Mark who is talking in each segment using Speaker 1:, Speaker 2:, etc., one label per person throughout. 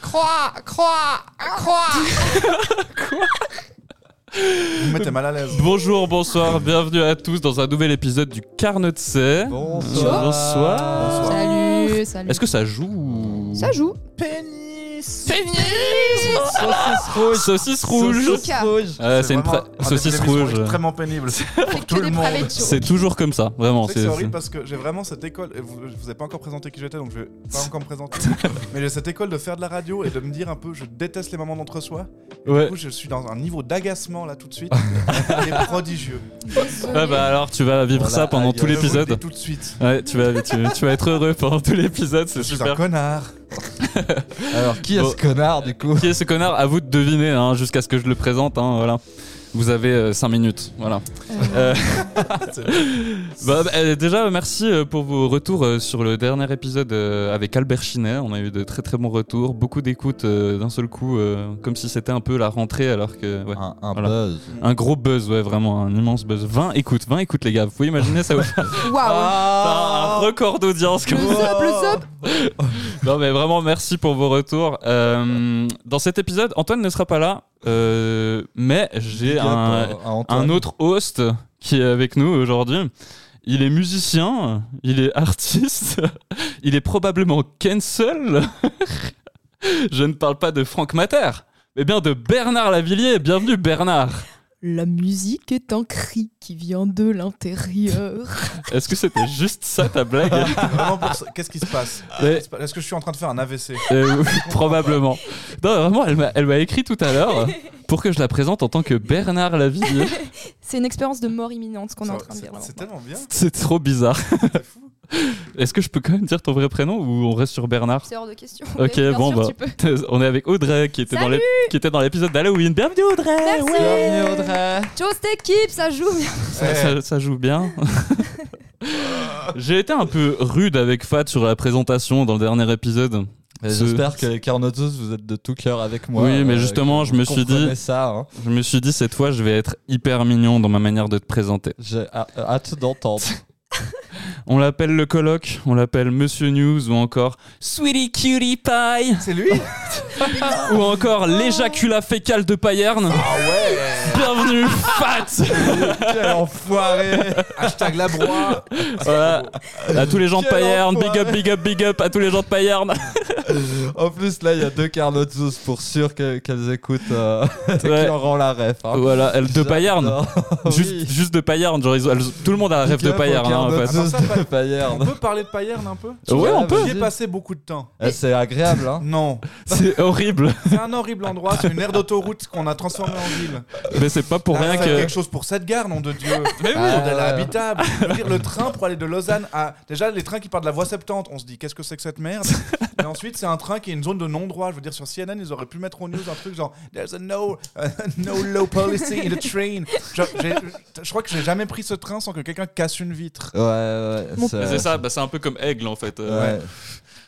Speaker 1: Croix, croix, croix, croix.
Speaker 2: Vous mettez mal à l'aise.
Speaker 3: Bonjour, bonsoir, bienvenue à tous dans un nouvel épisode du Carnet de C.
Speaker 2: Bonsoir.
Speaker 3: Bonsoir.
Speaker 2: Bonsoir.
Speaker 1: Salut, salut.
Speaker 3: Est-ce que ça joue ou-
Speaker 1: ça joue
Speaker 2: Pénis.
Speaker 4: Saucisse rouge.
Speaker 3: Saucisse rouge
Speaker 4: Saucisse rouge.
Speaker 3: Euh, C'est une
Speaker 2: vraiment
Speaker 3: pra-
Speaker 2: un
Speaker 3: saucisse
Speaker 2: début d'émission
Speaker 3: rouge.
Speaker 2: extrêmement pénible. C'est
Speaker 1: Fait
Speaker 2: tout
Speaker 1: que
Speaker 2: le
Speaker 1: des
Speaker 2: monde.
Speaker 1: pravets de chaud.
Speaker 3: C'est toujours comme ça, vraiment.
Speaker 2: Tu sais que c'est horrible parce que j'ai vraiment cette école. et Vous, je vous ai pas encore présenté qui j'étais, donc je vais pas encore me présenter. mais j'ai cette école de faire de la radio et de me dire un peu, je déteste les moments d'entre-soi. Du
Speaker 3: Ouais.
Speaker 2: coup, je suis dans un niveau d'agacement là tout de suite. qui est prodigieux.
Speaker 3: Ah bah alors tu vas vivre
Speaker 4: Voilà,
Speaker 3: ça pendant
Speaker 4: aïe,
Speaker 3: tout
Speaker 4: aïe,
Speaker 2: Je vous le dis
Speaker 3: l'épisode.
Speaker 2: Tout de suite.
Speaker 3: Ouais, tu vas, tu, tu vas être heureux pendant tout l'épisode, c'est
Speaker 2: Je suis un
Speaker 3: super.
Speaker 2: connard.
Speaker 4: Alors, qui est
Speaker 3: Bon.
Speaker 4: ce connard du coup
Speaker 3: Qui est ce connard À vous de deviner, hein, jusqu'à ce que je le présente. hein, voilà. Vous avez 5 minutes, voilà. Euh, bah, bah, euh, déjà, merci euh, pour vos retours euh, sur le dernier épisode euh, avec Albert Chinet. On a eu de très très bons retours, beaucoup d'écoutes euh, d'un seul coup, euh, comme si c'était un peu la rentrée, alors que ouais.
Speaker 4: Un, un
Speaker 3: Voilà.
Speaker 4: buzz.
Speaker 3: un gros buzz, ouais, vraiment un immense buzz. 20 écoutes, 20 écoutes les gars. Vous pouvez imaginer ça vous faire
Speaker 2: Ah.
Speaker 1: Waouh.
Speaker 3: un record d'audience.
Speaker 1: Le
Speaker 3: comme ça.
Speaker 1: sop, le sop.
Speaker 3: Non mais vraiment merci pour vos retours. Euh, dans cet épisode, Antoine ne sera pas là, euh, mais j'ai
Speaker 4: Big up
Speaker 3: un,
Speaker 4: à- à Antoine.
Speaker 3: un autre host qui est avec nous aujourd'hui. Il est musicien, il est artiste, il est probablement cancel. Je ne parle pas de Franck Mater, mais bien de Bernard Lavillier. Bienvenue Bernard.
Speaker 1: La musique est un cri qui vient de l'intérieur.
Speaker 3: Est-ce que c'était juste ça ta blague
Speaker 2: Vraiment pour ça. Qu'est-ce qui se passe
Speaker 3: Mais-
Speaker 2: Est-ce que je suis en train de faire un AVC
Speaker 3: Euh, oui, probablement. Non, vraiment, elle m'a- elle m'a écrit tout à l'heure pour que je la présente en tant que Bernard Lavillier.
Speaker 1: C'est une expérience de mort imminente ce qu'on est en train de
Speaker 2: C'est-
Speaker 1: dire. là.
Speaker 2: C'est tellement bien.
Speaker 3: C'est trop bizarre.
Speaker 2: C'est fou.
Speaker 3: Est-ce que je peux quand même dire ton vrai prénom ou on reste sur Bernard
Speaker 1: C'est hors de question.
Speaker 3: Ok,
Speaker 1: mais bien
Speaker 3: bon,
Speaker 1: sûr,
Speaker 3: bah.
Speaker 1: tu peux.
Speaker 3: On est avec Audrey qui était dans l'ép- qui était dans l'épisode d'Halloween. Bienvenue Audrey.
Speaker 1: Merci.
Speaker 3: Ouais.
Speaker 4: Bienvenue Audrey.
Speaker 1: Chose d'équipe, ça joue.
Speaker 3: Ça,
Speaker 2: Eh,
Speaker 3: ça- ça joue bien. J'ai été un peu rude avec Fat sur la présentation dans le dernier épisode.
Speaker 4: Mais
Speaker 3: Ce-
Speaker 4: J'espère que Carnotus, vous êtes de tout cœur avec moi. euh,
Speaker 3: Oui, mais justement,
Speaker 4: que
Speaker 3: je me
Speaker 4: vous
Speaker 3: suis dit-
Speaker 4: comprenez ça. hein.
Speaker 3: Je me suis dit cette fois je vais être hyper mignon dans ma manière de te présenter.
Speaker 4: J'ai ha- euh, hâte d'entendre.
Speaker 3: On l'appelle le colloque, on l'appelle Monsieur News ou encore Sweetie Cutie Pie
Speaker 2: C'est lui
Speaker 3: ou encore l'éjaculat fécal de Payerne.
Speaker 2: Ah ouais
Speaker 3: Bienvenue Fat
Speaker 4: Quel enfoiré
Speaker 2: Hashtag la broie
Speaker 3: Voilà. À tous les gens de
Speaker 4: Quel
Speaker 3: Payerne, big up,
Speaker 4: enfoiré.
Speaker 3: big up, big up à tous les gens de Payerne.
Speaker 4: En plus, là, il y a deux Carnotus pour sûr que- qu'elles écoutent euh, et que
Speaker 3: Ouais.
Speaker 4: leur rend la ref. hein.
Speaker 3: Voilà, elle- de Payerne.
Speaker 4: J'adore. Oui.
Speaker 3: Juste, juste de Payerne, genre ils- elles- tout le monde a un rêve de
Speaker 4: Big up aux
Speaker 3: Payerne. hein, en fait.
Speaker 4: Carnotus
Speaker 2: Ah, non, ça,
Speaker 4: de
Speaker 2: pas- On
Speaker 4: Payerne.
Speaker 2: peut parler de Payerne un peu
Speaker 3: Ouais, on peut.
Speaker 2: J'y ai passé beaucoup de temps.
Speaker 4: Eh, C'est agréable, hein.
Speaker 2: Non,
Speaker 3: C'est horrible,
Speaker 2: c'est un horrible endroit, c'est une aire d'autoroute qu'on a transformée en ville.
Speaker 3: mais c'est pas pour
Speaker 2: Là,
Speaker 3: rien
Speaker 2: faites
Speaker 3: que.
Speaker 2: quelque chose pour cette gare, nom de Dieu.
Speaker 3: Mais oui.
Speaker 2: Ah, elle est
Speaker 4: Ah.
Speaker 2: habitable. Je veux dire, le train pour aller de Lausanne à. Déjà, les trains qui partent de la voie 70, on se dit, qu'est-ce que c'est que cette merde Et ensuite, c'est un train qui est une zone de non-droit. Je veux dire, sur CNN, ils auraient pu mettre au news un truc genre, There's a no, a no low policy in the train. Genre, j'ai- je crois que j'ai jamais pris ce train sans que quelqu'un casse une vitre.
Speaker 4: Ouais, ouais.
Speaker 1: Mon-
Speaker 3: Mais C'est ça, bah, c'est un peu comme Aigle en fait. euh,
Speaker 4: Ouais.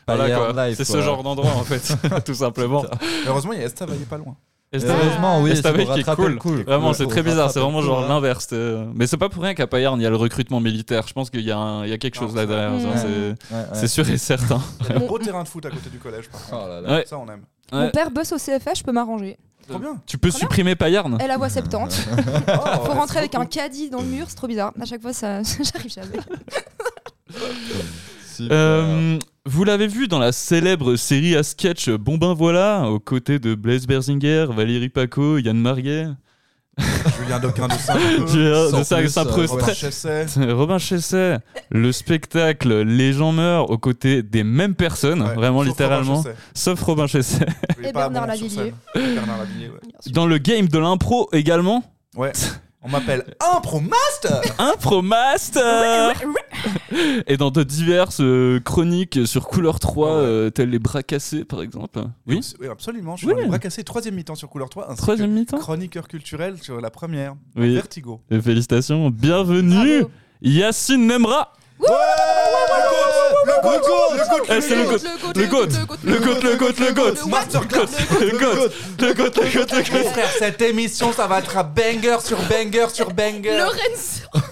Speaker 3: voilà,
Speaker 4: Payerne
Speaker 3: quoi.
Speaker 4: Life,
Speaker 3: C'est ce
Speaker 4: quoi.
Speaker 3: genre d'endroit en fait, tout simplement.
Speaker 2: Heureusement, il y a Estavayer pas loin.
Speaker 3: Et c'est-
Speaker 4: Heureusement, oui,
Speaker 3: Et c'est
Speaker 4: c'est
Speaker 3: avec
Speaker 4: pour
Speaker 3: qui est
Speaker 4: rattraper
Speaker 3: cool.
Speaker 4: le coup.
Speaker 3: Vraiment,
Speaker 4: Pour-
Speaker 3: c'est
Speaker 4: pour
Speaker 3: très bizarre. C'est
Speaker 4: rattraper
Speaker 3: vraiment
Speaker 4: le
Speaker 3: genre
Speaker 4: coup, hein.
Speaker 3: l'inverse. euh, Mais c'est pas pour rien qu'à Payerne, il y a le recrutement militaire. Je pense qu'il y, a un- il y a quelque chose là derrière.
Speaker 1: Mm.
Speaker 3: ça,
Speaker 4: Ah, Ouais.
Speaker 3: c'est-
Speaker 4: Ouais, ouais.
Speaker 3: C'est sûr et certain.
Speaker 2: Il y a un beau terrain de foot à côté du collège, par contre.
Speaker 4: Oh là là.
Speaker 3: Ouais.
Speaker 2: Ça, on aime.
Speaker 3: Ouais.
Speaker 1: Mon père bosse au CFA, je peux m'arranger.
Speaker 2: Trop bien.
Speaker 3: Tu peux
Speaker 1: Trop bien.
Speaker 3: supprimer Payerne
Speaker 1: Elle a voix 70.
Speaker 2: Oh,
Speaker 1: Faut
Speaker 2: ouais,
Speaker 1: rentrer
Speaker 2: c'est
Speaker 1: avec
Speaker 2: trop
Speaker 1: un caddie dans le mur, c'est trop bizarre. À chaque fois, ça, j'arrive jamais.
Speaker 4: Super.
Speaker 3: Euh, Vous l'avez vu dans la célèbre série à sketch
Speaker 2: Mmh.
Speaker 3: Bon ben voilà, aux côtés de Blaise Berzinger, Valérie Paco, Yann Marguet.
Speaker 2: Julien Doquin de Saint-Preux.
Speaker 3: Julien
Speaker 4: sans
Speaker 3: de Saint-
Speaker 4: plus,
Speaker 3: Saint-Preux,
Speaker 4: euh,
Speaker 2: Robert Chesset.
Speaker 3: Robin Chesset, le spectacle Les gens meurent aux côtés des mêmes personnes,
Speaker 2: Ouais,
Speaker 3: vraiment
Speaker 2: sauf
Speaker 3: littéralement,
Speaker 2: Robert Chesset.
Speaker 3: sauf Robin Chesset.
Speaker 2: Il
Speaker 1: Et
Speaker 2: est pas
Speaker 1: Bernard
Speaker 2: bon sur
Speaker 1: Lavilliers.
Speaker 2: scène. Et Bernard Lavilliers, ouais.
Speaker 3: Dans le game de l'impro également,
Speaker 2: Ouais. On m'appelle
Speaker 3: Euh,
Speaker 2: Impromaster Euh,
Speaker 3: Impromaster Et dans de diverses euh, chroniques sur couleur 3,
Speaker 2: Ouais.
Speaker 3: euh, telles les bras cassés par exemple. Oui
Speaker 2: Oui, absolument. Je suis
Speaker 3: Oui.
Speaker 2: dans les bras cassés. Troisième mi-temps sur Couleur 3. Ainsi
Speaker 3: Troisième
Speaker 2: que
Speaker 3: mi-temps
Speaker 2: chroniqueur culturel sur la première.
Speaker 3: Oui.
Speaker 2: Vertigo.
Speaker 3: Et Félicitations, bienvenue
Speaker 1: Bravo.
Speaker 3: Yacine Nemra
Speaker 2: Ouais Le goût Le goût
Speaker 3: Eh, c'est le goat Le goat Le goat, le goat, le goat
Speaker 1: le
Speaker 2: Masterclass
Speaker 3: Le goat Le goat, le goat, le
Speaker 2: Mon
Speaker 3: goat
Speaker 2: frère, cette émission, ça va être un banger sur banger sur banger.
Speaker 1: Lorenzo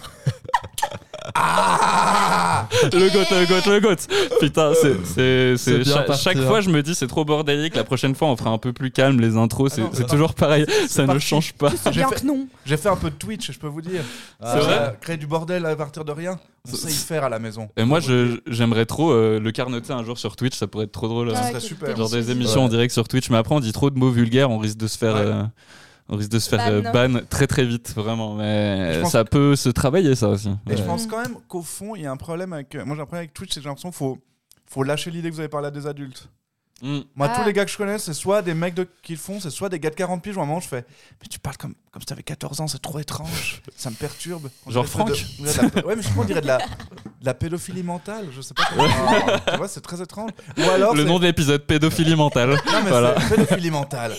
Speaker 2: Ah
Speaker 3: Le goat, le goat, le goat Putain, c'est- c'est...
Speaker 4: C'est
Speaker 3: c'est-
Speaker 4: bien
Speaker 3: cha-
Speaker 4: parti,
Speaker 3: Chaque
Speaker 4: hein.
Speaker 3: fois, je me dis, c'est trop bordélique, la prochaine fois, on fera un peu plus calme, les intros, c'est
Speaker 2: Ah non,
Speaker 3: c'est
Speaker 2: c'est
Speaker 3: toujours pareil, ça ne
Speaker 2: parti.
Speaker 3: change pas.
Speaker 1: C'est
Speaker 2: J'ai
Speaker 1: bien
Speaker 2: fait-
Speaker 1: que non
Speaker 2: J'ai fait un peu de Twitch, je peux vous dire.
Speaker 4: Ah,
Speaker 3: vrai
Speaker 2: Euh, Créer du bordel à partir de rien, on
Speaker 3: C'est-
Speaker 2: sait y faire à la maison.
Speaker 3: Et moi, je- j'aimerais trop euh, le carnoter un jour sur Twitch, ça pourrait être trop drôle. hein.
Speaker 2: Ça
Speaker 1: Ouais,
Speaker 2: serait
Speaker 1: quelle
Speaker 2: super.
Speaker 3: genre des
Speaker 1: délicieuse
Speaker 3: émissions
Speaker 4: Ouais.
Speaker 3: en direct sur Twitch, mais après on dit trop de mots vulgaires, on risque de se faire,
Speaker 2: Ouais. hein.
Speaker 3: euh, on risque de se faire euh, ban.
Speaker 1: Ban.
Speaker 3: très très vite, vraiment. Mais
Speaker 2: Je pense
Speaker 3: ça peut se travailler ça aussi.
Speaker 2: Et je
Speaker 3: Ouais.
Speaker 2: pense quand même qu'au fond, il y a un problème avec. euh, Moi, j'ai un problème avec Twitch, c'est que j'ai l'impression qu'il faut, faut lâcher l'idée que vous avez parlé à des adultes.
Speaker 3: Mm.
Speaker 2: Moi,
Speaker 1: Ah.
Speaker 2: tous les gars que je connais, c'est soit des mecs de... qui le font, c'est soit des gars de 40 piges. Où à un moment, je fais Mais tu parles comme, comme si t'avais 14 ans, c'est trop étrange, ça me perturbe. On
Speaker 3: Genre
Speaker 2: dirait de- on dirait de la- Ouais, mais je sais pas, on dirait de la, de la pédophilie mentale, je sais pas comment. tu vois, c'est très étrange. Ou alors.
Speaker 3: Le
Speaker 2: c'est-
Speaker 3: nom de l'épisode pédophilie mentale.
Speaker 2: Non, mais
Speaker 3: voilà.
Speaker 2: c'est pédophilie mentale.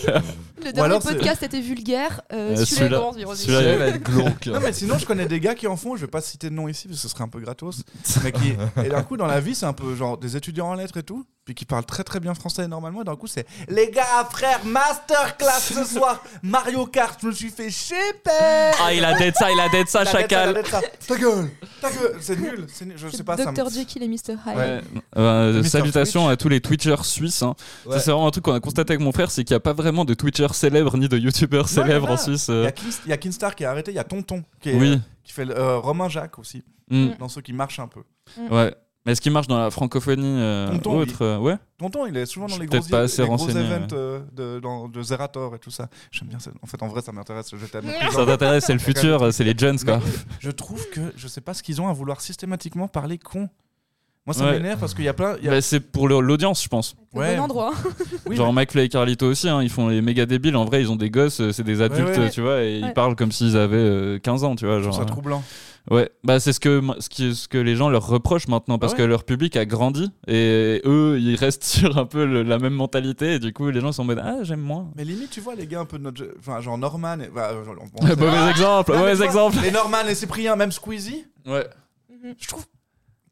Speaker 1: Le
Speaker 2: Ou alors,
Speaker 1: dernier
Speaker 2: c'est-
Speaker 1: podcast était vulgaire
Speaker 3: Euh,
Speaker 1: euh, Celui-là
Speaker 3: celui-là-
Speaker 1: est comment dire,
Speaker 3: celui-là,
Speaker 4: il va être glauque.
Speaker 2: Non mais sinon je connais des gars qui en font, je vais pas citer de nom ici parce que ce serait un peu gratos, mais qui et d'un coup dans la vie c'est un peu genre des étudiants en lettres et tout, puis qui parlent très très bien français et normalement et d'un coup c'est les gars frère masterclass ce soir Mario Kart je me suis fait chipper.
Speaker 3: Ah il a dead ça, il a dead ça
Speaker 2: La tête, la
Speaker 3: Ah, chacal.
Speaker 2: tête, ça. Ta gueule, ta gueule, c'est nul, c'est nul, je sais pas ça. me-
Speaker 1: Dr Jekyll et Mr Hyde
Speaker 2: Ouais.
Speaker 3: Euh,
Speaker 2: Mr.
Speaker 3: salutations
Speaker 2: Twitch.
Speaker 3: à tous les Twitchers suisses. hein.
Speaker 4: Ouais.
Speaker 3: Ça c'est vraiment un truc qu'on a constaté avec mon frère, c'est qu'il n'y a pas vraiment de Twitchers célèbres ni de YouTubers
Speaker 2: Non,
Speaker 3: célèbres
Speaker 2: il y en a.
Speaker 3: en Suisse.
Speaker 2: Il y
Speaker 3: euh.
Speaker 2: a Kin- il y a Kinstar qui a arrêté, il y a Tonton qui, est-
Speaker 3: Oui.
Speaker 2: qui fait le- euh, Romain Jacques aussi
Speaker 3: Mm.
Speaker 2: dans ceux qui marchent un peu.
Speaker 3: Ouais. Mais est-ce qu'il marche dans la francophonie euh,
Speaker 2: Tonton, oui.
Speaker 3: autre euh, Ouais.
Speaker 2: Tonton, il est souvent dans
Speaker 3: Je
Speaker 2: les
Speaker 3: suis
Speaker 2: gros,
Speaker 3: peut-être pas assez
Speaker 2: les gros
Speaker 3: renseigné,
Speaker 2: events
Speaker 3: ouais.
Speaker 2: euh, de, dans- de Zerator et tout ça. J'aime bien ça. En fait, en vrai, ça m'intéresse. Je t'aime.
Speaker 3: Ça t'intéresse, c'est le futur, c'est les Jones quoi.
Speaker 2: Je trouve que je sais pas ce qu'ils ont à vouloir systématiquement parler con. Moi, ça
Speaker 3: Ouais.
Speaker 2: m'énerve parce qu'il y a plein. il y a-
Speaker 3: Bah, c'est pour leur- l'audience, je pense.
Speaker 1: C'est
Speaker 2: Ouais.
Speaker 1: le bon endroit
Speaker 2: Oui,
Speaker 3: Genre McFly et Carlito aussi, hein, ils font les méga débiles. En vrai, ils ont des gosses, euh, c'est des adultes,
Speaker 2: ouais.
Speaker 3: tu vois, et ils
Speaker 1: Ouais.
Speaker 3: parlent comme s'ils avaient euh, 15 ans, tu vois.
Speaker 2: je trouve
Speaker 3: Genre,
Speaker 2: ça troublant.
Speaker 3: euh, ouais, bah c'est ce que ma- ce, qui- ce que les gens leur reprochent maintenant parce
Speaker 2: Ah
Speaker 3: que leur public a grandi et eux ils restent sur un peu le- la même mentalité et du coup les gens sont en mode ah j'aime moins.
Speaker 2: Mais limite, tu vois, les gars un peu de notre. Enfin, genre Norman. Et... bah, euh, genre, bon, c'est- Ah,
Speaker 3: mauvais exemple,
Speaker 2: Non, mais
Speaker 3: mauvais
Speaker 2: tu vois,
Speaker 3: exemple.
Speaker 2: Les Norman, les Cyprien, même Squeezie,
Speaker 3: Ouais.
Speaker 1: Mhm.
Speaker 2: je trouve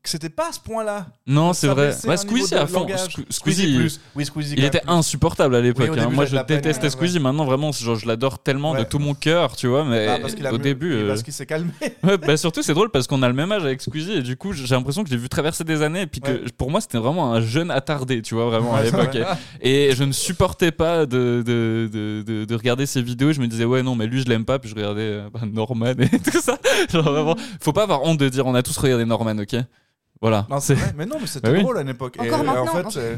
Speaker 2: que c'était pas à ce point-là.
Speaker 3: Non c'est
Speaker 2: Ça
Speaker 3: vrai.
Speaker 2: baissait
Speaker 3: Bah,
Speaker 2: un niveau
Speaker 3: Squeezie
Speaker 2: de
Speaker 3: à fond.
Speaker 2: langage.
Speaker 3: Sque- Squeezie.
Speaker 2: plus. Oui, Squeezie.
Speaker 3: Il
Speaker 2: quand
Speaker 3: était
Speaker 2: même plus.
Speaker 3: insupportable à l'époque.
Speaker 2: Oui, au
Speaker 3: hein.
Speaker 2: début,
Speaker 3: Moi,
Speaker 2: j'ai de
Speaker 3: je
Speaker 2: la peine,
Speaker 3: détestais
Speaker 2: ouais.
Speaker 3: Squeezie. Maintenant, vraiment, genre, je l'adore tellement de
Speaker 2: Ouais.
Speaker 3: tout mon cœur, tu vois. Mais
Speaker 2: Ah, parce qu'il a
Speaker 3: au
Speaker 2: mieux-
Speaker 3: début, euh,
Speaker 2: Parce qu'il s'est calmé.
Speaker 3: Ouais, bah surtout c'est drôle parce qu'on a le même âge avec Squeezie et du coup j'ai l'impression que je l'ai vu traverser des années et puis que
Speaker 2: Ouais.
Speaker 3: pour moi c'était vraiment un jeune attardé tu vois vraiment à
Speaker 2: Ouais, c'est
Speaker 3: l'époque
Speaker 2: vrai.
Speaker 3: et, et je ne supportais pas de, de, de, de- de regarder ses vidéos je me disais ouais non mais lui je l'aime pas puis je regardais euh, bah, Norman et tout ça genre
Speaker 2: Mm.
Speaker 3: vraiment faut pas avoir honte de dire on a tous regardé Norman ok voilà
Speaker 2: Non, c'est
Speaker 3: c'est
Speaker 2: vrai. Mais non, mais c'était
Speaker 3: Bah oui.
Speaker 2: drôle à l'époque. Et,
Speaker 1: Encore
Speaker 2: euh,
Speaker 1: maintenant,
Speaker 2: En
Speaker 1: en
Speaker 2: fait, euh,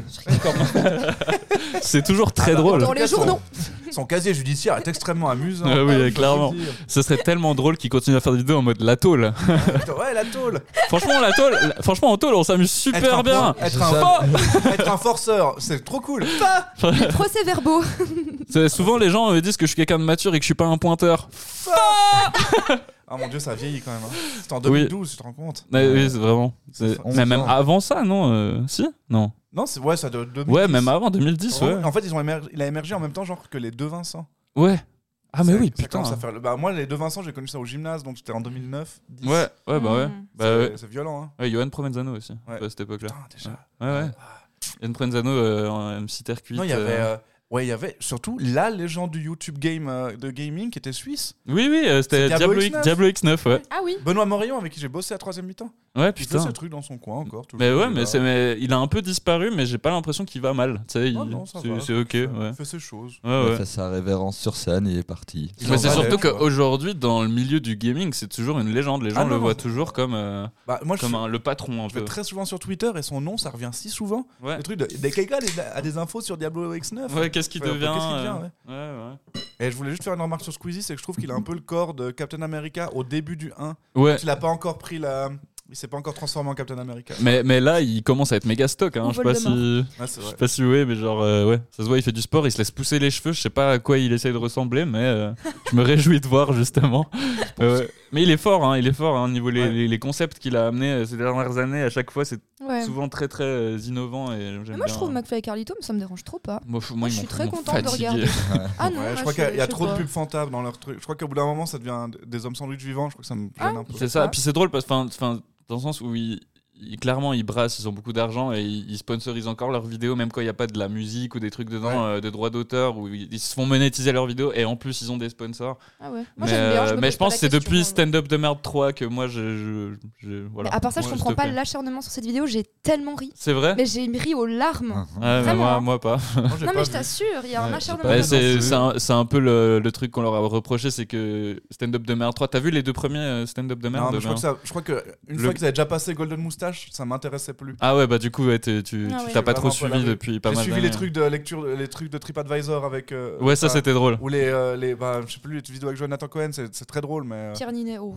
Speaker 3: c'est
Speaker 2: ah,
Speaker 3: toujours très drôle
Speaker 1: Dans les
Speaker 2: Qu'est-ce qu'on-
Speaker 1: journaux
Speaker 2: Son casier judiciaire est extrêmement amusant.
Speaker 3: Ah oui,
Speaker 2: Je peux
Speaker 3: clairement.
Speaker 2: vous le dire.
Speaker 3: ce serait tellement drôle qu'il continue à faire des vidéos en mode la tôle
Speaker 2: Putain, Ouais, la tôle.
Speaker 3: franchement la tôle la- franchement en tôle on s'amuse
Speaker 2: Être
Speaker 3: super
Speaker 2: un
Speaker 3: bien
Speaker 2: point- Être un,
Speaker 3: Oh
Speaker 2: être un forceur, c'est trop cool. Pas
Speaker 1: Les procès verbaux
Speaker 3: C'est- souvent les gens me disent que je suis quelqu'un de mature et que je suis pas un pointeur
Speaker 2: Ah mon dieu, ça vieillit quand même. hein. C'est en 2012, tu te rends compte
Speaker 3: Ouais, oui, c'est vraiment.
Speaker 2: C'est
Speaker 3: C'est-
Speaker 2: ça,
Speaker 4: on
Speaker 3: Mais même
Speaker 4: sent.
Speaker 3: avant ça, non euh, Si Non.
Speaker 2: Non, c'est ouais, ça de 2010.
Speaker 3: Ouais, même avant 2010, ouais.
Speaker 2: Vraiment, En fait, ils ont émergé, il a émergé en même temps genre que les deux Vincent.
Speaker 3: Ouais. Ah, mais
Speaker 2: Ça-
Speaker 3: oui,
Speaker 2: ça
Speaker 3: putain.
Speaker 2: commence à faire le- bah, moi, les deux Vincent, j'ai connu ça au gymnase, donc c'était en 2009. 10.
Speaker 3: Ouais, ouais, bah ouais.
Speaker 5: Mmh.
Speaker 1: Mm.
Speaker 3: Bah
Speaker 2: c'est
Speaker 3: ouais.
Speaker 2: c'est violent. Hein.
Speaker 3: Ouais, Johan Provenzano aussi,
Speaker 2: Ouais.
Speaker 3: à cette époque-là.
Speaker 2: Putain, déjà.
Speaker 3: Ouais, ouais. Johan Provenzano euh, en MC Terre Cuite.
Speaker 2: Non, il y avait.
Speaker 3: euh,
Speaker 2: euh, Ouais, il y avait surtout la légende du YouTube game euh, de gaming qui était suisse.
Speaker 3: Oui, oui, euh,
Speaker 2: c'est
Speaker 3: c'était Diablo,
Speaker 2: Diablo
Speaker 3: X-
Speaker 2: X9.
Speaker 3: Diablo X9, ouais.
Speaker 1: Ah oui
Speaker 2: Benoît Morillon avec qui j'ai bossé à troisième mi-temps.
Speaker 3: Ouais,
Speaker 2: Il fait ce
Speaker 3: putain.
Speaker 2: truc dans son coin encore. toujours.
Speaker 3: Mais ouais,
Speaker 2: Il
Speaker 3: mais,
Speaker 2: va-
Speaker 3: c'est- mais il a un peu disparu, mais j'ai pas l'impression qu'il va mal. Tu sais, il-
Speaker 2: Ah non, ça
Speaker 3: c'est
Speaker 2: va,
Speaker 3: c'est ok,
Speaker 2: il fait-
Speaker 3: ouais.
Speaker 2: Il fait ses choses.
Speaker 3: Ouais,
Speaker 4: Il a
Speaker 3: Ah ouais.
Speaker 4: fait sa révérence sur scène, il est parti. Ah,
Speaker 2: Il
Speaker 3: Mais
Speaker 2: en
Speaker 3: c'est
Speaker 2: va
Speaker 3: surtout
Speaker 2: l'air, quoi.
Speaker 3: qu'aujourd'hui, dans le milieu du gaming, c'est toujours une légende. Les gens
Speaker 2: Ah
Speaker 3: le
Speaker 2: non,
Speaker 3: voient
Speaker 2: non.
Speaker 3: toujours comme, euh,
Speaker 2: Bah, moi, je
Speaker 3: comme
Speaker 2: suis-
Speaker 3: un- le patron un
Speaker 2: je vais
Speaker 3: peu.
Speaker 2: très souvent sur Twitter et son nom, ça revient si souvent.
Speaker 3: Euh. Ouais.
Speaker 2: Le truc de. Des quelqu'un a des- a des infos sur Diablo X9.
Speaker 3: Ouais, qu'est-ce qui
Speaker 2: Faire un peu
Speaker 3: devient.
Speaker 2: qu'est-ce qu'il
Speaker 3: euh,
Speaker 2: devient, ouais.
Speaker 3: ouais, ouais.
Speaker 2: Et je voulais juste faire une remarque sur Squeezie, c'est que je trouve qu'il a un peu le corps de Captain America au début du 1.
Speaker 3: Ouais,
Speaker 2: Il a pas encore pris la. Il s'est pas encore transformé en Captain America.
Speaker 3: mais, mais là, il commence à être méga stock. Hein.
Speaker 1: Ou
Speaker 3: Je sais pas si.
Speaker 2: Ah, c'est
Speaker 3: Je
Speaker 2: vrai.
Speaker 3: sais pas si ouais, mais genre, euh, ouais, ça se voit, il fait du sport, il se laisse pousser les cheveux, je sais pas à quoi il essaie de ressembler, mais euh, je me réjouis de voir justement. Euh, mais il est fort, hein, il est fort, hein, niveau les,
Speaker 2: Ouais.
Speaker 3: les- les concepts qu'il a amenés euh, ces dernières années, à chaque fois, c'est
Speaker 1: Ouais.
Speaker 3: souvent très très euh, innovant. Et j'aime
Speaker 1: Mais moi, je
Speaker 3: bien. euh,
Speaker 1: trouve McFly et Carlito, mais ça me dérange trop pas.
Speaker 3: Moi, je, moi,
Speaker 1: Moi,
Speaker 3: ils
Speaker 1: je
Speaker 3: m'ont-
Speaker 1: suis très
Speaker 3: m'ont
Speaker 1: contente de
Speaker 3: fatigué.
Speaker 1: regarder. Ah non,
Speaker 2: Ouais,
Speaker 1: moi,
Speaker 2: je crois qu'il y a- il y a
Speaker 1: je
Speaker 2: trop
Speaker 1: sais
Speaker 2: de
Speaker 1: pas.
Speaker 2: pubs fantômes dans leur truc. Je crois qu'au bout d'un moment, ça devient des hommes sandwich vivants. Je crois que ça me gêne
Speaker 1: Ah.
Speaker 2: un peu.
Speaker 3: C'est ça, puis c'est drôle, parce, enfin, enfin, dans le sens où ils, ils- clairement ils brassent, ils ont beaucoup d'argent et ils, ils sponsorisent encore leurs vidéos, même quand il n'y a pas de la musique ou des trucs dedans,
Speaker 2: Ouais.
Speaker 3: euh, de droits d'auteur, où ils, ils se font monétiser leurs vidéos et en plus ils ont des sponsors.
Speaker 1: Ah ouais. Moi,
Speaker 3: mais,
Speaker 1: j'aime bien,
Speaker 3: euh,
Speaker 1: me
Speaker 3: mais
Speaker 1: pose
Speaker 3: je
Speaker 1: pas
Speaker 3: pense
Speaker 1: la
Speaker 3: que c'est
Speaker 1: question,
Speaker 3: depuis
Speaker 1: en vrai.
Speaker 3: Stand Up de Merde 3 que moi je. je- je- voilà.
Speaker 1: Mais à part ça, je
Speaker 3: Moi,
Speaker 1: comprends
Speaker 3: stoppe.
Speaker 1: pas l'acharnement sur cette vidéo. J'ai tellement ri.
Speaker 3: C'est vrai
Speaker 1: Mais j'ai ri aux larmes.
Speaker 3: Ouais, mais
Speaker 1: Vraiment,
Speaker 3: moi,
Speaker 1: hein.
Speaker 3: moi pas.
Speaker 2: Moi, j'ai
Speaker 1: Non,
Speaker 2: pas
Speaker 1: mais je
Speaker 2: vu.
Speaker 1: t'assure, il y a un
Speaker 4: Ouais,
Speaker 1: acharnement.
Speaker 4: j'ai pas-
Speaker 3: Ouais,
Speaker 1: de-
Speaker 3: c'est
Speaker 4: non,
Speaker 3: c'est un, c'est un peu le, le truc qu'on leur a reproché, c'est que Stand Up de Merde 3. T'as vu les deux premiers euh, Stand Up de Merde
Speaker 2: Non, mais je crois que
Speaker 3: hein
Speaker 2: ça- je crois que une
Speaker 3: Le-
Speaker 2: fois qu'ils avaient déjà passé Golden Moustache, ça m'intéressait plus.
Speaker 3: Ah ouais, bah du coup, ouais, t'es- tu
Speaker 1: Ah
Speaker 3: tu
Speaker 1: ouais.
Speaker 3: t'as pas trop
Speaker 2: Vraiment pas la
Speaker 3: suivi
Speaker 2: rue.
Speaker 3: depuis pas
Speaker 2: J'ai
Speaker 3: mal
Speaker 2: suivi
Speaker 3: d'années. hein.
Speaker 2: les trucs de lecture, les trucs de TripAdvisor avec. euh,
Speaker 3: Ouais, ça
Speaker 2: enfin,
Speaker 3: c'était drôle.
Speaker 2: Ou les, euh, les bah, je sais plus, les vidéos avec Jonathan Cohen, c'est c'est très drôle, mais. euh,
Speaker 1: Pierre Ninet, oh.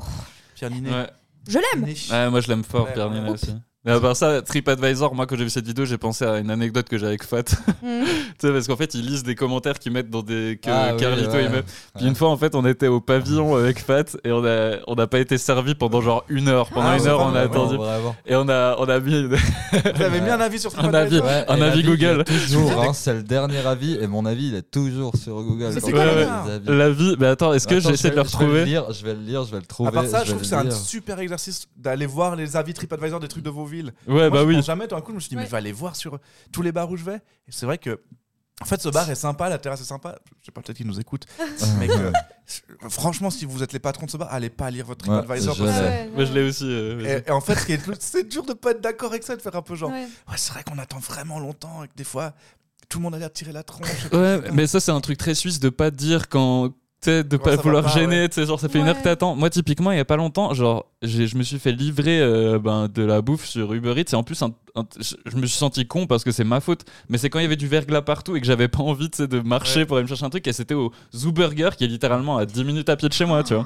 Speaker 2: Pierre Ninet.
Speaker 3: Ouais.
Speaker 1: Je l'aime
Speaker 3: Ouais, moi je l'aime fort,
Speaker 2: Ouais,
Speaker 3: Pierre
Speaker 2: ouais.
Speaker 3: Ninet aussi. Mais à part ça, TripAdvisor, moi quand j'ai vu cette vidéo, j'ai pensé à une anecdote que j'ai avec Fat.
Speaker 1: Mm.
Speaker 3: Tu sais, parce qu'en fait, ils lisent des commentaires qu'ils mettent dans des. que
Speaker 4: Ah oui,
Speaker 3: Carlito
Speaker 4: ouais.
Speaker 3: il met. Puis
Speaker 4: Ouais.
Speaker 3: une fois, en fait, on était au pavillon avec Fat et on a, on n'a pas été servi pendant genre une heure. Pendant
Speaker 2: Ah,
Speaker 3: une
Speaker 2: ouais,
Speaker 3: heure, on a
Speaker 2: ouais,
Speaker 3: attendu. Et on a, on a mis. une-
Speaker 2: Vous avez mis un avis sur
Speaker 3: Un avis.
Speaker 2: TripAdvisor
Speaker 3: Un
Speaker 4: et
Speaker 3: avis
Speaker 4: l'avis, il
Speaker 3: Google.
Speaker 4: est Toujours, hein, c'est le dernier avis, et mon avis, il est toujours sur Google.
Speaker 2: Mais
Speaker 1: c'est
Speaker 4: Quand
Speaker 1: quoi
Speaker 4: je
Speaker 1: le
Speaker 4: fais
Speaker 2: mien
Speaker 4: des avis.
Speaker 3: La vie. Mais attends, est-ce que
Speaker 4: Attends,
Speaker 3: j'essaie de
Speaker 4: je
Speaker 3: le
Speaker 4: vais- Je vais le
Speaker 3: retrouver
Speaker 4: lire, je vais le lire, je vais le trouver.
Speaker 2: À part ça, je trouve
Speaker 4: vais
Speaker 2: que
Speaker 4: le
Speaker 2: c'est un
Speaker 4: lire.
Speaker 2: super exercice d'aller voir les avis TripAdvisor des trucs de vos villes.
Speaker 3: Ouais,
Speaker 2: Moi,
Speaker 3: bah
Speaker 2: je
Speaker 3: oui.
Speaker 2: pense jamais, tout d'un coup, je me suis dit, mais
Speaker 1: Ouais.
Speaker 2: je vais aller voir sur tous les bars où je vais. Et c'est vrai que. En fait, ce bar est sympa, la terrasse est sympa. Je sais pas, peut-être qu'ils nous écoutent. mais que, franchement, si vous êtes les patrons de ce bar, allez pas lire votre
Speaker 4: Ouais,
Speaker 2: TripAdvisor.
Speaker 4: je
Speaker 2: parce
Speaker 1: Ah
Speaker 2: que-
Speaker 4: l'ai.
Speaker 1: ouais,
Speaker 3: Moi, je l'ai aussi. euh, vas-y.
Speaker 2: Et, et en fait, ce qui est le plus- c'est dur de pas être d'accord avec ça, de faire un peu genre.
Speaker 1: ouais.
Speaker 2: Ouais, c'est vrai qu'on attend vraiment longtemps et que des fois, tout le monde a l'air de tirer la tronche.
Speaker 3: Ouais, mais ça, c'est un truc très suisse de pas dire quand. tu sais, de
Speaker 2: Quand
Speaker 3: pas
Speaker 2: ça va
Speaker 3: vouloir
Speaker 2: pas,
Speaker 3: gêner, tu sais, genre ça fait une heure que
Speaker 1: Ouais.
Speaker 3: t'attends. Moi, typiquement, il y a pas longtemps, genre, j'ai- je me suis fait livrer euh, ben, de la bouffe sur Uber Eats et en plus, un- un- je je me suis senti con parce que c'est ma faute, mais c'est quand il y avait du verglas partout et que j'avais pas envie, tu sais, de marcher
Speaker 2: Ouais.
Speaker 3: pour aller me chercher un truc et c'était au Zoo Burger qui est littéralement à 10 minutes à pied de chez moi, tu vois.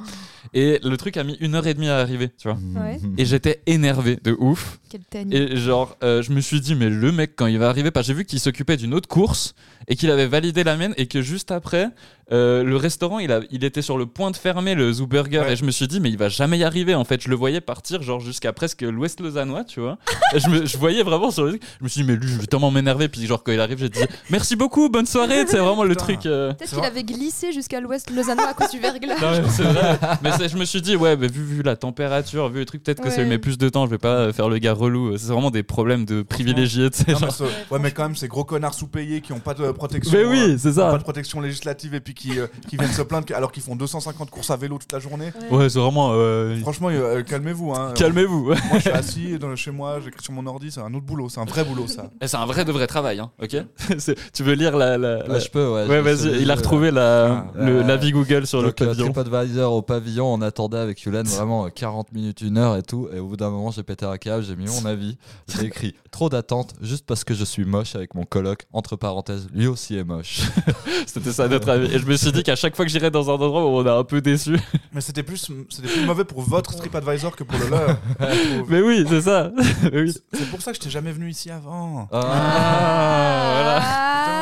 Speaker 3: Et le truc a mis une heure et demie à arriver, tu vois.
Speaker 1: Ouais.
Speaker 3: Et j'étais énervé de ouf.
Speaker 1: Quel tani.
Speaker 3: Et genre, euh, je me suis dit, mais le mec, quand il va arriver, parce que j'ai vu qu'il s'occupait d'une autre course et qu'il avait validé la mienne et que juste après, euh, le restaurant, il, a, il était sur le point de fermer le Zoo Burger
Speaker 2: Ouais.
Speaker 3: et je me suis dit, mais il va jamais y arriver. En fait, je le voyais partir, genre jusqu'à presque l'Ouest Lausannois, tu vois. Et je, me, je voyais vraiment sur le truc. Je me suis dit, mais lui, je vais tellement m'énerver. Puis, genre, quand il arrive, j'ai dit, merci beaucoup, bonne soirée. C'est vraiment le
Speaker 2: Putain.
Speaker 3: truc. euh,
Speaker 1: Peut-être
Speaker 2: C'est
Speaker 1: qu'il
Speaker 2: vrai.
Speaker 1: avait glissé jusqu'à l'ouest lausannois à cause du verglas.
Speaker 3: non, mais c'est vrai. Mais c'est- je me suis dit, ouais, mais vu, vu la température, vu le truc, peut-être que ça lui
Speaker 1: Ouais.
Speaker 3: met plus de temps. Je vais pas faire le gars relou. C'est vraiment des problèmes de privilégiés, tu sais,
Speaker 2: Non,
Speaker 3: genre.
Speaker 2: mais ce- ouais, mais quand même, ces gros connards sous-payés qui n'ont pas de protection.
Speaker 3: Mais
Speaker 2: euh,
Speaker 3: oui, c'est
Speaker 2: qui ont pas
Speaker 3: ça.
Speaker 2: de protection législative et puis qui, euh, qui viennent se plaindre que- alors qu'ils font 250 courses à vélo toute la journée.
Speaker 3: Ouais, c'est vraiment. euh,
Speaker 2: Franchement, euh, calmez-vous. hein.
Speaker 3: Calmez-vous.
Speaker 2: Moi, je suis assis dans, chez moi, j'écris sur mon ordi, c'est un autre boulot, c'est un vrai boulot ça.
Speaker 3: Eh, C'est un vrai de vrai travail, hein, ok C'est- Tu veux lire la. la- la-
Speaker 4: Là, je peux,
Speaker 3: Ouais,
Speaker 4: ouais. je vais sur
Speaker 3: vas-y,
Speaker 4: le
Speaker 3: il a
Speaker 4: jeu.
Speaker 3: retrouvé la, bah,
Speaker 2: Ah,
Speaker 3: le-
Speaker 4: euh,
Speaker 3: l'avis Google sur le
Speaker 4: Donc, euh,
Speaker 3: pavillon.
Speaker 4: TripAdvisor au pavillon, on attendait avec Yulen vraiment euh, 40 minutes, une heure et tout. Et au bout d'un moment, j'ai pété un câble, j'ai mis mon avis. J'ai écrit trop d'attente juste parce que je suis moche avec mon coloc. Entre parenthèses, lui aussi est moche.
Speaker 3: C'était ça notre avis. Et je me suis dit qu'à chaque fois que j'irais dans un endroit où on a un peu déçu.
Speaker 2: Mais c'était plus, c'était plus mauvais pour votre TripAdvisor que pour le leur. je trouve.
Speaker 3: Mais oui, c'est ça. Mais oui.
Speaker 2: C'est pour ça que je t'ai jamais venu ici avant.
Speaker 4: Ah,
Speaker 3: Ah,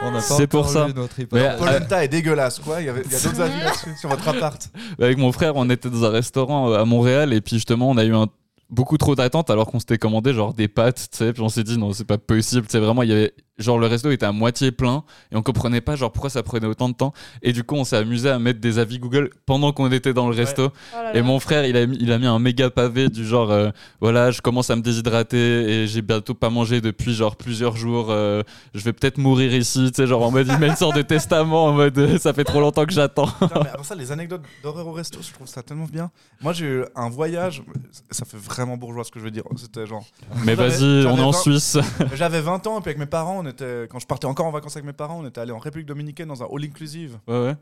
Speaker 4: on n'a pas
Speaker 3: C'est pour
Speaker 4: encore
Speaker 3: ça.
Speaker 4: lu nos
Speaker 3: Mais- euh,
Speaker 4: TripAdvisor.
Speaker 2: Polenta est dégueulasse quoi, il y, avait- il y a d'autres avis là-dessus, sur votre appart.
Speaker 3: voilà. Avec mon frère, on était dans un restaurant euh, à Montréal et puis justement, on a eu un- beaucoup trop d'attentes alors qu'on s'était commandé genre des pâtes, tu sais. Puis on s'est dit non, c'est pas possible. C'est vraiment, il y avait. Genre le resto était à moitié plein et on comprenait pas genre pourquoi ça prenait autant de temps. Et du coup, on s'est amusé à mettre des avis Google pendant qu'on était dans le resto.
Speaker 1: Ah.
Speaker 3: Et mon frère, il a, mis- il a mis un méga pavé du genre, euh, voilà, je commence à me déshydrater et j'ai bientôt pas mangé depuis genre plusieurs jours. euh, je vais peut-être mourir ici, tu sais, genre en mode il met une sorte de testament en mode euh, ça fait trop longtemps que j'attends.
Speaker 2: Putain, mais avant ça, les anecdotes d'horreur au resto, je trouve ça tellement bien. Moi, j'ai eu un voyage, ça fait vraiment bourgeois ce que je veux dire. C'était genre.
Speaker 3: Mais
Speaker 2: J'avais-
Speaker 3: vas-y, on est
Speaker 2: j'avais
Speaker 3: en
Speaker 2: vingt-
Speaker 3: Suisse.
Speaker 2: J'avais 20 ans, et puis avec mes parents, on était, quand je partais encore en vacances avec mes parents, on était allé en République Dominicaine dans un all inclusive
Speaker 3: Ouais, ouais.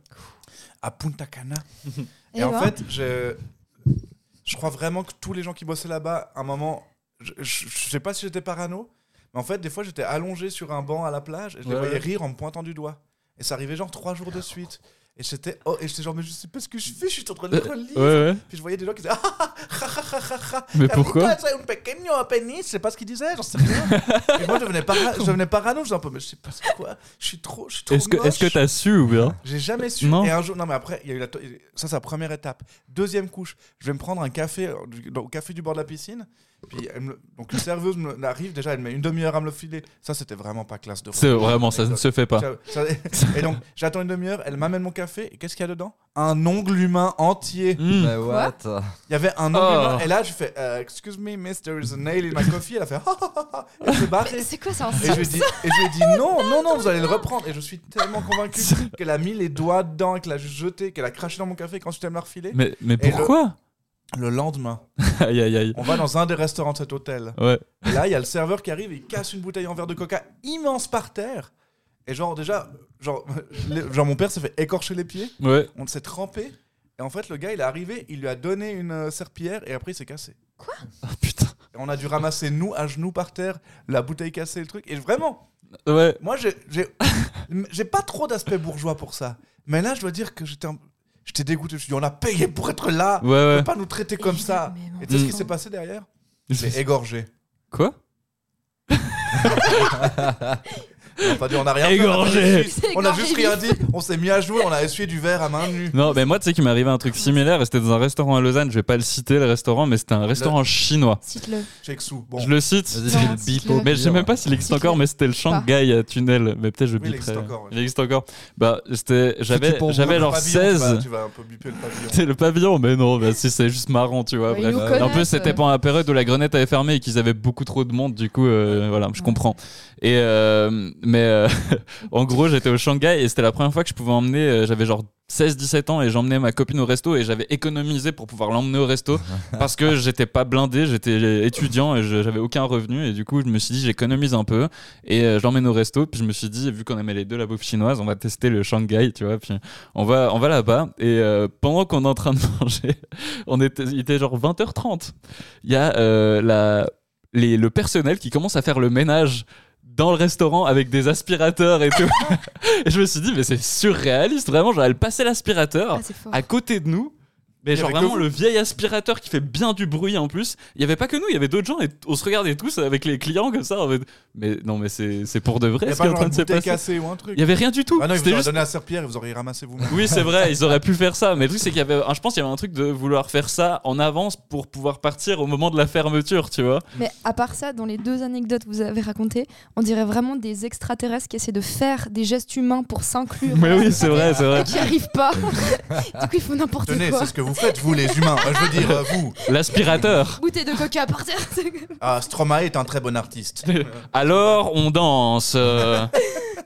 Speaker 2: à Punta Cana. Et,
Speaker 1: Et
Speaker 2: en
Speaker 1: voilà.
Speaker 2: fait, je, je crois vraiment que tous les gens qui bossaient là-bas, à un moment, je, je- je sais pas si j'étais parano, mais Mais en fait, des fois, j'étais allongé sur un banc à la plage et je les
Speaker 3: Ouais,
Speaker 2: voyais
Speaker 3: ouais.
Speaker 2: rire en me pointant du doigt. Et ça arrivait genre trois jours de suite. Et j'étais oh, et j'étais genre, mais je sais pas ce que je fais, je suis en train de lire un livre.
Speaker 3: Euh, Ouais, ouais.
Speaker 2: Puis je voyais des gens qui disaient, ah, ah, ah, ah, ah, ah, ah,
Speaker 3: Mais
Speaker 2: Capitaine,
Speaker 3: pourquoi
Speaker 2: c'est un pequeño pénis, je sais pas ce qu'il disait, j'en sais rien. et moi, je devenais, para... je devenais parano, je disais un peu, mais je sais pas c'est quoi, je suis trop, je suis trop
Speaker 3: Est-ce que est-ce que
Speaker 2: moche.
Speaker 3: t'as su ou bien
Speaker 2: J'ai jamais su.
Speaker 3: Non.
Speaker 2: Et un jour, non mais après, il y a eu la to- ça c'est la première étape. Deuxième couche, je vais me prendre un café euh, du- dans- au café du bord de la piscine. Puis elle me- donc une serveuse me arrive déjà, elle met une demi-heure à me le filer. Ça c'était vraiment pas classe de.
Speaker 3: C'est vraiment ça ne se fait pas.
Speaker 2: Ça- et donc j'attends une demi-heure, elle m'amène mon café. Et qu'est-ce qu'il y a dedans Un ongle humain entier.
Speaker 3: Hmm.
Speaker 4: Mais what
Speaker 2: Il y avait un ongle
Speaker 3: Oh.
Speaker 2: humain. Et là je fais euh, Excuse me, miss, there is a nail in my coffee. Elle a fait Ah, ah, ah, ah. Elle s'est barrée.
Speaker 5: C'est quoi ça un
Speaker 2: Et je lui ai dit, et je lui ai dit non, non, non, vous allez le reprendre. Et je suis tellement convaincu qu'elle a mis les doigts dedans, et qu'elle a juste jeté, qu'elle a craché dans mon café quand je t'aime la refiler.
Speaker 3: Mais mais
Speaker 2: Et le-
Speaker 3: pourquoi
Speaker 2: Le lendemain,
Speaker 3: Aïe aïe aïe.
Speaker 2: on va dans un des restaurants de cet hôtel.
Speaker 3: Ouais.
Speaker 2: Et là, il y a le serveur qui arrive, il casse une bouteille en verre de coca immense par terre. Et genre, déjà, genre, le- genre mon père s'est fait écorcher les pieds,
Speaker 3: Ouais.
Speaker 2: on s'est trempé. Et en fait, le gars, il est arrivé, il lui a donné une euh, serpillière et après, il s'est cassé.
Speaker 3: Ah, putain.
Speaker 2: Et on a dû ramasser, nous, à genoux par terre, la bouteille cassée, le truc. Et vraiment,
Speaker 3: Ouais.
Speaker 2: Moi, j'ai- j'ai j'ai pas trop d'aspect bourgeois pour ça. Mais là, je dois dire que j'étais un- j'étais dégoûté. Je me suis dit, on a payé pour être là.
Speaker 3: Ouais
Speaker 2: On
Speaker 3: ouais.
Speaker 2: peut pas nous traiter comme ça.
Speaker 1: Évidemment.
Speaker 2: Et tu sais ce qui
Speaker 1: Mm.
Speaker 2: s'est passé derrière Je l'ai égorgé.
Speaker 3: Quoi
Speaker 2: On pas dit, on a rien fait,
Speaker 3: Égorgé.
Speaker 2: On a juste rien dit. On s'est mis à jouer. On a essuyé du verre à main nue.
Speaker 3: Non, mais moi, tu sais qu'il m'est arrivé un truc similaire. et C'était dans un restaurant à Lausanne. Je vais pas le citer, le restaurant, mais c'était un restaurant chinois.
Speaker 1: Cite-le.
Speaker 2: Check sous. Bon.
Speaker 3: Je le cite.
Speaker 4: Vas-y,
Speaker 1: Non,
Speaker 4: fais le
Speaker 1: c'est
Speaker 4: bip
Speaker 1: clair.
Speaker 4: au
Speaker 3: Mais je sais
Speaker 4: pire.
Speaker 3: même pas s'il existe encore, mais c'était le Shanghai à Tunnel. Mais peut-être je
Speaker 2: Oui, il existe
Speaker 3: biperai.
Speaker 2: encore, ouais.
Speaker 3: Il existe encore. Bah, c'était. J'avais,
Speaker 4: C'était pour
Speaker 3: j'avais
Speaker 2: Le
Speaker 3: genre
Speaker 2: pavillon, tu vas-
Speaker 3: 16.
Speaker 2: Tu vas un peu biper le pavillon.
Speaker 3: C'était le pavillon, mais non, bah, si c'est juste marrant, tu vois.
Speaker 1: Ouais,
Speaker 3: bref.
Speaker 1: ils nous
Speaker 3: en plus,
Speaker 1: connaissent.
Speaker 3: c'était pendant la période où la grenette avait fermé et qu'ils avaient beaucoup trop de monde, du coup, euh, voilà, je
Speaker 1: Ouais.
Speaker 3: comprends. Et euh, mais euh, en gros, j'étais au Shanghai et c'était la première fois que je pouvais emmener, euh, j'avais genre 16-17 ans et j'emmenais ma copine au resto et j'avais économisé pour pouvoir l'emmener au resto parce que j'étais pas blindé, j'étais étudiant et je- j'avais aucun revenu et du coup, je me suis dit, j'économise un peu et euh, je l'emmène au resto. Puis je me suis dit, vu qu'on aimait les deux la bouffe chinoise, on va tester le Shanghai, tu vois. Puis on va, on va là-bas. Et euh, pendant qu'on est en train de manger, on était, il était genre 20h30. Il y a euh, la, les, le personnel qui commence à faire le ménage dans le restaurant avec des aspirateurs et tout. et je me suis dit, mais c'est surréaliste, vraiment. Genre, elle passait l'aspirateur
Speaker 1: Ah, c'est fort.
Speaker 3: à côté de nous. Mais
Speaker 2: Il y
Speaker 3: genre
Speaker 2: avait que
Speaker 3: vraiment
Speaker 2: vous.
Speaker 3: le vieil aspirateur qui fait bien du bruit en plus. Il y avait pas que nous, il y avait d'autres gens et on se regardait tous avec les clients comme ça. en mode, Mais non, mais c'est c'est pour de
Speaker 2: Il
Speaker 3: vrai
Speaker 2: y a
Speaker 3: ce qui est en
Speaker 2: pas genre
Speaker 3: train
Speaker 2: une
Speaker 3: de se
Speaker 2: bouteille
Speaker 3: passer.
Speaker 2: cassée ou un truc.
Speaker 3: Il y avait rien du tout.
Speaker 2: Ah non, ils vous
Speaker 3: C'était
Speaker 2: auraient
Speaker 3: juste
Speaker 2: donné la serpillère et vous auriez ramassé vous-même.
Speaker 3: oui, c'est vrai, ils auraient pu faire ça. Mais le truc, c'est qu'il y avait. Un, je pense qu'il y avait un truc de vouloir faire ça en avance pour pouvoir partir au moment de la fermeture, tu vois.
Speaker 5: Mais à part ça, dans les deux anecdotes que vous avez racontées, on dirait vraiment des extraterrestres qui essaient de faire des gestes humains pour s'inclure.
Speaker 3: Mais oui, c'est vrai, c'est vrai.
Speaker 5: Et qui arrivent pas. du coup, ils font n'importe
Speaker 2: Tenez,
Speaker 5: quoi.
Speaker 2: c'est ce que vous faites, vous les humains. Euh, Je veux dire, euh, vous.
Speaker 3: L'aspirateur.
Speaker 5: Bouteille de coca par terre. c'est comme-
Speaker 2: Ah, Stromae est un très bon artiste.
Speaker 3: Alors, on danse. euh,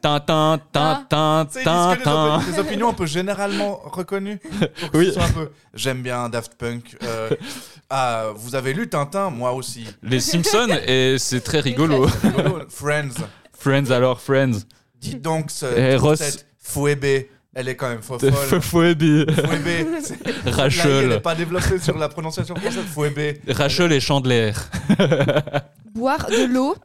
Speaker 3: Tintin, tintin,
Speaker 2: Ah. C'est disque des, opi-
Speaker 3: tintin.
Speaker 2: des opinions un peu généralement reconnues. Pour que
Speaker 3: Oui.
Speaker 2: ce soit un peu. J'aime bien Daft Punk. euh, ah, vous avez lu Tintin, moi aussi.
Speaker 3: Les Simpsons, et c'est très rigolo.
Speaker 2: Rigolo, Friends.
Speaker 3: Friends, alors, Friends.
Speaker 2: Dites donc ce
Speaker 3: Eh, Ross.
Speaker 2: cette Fouébé, elle est quand même faux folle.
Speaker 3: Fophobie.
Speaker 2: Fouébé, c'est- la I, elle n'est
Speaker 3: Rachel.
Speaker 2: pas développée sur la prononciation française. Fouébé.
Speaker 3: Rachel et Chandler.
Speaker 5: Boire de l'eau.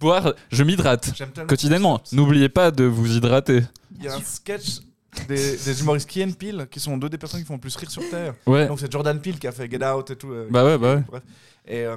Speaker 3: Boire, je m'hydrate.
Speaker 2: J'aime tellement.
Speaker 3: Quotidiennement. N'oubliez pas de vous hydrater.
Speaker 2: Il y a un sketch des, des humoristes qui and Peele, qui sont deux des personnes qui font le plus rire sur Terre.
Speaker 3: Ouais.
Speaker 2: Donc c'est Jordan Peele qui a fait Get Out et tout. euh,
Speaker 3: Bah ouais, bah ouais.
Speaker 2: Et euh,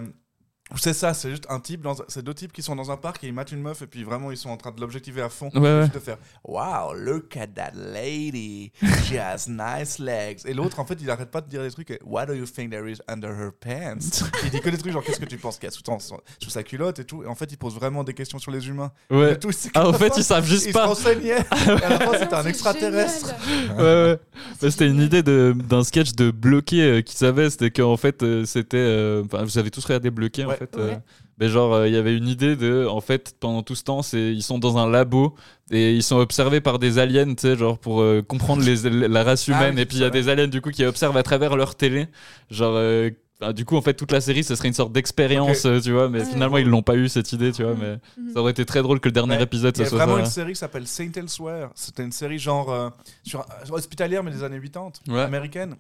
Speaker 2: c'est ça, c'est juste un type, dans, c'est deux types qui sont dans un parc et ils matent une meuf et puis vraiment ils sont en train de l'objectiver à fond.
Speaker 3: Ouais, ouais.
Speaker 2: Juste de faire Wow, look at that lady, she has nice legs. Et l'autre, en fait, il arrête pas de dire des trucs. What do you think there is under her pants? Il dit que des trucs genre Qu'est-ce que tu penses qu'il y a sous, ton- sous sa culotte et tout. Et en fait, il pose vraiment des questions sur les humains. Et
Speaker 3: Ouais.
Speaker 2: tout, c'est
Speaker 3: Ah, en
Speaker 2: comme
Speaker 3: fait,
Speaker 2: ça.
Speaker 3: ils savent juste
Speaker 2: il se
Speaker 3: pas. Ah
Speaker 2: renseignait. Et à la fin, c'était un
Speaker 5: C'est
Speaker 2: extraterrestre.
Speaker 5: génial.
Speaker 3: Ouais, ouais. Bah,
Speaker 5: C'est
Speaker 3: c'était une
Speaker 5: génial.
Speaker 3: idée de- d'un sketch de bloqué euh, qu'ils avaient. C'était qu'en fait, euh, c'était. euh, enfin, vous avez tous regardé bloqué, en
Speaker 2: Ouais.
Speaker 3: fait. euh,
Speaker 5: Ouais.
Speaker 3: mais genre, euh, il y avait une idée de. En fait, pendant tout ce temps, c'est- ils sont dans un labo et ils sont observés par des aliens, tu sais, genre pour euh, comprendre les, la race
Speaker 2: Ah,
Speaker 3: humaine.
Speaker 2: oui,
Speaker 3: et puis, il y a
Speaker 2: c'est vrai.
Speaker 3: des aliens, du coup, qui observent à travers leur télé. Genre. euh, enfin, du coup, en fait, toute la série, ce serait une sorte d'expérience, euh, tu vois, mais
Speaker 5: Ouais.
Speaker 3: finalement, ils l'ont pas eu cette idée, tu vois, mais
Speaker 5: Mhm.
Speaker 3: ça aurait été très drôle que le dernier
Speaker 2: Ouais.
Speaker 3: épisode,
Speaker 2: Il y
Speaker 3: ça
Speaker 2: a
Speaker 3: soit
Speaker 2: vraiment
Speaker 3: ça.
Speaker 2: une série qui s'appelle Saint Elsewhere. C'était une série genre euh, sur, euh, hospitalière mais des années 80.
Speaker 3: Ouais.
Speaker 2: américaine.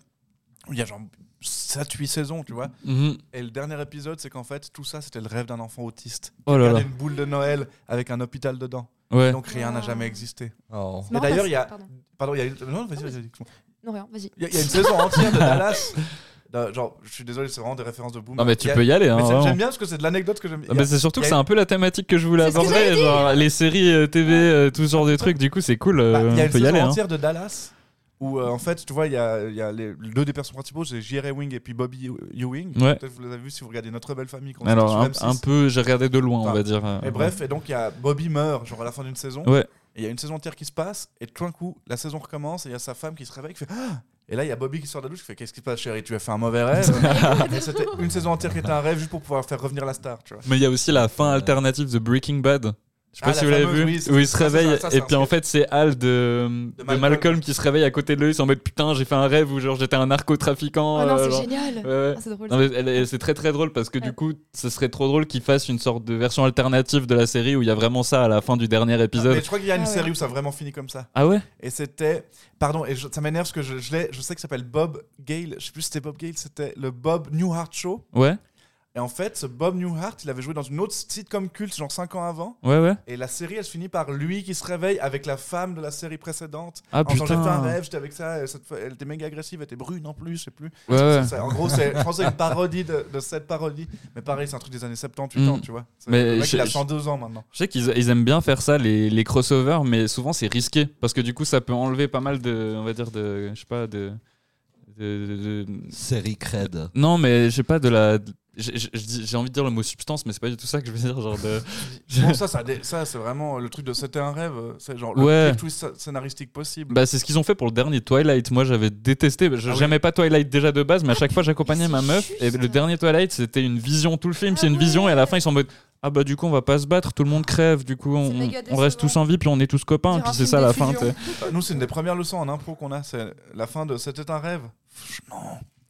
Speaker 2: où Il y a genre 7 8 saisons, tu vois.
Speaker 3: Mhm.
Speaker 2: Et le dernier épisode, c'est qu'en fait, tout ça, c'était le rêve d'un enfant autiste.
Speaker 3: Oh là
Speaker 2: Il y
Speaker 3: là.
Speaker 2: avait une boule de Noël avec un hôpital dedans.
Speaker 3: Ouais.
Speaker 2: Donc rien n'a
Speaker 5: Ah.
Speaker 2: jamais existé.
Speaker 4: Oh.
Speaker 5: C'est marrant
Speaker 2: d'ailleurs,
Speaker 5: parce-
Speaker 2: il y a-
Speaker 5: pardon.
Speaker 2: Pardon, il y a une- non, vas-y,
Speaker 5: Ah oui.
Speaker 2: vas-y, dis-moi.
Speaker 5: Non, rien, vas-y.
Speaker 2: Il y a- il y a une saison entière de Dallas. Non, Genre, je suis désolé, c'est vraiment des références de boom.
Speaker 3: Non mais tu peux y aller. Hein, vraiment.
Speaker 2: J'aime bien parce que c'est de l'anecdote que j'aime.
Speaker 3: Ah, mais c'est surtout
Speaker 2: il y
Speaker 3: que
Speaker 2: a-
Speaker 3: c'est un peu la thématique que je voulais
Speaker 5: C'est ce que
Speaker 3: aborder,
Speaker 5: j'allais dire.
Speaker 3: genre les séries euh, TV, euh, tout ce genre de trucs, du coup c'est cool, euh,
Speaker 2: Bah, Il y a
Speaker 3: on peut
Speaker 2: une
Speaker 3: y
Speaker 2: saison
Speaker 3: aller. hein.
Speaker 2: entière de Dallas où, euh, en fait, tu vois, il y a, il y a les, deux des personnages principaux, c'est J.R. Wing et puis Bobby Ewing.
Speaker 3: Ouais.
Speaker 2: Peut-être vous les avez vus si vous regardez Notre Belle Famille. Quand
Speaker 3: Alors
Speaker 2: on
Speaker 3: un,
Speaker 2: était sur
Speaker 3: un
Speaker 2: M6.
Speaker 3: peu, j'ai regardé de loin on
Speaker 2: Enfin,
Speaker 3: va dire. euh,
Speaker 2: Et bref, et donc il y a Bobby meurt, genre à la fin d'une saison.
Speaker 3: Ouais.
Speaker 2: Et il y a une saison entière qui se passe, et tout d'un coup, la saison recommence, et il y a sa femme qui se réveille, qui fait Ah Et là, il y a Bobby qui sort de la douche, qui fait Qu'est-ce qui se passe, chérie Tu as fait un mauvais rêve Et Ah, c'était une saison entière qui était un rêve juste pour pouvoir faire revenir la star, tu vois.
Speaker 3: Mais il y a aussi la fin
Speaker 4: Euh.
Speaker 3: alternative de Breaking Bad. Je sais pas
Speaker 2: Ah,
Speaker 3: si
Speaker 2: la
Speaker 3: vous l'avez
Speaker 2: fameuse,
Speaker 3: vu,
Speaker 2: oui, c'est-
Speaker 3: où il se
Speaker 2: ça, c'est
Speaker 3: réveille
Speaker 2: ça, ça, c'est
Speaker 3: et
Speaker 2: un
Speaker 3: puis en
Speaker 2: truc.
Speaker 3: fait c'est Al de, de Malcolm.
Speaker 2: Malcolm.
Speaker 3: qui se réveille à côté de lui en mode putain j'ai fait un rêve où genre j'étais un narcotrafiquant.
Speaker 5: Oh non,
Speaker 3: euh,
Speaker 5: c'est
Speaker 3: genre.
Speaker 5: génial.
Speaker 3: Ouais, ouais.
Speaker 5: Ah, c'est drôle.
Speaker 3: Non, mais elle- elle- c'est très très drôle parce que du
Speaker 5: Ouais.
Speaker 3: coup ce serait trop drôle qu'ils fassent une sorte de version alternative de la série où il y a vraiment ça à la fin du dernier
Speaker 2: Ah,
Speaker 3: épisode.
Speaker 2: mais je crois qu'il y a une
Speaker 5: Ah ouais.
Speaker 2: série où ça a vraiment fini comme ça.
Speaker 3: Ah ouais
Speaker 2: Et c'était. Pardon, et je- ça m'énerve parce que je, je l'ai- je sais que ça s'appelle Bob Gale. Je sais plus si c'était Bob Gale, c'était le Bob Newhart Show.
Speaker 3: Ouais
Speaker 2: Et en fait, ce Bob Newhart, il avait joué dans une autre sitcom culte, genre 5 ans avant.
Speaker 3: Ouais ouais.
Speaker 2: Et la série, elle se finit par lui qui se réveille avec la femme de la série précédente.
Speaker 3: Ah
Speaker 2: En disant, j'ai fait un
Speaker 3: putain.
Speaker 2: rêve, j'étais avec ça, et cette fois, elle était méga agressive, elle était brune en plus, je sais plus.
Speaker 3: Ouais, ouais.
Speaker 2: C'est ça. En gros, c'est je pense que c'est une parodie de, de cette parodie. Mais pareil, c'est un truc des années 78 ans,
Speaker 3: Mm.
Speaker 2: tu vois. C'est-
Speaker 3: Mais
Speaker 2: le mec,
Speaker 3: je-
Speaker 2: il a
Speaker 3: je-
Speaker 2: 102 ans maintenant.
Speaker 3: Je sais qu'ils ils aiment bien faire ça, les, les crossovers, mais souvent c'est risqué parce que du coup ça peut enlever pas mal de, on va dire de, je sais pas de, de- de- de-
Speaker 4: Série Cred.
Speaker 3: non mais je sais pas de la, j'ai- j'ai je dis- j'ai envie de dire le mot substance, mais c'est pas du tout ça que je veux dire, genre de,
Speaker 2: Bon, ça, ça, dé- ça, c'est vraiment le truc de c'était un rêve. euh, C'est genre
Speaker 3: Ouais.
Speaker 2: le pire twist sc- scénaristique possible.
Speaker 3: bah c'est ce qu'ils ont fait pour le dernier Twilight. Moi j'avais détesté, je-
Speaker 2: Ah oui.
Speaker 3: j'aimais pas Twilight déjà de base, mais à chaque fois j'accompagnais
Speaker 5: c'est
Speaker 3: ma meuf et
Speaker 5: juste.
Speaker 3: le dernier Twilight c'était une vision tout le film,
Speaker 5: Ah
Speaker 3: c'est une vision
Speaker 5: ouais.
Speaker 3: et à la fin ils sont en mode ah bah du coup on va pas se battre, tout le monde crève, du coup on,
Speaker 5: méga
Speaker 3: on reste
Speaker 5: décevant.
Speaker 3: tous en vie puis on est tous copains,
Speaker 5: Dire
Speaker 3: puis
Speaker 5: un
Speaker 3: c'est
Speaker 5: film
Speaker 3: ça la fin.
Speaker 5: d'effusion.
Speaker 3: t'es-
Speaker 2: Bah, Nous, c'est une des premières leçons en impro qu'on a. C'est la fin de c'était un rêve. Non,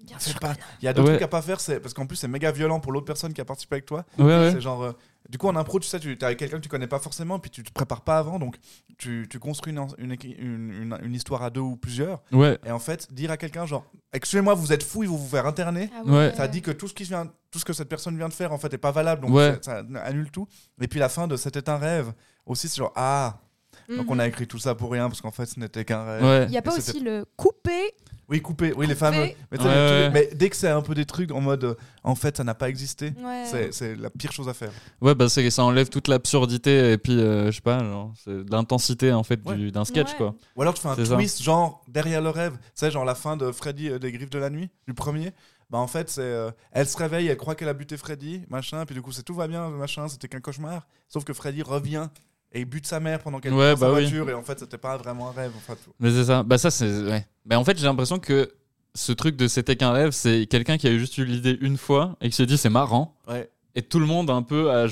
Speaker 5: Bien
Speaker 2: c'est
Speaker 5: sûr.
Speaker 2: pas. Il y a deux
Speaker 3: Ouais.
Speaker 2: trucs à pas faire, c'est parce qu'en plus, c'est méga violent pour l'autre personne qui a participé avec toi.
Speaker 3: Ouais Ah ouais.
Speaker 2: C'est genre. euh, du coup, en impro, tu sais, tu es avec quelqu'un que tu connais pas forcément, puis tu te prépares pas avant, donc tu, tu construis une, en- une, équi- une, une- une histoire à deux ou plusieurs.
Speaker 3: Ouais.
Speaker 2: Et en fait, dire à quelqu'un, genre, excusez-moi, vous êtes fou, ils vont vous faire interner.
Speaker 5: Ah
Speaker 3: Ouais.
Speaker 2: Ça dit que tout ce, qui vient, tout ce que cette personne vient de faire, en fait, est pas valable, donc
Speaker 3: Ouais.
Speaker 2: ça, ça annule tout. Et puis la fin de C'était un rêve, aussi, c'est genre, ah, donc
Speaker 5: Mhm.
Speaker 2: on a écrit tout ça pour rien, parce qu'en fait, ce n'était qu'un rêve.
Speaker 3: Ouais.
Speaker 5: Mm, Il n'y a pas
Speaker 2: Et
Speaker 5: aussi le couper.
Speaker 2: Oui, coupé, oui, les fameux. Mais, tu sais,
Speaker 3: Ouais,
Speaker 2: les
Speaker 3: ouais.
Speaker 2: trucs- mais dès que c'est un peu des trucs en mode, euh, en fait, ça n'a pas existé,
Speaker 5: Ouais.
Speaker 2: c'est- c'est la pire chose à faire.
Speaker 3: Ouais, bah c'est- ça enlève toute l'absurdité et puis, euh, je sais pas, genre, c'est de l'intensité en fait
Speaker 2: Ouais.
Speaker 3: du- d'un sketch
Speaker 5: Ouais.
Speaker 3: quoi.
Speaker 2: Ou alors tu fais un
Speaker 3: C'est ça.
Speaker 2: twist genre derrière le rêve, tu sais genre la fin de Freddy euh, des griffes de la nuit, du premier. Bah en fait c'est euh, elle se réveille, elle croit qu'elle a buté Freddy, machin, puis du coup c'est tout va bien, machin, c'était qu'un cauchemar. Sauf que Freddy revient et il bute sa mère pendant qu'elle
Speaker 3: Ouais,
Speaker 2: est dans sa
Speaker 3: bah oui.
Speaker 2: voiture et en fait c'était pas vraiment un rêve. Enfin, tout.
Speaker 3: Mais c'est ça, bah ça c'est. Ouais. Mais en fait, j'ai l'impression que ce truc de c'était qu'un rêve, c'est quelqu'un qui a eu juste eu l'idée une fois et qui s'est dit c'est marrant.
Speaker 2: Ouais.
Speaker 3: Et tout le monde un peu a,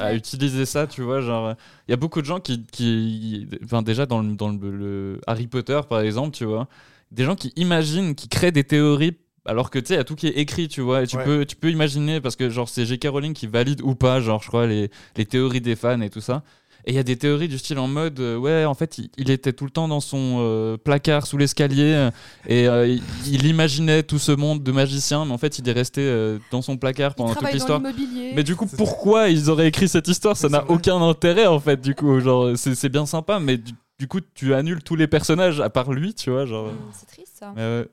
Speaker 3: a utilisé ça, tu vois. Genre, il y a beaucoup de gens qui. qui enfin, déjà dans, le, dans le, le Harry Potter par exemple, tu vois, des gens qui imaginent, qui créent des théories. Alors que tu sais, il y a tout qui est écrit, tu vois, et tu,
Speaker 2: Ouais.
Speaker 3: peux, tu peux imaginer, parce que genre c'est J.K. Rowling qui valide ou pas, genre je crois, les, les théories des fans et tout ça. Et il y a des théories du style en mode, euh, ouais, en fait, il, il était tout le temps dans son euh, placard sous l'escalier euh, et euh, il, il imaginait tout ce monde de magicien, mais en fait, il est resté euh, dans son placard
Speaker 5: Il
Speaker 3: pendant toute
Speaker 5: travaille dans
Speaker 3: l'histoire.
Speaker 5: l'immobilier.
Speaker 3: Mais du coup,
Speaker 2: C'est-
Speaker 3: pourquoi ils auraient écrit cette histoire Ça
Speaker 2: C'est
Speaker 3: n'a
Speaker 2: vrai.
Speaker 3: aucun intérêt, en fait, du coup. Genre, c'est c'est bien sympa, mais du, du coup, tu annules tous les personnages à part lui, tu vois, genre.
Speaker 5: Hum, C'est triste ça.
Speaker 3: Mais ouais.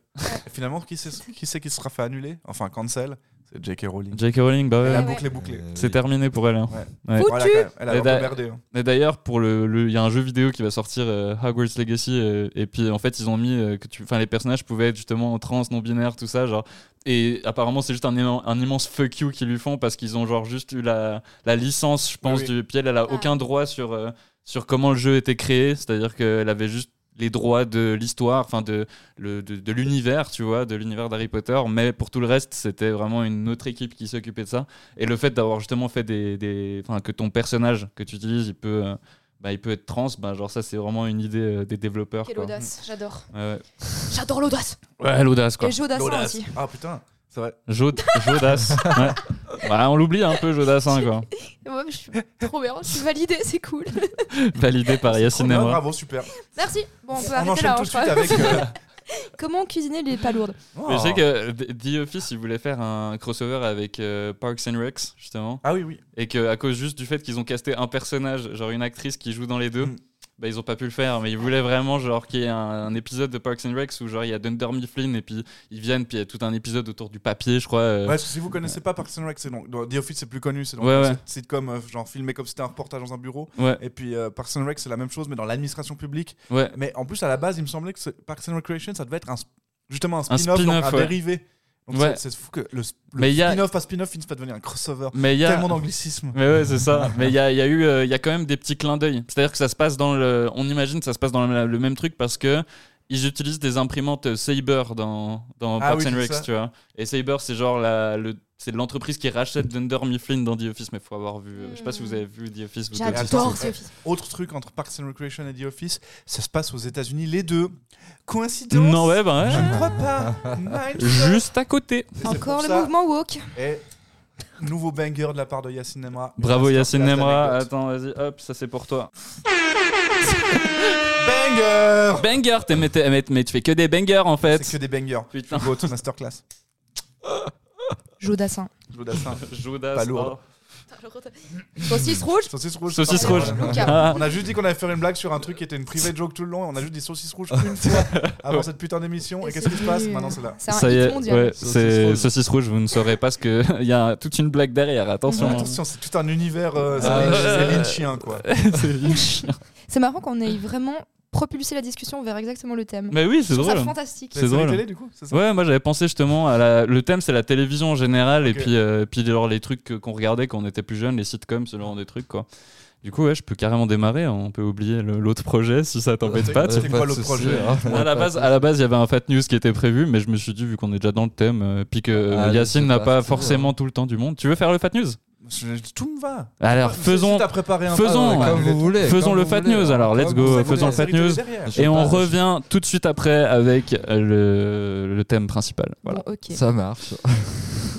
Speaker 2: Et finalement qui c'est qui c'est qui se sera fait annuler, enfin cancel, c'est J.K. Rowling.
Speaker 3: J.K. Rowling, bah ouais.
Speaker 2: Elle a
Speaker 5: Ouais,
Speaker 2: bouclé bouclé.
Speaker 4: Euh,
Speaker 3: C'est terminé pour elle. hein. Ouais.
Speaker 5: Foutu.
Speaker 2: Voilà, quand même, elle a
Speaker 3: Et
Speaker 2: vraiment
Speaker 3: d'a-
Speaker 2: merdé. hein.
Speaker 3: Mais d'ailleurs, pour le, le- il y a un jeu vidéo qui va sortir, euh, Hogwarts Legacy, euh, et puis en fait ils ont mis euh, que tu, enfin les personnages pouvaient être justement en trans, non binaire, tout ça, genre. Et apparemment c'est juste un, immen- un immense fuck you qu'ils lui font parce qu'ils ont genre juste eu la, la licence, je pense,
Speaker 2: Oui,
Speaker 3: du puis elle, elle a
Speaker 5: Ah.
Speaker 3: aucun droit sur euh, sur comment le jeu était créé, c'est-à-dire qu'elle avait juste les droits de l'histoire, enfin de, le- de, de l'univers, tu vois, de l'univers d'Harry Potter, mais pour tout le reste, c'était vraiment une autre équipe qui s'occupait de ça. Et le fait d'avoir justement fait des, des- enfin, que ton personnage que tu utilises, il peut, euh, bah, il peut être trans, bah, genre ça, c'est vraiment une idée euh, des développeurs.
Speaker 5: Quelle
Speaker 3: quoi.
Speaker 5: audace, j'adore.
Speaker 3: Ouais,
Speaker 5: J'adore l'audace.
Speaker 3: ouais. Ouais, l'audace quoi.
Speaker 5: Et Jodas
Speaker 2: L'audace.
Speaker 5: aussi.
Speaker 2: Ah putain, c'est vrai.
Speaker 3: Jaud- Jodas. ouais. Voilà, on l'oublie un peu, Jodas, hein, quoi.
Speaker 5: Ouais, je suis trop bien, je suis validée, c'est cool.
Speaker 3: Validé par Yacine
Speaker 2: Ah,
Speaker 3: Emra.
Speaker 2: bravo, super.
Speaker 5: Merci. Bon, on peut
Speaker 2: on
Speaker 5: arrêter
Speaker 2: enchaîne
Speaker 5: là,
Speaker 2: tout
Speaker 5: hein,
Speaker 2: de
Speaker 5: je
Speaker 2: suite
Speaker 5: crois.
Speaker 2: avec euh, Oh.
Speaker 5: Comment cuisiner les palourdes
Speaker 3: Mais je sais que euh, The Office, il voulait faire un crossover avec euh, Parks and Recs, justement.
Speaker 2: Ah oui, oui.
Speaker 3: Et que à cause juste du fait qu'ils ont casté un personnage, genre une actrice qui joue dans les deux,
Speaker 2: Mm.
Speaker 3: bah, ils ont pas pu le faire. Mais ils voulaient vraiment genre qu'il y ait un, un épisode de Parks and Recs où genre il y a Dunder Mifflin et puis ils viennent puis il y a tout un épisode autour du papier, je crois. euh.
Speaker 2: Ouais, parce que si vous connaissez pas Parks and Rec, c'est donc dans- The Office c'est plus connu, c'est donc
Speaker 3: Ouais,
Speaker 2: une
Speaker 3: ouais.
Speaker 2: petite sitcom euh, genre filmé comme si c'était un reportage dans un bureau.
Speaker 3: Ouais.
Speaker 2: Et puis euh, Parks and Rec c'est la même chose mais dans l'administration publique.
Speaker 3: ouais.
Speaker 2: Mais en plus à la base il me semblait que ce- Parks and Recreation ça devait être un, sp- justement un
Speaker 3: Un
Speaker 2: spin-off, donc un,
Speaker 3: spin-off, ouais.
Speaker 2: dérivé. Donc
Speaker 3: Ouais.
Speaker 2: c'est c'est fou que le, sp- le
Speaker 3: Mais il y a-
Speaker 2: spin-off pas spin-off finisse par devenir un crossover.
Speaker 3: Mais il y a
Speaker 2: Tellement d'anglicisme.
Speaker 3: Mais ouais, c'est ça. Mais il y a, il y a eu, euh, il y a quand même des petits clins d'œil. C'est-à-dire que ça se passe dans le, on imagine que ça se passe dans le, le même truc parce que ils utilisent des imprimantes euh, Saber dans dans
Speaker 2: Ah
Speaker 3: Parks
Speaker 2: oui,
Speaker 3: and
Speaker 2: c'est
Speaker 3: Recs,
Speaker 2: ça.
Speaker 3: tu vois. Et Saber, c'est genre la, le, c'est l'entreprise qui rachète Dunder Mifflin dans The Office. Mais faut avoir vu, euh, je sais pas si vous avez vu The Office. vous deux.
Speaker 5: J'adore
Speaker 2: attends,
Speaker 5: ce fils.
Speaker 2: Autre truc entre Parks and Recreation et The Office, ça se passe aux États-Unis les deux. Coïncidence
Speaker 3: Non ouais, bah
Speaker 2: Je
Speaker 3: ouais.
Speaker 2: ne crois pas. Mindfuck.
Speaker 3: Juste à côté.
Speaker 2: Et c'est
Speaker 5: Encore
Speaker 2: pour
Speaker 5: le
Speaker 2: ça-
Speaker 5: mouvement woke.
Speaker 2: Et nouveau banger de la part de Yacine Nemra.
Speaker 3: Bravo
Speaker 2: Masterclass
Speaker 3: Yacine Nemra.
Speaker 2: d'anecdotes.
Speaker 3: Attends, vas-y, hop, ça c'est pour toi.
Speaker 2: Banger
Speaker 3: Banger, t'es- mais, t'es- mais- mais tu fais que des bangers en
Speaker 2: C'est
Speaker 3: fait.
Speaker 2: que des bangers.
Speaker 3: Putain,
Speaker 2: Goat Masterclass.
Speaker 5: Jodassin.
Speaker 2: Jodassin.
Speaker 3: Jodas.
Speaker 2: Pas lourd.
Speaker 3: oh.
Speaker 5: Saucisse
Speaker 2: Mm.
Speaker 5: rouge
Speaker 2: Saucisse rouge.
Speaker 3: Saucisse
Speaker 2: pardon.
Speaker 3: rouge.
Speaker 5: Lucas.
Speaker 3: Ah.
Speaker 2: On a juste dit qu'on allait faire une blague sur un truc qui était une private joke tout le long et on a juste dit saucisse rouge une fois avant cette putain d'émission. Et
Speaker 5: Et
Speaker 2: qu'est-ce qui
Speaker 5: c'est
Speaker 2: se passe
Speaker 5: nul.
Speaker 2: Maintenant c'est là.
Speaker 5: C'est
Speaker 3: Ça
Speaker 5: un
Speaker 3: y
Speaker 5: hit
Speaker 3: est, ouais,
Speaker 5: mondial.
Speaker 3: c'est
Speaker 4: rouge.
Speaker 3: saucisse rouge, vous ne saurez pas ce que. Il y a toute une blague derrière, attention. hein.
Speaker 2: Attention, c'est tout un univers. euh, c'est
Speaker 4: Ah,
Speaker 2: Lynch-
Speaker 3: ouais.
Speaker 2: c'est Lynchien quoi.
Speaker 5: C'est marrant qu'on ait vraiment propulsé la discussion vers exactement le thème.
Speaker 3: Mais oui, c'est
Speaker 5: Je trouve ça
Speaker 3: drôle.
Speaker 5: fantastique.
Speaker 3: C'est
Speaker 2: la
Speaker 3: drôle.
Speaker 2: télé du coup c'est ça
Speaker 3: Ouais, moi j'avais pensé justement à la. Le thème, c'est la télévision en général, et
Speaker 2: Ok.
Speaker 3: puis, euh, puis genre, les trucs que- qu'on regardait quand on était plus jeune, les sitcoms, ce genre de trucs, quoi. Du coup, ouais, je peux carrément démarrer, hein. on peut oublier le- l'autre projet si ça t'embête pas. tu-
Speaker 2: C'était quoi le projet
Speaker 4: hein.
Speaker 3: À la base, à la base, il y avait un fat news qui était prévu, mais je me suis dit vu qu'on est déjà dans le thème, euh, puis que euh,
Speaker 4: Allez,
Speaker 3: Yacine
Speaker 4: c'est
Speaker 3: n'a pas
Speaker 4: parti,
Speaker 3: forcément tout le temps du monde. Tu veux faire le fat news
Speaker 2: Je- Tout me va.
Speaker 3: Alors
Speaker 4: Ah,
Speaker 2: Si- si
Speaker 3: faisons,
Speaker 2: t'as préparé un-
Speaker 3: faisons.
Speaker 2: Ah, ouais,
Speaker 4: Comme
Speaker 2: ouais.
Speaker 4: vous voulez.
Speaker 3: faisons
Speaker 4: comme
Speaker 3: le
Speaker 4: vous
Speaker 3: fat
Speaker 4: voulez,
Speaker 3: news,
Speaker 4: hein.
Speaker 3: alors,
Speaker 4: Comme
Speaker 3: let's
Speaker 4: vous
Speaker 3: go,
Speaker 4: voulez.
Speaker 3: faisons le fat
Speaker 2: série télé
Speaker 3: news.
Speaker 2: derrière.
Speaker 4: Je
Speaker 3: Et on
Speaker 4: passe.
Speaker 3: revient tout de suite après avec euh, le, le thème principal. Voilà.
Speaker 5: Bon, ok.
Speaker 4: Ça marche.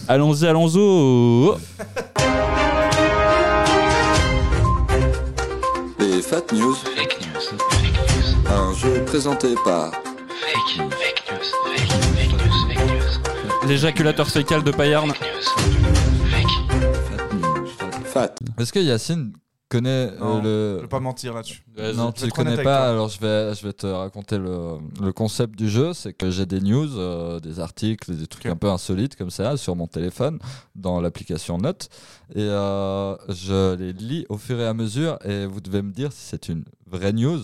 Speaker 3: Allons-y, Oh. allons-y.
Speaker 6: Les Fat News. Un jeu présenté par
Speaker 3: L'éjaculateur fécal de Payarn.
Speaker 4: Fat news.
Speaker 6: Fat.
Speaker 4: Est-ce que Yacine connaît euh,
Speaker 2: Non, Je
Speaker 4: le.
Speaker 2: vais pas mentir là-dessus. je
Speaker 4: Non,
Speaker 2: vais être
Speaker 4: tu
Speaker 2: honnête
Speaker 4: connais
Speaker 2: avec
Speaker 4: pas,
Speaker 2: toi.
Speaker 4: alors je vais, je vais te raconter le, le concept du jeu. C'est que j'ai des news, euh, des articles, des trucs
Speaker 2: Ok.
Speaker 4: un peu insolites comme ça sur mon téléphone, dans l'application Note. Et euh, je les lis au fur et à mesure et vous devez me dire si c'est une vraie news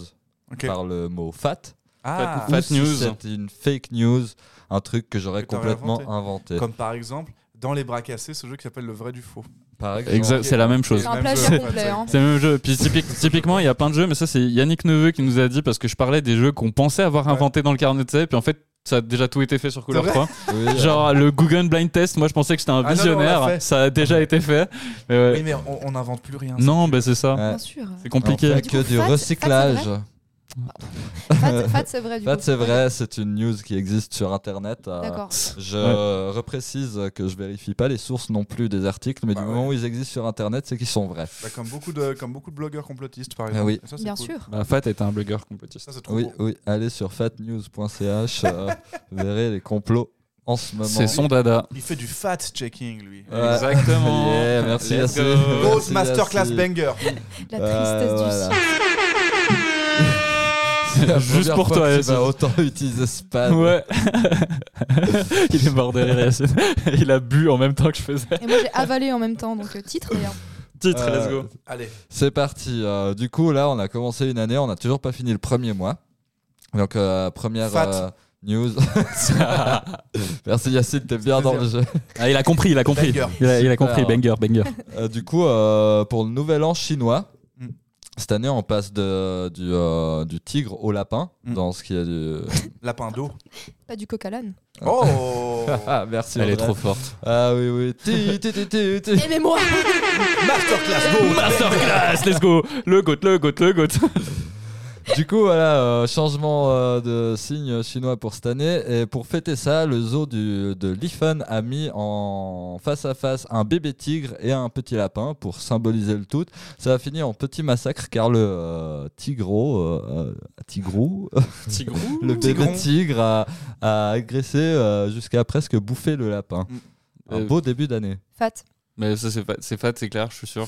Speaker 2: Ok.
Speaker 4: par le mot fat
Speaker 2: Ah,
Speaker 3: Fat
Speaker 4: ou si
Speaker 3: news.
Speaker 4: c'est une fake news, un truc que j'aurais
Speaker 2: Que t'aurais
Speaker 4: complètement inventé.
Speaker 2: comme par exemple dans les bras cassés, ce jeu qui s'appelle le vrai du faux.
Speaker 4: Par exemple,
Speaker 3: Exact, c'est la même chose.
Speaker 5: C'est un
Speaker 2: Même
Speaker 5: plagiat
Speaker 2: jeu.
Speaker 5: complet. hein.
Speaker 3: C'est le même jeu. Puis typique- typiquement, il y a plein de jeux, mais ça, c'est Yannick Neveu qui nous a dit parce que je parlais des jeux qu'on pensait avoir
Speaker 2: Ouais.
Speaker 3: inventés dans le carnet de C, puis en fait, ça a déjà tout été fait sur Couleur
Speaker 2: vrai
Speaker 3: 3.
Speaker 4: oui, euh,
Speaker 3: Genre le Google Blind Test, moi je pensais que c'était un
Speaker 2: Ah non, non, on l'a
Speaker 3: visionnaire,
Speaker 2: fait.
Speaker 3: ça a déjà été fait. Mais ouais.
Speaker 2: Oui, mais on on n'invente plus rien.
Speaker 3: Non, bah c'est ça.
Speaker 4: euh, ouais.
Speaker 5: Bien sûr.
Speaker 3: C'est
Speaker 4: On
Speaker 3: compliqué.
Speaker 4: fait
Speaker 5: Du
Speaker 4: que
Speaker 5: coup,
Speaker 4: du
Speaker 5: fat, fat, c'est vrai
Speaker 4: recyclage.
Speaker 5: Fat, fat, c'est vrai. du
Speaker 4: Fat,
Speaker 5: coup.
Speaker 4: c'est vrai, c'est une news qui existe sur Internet. euh,
Speaker 5: D'accord.
Speaker 4: Je
Speaker 3: Ouais.
Speaker 4: reprécise que je vérifie pas les sources non plus des articles, mais
Speaker 2: Bah
Speaker 4: du
Speaker 2: ouais.
Speaker 4: moment où ils existent sur Internet, c'est qu'ils sont vrais.
Speaker 2: Bah, comme, beaucoup de, comme beaucoup de blogueurs complotistes, par
Speaker 4: Ah
Speaker 2: exemple.
Speaker 4: oui.
Speaker 2: Et ça, c'est
Speaker 5: Bien
Speaker 2: cool.
Speaker 5: sûr.
Speaker 3: Bah, Fat est un blogueur complotiste.
Speaker 2: Ça, c'est trop
Speaker 4: Oui,
Speaker 2: beau.
Speaker 4: oui, allez sur fatnews.ch, euh, vous verrez les complots en ce moment.
Speaker 3: C'est son dada.
Speaker 2: Il fait du fat-checking, lui.
Speaker 4: Ouais.
Speaker 3: Exactement.
Speaker 4: Yeah, merci
Speaker 3: Let's
Speaker 4: Yacine.
Speaker 3: go. Ben.
Speaker 2: Grosse
Speaker 4: Merci,
Speaker 2: masterclass
Speaker 4: Yacine.
Speaker 2: banger.
Speaker 5: La
Speaker 4: Euh,
Speaker 5: tristesse du
Speaker 4: voilà.
Speaker 5: siècle.
Speaker 4: C'est la
Speaker 3: Juste
Speaker 4: première
Speaker 3: pour
Speaker 4: fois
Speaker 3: toi,
Speaker 4: que tu
Speaker 3: Yacine.
Speaker 4: vas autant utiliser ce pad.
Speaker 3: Ouais. il est mort de rire, Yacine. Il a bu en même temps que je faisais.
Speaker 5: Et moi j'ai avalé en même temps, donc euh, titre d'ailleurs.
Speaker 3: Titre,
Speaker 4: Euh,
Speaker 3: let's go.
Speaker 2: Allez,
Speaker 4: C'est parti. euh, du coup, là, on a commencé une année, on n'a toujours pas fini le premier mois. Donc, euh, première
Speaker 2: Fat.
Speaker 4: euh, news. Merci Yacine, t'es bien dans le jeu.
Speaker 3: Ah, il a compris, il a compris.
Speaker 2: Banger.
Speaker 3: Il a, il a compris,
Speaker 4: Super.
Speaker 3: banger, banger.
Speaker 4: Euh, du coup, euh, pour le nouvel an chinois,
Speaker 2: Mm.
Speaker 4: cette année, on passe de, du, euh, du tigre au lapin,
Speaker 2: Mm.
Speaker 4: dans ce qui est du...
Speaker 2: lapin d'eau.
Speaker 5: Pas du coq à l'âne.
Speaker 2: Oh
Speaker 4: ah, merci.
Speaker 3: Elle est
Speaker 4: Audrey.
Speaker 3: trop forte.
Speaker 4: Ah oui, oui. Ti, ti, ti, ti, ti.
Speaker 5: Aimez-moi
Speaker 2: Masterclass go
Speaker 3: Masterclass, let's go. Le goat, le goat, le goat.
Speaker 4: Du coup, voilà, euh, changement euh, de signe chinois pour cette année. Et pour fêter ça, le zoo du- de Lifen a mis en face à face un bébé tigre et un petit lapin pour symboliser le tout. Ça a fini en petit massacre car le euh, tigro, euh, euh, tigrou,
Speaker 3: Tigrou
Speaker 4: le bébé
Speaker 2: Tigron.
Speaker 4: tigre a, a agressé euh, jusqu'à presque bouffer le lapin. Un
Speaker 3: Euh,
Speaker 4: beau début d'année.
Speaker 5: Fat.
Speaker 3: Mais ça, c'est fa- c'est fat, c'est clair, je suis sûr.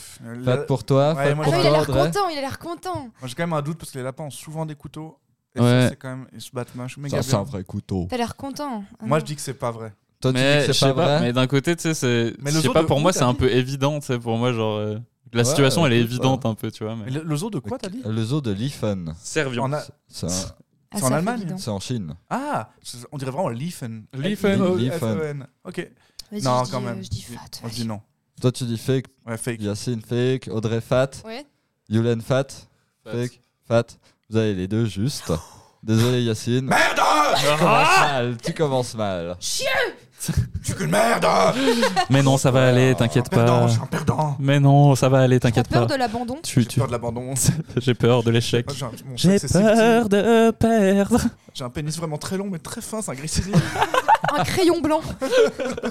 Speaker 2: Moi,
Speaker 4: Pas pour toi,
Speaker 2: Ouais,
Speaker 4: pas
Speaker 5: Ah
Speaker 2: moi,
Speaker 4: pour
Speaker 5: non, il
Speaker 2: je-
Speaker 5: a
Speaker 4: toi,
Speaker 5: l'air
Speaker 4: Audrey.
Speaker 5: content, il a l'air content.
Speaker 2: J'ai quand même un doute parce que les lapins ont souvent des couteaux. Et
Speaker 3: Ouais.
Speaker 2: ça, c'est quand même. Ils se battent moi, je suis méga
Speaker 4: Ça, c'est un
Speaker 2: bien.
Speaker 4: vrai couteau.
Speaker 5: T'as l'air content. Ah
Speaker 2: Moi,
Speaker 5: non.
Speaker 2: je dis que c'est pas vrai.
Speaker 4: Toi, tu
Speaker 3: Mais
Speaker 4: dis
Speaker 3: je
Speaker 4: que
Speaker 3: sais
Speaker 4: c'est pas
Speaker 3: pas,
Speaker 4: vrai
Speaker 3: mais d'un côté, tu sais, c'est.
Speaker 2: Mais
Speaker 3: Je
Speaker 2: le
Speaker 3: sais
Speaker 2: zoo
Speaker 3: pas,
Speaker 2: de
Speaker 3: pour
Speaker 2: où,
Speaker 3: moi,
Speaker 2: t'as
Speaker 3: c'est un
Speaker 2: dit
Speaker 3: peu évident, tu sais, pour moi, genre. euh, La
Speaker 4: Ouais,
Speaker 3: situation, elle est
Speaker 4: écoute,
Speaker 3: évidente un peu, tu vois. Mais...
Speaker 2: Mais le, le zoo de quoi, t'as dit
Speaker 4: Le zoo de Lifen.
Speaker 3: Serviant.
Speaker 2: En a-
Speaker 4: C'est un-
Speaker 5: Ah,
Speaker 2: c'est
Speaker 5: ça
Speaker 2: en
Speaker 5: fait
Speaker 2: Allemagne.
Speaker 5: évident.
Speaker 4: c'est en Chine.
Speaker 2: Ah c'est- On dirait vraiment E Liefen.
Speaker 3: Liefen.
Speaker 2: L-I-E-F-E-N. Ok.
Speaker 5: Vas-y,
Speaker 2: Non,
Speaker 5: je
Speaker 2: quand
Speaker 5: dis, euh,
Speaker 2: même.
Speaker 5: Je dis fat.
Speaker 2: On dit non.
Speaker 4: Toi, tu dis fake.
Speaker 2: Ouais, fake.
Speaker 4: Yacine, fake. Audrey, fat.
Speaker 5: Ouais.
Speaker 4: Yulen, fat. Fake. Fat. Vous avez les deux juste. Désolé, Yacine. Merde
Speaker 2: Ah,
Speaker 4: Tu commences mal. Tu commences mal.
Speaker 2: Tu es une merde
Speaker 3: Mais non, ça va aller, t'inquiète
Speaker 2: Perdant,
Speaker 3: pas.
Speaker 2: je suis un perdant.
Speaker 3: Mais non, ça va aller, t'inquiète
Speaker 5: T'as peur
Speaker 3: pas.
Speaker 5: de l'abandon
Speaker 3: Tu-
Speaker 2: J'ai
Speaker 3: tu-
Speaker 2: peur de l'abandon.
Speaker 3: J'ai peur de l'échec.
Speaker 2: Ah, j'ai un- mon
Speaker 3: J'ai
Speaker 2: sac, c'est si petit.
Speaker 3: peur de perdre.
Speaker 2: J'ai un pénis vraiment très long mais très fin, c'est un gris
Speaker 5: Un crayon blanc.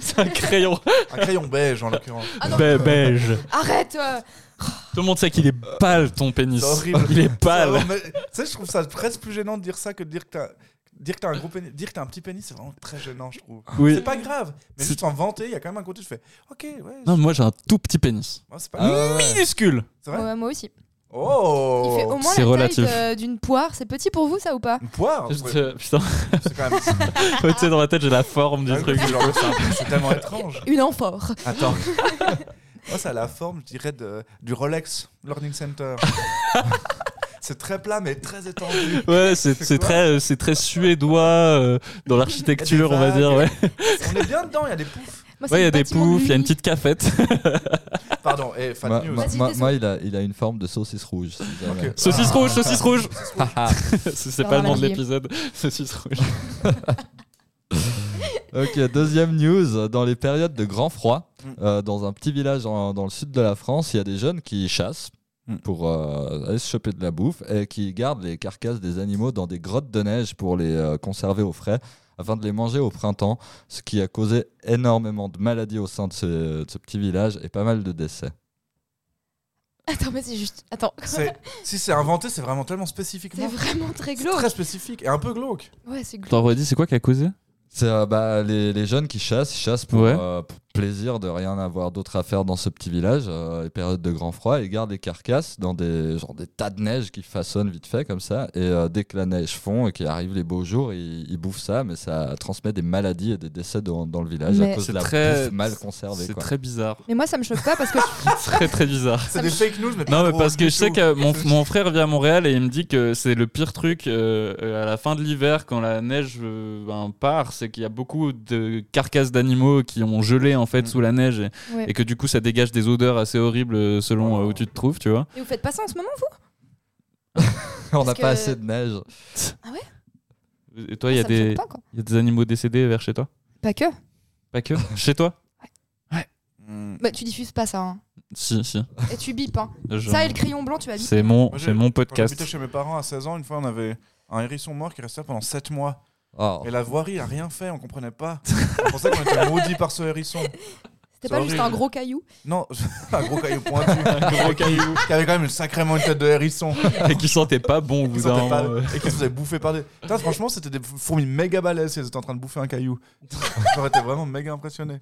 Speaker 3: C'est un crayon
Speaker 2: Un crayon beige en l'occurrence.
Speaker 3: be- beige.
Speaker 5: Arrête euh,
Speaker 3: Tout le monde sait qu'il est pâle, ton pénis.
Speaker 2: C'est horrible.
Speaker 3: Il est
Speaker 2: Ah,
Speaker 3: pâle.
Speaker 2: mais- Tu sais, je trouve ça presque plus gênant de dire ça que de dire que t'as. Dire que t'as un gros pénis, dire que t'as un petit pénis, c'est vraiment très gênant, je trouve.
Speaker 3: Oui.
Speaker 2: C'est pas grave, mais
Speaker 3: C'est-
Speaker 2: juste en vanter, il y a quand même un côté, je fais OK, ouais. oh,
Speaker 3: Non, mais moi j'ai un tout petit pénis.
Speaker 2: c'est- ouais, c'est pas
Speaker 4: Ah ouais, ouais.
Speaker 3: Minuscule.
Speaker 2: C'est vrai
Speaker 5: ouais, Moi aussi. Il
Speaker 2: Oh
Speaker 5: fait au moins
Speaker 3: C'est
Speaker 5: la
Speaker 3: relatif.
Speaker 5: taille de- d'une poire. C'est petit pour vous, ça ou pas
Speaker 2: Une poire
Speaker 3: Juste,
Speaker 2: Ah, ouais,
Speaker 3: euh, putain,
Speaker 2: C'est quand même.
Speaker 3: tu sais, dans ma tête j'ai la forme du
Speaker 2: Ah oui,
Speaker 3: truc.
Speaker 2: c'est genre- c'est- C'est tellement étrange.
Speaker 1: Une amphore.
Speaker 2: Attends. Moi, ça a la forme, je dirais, de- du Rolex Learning Center. c'est très plat, mais très étendu.
Speaker 3: Ouais, c'est
Speaker 2: C'est
Speaker 3: c'est
Speaker 2: quoi
Speaker 3: très, euh, c'est très suédois euh, dans l'architecture,
Speaker 2: Il y
Speaker 3: on
Speaker 2: a des
Speaker 3: va dire. Ouais,
Speaker 2: vagues. On est bien dedans, il y a des poufs.
Speaker 5: Moi, c'est
Speaker 3: ouais, il y a
Speaker 5: le
Speaker 3: des
Speaker 5: bâtiment de
Speaker 3: poufs, il y a une
Speaker 5: Lully.
Speaker 3: petite cafette.
Speaker 2: Pardon, et fat
Speaker 3: Bah,
Speaker 4: Moi,
Speaker 2: news.
Speaker 4: moi-
Speaker 5: Vas-y,
Speaker 4: moi-
Speaker 5: désolé.
Speaker 4: moi, il, a, il a une forme de saucisse rouge. si jamais.
Speaker 2: Ok.
Speaker 3: Saucisse
Speaker 2: Ah.
Speaker 3: rouge, saucisse rouge. C'est- C'est pas
Speaker 5: Bernard
Speaker 3: le nom de
Speaker 5: Lavilliers.
Speaker 3: l'épisode. Saucisse rouge.
Speaker 4: Ok, deuxième news. Dans les périodes de grand froid,
Speaker 2: Mm.
Speaker 4: euh, dans un petit village en- dans le sud de la France, il y a des jeunes qui chassent
Speaker 2: Mm.
Speaker 4: pour euh, aller se choper de la bouffe et qui gardent les carcasses des animaux dans des grottes de neige pour les euh, conserver au frais afin de les manger au printemps, ce qui a causé énormément de maladies au sein de ce, de ce petit village et pas mal de décès.
Speaker 5: Attends, mais c'est juste. Attends.
Speaker 2: C'est- Si c'est inventé, c'est vraiment tellement
Speaker 5: C'est
Speaker 2: spécifiquement.
Speaker 5: vraiment très
Speaker 2: C'est
Speaker 5: glauque.
Speaker 2: Très spécifique et un peu glauque.
Speaker 5: Ouais, c'est glauque.
Speaker 3: T'en redis, c'est quoi qui a causé
Speaker 4: C'est euh, bah, les, les jeunes qui chassent, ils chassent pour,
Speaker 3: Ouais.
Speaker 4: euh, pour plaisir de rien avoir d'autre à faire dans ce petit village, euh, les périodes de grand froid, ils gardent les carcasses dans des, genre des tas de neige qu'ils façonnent vite fait comme ça, et euh, dès que la neige fond et qu'il arrive les beaux jours, ils, ils bouffent ça, mais ça transmet des maladies et des décès dans, dans le village
Speaker 5: Mais-
Speaker 4: à cause
Speaker 3: C'est
Speaker 4: de la
Speaker 3: très-
Speaker 4: bouffe mal conservée.
Speaker 3: C'est
Speaker 4: quoi.
Speaker 3: très bizarre.
Speaker 5: Mais moi, ça me choque pas parce que
Speaker 3: très très bizarre.
Speaker 2: C'est des fake news, mais pas
Speaker 3: Non, mais
Speaker 2: drôle
Speaker 3: parce que
Speaker 2: du
Speaker 3: je sais
Speaker 2: tout.
Speaker 3: que mon, mon frère vit à Montréal et il me dit que c'est le pire truc euh, euh, à la fin de l'hiver quand la neige euh, ben, part, c'est qu'il y a beaucoup de carcasses d'animaux qui ont gelé en fait
Speaker 2: Mm.
Speaker 3: sous la neige et,
Speaker 5: Ouais.
Speaker 3: et que du coup ça dégage des odeurs assez horribles euh, selon euh,
Speaker 2: Oh.
Speaker 3: où tu te trouves, tu vois.
Speaker 5: Et vous faites pas ça en ce moment, vous
Speaker 4: On n'a
Speaker 5: parce
Speaker 4: pas
Speaker 5: que-
Speaker 4: assez de neige.
Speaker 3: Et toi, il y, a
Speaker 5: Ça me choque
Speaker 3: des-
Speaker 5: pas, quoi.
Speaker 3: il y a des animaux décédés vers chez toi
Speaker 5: Pas que.
Speaker 3: Pas que Chez toi
Speaker 2: Hmm.
Speaker 5: Bah, tu diffuses pas ça. hein.
Speaker 3: Si, si.
Speaker 5: Et tu bipes. Hein.
Speaker 3: Je-
Speaker 5: Ça et le crayon blanc, tu vas biper.
Speaker 3: C'est mon,
Speaker 2: Moi, j'ai-
Speaker 3: c'est mon
Speaker 2: Quand j'habitais
Speaker 3: podcast.
Speaker 2: chez mes parents à 16 ans, une fois, on avait un hérisson mort qui restait là pendant 7 mois.
Speaker 4: Oh.
Speaker 2: Et la voirie a rien fait, on comprenait pas. C'est pour ça qu'on était maudits par ce hérisson.
Speaker 5: C'était pas
Speaker 2: c'est
Speaker 5: juste
Speaker 2: horrible.
Speaker 5: un gros caillou.
Speaker 2: Non, un gros caillou pointu. un gros caillou. Qui avait quand même sacrément une tête de hérisson.
Speaker 3: Et qui sentait pas bon au bout
Speaker 2: Ils
Speaker 3: d'un
Speaker 2: sentaient pas-
Speaker 3: moment, euh.
Speaker 2: Et qui se faisait bouffer par des. Putain, franchement, c'était des fourmis méga balèzes. Elles étaient en train de bouffer un caillou. J'aurais été vraiment méga impressionné.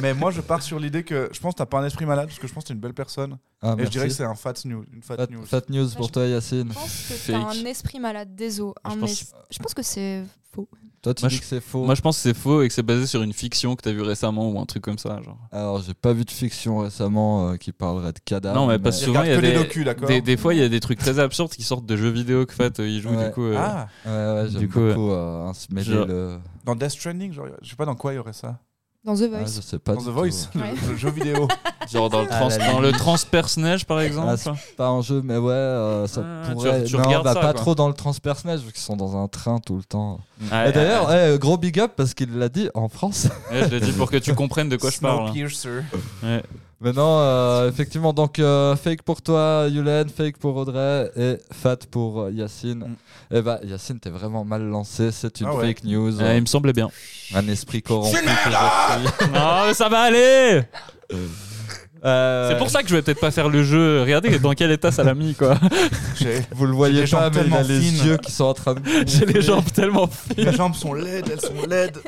Speaker 2: Mais moi, je pars sur l'idée que je pense que t'as pas un esprit malade, parce que je pense que t'es une belle personne.
Speaker 4: Ah,
Speaker 2: Et je dirais que
Speaker 4: merci.
Speaker 2: c'est un fat news. Une fat,
Speaker 4: Fat,
Speaker 2: news.
Speaker 4: fat news pour toi, Yacine.
Speaker 5: Je pense que t'as
Speaker 3: Fake.
Speaker 5: un esprit malade des os. hein,
Speaker 3: Je
Speaker 5: mais
Speaker 3: pense-
Speaker 5: je- je pense que c'est faux.
Speaker 4: Toi, tu
Speaker 3: Moi,
Speaker 4: dis
Speaker 3: je-
Speaker 4: que c'est faux.
Speaker 3: Moi, je pense que c'est faux et que c'est basé sur une fiction que t'as vue récemment ou un truc comme ça. Genre.
Speaker 4: Alors, j'ai pas vu de fiction récemment euh, qui parlerait de cadavres.
Speaker 3: non, mais parce que
Speaker 2: Il
Speaker 3: souvent, il y a
Speaker 2: regarde
Speaker 3: des,
Speaker 2: que des docus, d'accord
Speaker 3: des- des fois, il y a des trucs très absurdes qui sortent de jeux vidéo que Fat euh, y joue,
Speaker 4: Ouais.
Speaker 3: du coup. euh,
Speaker 2: Ah,
Speaker 4: Ouais, ouais, j'aime
Speaker 3: Du coup,
Speaker 4: beaucoup euh, ins- mêler
Speaker 3: genre-
Speaker 4: le.
Speaker 2: dans Death Stranding, genre, je sais pas dans quoi il y aurait ça.
Speaker 5: Dans The
Speaker 4: Ah,
Speaker 5: Voice.
Speaker 4: je sais pas.
Speaker 2: dans
Speaker 4: du
Speaker 2: The
Speaker 4: tout.
Speaker 2: Voice, le-
Speaker 5: Ouais.
Speaker 2: le, jeu vidéo.
Speaker 3: Genre dans le,
Speaker 4: Ah,
Speaker 3: trans,
Speaker 4: la
Speaker 3: dans le transpersonnage, par
Speaker 4: Ah,
Speaker 3: exemple.
Speaker 4: c'est pas en jeu, mais ouais, euh, ça
Speaker 3: Ah, tu-
Speaker 4: pourrait.
Speaker 3: tu
Speaker 4: non,
Speaker 3: regardes
Speaker 4: bah,
Speaker 3: ça,
Speaker 4: pas
Speaker 3: quoi.
Speaker 4: trop dans le transpersonnage, vu qu'ils sont dans un train tout le temps.
Speaker 3: Ouais,
Speaker 4: Et Ah, d'ailleurs, ouais, euh, gros big up parce qu'il l'a dit en France.
Speaker 3: ouais, je l'ai dit pour que tu comprennes de quoi je parle. hein.
Speaker 2: Snowpiercer.
Speaker 3: Ouais.
Speaker 4: Maintenant, euh, effectivement, donc euh, fake pour toi, Yulen, fake pour Audrey et fat pour euh,
Speaker 3: Mm.
Speaker 4: Yacine. Et bah, Yacine, t'es vraiment mal lancé, c'est une
Speaker 2: Ah ouais.
Speaker 4: fake news.
Speaker 3: il me semblait bien.
Speaker 4: Un esprit corrompu.
Speaker 3: Ah, mais ça va aller C'est pour
Speaker 4: ça
Speaker 3: ça que je vais peut-être pas faire le jeu. Regardez dans quel état ça l'a mis, quoi.
Speaker 2: J'ai-
Speaker 4: vous le voyez
Speaker 2: les jambes
Speaker 4: pas, mais il a
Speaker 2: tellement
Speaker 4: les
Speaker 2: fines.
Speaker 4: yeux qui sont en train de.
Speaker 3: J'ai les jambes tellement
Speaker 2: Mes
Speaker 3: fines.
Speaker 2: jambes sont laides, elles sont laides.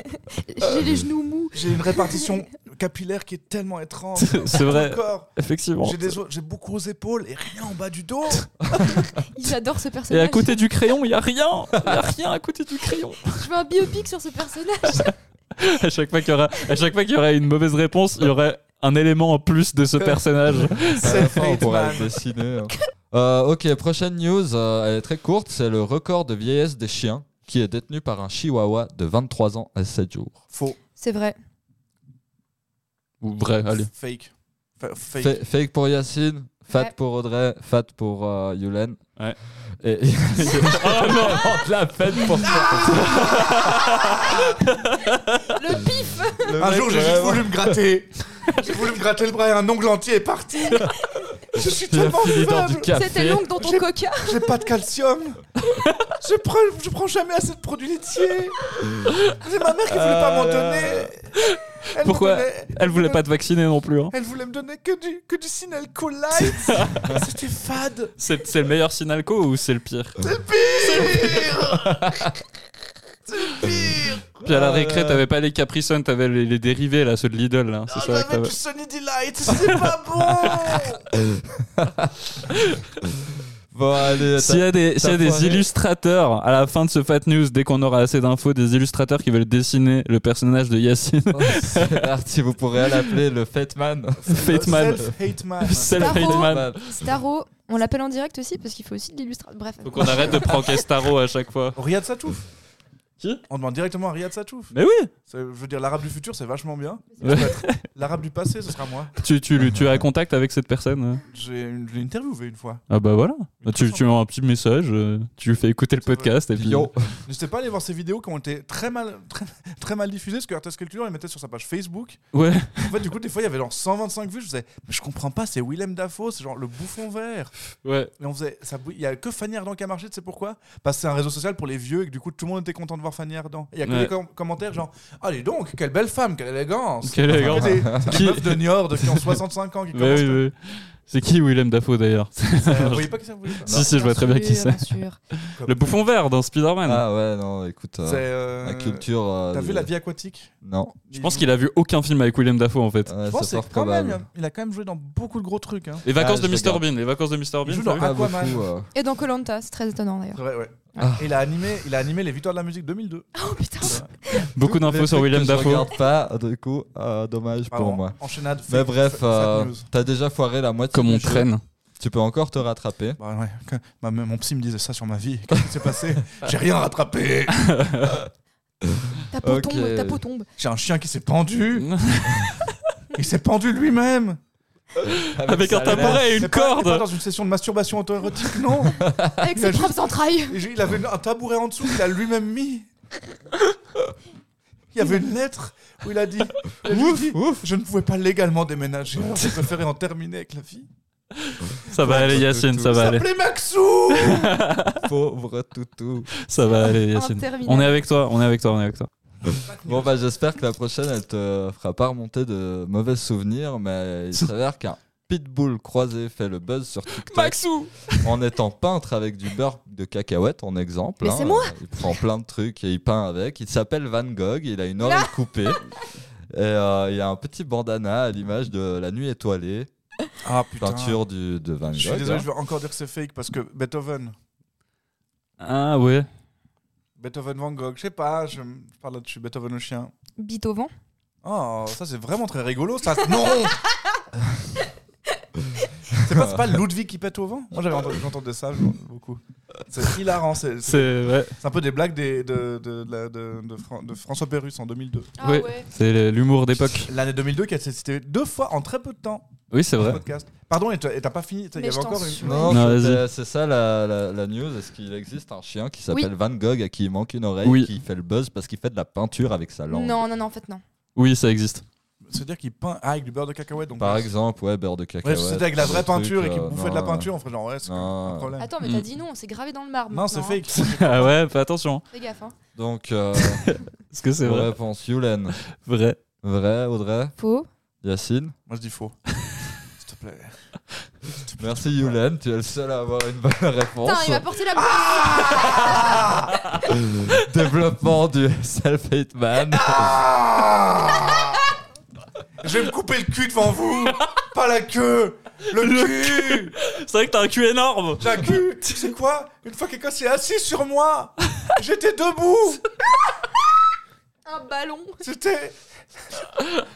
Speaker 5: J'ai
Speaker 3: Euh,
Speaker 5: les genoux mous.
Speaker 2: J'ai une répartition capillaire qui est tellement étrange.
Speaker 3: C'est vrai,
Speaker 2: Encore.
Speaker 3: effectivement.
Speaker 2: J'ai des o- j'ai beaucoup aux épaules et rien en bas du dos.
Speaker 5: J'adore ce
Speaker 3: Et
Speaker 5: personnage.
Speaker 3: à côté du crayon, il y a rien. Il y a rien à côté du crayon.
Speaker 5: Je veux un biopic sur ce personnage.
Speaker 3: À chaque fois qu'il y aura, à chaque fois qu'il y aura une mauvaise réponse, il y aurait un élément en plus de
Speaker 4: Euh.
Speaker 3: ce personnage.
Speaker 4: À
Speaker 2: C'est
Speaker 4: la fin, on pourra le
Speaker 2: Friedman.
Speaker 4: dessiner. hein. Euh, ok, prochaine news, euh, elle est très courte, c'est le record de vieillesse des chiens qui est détenu par un chihuahua de 23 ans et 7 jours.
Speaker 2: Faux.
Speaker 5: C'est vrai.
Speaker 3: Ou vrai, allez.
Speaker 2: Fake. Fa- Fake.
Speaker 4: Fa- fake pour Yacine, fat
Speaker 5: Ouais.
Speaker 4: pour Audrey, fat pour euh, Yulen.
Speaker 3: Ouais.
Speaker 4: Et
Speaker 3: oh non, Ah, la peine pour
Speaker 5: Le pif
Speaker 2: Un jour, j'ai juste voulu me gratter. J'ai voulu me gratter le bras et un ongle entier est parti. Je suis tellement
Speaker 4: Il est dans du
Speaker 2: faible.
Speaker 5: C'était
Speaker 4: café.
Speaker 5: l'ongle dans ton
Speaker 2: J'ai-
Speaker 5: coca.
Speaker 2: J'ai pas de calcium. Je prends, je prends jamais assez de produits laitiers. C'est ma mère qui voulait pas m'en
Speaker 3: Ah là.
Speaker 2: donner. Elle me
Speaker 3: Pourquoi
Speaker 2: donnait-
Speaker 3: Elle voulait pas te vacciner non plus. hein.
Speaker 2: Elle voulait me donner que du, que du Sinalco Light. C'était fade.
Speaker 3: C'est c'est le meilleur Sinalco ou c'est le pire
Speaker 2: Pire.
Speaker 3: Puis à la
Speaker 4: Ah là
Speaker 3: récré,
Speaker 4: là.
Speaker 3: t'avais pas les Capri Sun, t'avais les, les dérivés là, ceux de Lidl là. C'est
Speaker 2: Ah,
Speaker 3: ça que
Speaker 2: J'avais
Speaker 3: t'avais.
Speaker 2: du Sunny Delight. C'est pas bon.
Speaker 4: Bon, allez,
Speaker 3: S'il y a des, s'il y a
Speaker 4: t'as
Speaker 3: des
Speaker 4: foiré.
Speaker 3: illustrateurs à la fin de ce Fat News, dès qu'on aura assez d'infos, des illustrateurs qui veulent dessiner le personnage de Yacine,
Speaker 4: Oh, C'est parti, vous pourrez l'appeler le Fat Man.
Speaker 3: Fate Man,
Speaker 2: Self-hate man.
Speaker 3: Self
Speaker 5: Starro.
Speaker 3: Hate Man.
Speaker 4: Man.
Speaker 5: Staro, on l'appelle en direct aussi parce qu'il faut aussi de l'illustration. Bref.
Speaker 3: Faut qu'on arrête de prendre Castaro à chaque fois.
Speaker 2: Riyad Satouf.
Speaker 3: Qui
Speaker 2: On demande directement à Riyad Satouf.
Speaker 3: Mais oui
Speaker 2: C'est- Je veux dire, l'arabe du futur, c'est vachement bien.
Speaker 3: Ouais.
Speaker 2: L'arabe du passé, ce sera moi.
Speaker 3: tu, tu, lui- tu as contact avec cette personne euh
Speaker 2: J'ai une- je l'ai interviewé une fois.
Speaker 3: Ah bah voilà.
Speaker 2: Une
Speaker 3: Tu,
Speaker 2: façon.
Speaker 3: tu envoies un petit message, euh, tu lui fais écouter le
Speaker 2: C'est vrai.
Speaker 3: podcast et puis.
Speaker 4: Yo.
Speaker 2: N'hésitez pas à aller voir ses vidéos qui ont été très mal, très, très mal diffusées parce que Artist Culture les mettait sur sa page Facebook.
Speaker 3: Ouais.
Speaker 2: En fait, du coup, des fois, il y avait genre 125 vues. Je faisais, mais je comprends pas, c'est Willem Dafoe, c'est genre le bouffon vert.
Speaker 3: Ouais.
Speaker 2: Et on faisait, ça, bou- il y a que Fanny Ardant qui a marché, tu sais pourquoi Parce que c'est un réseau social pour les vieux et que du coup, tout le monde était content de voir Fanny Ardant. Et Il y a que
Speaker 3: Ouais.
Speaker 2: des com- commentaires genre, allez donc, quelle belle femme, quelle élégance.
Speaker 3: Quelle élégance.
Speaker 2: C'est des- c'est des
Speaker 3: Qui-
Speaker 2: meufs de Niort qui ont 65 ans qui
Speaker 3: Bah
Speaker 2: commencent.
Speaker 3: oui, oui. C'est qui Willem Dafoe d'ailleurs
Speaker 2: Euh, vous voyez pas que ça vous voyez pas
Speaker 3: Si, si, je vois très bien qui c'est. Le bouffon vert dans Spider-Man.
Speaker 4: Ah ouais, non, écoute, euh,
Speaker 2: C'est, euh,
Speaker 4: la culture. euh,
Speaker 2: T'as
Speaker 4: de-
Speaker 2: vu la vie aquatique
Speaker 4: Non.
Speaker 3: Je pense qu'il a vu aucun film avec Willem Dafoe en fait.
Speaker 4: Ouais,
Speaker 2: Je pense
Speaker 4: c'est
Speaker 2: que
Speaker 4: fort
Speaker 2: quand
Speaker 4: probable.
Speaker 2: même, il a quand même joué dans beaucoup de gros trucs. Hein.
Speaker 3: Les vacances de
Speaker 4: Ah, je
Speaker 3: Mr
Speaker 4: regarde.
Speaker 3: Bean, les vacances de Mr
Speaker 2: Il
Speaker 3: Bean.
Speaker 2: joue
Speaker 3: t'as
Speaker 2: dans
Speaker 3: vu
Speaker 2: Aquaman.
Speaker 4: Pas beaucoup. euh.
Speaker 5: Et dans Colanta, c'est très étonnant d'ailleurs.
Speaker 2: C'est vrai, ouais.
Speaker 4: Ah.
Speaker 2: Et il a animé, il a animé les Victoires de la musique 2002.
Speaker 5: Oh putain
Speaker 3: Beaucoup d'infos
Speaker 4: Les
Speaker 3: sur
Speaker 4: trucs
Speaker 3: Willem
Speaker 4: que Je
Speaker 3: Dafoe.
Speaker 4: regarde pas, du coup, euh, dommage
Speaker 2: Pardon,
Speaker 4: pour moi.
Speaker 2: Enchaînade.
Speaker 4: Mais
Speaker 2: fake-
Speaker 4: bref,
Speaker 2: fa-
Speaker 4: euh,
Speaker 2: fake news.
Speaker 4: t'as déjà foiré la moitié.
Speaker 3: Comme
Speaker 4: du
Speaker 3: on
Speaker 4: jeu.
Speaker 3: traîne.
Speaker 4: Tu peux encore te rattraper.
Speaker 2: Bah ouais, que- ma- mon psy me disait ça sur ma vie. Qu'est-ce qui s'est passé J'ai rien rattrapé.
Speaker 5: Ta peau
Speaker 4: Ok.
Speaker 5: tombe, ta peau tombe.
Speaker 2: J'ai un chien qui s'est pendu. Il s'est pendu lui-même.
Speaker 3: Avec un
Speaker 4: sa laisse.
Speaker 3: tabouret et une
Speaker 2: C'est pas- c'est pas
Speaker 3: corde
Speaker 2: dans une session de masturbation auto-érotique, non.
Speaker 5: Avec
Speaker 2: Il a
Speaker 5: ses propres entrailles.
Speaker 2: Et j'ai- Il avait un tabouret en dessous qu'il a lui-même mis. Il y avait une lettre où il a dit il a juste dit, Je ne pouvais pas légalement déménager. alors J'ai préféré en terminer avec la fille.
Speaker 3: Ça va aller Yacine, ça
Speaker 2: Il
Speaker 3: va aller.
Speaker 2: s'appelait Maxou
Speaker 4: Pauvre toutou.
Speaker 3: Ça va aller Yacine.
Speaker 5: Interminable.
Speaker 3: On est avec toi, on est avec toi, on est avec toi.
Speaker 4: Bon bah j'espère que la prochaine elle te fera pas remonter de mauvais souvenirs, mais il s'avère qu'un pitbull croisé fait le buzz sur TikTok
Speaker 3: Maxou
Speaker 4: en étant peintre avec du beurre de cacahuète en exemple. hein.
Speaker 5: Mais c'est moi
Speaker 4: Il prend plein de trucs et il peint avec. Il s'appelle Van Gogh, il a une oreille coupée. Et euh, il y a un petit bandana à l'image de La Nuit étoilée,
Speaker 2: Ah putain.
Speaker 4: peinture du, de Van Gogh.
Speaker 2: Je suis désolé,
Speaker 4: hein.
Speaker 2: je vais encore dire que c'est fake parce que Beethoven,
Speaker 3: Ah ouais.
Speaker 2: Beethoven Van Gogh, je sais pas, je, je parle là-dessus, Beethoven le chien.
Speaker 5: Bite au vent.
Speaker 2: Oh, ça c'est vraiment très rigolo ça. Non C'est pas, c'est pas Ludwig qui pète au vent Moi j'avais entendu, j'entendais ça je- beaucoup. C'est hilarant, c'est c'est-
Speaker 3: C'est ouais.
Speaker 2: c'est un peu des blagues des, de, de, de la- de- de Fran- de François Pérus en 2002.
Speaker 3: Ah Ouais. C'est le- l'humour d'époque.
Speaker 2: L'année 2002 qui a été citée deux fois en très peu de temps
Speaker 3: Oui, c'est
Speaker 2: dans ce
Speaker 3: vrai.
Speaker 2: podcast. Pardon, et t'as et t'as pas fini t'as- Il y
Speaker 5: Mais
Speaker 2: avait
Speaker 5: je t'en
Speaker 2: encore
Speaker 5: supplie.
Speaker 2: une.
Speaker 4: Non,
Speaker 3: Non,
Speaker 4: c'était-
Speaker 3: vas-y.
Speaker 4: euh, c'est ça la, la- la news. Est-ce qu'il existe un chien qui s'appelle
Speaker 5: Oui.
Speaker 4: Van Gogh à qui il manque une oreille
Speaker 3: Oui.
Speaker 5: Ah,
Speaker 4: qui fait le buzz parce qu'il fait de la peinture avec sa langue
Speaker 5: Non, non, non, en fait, non.
Speaker 3: Oui, ça existe.
Speaker 2: C'est-à-dire qu'il peint ah, avec du beurre de cacahuète. Donc
Speaker 4: Par
Speaker 2: ouais.
Speaker 4: exemple, ouais, beurre de
Speaker 2: Ouais,
Speaker 4: cacahuète.
Speaker 2: si c'était avec la
Speaker 4: ce
Speaker 2: vraie
Speaker 4: truc,
Speaker 2: peinture et qu'il
Speaker 4: euh,
Speaker 2: bouffait de la
Speaker 4: non,
Speaker 2: peinture, on ferait genre, ouais, c'est
Speaker 4: Non.
Speaker 2: un problème.
Speaker 5: Attends, mais
Speaker 3: Mm.
Speaker 5: t'as dit non, c'est gravé dans le marbre.
Speaker 2: Non, c'est
Speaker 5: maintenant, hein.
Speaker 2: fake.
Speaker 3: Ah ouais, fais attention.
Speaker 5: Fais gaffe. hein.
Speaker 4: Donc, euh,
Speaker 3: Est-ce que c'est vrai
Speaker 4: réponse Yulen.
Speaker 3: Vrai.
Speaker 4: Vrai, Audrey,
Speaker 5: Faux.
Speaker 4: Yacine.
Speaker 2: Moi, je dis faux. S'il te plaît.
Speaker 4: Merci Yulen, tu es le seul à avoir une bonne réponse.
Speaker 5: Putain, il m'a porté la boule.
Speaker 4: Développement du self hate man.
Speaker 5: Ah.
Speaker 2: je vais me couper le cul devant vous Pas la queue Le, cul
Speaker 3: C'est vrai que t'as un cul énorme
Speaker 2: J'ai un cul Tu sais quoi Une fois quelqu'un s'est assis sur moi, j'étais debout
Speaker 5: Un ballon.
Speaker 2: C'était...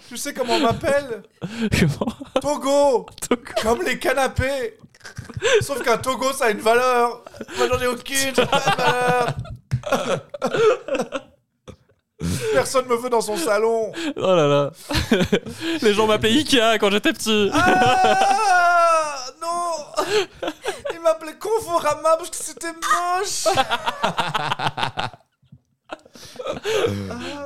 Speaker 2: Tu sais comment on m'appelle
Speaker 3: Comment
Speaker 2: Togo
Speaker 3: Togo.
Speaker 2: Comme les canapés Sauf qu'un Togo, ça a une valeur Moi, j'en ai aucune, j'ai pas de valeur Personne me veut dans son salon
Speaker 3: Oh là là Les gens m'appelaient Ikea quand j'étais petit
Speaker 2: Ah non Il m'appelait Conforama parce que c'était moche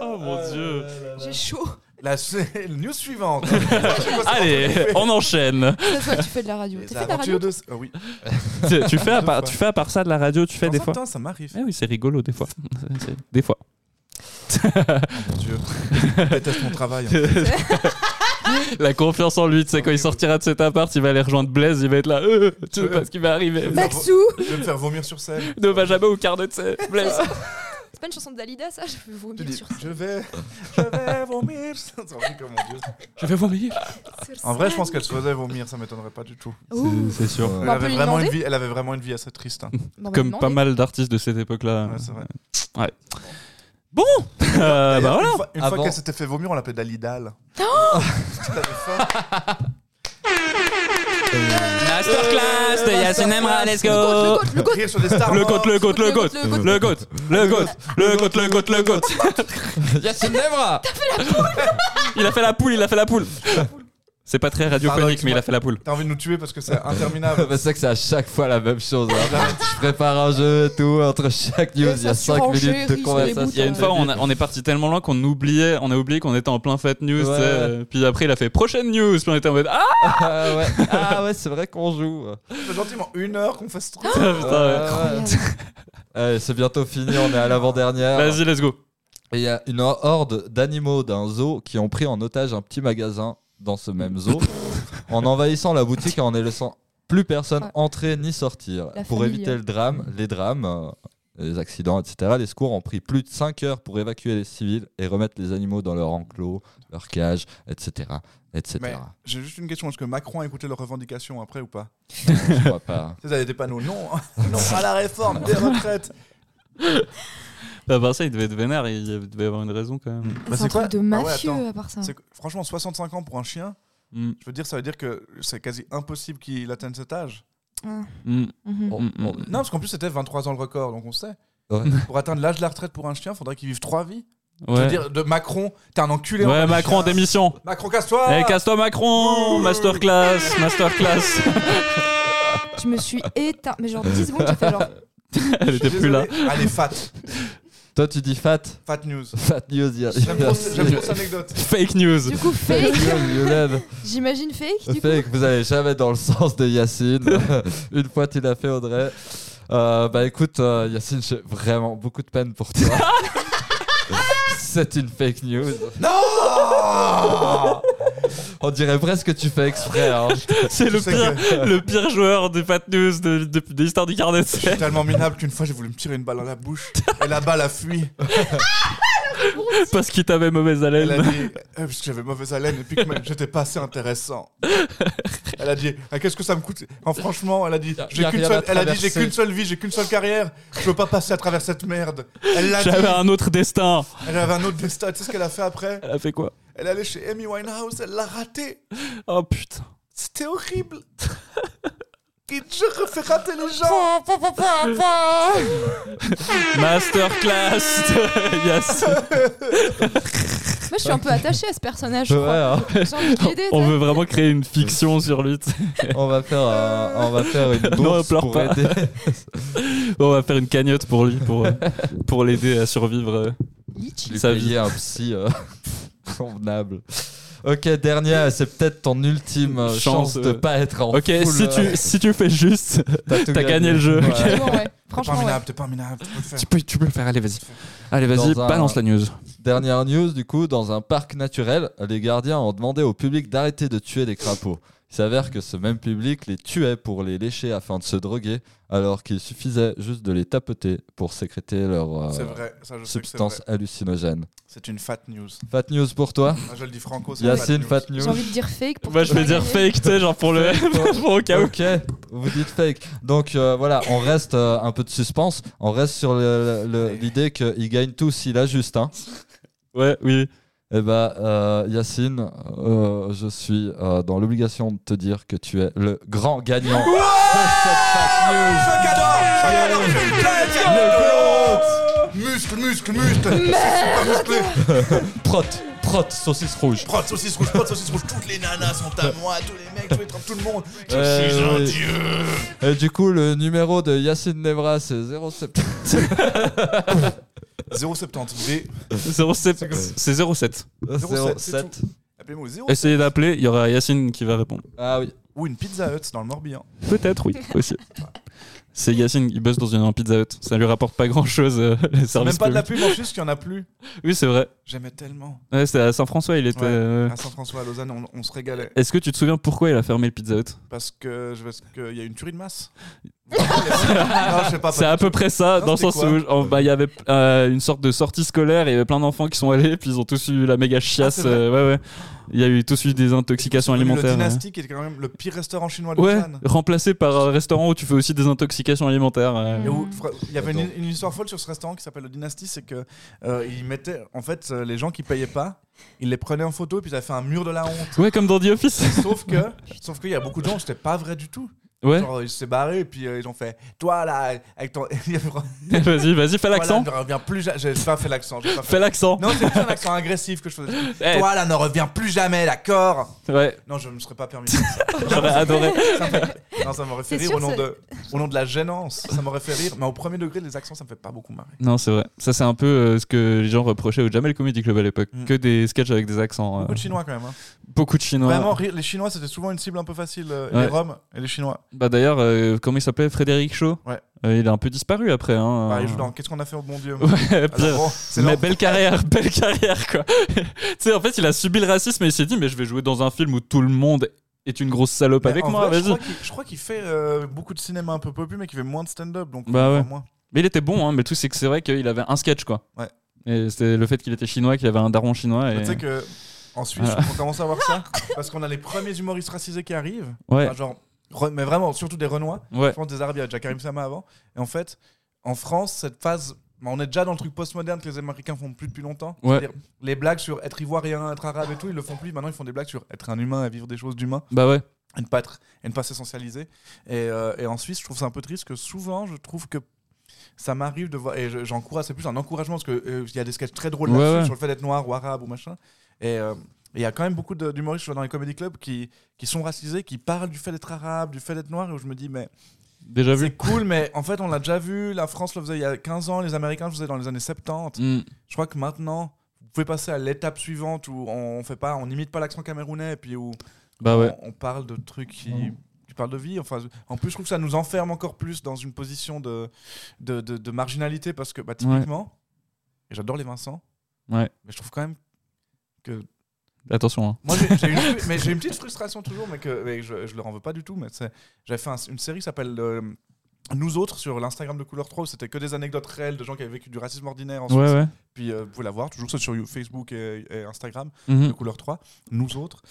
Speaker 3: Oh mon dieu
Speaker 5: J'ai chaud.
Speaker 2: La su- news suivante. Je sais pas ce qu'on
Speaker 3: Allez,
Speaker 2: fait.
Speaker 3: on enchaîne
Speaker 5: Ça se voit que tu fais de la radio.
Speaker 2: Les
Speaker 5: T'as fait de la radio
Speaker 2: aventures de... Ah oui.
Speaker 3: tu, tu fais à part,
Speaker 2: Deux fois.
Speaker 3: tu fais à part ça de la radio, tu fais des
Speaker 2: Dans un
Speaker 3: fois
Speaker 2: temps, ça m'arrive.
Speaker 3: Eh oui, c'est rigolo des fois. C'est- c'est- Des fois.
Speaker 2: Mon Dieu. Je déteste mon travail. hein.
Speaker 3: La confiance en lui, tu sais, quand il sortira de cet appart, il va aller rejoindre Blaise, il va être là, euh, tu sais pas ce qui va arriver.
Speaker 5: Maxou.
Speaker 2: Je vais me faire vomir sur scène.
Speaker 3: Ne va jamais au quart de sais, Blaise.
Speaker 5: C'est pas une chanson de Dalida, ça Je vais
Speaker 2: Je
Speaker 5: vomir
Speaker 2: dis,
Speaker 5: sur
Speaker 2: je vais, je vais vomir. Ça me comme mon Dieu.
Speaker 3: Je vais vomir.
Speaker 2: En vrai, je pense qu'elle se faisait vomir, ça m'étonnerait pas du tout.
Speaker 3: C'est sûr.
Speaker 5: On
Speaker 2: Elle
Speaker 5: peut
Speaker 2: avait,
Speaker 5: lui
Speaker 2: vraiment
Speaker 5: demander
Speaker 2: une vie, elle avait vraiment une vie assez triste. hein.
Speaker 3: Comme pas mal d'artistes de cette époque-là.
Speaker 2: Ouais, c'est vrai.
Speaker 3: Bon euh, bah voilà
Speaker 2: Une fois, une fois
Speaker 4: Avant-
Speaker 2: qu'elle s'était fait vomir, on l'appelait Dalidal.
Speaker 5: Oh
Speaker 2: T'avais faim
Speaker 3: Masterclass de Yacine Emra, let's
Speaker 5: Le
Speaker 3: go
Speaker 5: goat, le goat,
Speaker 2: Rire sur des stars.
Speaker 3: Euh, Le
Speaker 2: mortes.
Speaker 3: goat, le goat, le goat Le goat, le goat, le goat, le goat, le goat
Speaker 4: Yacine Lèvre
Speaker 3: Il a fait la poule, il a fait la poule C'est pas très radiophonique,
Speaker 2: Pardon,
Speaker 3: mais il a fait la poule.
Speaker 2: T'as envie de nous tuer parce que c'est interminable.
Speaker 4: Bah, c'est vrai que c'est à chaque fois la même chose. hein. je prépare un jeu et tout, entre chaque news, il y a
Speaker 5: ça
Speaker 4: 5
Speaker 5: surenchérit sur
Speaker 4: minutes de
Speaker 5: les
Speaker 4: conversation.
Speaker 5: boutons.
Speaker 3: Il y a une fois, on, a- on est parti tellement loin qu'on oubliait, on a oublié qu'on était en plein fat news. tu sais, euh, Puis après, il a fait prochaine news. Puis on était en mode Ah
Speaker 4: Ah ouais, Ah ouais, c'est vrai qu'on joue.
Speaker 2: Ça fait gentiment une heure qu'on fait ce truc.
Speaker 3: putain, ouais.
Speaker 4: Ah ouais. Allez, c'est bientôt fini, on est à l'avant-dernière.
Speaker 3: Vas-y, let's go.
Speaker 4: Et il y a une horde d'animaux d'un zoo qui ont pris en otage un petit magasin dans ce même zoo en envahissant la boutique et en ne laissant plus personne
Speaker 5: Ouais.
Speaker 4: entrer ni sortir.
Speaker 5: La
Speaker 4: pour
Speaker 5: famille,
Speaker 4: éviter
Speaker 5: hein.
Speaker 4: le drame, les drames, euh, les accidents, etc., les secours ont pris plus de 5 heures pour évacuer les civils et remettre les animaux dans leur enclos, leur cage, etc. etc.
Speaker 2: Mais j'ai juste une question est-ce que Macron a écouté leurs revendications après ou pas
Speaker 4: Je crois pas.
Speaker 2: Vous avez des panneaux Non, non, hein. pas la réforme des retraites.
Speaker 3: Bah, par ça, il devait être vénère. Il devait y avoir une raison quand même.
Speaker 2: Bah,
Speaker 5: C'est un
Speaker 2: c'est quoi
Speaker 5: truc de
Speaker 2: Ah ouais,
Speaker 5: mafieux
Speaker 2: attends.
Speaker 5: à part ça.
Speaker 2: C'est que, franchement 65 ans pour un chien.
Speaker 3: Mm,
Speaker 2: Je veux dire, ça veut dire que c'est quasi impossible qu'il atteigne cet âge.
Speaker 3: mm.
Speaker 5: Mhm.
Speaker 4: Oh,
Speaker 3: Mm,
Speaker 4: oh.
Speaker 3: mm.
Speaker 2: Non, parce qu'en plus c'était 23 ans le record, donc on sait.
Speaker 4: Ouais.
Speaker 2: Pour atteindre l'âge de la retraite pour un chien, faudrait qu'il vive trois vies. Je veux
Speaker 3: Ouais,
Speaker 2: dire, de Macron, t'es un enculé. on
Speaker 3: ouais
Speaker 2: a des
Speaker 3: Macron en
Speaker 2: chiens.
Speaker 3: démission.
Speaker 2: Macron, casse-toi.
Speaker 3: Eh, casse-toi, Macron Masterclass Masterclass
Speaker 5: Je me suis éteint. Mais genre 10 secondes, j'ai fait genre.
Speaker 2: Je
Speaker 3: Elle
Speaker 2: suis
Speaker 3: était plus là.
Speaker 2: désolé. Allez, fat,
Speaker 4: Toi, tu dis fat
Speaker 2: fat news.
Speaker 4: Fat news, il y a-
Speaker 2: J'aime trop
Speaker 4: Merci.
Speaker 2: j'aime trop cette anecdote.
Speaker 3: Fake news
Speaker 5: Du coup,
Speaker 4: Fake
Speaker 5: fake.
Speaker 4: news, Yolande.
Speaker 5: J'imagine fake. Du coup.
Speaker 4: fait que vous allez jamais dans le sens de Yacine. Une fois tu l'as fait, Audrey. Euh, bah écoute, euh, Yacine, j'ai vraiment beaucoup de peine pour toi. C'est une fake news.
Speaker 3: Ah.
Speaker 2: Non
Speaker 4: On dirait presque que tu fais exprès. hein.
Speaker 3: C'est le
Speaker 2: sais
Speaker 3: pire, le pire joueur des fat news de, de, de l'histoire du carnet de
Speaker 2: Je suis
Speaker 3: serre.
Speaker 2: tellement minable qu'une fois j'ai voulu me tirer une balle dans la bouche et la balle a fui.
Speaker 3: parce qu'il t'avait mauvaise
Speaker 2: Elle a
Speaker 3: haleine.
Speaker 2: dit, euh, parce que j'avais mauvaise haleine et puis que même j'étais pas assez intéressant. Elle a dit, Ah, qu'est-ce que ça me coûte En franchement, elle a dit,
Speaker 4: Y a- y
Speaker 2: j'ai
Speaker 4: a
Speaker 2: qu'une
Speaker 4: rien
Speaker 2: seule,
Speaker 4: à
Speaker 2: elle a dit, j'ai
Speaker 4: traverser.
Speaker 2: qu'une seule vie, j'ai qu'une seule carrière. Je veux pas passer à travers cette merde. Elle l'a dit.
Speaker 3: J'avais un autre destin.
Speaker 2: Elle avait un autre destin. Tu sais ce qu'elle a fait après
Speaker 3: Elle a fait quoi
Speaker 2: Elle est allée chez Amy Winehouse. Elle l'a raté.
Speaker 3: Oh putain.
Speaker 2: C'était horrible. Et je refais rater les gens.
Speaker 3: Masterclass de Yacine.
Speaker 5: Moi, je suis un peu attachée à ce personnage. je
Speaker 4: Ouais,
Speaker 5: crois.
Speaker 4: hein.
Speaker 5: J'ai envie de l'aider.
Speaker 3: On
Speaker 5: t'as.
Speaker 3: veut vraiment créer une fiction sur lui. tu sais.
Speaker 4: on, va faire un- on va faire une
Speaker 3: Non,
Speaker 4: bourse
Speaker 3: pleure
Speaker 4: pour
Speaker 3: pas.
Speaker 4: aider.
Speaker 3: On va faire une cagnotte pour lui, pour, euh, pour l'aider à survivre. euh.
Speaker 4: Lui
Speaker 3: Sa
Speaker 4: payer un psy euh, convenable. Ok, dernier, c'est peut-être ton ultime euh,
Speaker 3: Chance,
Speaker 4: chance, de
Speaker 3: euh,
Speaker 4: pas être en
Speaker 3: Ok,
Speaker 4: full,
Speaker 3: si tu,
Speaker 4: euh,
Speaker 3: si tu fais juste,
Speaker 4: t'as tout
Speaker 3: t'as gagné le jeu.
Speaker 4: Ouais.
Speaker 5: Franchement, ouais.
Speaker 2: T'es pas
Speaker 5: Franchement, ouais.
Speaker 2: minable, t'es pas minable, tu peux le faire.
Speaker 3: Tu peux, tu peux le faire, allez, vas-y. Allez, vas-y,
Speaker 4: Dans un-
Speaker 3: balance la news.
Speaker 4: Dernière news, du coup, dans un parc naturel, les gardiens ont demandé au public d'arrêter de tuer des crapauds. Il s'avère que ce même public les tuait pour les lécher afin de se droguer, alors qu'il suffisait juste de les tapoter pour sécréter leur euh,
Speaker 2: C'est vrai, ça je sais que c'est vrai.
Speaker 4: substance hallucinogène.
Speaker 2: C'est une fat news.
Speaker 4: Fat news pour toi
Speaker 2: Moi, je le dis franco, c'est une
Speaker 4: Yacine, fat news.
Speaker 5: J'ai envie de dire fake. Pour
Speaker 3: Moi, je
Speaker 5: pas
Speaker 3: vais dire
Speaker 5: gagner.
Speaker 3: fake, tu sais, genre pour le. pour au cas où.
Speaker 4: Ok, vous dites fake. Donc euh, voilà, on reste euh, un peu de suspense, on reste sur le- le- l'idée qu'ils gagnent tous, il a juste un.
Speaker 3: Ouais, oui.
Speaker 4: Eh ben, euh, Yacine, euh, je suis euh, dans l'obligation de te dire que tu es le grand gagnant de cette fake news.
Speaker 2: Muscle, muscle, muscle
Speaker 4: Prot, prot, saucisse rouge.
Speaker 2: Prod saucisse rouge, prod saucisse rouge, toutes les nanas sont à moi, tous les mecs, tous les tout le monde
Speaker 4: Euh, oui.
Speaker 2: dieu
Speaker 4: Et du coup, le numéro de Yacine Nevra, c'est 07.
Speaker 2: 0,70 B,
Speaker 3: 07. C'est 07.
Speaker 2: 07, c'est
Speaker 4: 07.
Speaker 2: appelez-moi au 0
Speaker 3: Essayez d'appeler, il y aura Yacine qui va répondre.
Speaker 4: Ah oui.
Speaker 2: Ou une pizza hut dans le Morbihan.
Speaker 3: Peut-être, oui, aussi. C'est Yacine, il bosse dans une pizza hut. Ça lui rapporte pas grand chose, les
Speaker 2: C'est
Speaker 3: services.
Speaker 2: même pas de la
Speaker 3: publics.
Speaker 2: pub en plus qu'il y en a plus.
Speaker 3: Oui, c'est vrai.
Speaker 2: J'aimais tellement.
Speaker 3: Ouais, c'était à Saint-François, il était.
Speaker 2: Ouais.
Speaker 3: euh,
Speaker 2: À Saint-François, à Lausanne, on, on se régalait.
Speaker 3: Est-ce que tu te souviens pourquoi il a fermé le pizza hut
Speaker 2: Parce que je parce qu'il y a une tuerie de masse. non, je sais pas.
Speaker 3: C'est à peu près ça,
Speaker 2: Non,
Speaker 3: dans le
Speaker 2: c'était
Speaker 3: sens
Speaker 2: quoi
Speaker 3: où oh, bah, il y avait euh, une sorte de sortie scolaire, il y avait plein d'enfants qui sont allés, puis ils ont tous eu la méga
Speaker 2: Ah,
Speaker 3: chiasse.
Speaker 2: c'est vrai.
Speaker 3: euh, ouais, ouais. Il y a eu tous eu des intoxications
Speaker 2: Le
Speaker 3: alimentaires. ouais.
Speaker 2: Dynasty qui est quand même le pire restaurant chinois de
Speaker 3: Ouais,
Speaker 2: Lausanne.
Speaker 3: remplacé par un restaurant où tu fais aussi des intoxications alimentaires. euh.
Speaker 2: Et où-
Speaker 5: Mm.
Speaker 2: fra- il y avait une, une histoire folle sur ce restaurant qui s'appelle le Dynasty, c'est que euh, ils mettaient en fait euh, les gens qui payaient pas, ils les prenaient en photo et puis ils avaient fait un mur de la honte.
Speaker 3: Ouais, comme dans The Office.
Speaker 2: Sauf que, sauf qu'il y a beaucoup de gens, c'était pas vrai du tout.
Speaker 3: Ouais,
Speaker 2: Genre ils s'est barrés et puis euh, ils ont fait, toi là, avec ton, il y a vraiment-
Speaker 3: vas-y, vas-y, fais l'accent.
Speaker 2: Toi, là, ne reviens plus, ja- j'ai pas fait l'accent, j'ai pas fait.
Speaker 3: Fais l'accent.
Speaker 2: Non, c'est plus un accent agressif que je faisais.
Speaker 3: Eh,
Speaker 2: Toi là, ne reviens plus jamais, d'accord
Speaker 3: ouais,
Speaker 2: Non, je me serais pas permis. de faire
Speaker 3: j'aurais adoré.
Speaker 2: ça. Non, ça m'aurait fait
Speaker 5: C'est
Speaker 2: rire
Speaker 5: sûr,
Speaker 2: au nom
Speaker 5: c'est-
Speaker 2: de, au nom de la gênance. Ça m'aurait fait rire, mais au premier degré, les accents, ça me fait pas beaucoup marrer.
Speaker 3: Non, c'est vrai. Ça, c'est un peu euh, ce que les gens reprochaient au Jamel Comedy Club à l'époque.
Speaker 2: Mm.
Speaker 3: Que des sketchs avec des accents. euh,
Speaker 2: Beaucoup de chinois quand même. hein.
Speaker 3: beaucoup de chinois.
Speaker 2: Vraiment, rire- les Chinois, c'était souvent une cible un peu facile. euh,
Speaker 3: Ouais.
Speaker 2: Les Roms et les Chinois.
Speaker 3: Bah d'ailleurs, euh, comment il s'appelait Frédéric Shaw
Speaker 2: Ouais.
Speaker 3: Euh, il a un peu disparu après. Hein.
Speaker 2: Bah, ils jouent dans Qu'est-ce qu'on a fait au bon Dieu moi
Speaker 3: Ouais,
Speaker 2: Alors,
Speaker 3: pire.
Speaker 2: bon, c'est
Speaker 3: Mais Ben,
Speaker 2: leur-
Speaker 3: belle carrière, belle carrière quoi. tu sais, en fait, il a subi le racisme et il s'est dit, mais je vais jouer dans un film où tout le monde est une grosse salope
Speaker 2: mais
Speaker 3: avec
Speaker 2: en
Speaker 3: moi,
Speaker 2: vrai, Je
Speaker 3: vas-y.
Speaker 2: crois qu'il- je crois qu'il fait euh, beaucoup de cinéma un peu popu, mais qu'il fait moins de stand-up. Donc,
Speaker 3: Bah
Speaker 2: enfin,
Speaker 3: ouais.
Speaker 2: moins.
Speaker 3: Mais il était bon, hein, mais le truc, c'est que c'est vrai qu'il avait un sketch quoi.
Speaker 2: Ouais.
Speaker 3: Et c'était le fait qu'il était chinois, qu'il avait un daron chinois.
Speaker 2: Mais
Speaker 3: Et...
Speaker 2: Tu sais que. En Suisse,
Speaker 3: Voilà.
Speaker 2: on commence à voir ça parce qu'on a les premiers humoristes racisés qui arrivent.
Speaker 3: Ouais,
Speaker 2: Enfin, genre, re- mais vraiment, surtout des Renois.
Speaker 3: ouais.
Speaker 2: bah, Je pense des Arabes, il y a déjà Karim Sama avant. Et en fait, en France, cette phase, bah, on est déjà dans le truc postmoderne que les Américains font plus depuis longtemps.
Speaker 3: Ouais.
Speaker 2: C'est-à-dire, Les blagues sur être ivoirien, être arabe et tout, ils le font plus. Maintenant, ils font des blagues sur être un humain et vivre des choses d'humain
Speaker 3: Bah ouais.
Speaker 2: et ne pas être et ne pas s'essentialiser. Et, euh, et en Suisse, je trouve ça un peu triste que souvent, je trouve que ça m'arrive de voir et je- j'encourage, c'est plus un encouragement parce que euh, il y a des sketchs très drôles
Speaker 3: Ouais,
Speaker 2: là-dessus
Speaker 3: ouais.
Speaker 2: sur le fait d'être noir ou arabe ou machin. Et euh, et il y a quand même beaucoup de- d'humoristes je vois dans les comedy clubs qui, qui sont racisés, qui parlent du fait d'être arabe, du fait d'être noir, et où je me dis, mais
Speaker 3: Déjà
Speaker 2: c'est
Speaker 3: vu.
Speaker 2: cool, mais en fait, on l'a déjà vu. La France le faisait il y a 15 ans, les Américains le faisaient dans les années 70.
Speaker 3: Mm.
Speaker 2: Je crois que maintenant, vous pouvez passer à l'étape suivante où on fait pas, on n'imite pas l'accent camerounais, et puis où
Speaker 3: Bah ouais.
Speaker 2: on, on parle de trucs qui, qui parlent de vie. Enfin, en plus, je trouve que ça nous enferme encore plus dans une position de, de, de- de marginalité parce que, bah, typiquement, et j'adore les Vincent,
Speaker 3: Ouais.
Speaker 2: mais je trouve quand même que.
Speaker 3: Attention. hein.
Speaker 2: Moi, j'ai j'ai une, mais j'ai une petite frustration toujours, mais, que, mais je, je leur en veux pas du tout. Mais c'est- J'avais fait un- une série qui s'appelle. euh, nous autres sur l'Instagram de Couleur 3, où c'était que des anecdotes réelles de gens qui avaient vécu du racisme ordinaire en Suisse.
Speaker 3: Ouais, ouais.
Speaker 2: Puis euh, vous pouvez la voir, toujours ça sur You- Facebook et- et Instagram
Speaker 3: Mhm.
Speaker 2: de couleur 3, nous autres.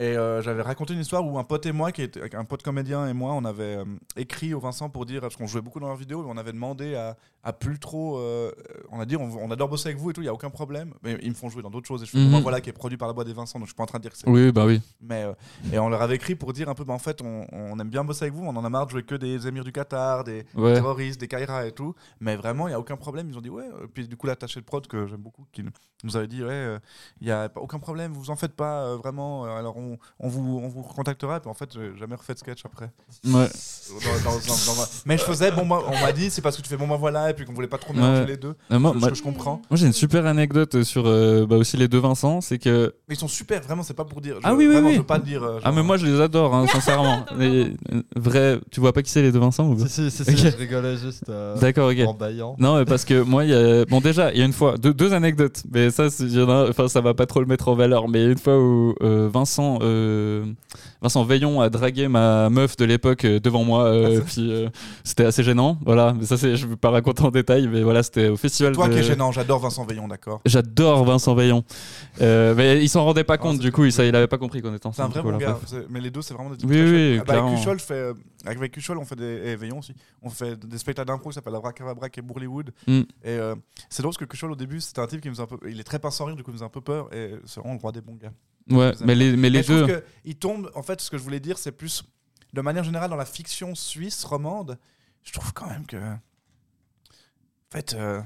Speaker 2: Et euh, j'avais raconté une histoire où un pote et moi, qui était, un pote comédien et moi, on avait euh, écrit au Vincent pour dire, parce qu'on jouait beaucoup dans leurs vidéos, et on avait demandé à, à plus trop, euh, on a dit, on, on adore bosser avec vous et tout, il n'y a aucun problème. Mais ils me font jouer dans d'autres choses. Et je fais,
Speaker 3: Mhm.
Speaker 2: bon, voilà, qui est produit par la boîte des Vincent, donc je suis pas en train de dire que c'est.
Speaker 3: Oui, bah oui.
Speaker 2: Mais, euh, et on leur avait écrit pour dire un peu, bah, en fait, on, on aime bien bosser avec vous, on en a marre de jouer que des émirs du Qatar, des,
Speaker 3: Ouais.
Speaker 2: terroristes, des Kaira et tout. Mais vraiment, il n'y a aucun problème. Ils ont dit ouais. Et Puis du coup, l'attaché de prod que j'aime beaucoup, qui nous avait dit ouais, euh, il n'y a pas- aucun problème, vous en faites pas euh, vraiment. Euh, Alors on, on, on vous, on vous recontactera. Et puis en fait, j'ai jamais refait de sketch après. Euh,
Speaker 3: Ouais.
Speaker 2: Dans- dans- dans- dans- Mais je faisais, bon, moi, on m'a dit, c'est parce que tu fais bon, moi voilà, et puis qu'on voulait pas trop
Speaker 3: Ouais.
Speaker 2: mélanger les deux.
Speaker 3: Euh, moi,
Speaker 2: Ce
Speaker 3: moi-
Speaker 2: que je comprends.
Speaker 3: moi, j'ai une super anecdote sur euh, bah, aussi les deux Vincent, c'est que
Speaker 2: Mais ils sont super, vraiment, c'est pas pour dire. Je-
Speaker 3: Ah oui, oui,
Speaker 2: vraiment,
Speaker 3: oui.
Speaker 2: Je veux pas le dire. euh,
Speaker 3: ah mais
Speaker 2: genre-
Speaker 3: moi je les adore hein, sincèrement. Les- euh, vrai, tu vois pas qui c'est les deux Vincent ou pas
Speaker 4: Si, si, si, si,
Speaker 3: Ok.
Speaker 4: je rigolais juste euh,
Speaker 3: D'accord, ok.
Speaker 4: en baillant.
Speaker 3: Non, mais parce que moi, il y a... bon déjà, il y a une fois, deux, deux anecdotes, mais ça, c'est- il y en a- enfin, ça va pas trop le mettre en valeur, mais il y a une fois où euh, Vincent, euh, Vincent Veillon a dragué ma meuf de l'époque euh, devant moi,
Speaker 2: Ah,
Speaker 3: euh, puis euh, c'était assez gênant, voilà, mais ça, c'est, je vais pas raconter en détail, mais voilà, c'était au festival
Speaker 2: Toi
Speaker 3: de...
Speaker 2: qui es gênant, j'adore Vincent Veillon, d'accord.
Speaker 3: J'adore Vincent Veillon, Euh, mais il s'en rendait pas compte,
Speaker 2: Ah, c'est
Speaker 3: du coup, il, ça, il avait pas compris qu'on était
Speaker 2: C'est un
Speaker 3: ensemble.
Speaker 2: vrai
Speaker 3: du coup,
Speaker 2: bon
Speaker 3: là,
Speaker 2: gars.
Speaker 3: bref.
Speaker 2: c'est- Mais les deux, c'est vraiment des types
Speaker 3: Oui,
Speaker 2: très
Speaker 3: oui,
Speaker 2: chouettes. Ah bah, avec
Speaker 3: clairement.
Speaker 2: Cuchol, je fais, euh, avec Cuchol, on fait des. Et Veillon aussi. On fait des spectacles d'impro qui s'appellent Abracadabra et Bourlywood.
Speaker 3: Mm.
Speaker 2: Et euh, c'est drôle parce que Cuchol, au début, c'était un type qui me faisait un peu. Il est très pince sans rire, du coup, il me faisait un peu peur. Et c'est vraiment le roi des bons gars.
Speaker 3: Ouais, mais les, mais les
Speaker 2: Mais je
Speaker 3: deux...
Speaker 2: trouve que il tombe, en fait, ce que je voulais dire, c'est plus, de manière générale, dans la fiction suisse romande, je trouve quand même que, en fait, euh,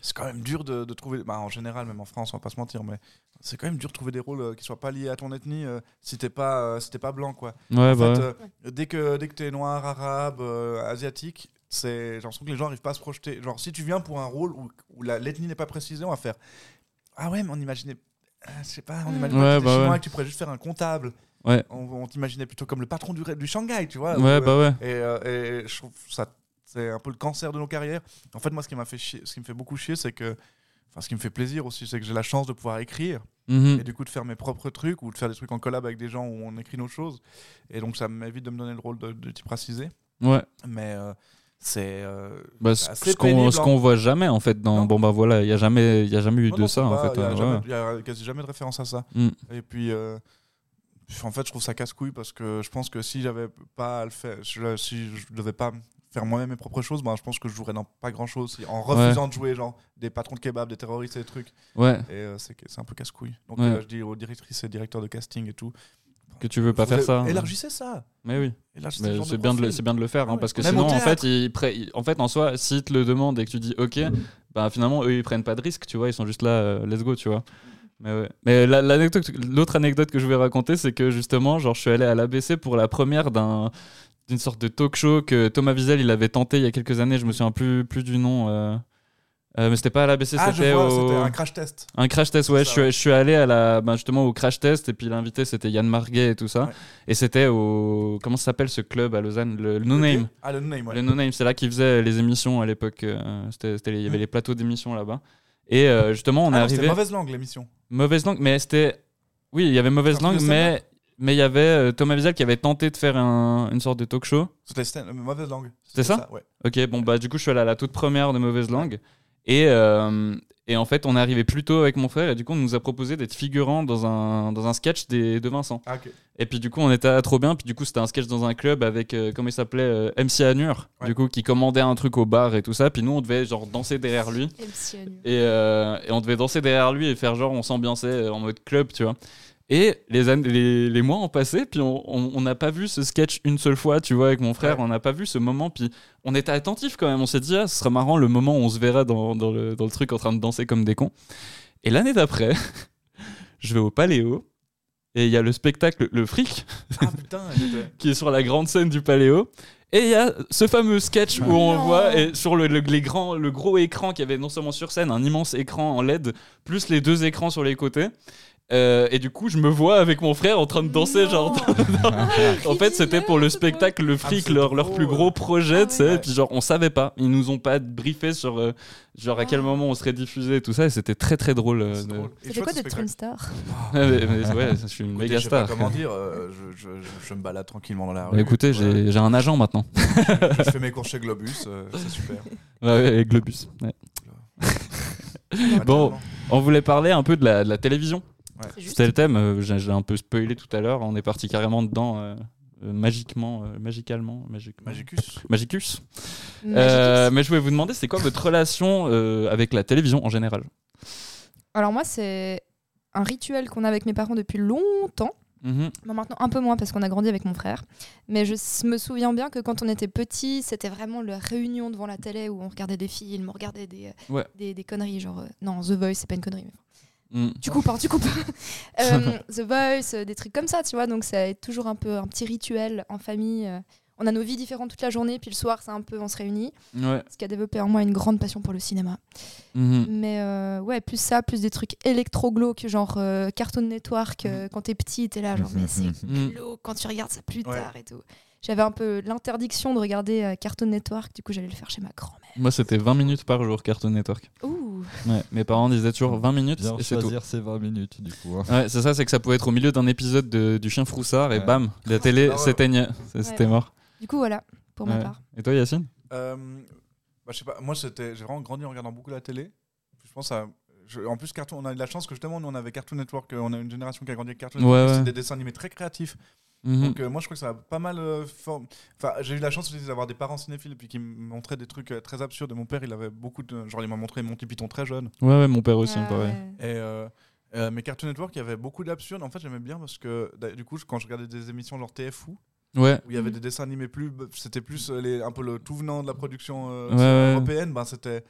Speaker 2: c'est quand même dur de, de trouver, bah, en général, même en France, on va pas se mentir, mais c'est quand même dur de trouver des rôles euh, qui soient pas liés à ton ethnie euh, si t'es pas, euh, si t'es pas blanc, quoi.
Speaker 3: Ouais,
Speaker 2: En
Speaker 3: bah,
Speaker 2: fait, euh, dès que dès que t'es noir, arabe, euh, asiatique. C'est, j'ai l'impression que les gens n'arrivent pas à se projeter. Genre, si tu viens pour un rôle où, où la- l'ethnie n'est pas précisée, on va faire Ah ouais, mais on imaginait. ah, je sais pas, on
Speaker 5: Mm.
Speaker 2: imaginait
Speaker 3: Ouais,
Speaker 2: que t'étais
Speaker 3: bah
Speaker 2: chinois
Speaker 3: ouais.
Speaker 2: et que tu pourrais juste faire un comptable.
Speaker 3: Ouais.
Speaker 2: On, on t'imaginait plutôt comme le patron du, du Shanghai, tu vois.
Speaker 3: ouais,
Speaker 2: ou, euh,
Speaker 3: bah ouais.
Speaker 2: et, euh, et je trouve ça c'est un peu le cancer de nos carrières. En fait, moi, ce qui m'a fait chier- ce qui me fait beaucoup chier, c'est que, enfin, ce qui me fait plaisir aussi, c'est que j'ai la chance de pouvoir écrire
Speaker 3: Mhm.
Speaker 2: et du coup de faire mes propres trucs ou de faire des trucs en collab avec des gens où on écrit nos choses. Et donc, ça m'évite de me donner le rôle de, de type racisé.
Speaker 3: Ouais.
Speaker 2: Mais euh, c'est euh,
Speaker 3: Bah,
Speaker 2: C'est
Speaker 3: ce
Speaker 2: assez
Speaker 3: ce qu'on
Speaker 2: pénible,
Speaker 3: ce
Speaker 2: hein.
Speaker 3: qu'on voit jamais en fait dans
Speaker 2: Non.
Speaker 3: bon bah voilà il y a jamais il y a jamais eu
Speaker 2: Non,
Speaker 3: de
Speaker 2: non,
Speaker 3: ça
Speaker 2: c'est
Speaker 3: en
Speaker 2: pas-
Speaker 3: fait
Speaker 2: Il n'y a,
Speaker 3: hein,
Speaker 2: jamais-
Speaker 3: ouais.
Speaker 2: il y a quasi jamais de référence à ça.
Speaker 3: Mm.
Speaker 2: Et puis, euh, en fait, je trouve ça casse-couille parce que je pense que si j'avais pas à le faire, je- si je devais pas faire moi-même mes propres choses, ben, je pense que je jouerais dans pas grand-chose si- en refusant de jouer genre des patrons de kebab, des terroristes et des trucs.
Speaker 3: ouais
Speaker 2: Et euh, c'est que- c'est un peu casse-couille. Donc,
Speaker 3: Ouais.
Speaker 2: euh, je dis aux directrices et directeurs de casting et tout.
Speaker 3: que tu veux pas
Speaker 2: Faudrait-
Speaker 3: faire ça hein.
Speaker 2: Élargissez ça.
Speaker 3: mais oui
Speaker 2: Élargissez
Speaker 3: Mais
Speaker 2: ce genre
Speaker 3: c'est bien de le,
Speaker 2: profil.
Speaker 3: c'est bien de le faire hein,
Speaker 2: Ah ouais.
Speaker 3: parce que
Speaker 2: Même au
Speaker 3: sinon en
Speaker 2: théâtre.
Speaker 3: fait ils pré- ils- en fait en soi s'ils te le demandent et que tu dis ok bah finalement eux ils prennent pas de risque tu vois ils sont juste là euh, let's go tu vois mais ouais. mais la- l'anecdote l'autre anecdote que je vais raconter c'est que justement genre je suis allé à l'ABC pour la première d'un d'une sorte de talk show que Thomas Wiesel il avait tenté il y a quelques années je me souviens plus plus du nom euh, euh, mais c'était pas à l'ABC
Speaker 2: Ah, je
Speaker 3: c'était
Speaker 2: vois,
Speaker 3: au-
Speaker 2: c'était un crash test.
Speaker 3: Un crash test, ouais.
Speaker 2: C'est
Speaker 3: Je
Speaker 2: ça,
Speaker 3: suis, je suis allé à la, ben, justement au crash test et puis l'invité c'était Yann Marguet et tout ça.
Speaker 2: Ouais.
Speaker 3: Et c'était au. Comment ça s'appelle ce club à Lausanne Le, le No Name.
Speaker 2: Ah, le no name, ouais.
Speaker 3: Le No Name, c'est là qu'ils faisaient les émissions à l'époque. euh, c'était- c'était les- Il y avait les plateaux d'émissions là-bas. Et euh, justement, on
Speaker 2: Mm. Ah
Speaker 3: est
Speaker 2: non,
Speaker 3: arrivé.
Speaker 2: C'était mauvaise langue, l'émission.
Speaker 3: Mauvaise langue, mais c'était. Oui, il y avait mauvaise
Speaker 2: C'est un truc
Speaker 3: langue,
Speaker 2: de
Speaker 3: mais mais il y avait euh, Thomas Wiesel qui avait tenté de faire un- une sorte de talk show.
Speaker 2: C'était stand- mauvaise langue.
Speaker 3: C'est ça
Speaker 2: ouais.
Speaker 3: Ok, bon bah du coup je suis allé à la toute première de mauvaise langue et, euh, et en fait on est arrivé plus tôt avec mon frère et du coup on nous a proposé d'être figurant dans un, dans un sketch des, de Vincent.
Speaker 2: Ah, ok.
Speaker 3: Et puis du coup on était à trop bien, puis du coup c'était un sketch dans un club avec, euh, comment il s'appelait, euh, MC Anur,
Speaker 2: Ouais.
Speaker 3: du coup qui commandait un truc au bar et tout ça, puis nous on devait genre danser derrière lui. Et, euh, et on devait danser derrière lui et faire genre on s'ambiançait euh, en mode club, tu vois. Et les, années- les, les mois ont passé, puis on- on on n'a pas vu ce sketch une seule fois, tu vois, avec mon frère,
Speaker 2: Ouais.
Speaker 3: on n'a pas vu ce moment, puis on était attentif quand même, on s'est dit, ah, ce serait marrant le moment où on se verra dans, dans le, dans le truc en train de danser comme des cons. Et l'année d'après, je vais au Paléo, et il y a le spectacle Le Fric,
Speaker 2: Ah, putain, j'étais-
Speaker 3: qui est sur la grande scène du Paléo. Et il y a ce fameux sketch où on
Speaker 5: Non.
Speaker 3: voit et sur le, le- les grands, le gros écran qu'il y avait non seulement sur scène, un immense écran en LED, plus les deux écrans sur les côtés. Euh, et du coup, je me vois avec mon frère en train de danser. Genre, en fait, c'était pour le spectacle Le Fric,
Speaker 2: Ah,
Speaker 3: leur,
Speaker 2: c'est
Speaker 3: leur
Speaker 2: trop,
Speaker 3: plus
Speaker 2: ouais.
Speaker 3: gros projet,
Speaker 5: Ah
Speaker 3: tu sais.
Speaker 2: ouais.
Speaker 3: Et puis, genre, on savait pas. Ils nous ont pas briefé sur euh, genre à quel
Speaker 5: Ah.
Speaker 3: moment on serait diffusé et tout ça. Et c'était très très drôle. euh,
Speaker 2: C'est
Speaker 3: de-
Speaker 2: drôle. Et
Speaker 5: C'était
Speaker 2: chouette,
Speaker 5: quoi
Speaker 2: ce
Speaker 5: d'être
Speaker 2: spectacle.
Speaker 5: une star
Speaker 3: Ouais, mais- mais ouais, je suis une
Speaker 2: Écoutez,
Speaker 3: méga
Speaker 2: je sais pas
Speaker 3: star.
Speaker 2: comment dire, euh, je, je- je- je me balade tranquillement dans la
Speaker 3: Bah,
Speaker 2: rue.
Speaker 3: écoutez,
Speaker 2: Ouais,
Speaker 3: j'ai j'ai un agent maintenant.
Speaker 2: Je fais mes cours chez Globus, euh, c'est super.
Speaker 3: Ouais, ouais, avec Globus. ouais. Bon. On voulait parler un peu de la, de la télévision.
Speaker 5: C'est juste.
Speaker 3: C'était le thème, euh, j'ai j'ai un peu spoilé tout à l'heure, on est parti carrément dedans, euh, euh, magiquement, euh, magicalement, magiquement.
Speaker 2: Magicus.
Speaker 3: Magicus. Euh,
Speaker 5: Magicus.
Speaker 3: mais je voulais vous demander, c'est quoi votre relation euh, avec la télévision en général
Speaker 5: Alors moi, c'est un rituel qu'on a avec mes parents depuis longtemps.
Speaker 3: Mhm.
Speaker 5: Bon, maintenant, un peu moins parce qu'on a grandi avec mon frère. Mais je s- me souviens bien que quand on était petit, c'était vraiment la réunion devant la télé où on regardait des films, on regardait des, euh,
Speaker 3: Ouais.
Speaker 5: des, des conneries. Genre, euh, non, The Voice, c'est pas une connerie. Mais...
Speaker 3: Mm.
Speaker 5: tu coupes, hein, tu coupes. Euh, The Voice, euh, des trucs comme ça, tu vois. Donc, c'est toujours un peu un petit rituel en famille. euh, On a nos vies différentes toute la journée, puis le soir, c'est un peu, on se réunit.
Speaker 3: Ouais.
Speaker 5: Ce qui a développé en moi une grande passion pour le cinéma.
Speaker 3: Mhm.
Speaker 5: Mais euh, ouais, plus ça, plus des trucs électroglo que genre euh, Cartoon Network euh, quand t'es petit, t'es là,
Speaker 4: Mm,
Speaker 5: genre, mais c'est
Speaker 3: Mhm.
Speaker 5: glauque quand tu regardes ça plus
Speaker 2: Ouais.
Speaker 5: tard et tout. J'avais un peu l'interdiction de regarder euh, Cartoon Network, du coup, j'allais le faire chez ma grand-mère.
Speaker 3: Moi, c'était 20 minutes par jour, Cartoon Network.
Speaker 5: Ouh!
Speaker 3: Ouais. Mes parents disaient toujours 20 minutes
Speaker 4: Bien
Speaker 3: et c'est tout.
Speaker 4: choisir ces 20 minutes, du coup. hein.
Speaker 3: Ouais, c'est ça, c'est que ça pouvait être au milieu d'un épisode de- du chien Froussard et
Speaker 4: Ouais.
Speaker 3: bam, la télé
Speaker 2: Ah ouais.
Speaker 3: s'éteignait. C'est- C'était mort.
Speaker 5: Du coup, voilà, pour
Speaker 3: Ouais.
Speaker 5: ma part.
Speaker 3: Et toi, Yacine
Speaker 2: Euh, bah, je sais pas, moi c'était, j'ai vraiment grandi en regardant beaucoup la télé. Je pense à, je- en plus Cartoon, on a eu de la chance que justement nous on avait Cartoon Network, euh, on a une génération qui a grandi avec Cartoon
Speaker 3: Ouais,
Speaker 2: Network.
Speaker 3: ouais.
Speaker 2: C'est des dessins animés très créatifs.
Speaker 3: Mhm. Mm.
Speaker 2: Donc euh, moi je crois que ça a pas mal euh, form- Enfin j'ai eu la chance aussi d'avoir des parents cinéphiles et puis qui me montraient des trucs euh, très absurdes. Mon père il avait beaucoup de, genre il m'a montré Monty Python très jeune.
Speaker 3: Ouais, ouais, mon père aussi,
Speaker 5: Ah
Speaker 3: pareil.
Speaker 5: ouais.
Speaker 2: Et euh, euh, mais Cartoon Network il y avait beaucoup d'absurdes. En fait j'aimais bien parce que d'a- du coup je- quand je regardais des émissions genre TFou
Speaker 3: Ouais.
Speaker 2: où il y avait
Speaker 5: Mhm.
Speaker 2: des dessins animés plus, c'était plus euh, les, un peu le tout venant de la production euh,
Speaker 3: Ouais, ouais.
Speaker 2: européenne, ben c'était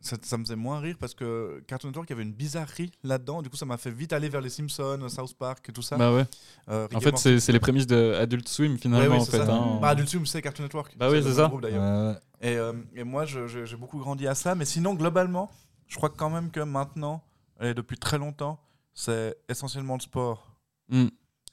Speaker 2: ça, ça me faisait moins rire parce que Cartoon Network il y avait une bizarrerie là-dedans. Du coup ça m'a fait vite aller vers les Simpsons, South Park et tout ça.
Speaker 3: Bah ouais.
Speaker 2: Euh, Rick
Speaker 3: En
Speaker 2: et
Speaker 3: fait,
Speaker 2: Morty.
Speaker 3: c'est c'est les prémices de Adult Swim finalement.
Speaker 2: Ouais, oui,
Speaker 3: en
Speaker 2: c'est
Speaker 3: fait,
Speaker 2: ça.
Speaker 3: hein.
Speaker 2: Bah, Adult Swim, c'est Cartoon Network.
Speaker 3: Bah oui,
Speaker 2: le
Speaker 3: c'est
Speaker 2: même
Speaker 3: ça.
Speaker 2: groupe,
Speaker 4: Ouais,
Speaker 2: d'ailleurs.
Speaker 4: ouais.
Speaker 2: Et, euh, et moi, je- je- j'ai beaucoup grandi à ça. Mais sinon, globalement, je crois quand même que maintenant, et depuis très longtemps, c'est essentiellement le sport.
Speaker 3: Mm.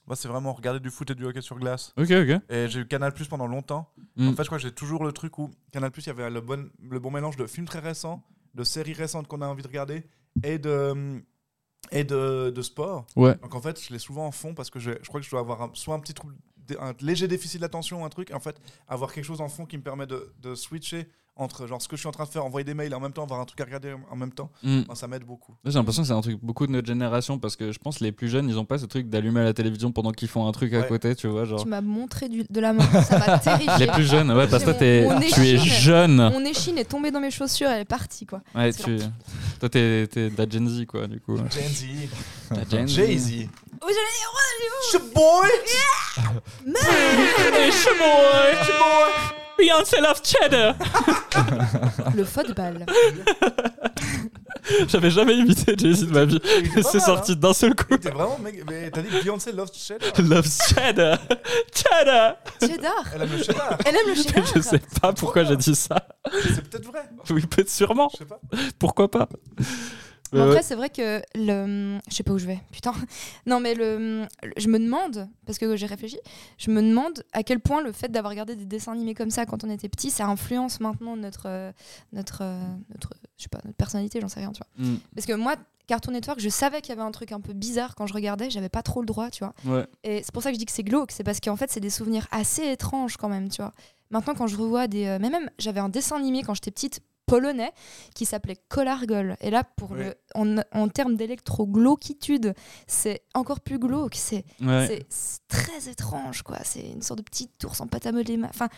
Speaker 2: Moi, c'est vraiment regarder du foot et du hockey sur glace.
Speaker 3: Ok, ok.
Speaker 2: Et j'ai eu Canal Plus pendant longtemps.
Speaker 3: Mm.
Speaker 2: En fait, je crois que j'ai toujours le truc où Canal Plus, il y avait le bon, le bon mélange de films très récents, de séries récentes qu'on a envie de regarder et de, et de, de sport.
Speaker 3: Ouais.
Speaker 2: Donc en fait, je l'ai souvent en fond parce que je, je crois que je dois avoir un- soit un petit trouble, dé- un léger déficit d'attention, un truc. et en fait, avoir quelque chose en fond qui me permet de, de switcher entre genre ce que je suis en train de faire, envoyer des mails et en même temps, avoir un truc à regarder en- en même temps.
Speaker 3: Mm.
Speaker 2: Moi, ça m'aide beaucoup.
Speaker 3: J'ai l'impression que c'est un truc beaucoup de notre génération parce que je pense que les plus jeunes ils ont pas ce truc d'allumer la télévision pendant qu'ils font un truc à
Speaker 2: Ouais.
Speaker 3: côté, tu vois. Genre.
Speaker 5: Tu m'as montré du- de la main, ça m'a terrifié.
Speaker 3: Les plus jeunes, ouais, parce que toi t'es-
Speaker 5: Mon
Speaker 3: tu es
Speaker 5: échine.
Speaker 3: jeune.
Speaker 5: Mon échine est tombée dans mes chaussures, elle est partie quoi.
Speaker 3: Ouais, tu... Toi t'es t'es de la Gen Z quoi, du coup.
Speaker 2: Gen Z.
Speaker 3: La Gen Z.
Speaker 2: Jay-Z.
Speaker 5: Oh, j'allais-
Speaker 2: boy!
Speaker 3: Beyoncé Love Cheddar
Speaker 5: Le football.
Speaker 3: J'avais jamais imité Jay-Z de ma vie.
Speaker 2: Il était pas
Speaker 3: C'est
Speaker 2: mal,
Speaker 3: sorti d'un seul coup.
Speaker 2: hein. T'es vraiment mec. mais T'as dit Beyoncé Love Cheddar.
Speaker 3: Love Cheddar Cheddar
Speaker 5: Cheddar.
Speaker 2: Elle aime le cheddar.
Speaker 5: Elle aime le cheddar.
Speaker 3: Je sais pas pourquoi j'ai dit ça.
Speaker 2: C'est peut-être vrai.
Speaker 3: Oui, peut-être sûrement.
Speaker 2: Je sais pas.
Speaker 3: Pourquoi pas
Speaker 5: Mais
Speaker 3: Euh,
Speaker 5: après, c'est vrai que le. Je sais pas où je vais, putain. Non, mais le. le- Je me demande, parce que j'ai réfléchi, je me demande à quel point le fait d'avoir regardé des dessins animés comme ça quand on était petit, ça influence maintenant notre. euh, notre. euh, notre je sais pas, notre personnalité, j'en sais rien, tu vois.
Speaker 3: Mm.
Speaker 5: Parce que moi, Cartoon Network, je savais qu'il y avait un truc un peu bizarre quand je regardais, j'avais pas trop le droit, tu vois.
Speaker 3: Ouais.
Speaker 5: Et c'est pour ça que je dis que c'est glauque, c'est parce qu'en fait, c'est des souvenirs assez étranges quand même, tu vois. Maintenant, quand je revois des. euh, mais même, j'avais un dessin animé quand j'étais petite, polonais, qui s'appelait Colargol. Et là, pour
Speaker 2: Oui.
Speaker 5: le, en, en termes d'électro-glauquitude, c'est encore plus glauque. C'est
Speaker 3: Ouais.
Speaker 5: c'est- c'est très étrange, quoi. C'est une sorte de petite ours en pâte à modeler. ma- Enfin,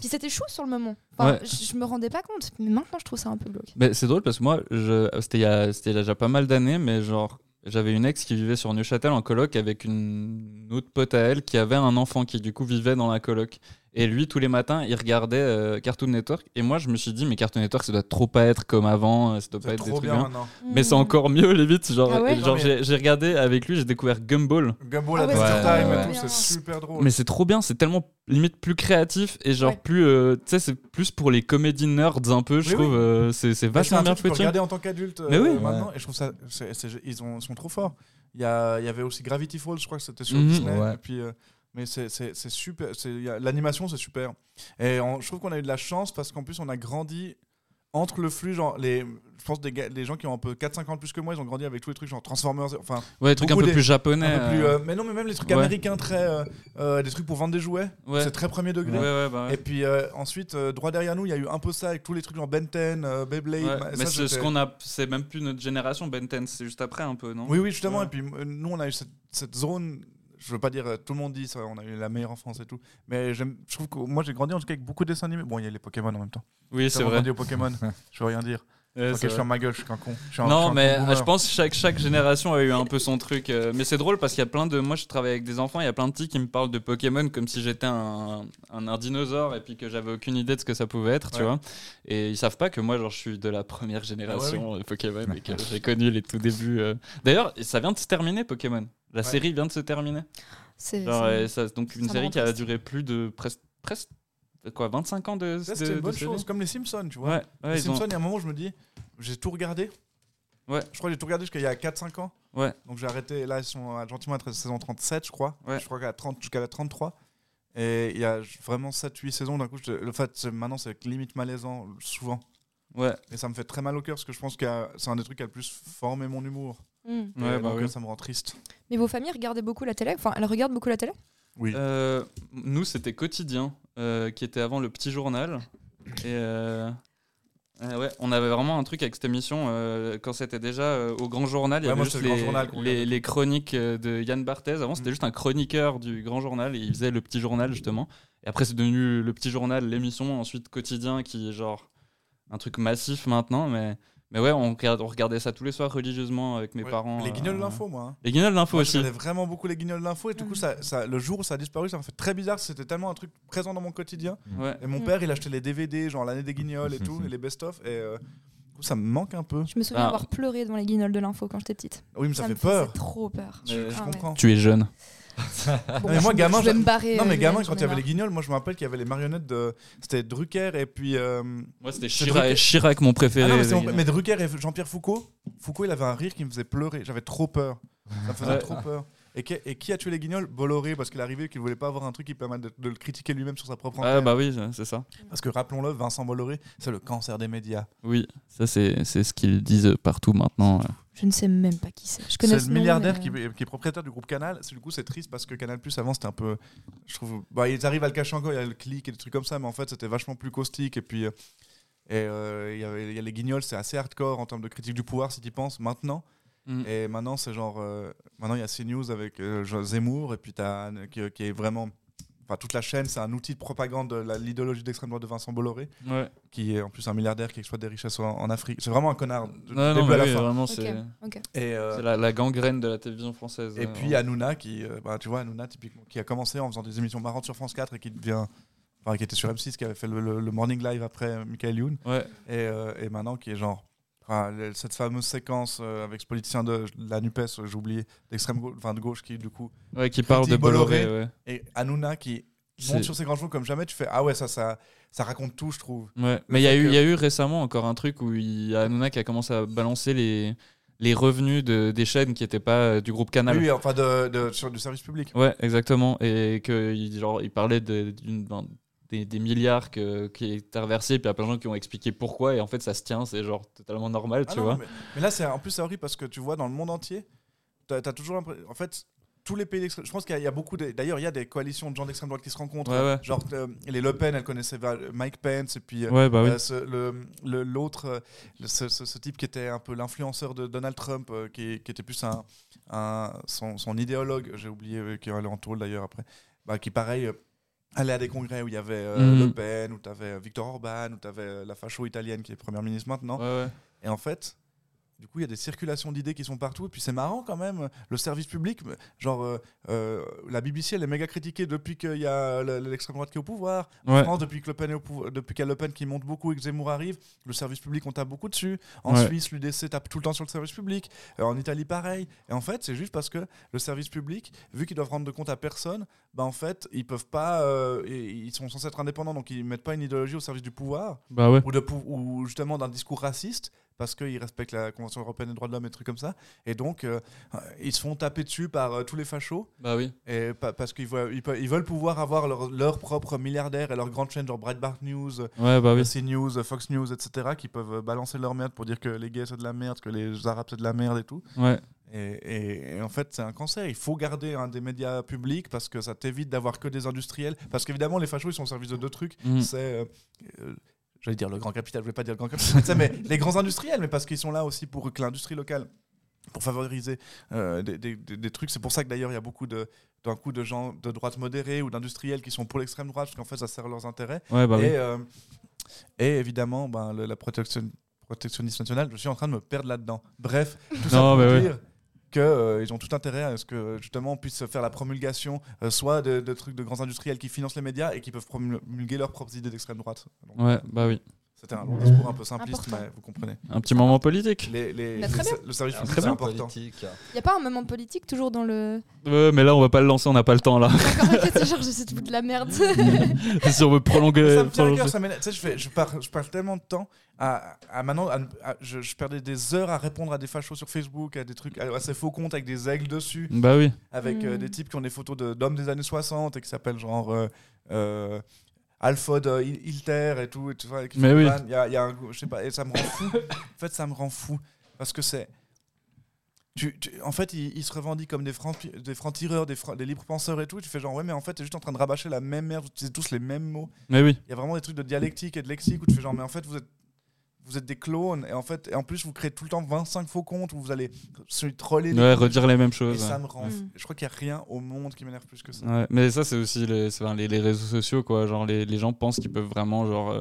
Speaker 5: puis c'était chaud sur le moment. Enfin,
Speaker 3: Ouais.
Speaker 5: je, je me rendais pas compte, mais maintenant, je trouve ça un peu glauque.
Speaker 3: Mais c'est drôle parce que moi, je... c'était il y a- c'était il y a déjà pas mal d'années, mais genre, j'avais une ex qui vivait sur Neuchâtel en coloc avec une autre pote à elle qui avait un enfant qui du coup vivait dans la coloc. Et lui, tous les matins, il regardait euh, Cartoon Network. Et moi, je me suis dit, mais Cartoon Network, ça doit trop pas être comme avant, euh, ça doit pas
Speaker 2: C'est
Speaker 3: être des
Speaker 2: trop
Speaker 3: trucs
Speaker 2: bien
Speaker 3: bien.
Speaker 2: maintenant.
Speaker 3: Mais
Speaker 5: Mmh.
Speaker 3: c'est encore mieux, limite. Genre,
Speaker 5: Ah ouais
Speaker 3: genre
Speaker 2: Non, mais-
Speaker 3: j'ai- j'ai regardé avec lui, j'ai découvert Gumball.
Speaker 2: Gumball
Speaker 5: Ah ouais,
Speaker 2: Adventure
Speaker 4: c'est trop
Speaker 2: Time et
Speaker 4: bien.
Speaker 2: tout,
Speaker 5: Ouais.
Speaker 2: c'est super drôle.
Speaker 3: Mais c'est trop bien, c'est tellement limite plus créatif et genre
Speaker 5: Ouais.
Speaker 3: plus. euh, tu sais, c'est plus pour les comédies nerds un peu, je
Speaker 2: Oui,
Speaker 3: trouve.
Speaker 2: oui.
Speaker 3: euh, c'est c'est
Speaker 2: Mais c'est
Speaker 3: vachement
Speaker 2: un
Speaker 3: bien
Speaker 2: truc que tu peux
Speaker 3: foutu.
Speaker 2: regarder en tant qu'adulte euh,
Speaker 3: Mais oui.
Speaker 2: maintenant et je trouve ça c'est- c'est- ils ont, sont trop forts il y, a- il y avait aussi Gravity Falls je crois que c'était sur
Speaker 3: Mhm.
Speaker 2: Disney
Speaker 4: Ouais.
Speaker 2: et puis euh, mais c'est c'est- c'est super c'est- il y a- l'animation c'est super et on- je trouve qu'on a eu de la chance parce qu'en plus on a grandi entre le flux genre les je pense des gars- les gens qui ont un peu 4 50 plus que moi ils ont grandi avec tous les trucs genre Transformers enfin
Speaker 3: Ouais, truc un
Speaker 2: Beaucoup
Speaker 3: peu
Speaker 2: des-
Speaker 3: plus japonais.
Speaker 2: un peu plus,
Speaker 3: euh,
Speaker 2: euh, mais non mais même les trucs
Speaker 3: ouais.
Speaker 2: américains très euh, euh, des trucs pour vendre des jouets
Speaker 3: ouais.
Speaker 2: c'est très premier degré
Speaker 3: ouais, ouais, bah ouais.
Speaker 2: et puis euh, ensuite, euh, droit derrière nous, il y a eu un peu ça avec tous les trucs genre Ben 10, euh, Beyblade.
Speaker 3: Ouais,
Speaker 2: bah,
Speaker 3: mais
Speaker 2: ça,
Speaker 3: ce, ce
Speaker 2: c'était-
Speaker 3: qu'on a, c'est même plus notre génération, Ben 10, c'est juste après un peu, non
Speaker 2: Oui, oui, justement.
Speaker 3: Ouais.
Speaker 2: Et puis euh, nous, on a eu cette, cette zone. Je veux pas dire, euh, tout le monde dit ça, on a eu la meilleure enfance et tout. Mais j'aime- je trouve que moi, j'ai grandi en tout cas avec beaucoup de dessins animés. Bon, il y a les Pokémon en même temps.
Speaker 3: Oui,
Speaker 2: J'ai
Speaker 3: c'est
Speaker 2: vraiment
Speaker 3: vrai.
Speaker 2: grandi aux Pokémon, je veux rien dire.
Speaker 3: Ouais,
Speaker 2: Ok,
Speaker 3: c'est
Speaker 2: je
Speaker 3: vrai.
Speaker 2: ferme ma gueule, je suis un con. Je suis un- je suis
Speaker 3: Non,
Speaker 2: un
Speaker 3: mais
Speaker 2: con
Speaker 3: euh,
Speaker 2: boomer.
Speaker 3: je pense que chaque, chaque génération a eu un peu son truc. euh, Mais c'est drôle parce qu'il y a plein de. Moi, je travaille avec des enfants, il y a plein de petits qui me parlent de Pokémon comme si j'étais un, un, un dinosaure et puis que j'avais aucune idée de ce que ça pouvait être, tu
Speaker 2: Ouais.
Speaker 3: vois. Et ils savent pas que moi, genre, je suis de la première génération euh, Pokémon et que j'ai connu les tout débuts. euh. D'ailleurs, ça vient de se terminer, Pokémon. La série vient de se terminer.
Speaker 5: C'est
Speaker 3: Genre,
Speaker 5: c'est-
Speaker 3: et ça- donc,
Speaker 5: ça
Speaker 3: une
Speaker 5: me
Speaker 3: série
Speaker 5: rend
Speaker 3: qui a
Speaker 5: triste.
Speaker 3: duré plus de presque. presque quoi, 25 ans de.
Speaker 2: Ça,
Speaker 3: de-
Speaker 2: c'était une
Speaker 3: de
Speaker 2: bonne
Speaker 3: série.
Speaker 2: chose, comme les Simpsons, tu vois.
Speaker 3: Ouais, ouais,
Speaker 2: les
Speaker 3: ils ont-
Speaker 2: Simpsons, il y a un moment où je me dis, j'ai tout regardé.
Speaker 3: Ouais.
Speaker 2: Je crois que j'ai tout regardé jusqu'à il y a 4-5 ans.
Speaker 3: Ouais.
Speaker 2: Donc j'ai arrêté, là, ils sont à- gentiment à la saison 37, je crois.
Speaker 3: Ouais.
Speaker 2: Je crois qu'à 30 jusqu'à la 33. Et il y a vraiment 7-8 saisons, d'un coup, je, le fait, c'est- maintenant, c'est limite malaisant, souvent.
Speaker 3: ouais.
Speaker 2: Et ça me fait très mal au cœur, parce que je pense que c'est un des trucs qui a le plus formé mon humour.
Speaker 5: Mm.
Speaker 2: Et
Speaker 3: Ouais, bah
Speaker 2: donc,
Speaker 3: oui.
Speaker 2: ça me rend triste.
Speaker 5: Mais vos familles regardaient beaucoup la télé Enfin, elles regardent beaucoup la télé
Speaker 2: Oui.
Speaker 3: Euh, nous, c'était quotidien, euh, qui était avant le petit journal. Et euh, euh, ouais, on avait vraiment un truc avec cette émission euh, quand c'était déjà euh, au Grand Journal. Il y
Speaker 2: Ouais,
Speaker 3: avait
Speaker 2: moi,
Speaker 3: juste
Speaker 2: c'était le Grand
Speaker 3: les,
Speaker 2: Journal qu'on
Speaker 3: les-
Speaker 2: regardait.
Speaker 3: les chroniques euh, de Yann Barthès. Avant, c'était juste un chroniqueur du Grand Journal et il faisait le petit journal justement. Et après, c'est devenu le petit journal, l'émission, ensuite quotidien, qui est genre un truc massif maintenant, mais. Mais ouais, on regard- on regardait ça tous les soirs religieusement avec mes
Speaker 2: Ouais.
Speaker 3: parents.
Speaker 2: Les guignols
Speaker 3: euh,
Speaker 2: de l'info, moi. hein.
Speaker 3: Les guignols de l'info
Speaker 2: Moi, je
Speaker 3: aussi.
Speaker 2: regardais vraiment beaucoup les guignols de l'info et du coup, ça, ça- le jour où ça a disparu, ça m'a fait très bizarre. C'était tellement un truc présent dans mon quotidien.
Speaker 3: Ouais.
Speaker 2: Et mon
Speaker 5: Mm.
Speaker 2: père, il achetait les DVD, genre l'année des guignols et tout, et les best-of. Et euh, du coup, ça me manque un peu.
Speaker 5: Je me souviens
Speaker 3: Ah.
Speaker 5: avoir pleuré devant les guignols de l'info quand j'étais petite.
Speaker 2: Oui, mais ça,
Speaker 5: me
Speaker 2: fait
Speaker 5: faisait
Speaker 2: peur.
Speaker 5: trop peur.
Speaker 2: Je, je
Speaker 5: Ah ouais.
Speaker 2: comprends.
Speaker 3: Euh, Tu es jeune.
Speaker 5: Bon,
Speaker 2: Ah. mais moi,
Speaker 5: je-
Speaker 2: gamin,
Speaker 5: je vais
Speaker 2: je-
Speaker 5: me barrer.
Speaker 2: Non,
Speaker 5: euh,
Speaker 2: mais
Speaker 5: Julien,
Speaker 2: gamin,
Speaker 5: j'en
Speaker 2: quand il
Speaker 5: ai
Speaker 2: y avait
Speaker 5: marre.
Speaker 2: les guignols, moi, je me rappelle qu'il y avait les marionnettes de. C'était Drucker et puis. euh,
Speaker 3: Moi, c'était
Speaker 2: C'est
Speaker 3: Chirac,
Speaker 2: Drucker.
Speaker 3: Chirac, mon
Speaker 2: ah
Speaker 3: préféré.
Speaker 2: non, mais,
Speaker 3: les
Speaker 2: c'est mon-
Speaker 3: gars.
Speaker 2: mais Drucker et Jean-Pierre Foucault. Foucault, il avait un rire qui me faisait pleurer. J'avais trop peur. Ça me faisait
Speaker 3: Ouais.
Speaker 2: trop peur. Et, qui- et qui a tué les guignols Bolloré, parce qu'il arrivait qu'il voulait pas avoir un truc qui permette de, de le critiquer lui-même sur sa propre
Speaker 3: Ah
Speaker 2: antenne.
Speaker 3: bah oui, c'est ça.
Speaker 2: Parce que rappelons-le, Vincent Bolloré, c'est le cancer des médias.
Speaker 3: Oui, ça c'est c'est ce qu'ils disent partout maintenant.
Speaker 5: Je ne sais même pas qui c'est. Je connais
Speaker 2: C'est
Speaker 5: ce
Speaker 2: le
Speaker 5: nom,
Speaker 1: euh,
Speaker 2: milliardaire
Speaker 5: mais, euh,
Speaker 2: qui, est- qui est propriétaire du groupe Canal. C'est- Du coup, c'est triste parce que Canal Plus avant, c'était un peu. Je trouve. Bah, ils arrivent à le cacher encore, il y a le clic et des trucs comme ça, mais en fait, c'était vachement plus caustique. Et puis, euh, et, euh, il y avait- il y a les guignols, c'est assez hardcore en termes de critique du pouvoir, si tu penses, maintenant.
Speaker 3: Mm.
Speaker 2: Et maintenant, c'est genre. euh, maintenant, il y a CNews avec euh, Jean Zemmour, et puis t'as Anne, qui, qui est vraiment. Enfin, toute la chaîne, c'est un outil de propagande de la- l'idéologie d'extrême droite de Vincent Bolloré,
Speaker 3: Ouais.
Speaker 2: qui est en plus un milliardaire qui exploite des richesses en, en Afrique. C'est vraiment un connard. de-
Speaker 3: Non,
Speaker 2: du
Speaker 3: non,
Speaker 2: début à
Speaker 3: mais
Speaker 2: la
Speaker 3: oui,
Speaker 2: fin.
Speaker 3: vraiment,
Speaker 5: euh,
Speaker 3: c'est
Speaker 5: ok, ok.
Speaker 2: Et, euh,
Speaker 3: c'est la, la gangrène de la télévision française.
Speaker 2: Et
Speaker 3: euh,
Speaker 2: puis Hanouna, qui, euh, bah, tu vois, Hanouna, typiquement, qui a commencé en faisant des émissions marrantes sur France 4 et qui devient. Enfin, qui était sur M6, qui avait fait le, le- le morning live après euh, Michael Youn.
Speaker 3: Ouais.
Speaker 2: Et, euh, et maintenant, qui est genre. enfin, le- cette fameuse séquence euh, avec ce politicien de de la NUPES, euh, j'ai oublié, d'extrême gauche, enfin de gauche, qui du coup.
Speaker 3: ouais, qui parle de
Speaker 2: Critique Bolloré.
Speaker 3: Bolloré. ouais.
Speaker 2: Et Hanouna qui
Speaker 3: C'est-
Speaker 2: monte sur ses grands chevaux comme jamais, tu fais Ah ouais, ça, ça, ça raconte tout, je trouve.
Speaker 3: Ouais. Mais il y, a
Speaker 2: fait
Speaker 3: eu-
Speaker 2: que-
Speaker 3: il y a eu récemment encore un truc où il, Hanouna qui a commencé à balancer les, les revenus de, des chaînes qui n'étaient pas euh, du groupe Canal.
Speaker 2: Oui, enfin, de, de- sur, du service public.
Speaker 3: Ouais, exactement. Et qu'il genre, il parlait de- d'une- d'un- des, des milliards que, qui étaient reversés, puis il y a plein de gens qui ont expliqué pourquoi, et en fait ça se tient, c'est genre totalement normal,
Speaker 2: Ah
Speaker 3: tu
Speaker 2: non,
Speaker 3: vois.
Speaker 2: mais, mais là, c'est en plus, c'est horrible parce que tu vois, dans le monde entier, tu as, toujours l'impression. En fait, tous les pays d'extrême. Je pense qu'il y, a- il y a beaucoup. de- D'ailleurs, il y a des coalitions de gens d'extrême droite qui se rencontrent.
Speaker 3: Ouais, ouais.
Speaker 2: Genre, euh, les Le Pen, elles connaissaient Va- Mike Pence, et puis. euh,
Speaker 3: Ouais, bah oui.
Speaker 2: euh, ce- le- le- L'autre, euh, le- ce, ce- ce type qui était un peu l'influenceur de Donald Trump, euh, qui, qui était plus un, un- son, son idéologue, j'ai oublié, euh, qui allait en tôle d'ailleurs après, bah, qui pareil euh, allait à des congrès où il y avait euh,
Speaker 3: Mhm.
Speaker 2: Le Pen, où tu avais Victor Orban, où tu avais la facho italienne qui est première ministre maintenant.
Speaker 3: Ouais, ouais.
Speaker 2: Et en fait, du coup, il y a des circulations d'idées qui sont partout. Et puis c'est marrant quand même, le service public, genre euh, euh, la BBC, elle est méga critiquée depuis qu'il y a le- l'extrême droite qui est au pouvoir. En
Speaker 3: Ouais.
Speaker 2: France, depuis que Le Pen est au pouvoir, depuis qu'il y a Le Pen qui monte beaucoup et que Zemmour arrive, le service public, on tape beaucoup dessus. En
Speaker 3: Ouais.
Speaker 2: Suisse, l'UDC tape tout le temps sur le service public. Euh, en Italie, pareil. Et en fait, c'est juste parce que le service public, vu qu'ils doivent rendre de compte à personne, bah en fait, ils peuvent pas, euh, et- ils sont censés être indépendants, donc ils mettent pas une idéologie au service du pouvoir
Speaker 3: Bah ouais.
Speaker 2: ou, de pou- ou justement d'un discours raciste parce qu'ils respectent la Convention européenne des droits de l'homme et des trucs comme ça. Et donc, euh, ils se font taper dessus par euh, tous les fachos
Speaker 3: Bah oui.
Speaker 2: et pa- parce qu'ils voient- ils pe- ils veulent pouvoir avoir leurs leur propres milliardaires et leurs grandes chaînes, genre Breitbart News, euh,
Speaker 3: Ouais, bah oui.
Speaker 2: CNews, euh, Fox News, etc., qui peuvent euh, balancer leur merde pour dire que les gays c'est de la merde, que les arabes c'est de la merde et tout.
Speaker 3: Ouais.
Speaker 2: Et, et- et en fait, c'est un cancer. Il faut garder un des médias publics parce que ça t'évite d'avoir que des industriels. Parce qu'évidemment, les fachos, ils sont au service de deux trucs.
Speaker 3: Mhm.
Speaker 2: C'est. euh, euh, J'allais dire le grand capital, je vais pas dire le grand capital, mais, tu sais, mais les grands industriels, mais parce qu'ils sont là aussi pour que l'industrie locale, pour favoriser euh, des, des- des- des trucs. C'est pour ça que d'ailleurs il y a beaucoup de, d'un coup, de gens de droite modérée ou d'industriels qui sont pour l'extrême
Speaker 3: Bah
Speaker 2: droite, parce qu'en fait ça sert leurs intérêts.
Speaker 3: Ouais, bah oui.
Speaker 2: et, euh, et évidemment, ben, le- la protection, protectionnisme national, je suis en train de me perdre là-dedans. Bref, tout ça
Speaker 3: Non,
Speaker 2: pour
Speaker 3: mais oui.
Speaker 2: dire que euh, ils ont tout intérêt à ce que justement on puisse faire la promulgation euh, soit de, de trucs de grands industriels qui financent les médias et qui peuvent promulguer leurs propres idées d'extrême droite. Donc,
Speaker 3: Ouais, bah oui.
Speaker 2: C'était un long discours un peu simpliste,
Speaker 5: Important.
Speaker 2: mais vous comprenez.
Speaker 3: Un petit moment politique.
Speaker 2: Les, les-
Speaker 5: Bah, très
Speaker 2: les- le service
Speaker 4: Ah,
Speaker 2: public,
Speaker 3: très
Speaker 2: c'est
Speaker 3: bien.
Speaker 2: important.
Speaker 4: hein.
Speaker 5: Il n'y a pas un moment politique toujours dans le.
Speaker 3: Ouais, mais là, on va pas le lancer, on n'a pas le temps là.
Speaker 5: D'accord, ok, c'est genre, c'est foutre de la merde.
Speaker 3: si on veut prolonger.
Speaker 2: ça me tient à
Speaker 3: prolonger-
Speaker 2: cœur, ça m'énerve. Tu sais, je, fais- je, pars, je pars tellement de temps à, à maintenant. à- à- je, je perdais des heures à répondre à des fachos sur Facebook, à des trucs, à, à ces faux comptes avec des aigles dessus,
Speaker 3: Bah oui.
Speaker 2: avec
Speaker 5: Mm.
Speaker 2: euh, des types qui ont des photos de- d'hommes des années 60 et qui s'appellent genre. euh, euh, Alfred euh, Hil- Hilter et tout, et tout ça, et qui
Speaker 3: Mais
Speaker 2: font
Speaker 3: oui.
Speaker 2: des vannes. Il y a, il y a un goût- je sais pas, et ça me rend fou. en fait, ça me rend fou parce que c'est. Tu, tu- en fait, ils, ils se revendiquent comme des francs, des francs tireurs, des, francs- des libres penseurs et tout. Tu fais genre ouais, mais en fait, t'es juste en train de rabâcher la même merde. Vous utilisez tous les mêmes mots.
Speaker 3: Mais oui.
Speaker 2: Il y a vraiment des trucs de dialectique et de lexique où tu fais genre, mais en fait, vous êtes, vous êtes des clones. Et en fait, et en plus, vous créez tout le temps 25 faux comptes où vous allez se troller. les
Speaker 3: Ouais,
Speaker 2: gens.
Speaker 3: redire les mêmes
Speaker 2: Et
Speaker 3: choses.
Speaker 2: ça
Speaker 3: ouais.
Speaker 2: me rend.
Speaker 5: Mm.
Speaker 2: fou. Je crois qu'il n'y a rien au monde qui m'énerve plus que ça.
Speaker 3: Ouais, mais ça, c'est aussi les, c'est- enfin, les, les réseaux sociaux, quoi. Genre, les, les gens pensent qu'ils peuvent vraiment, genre. euh,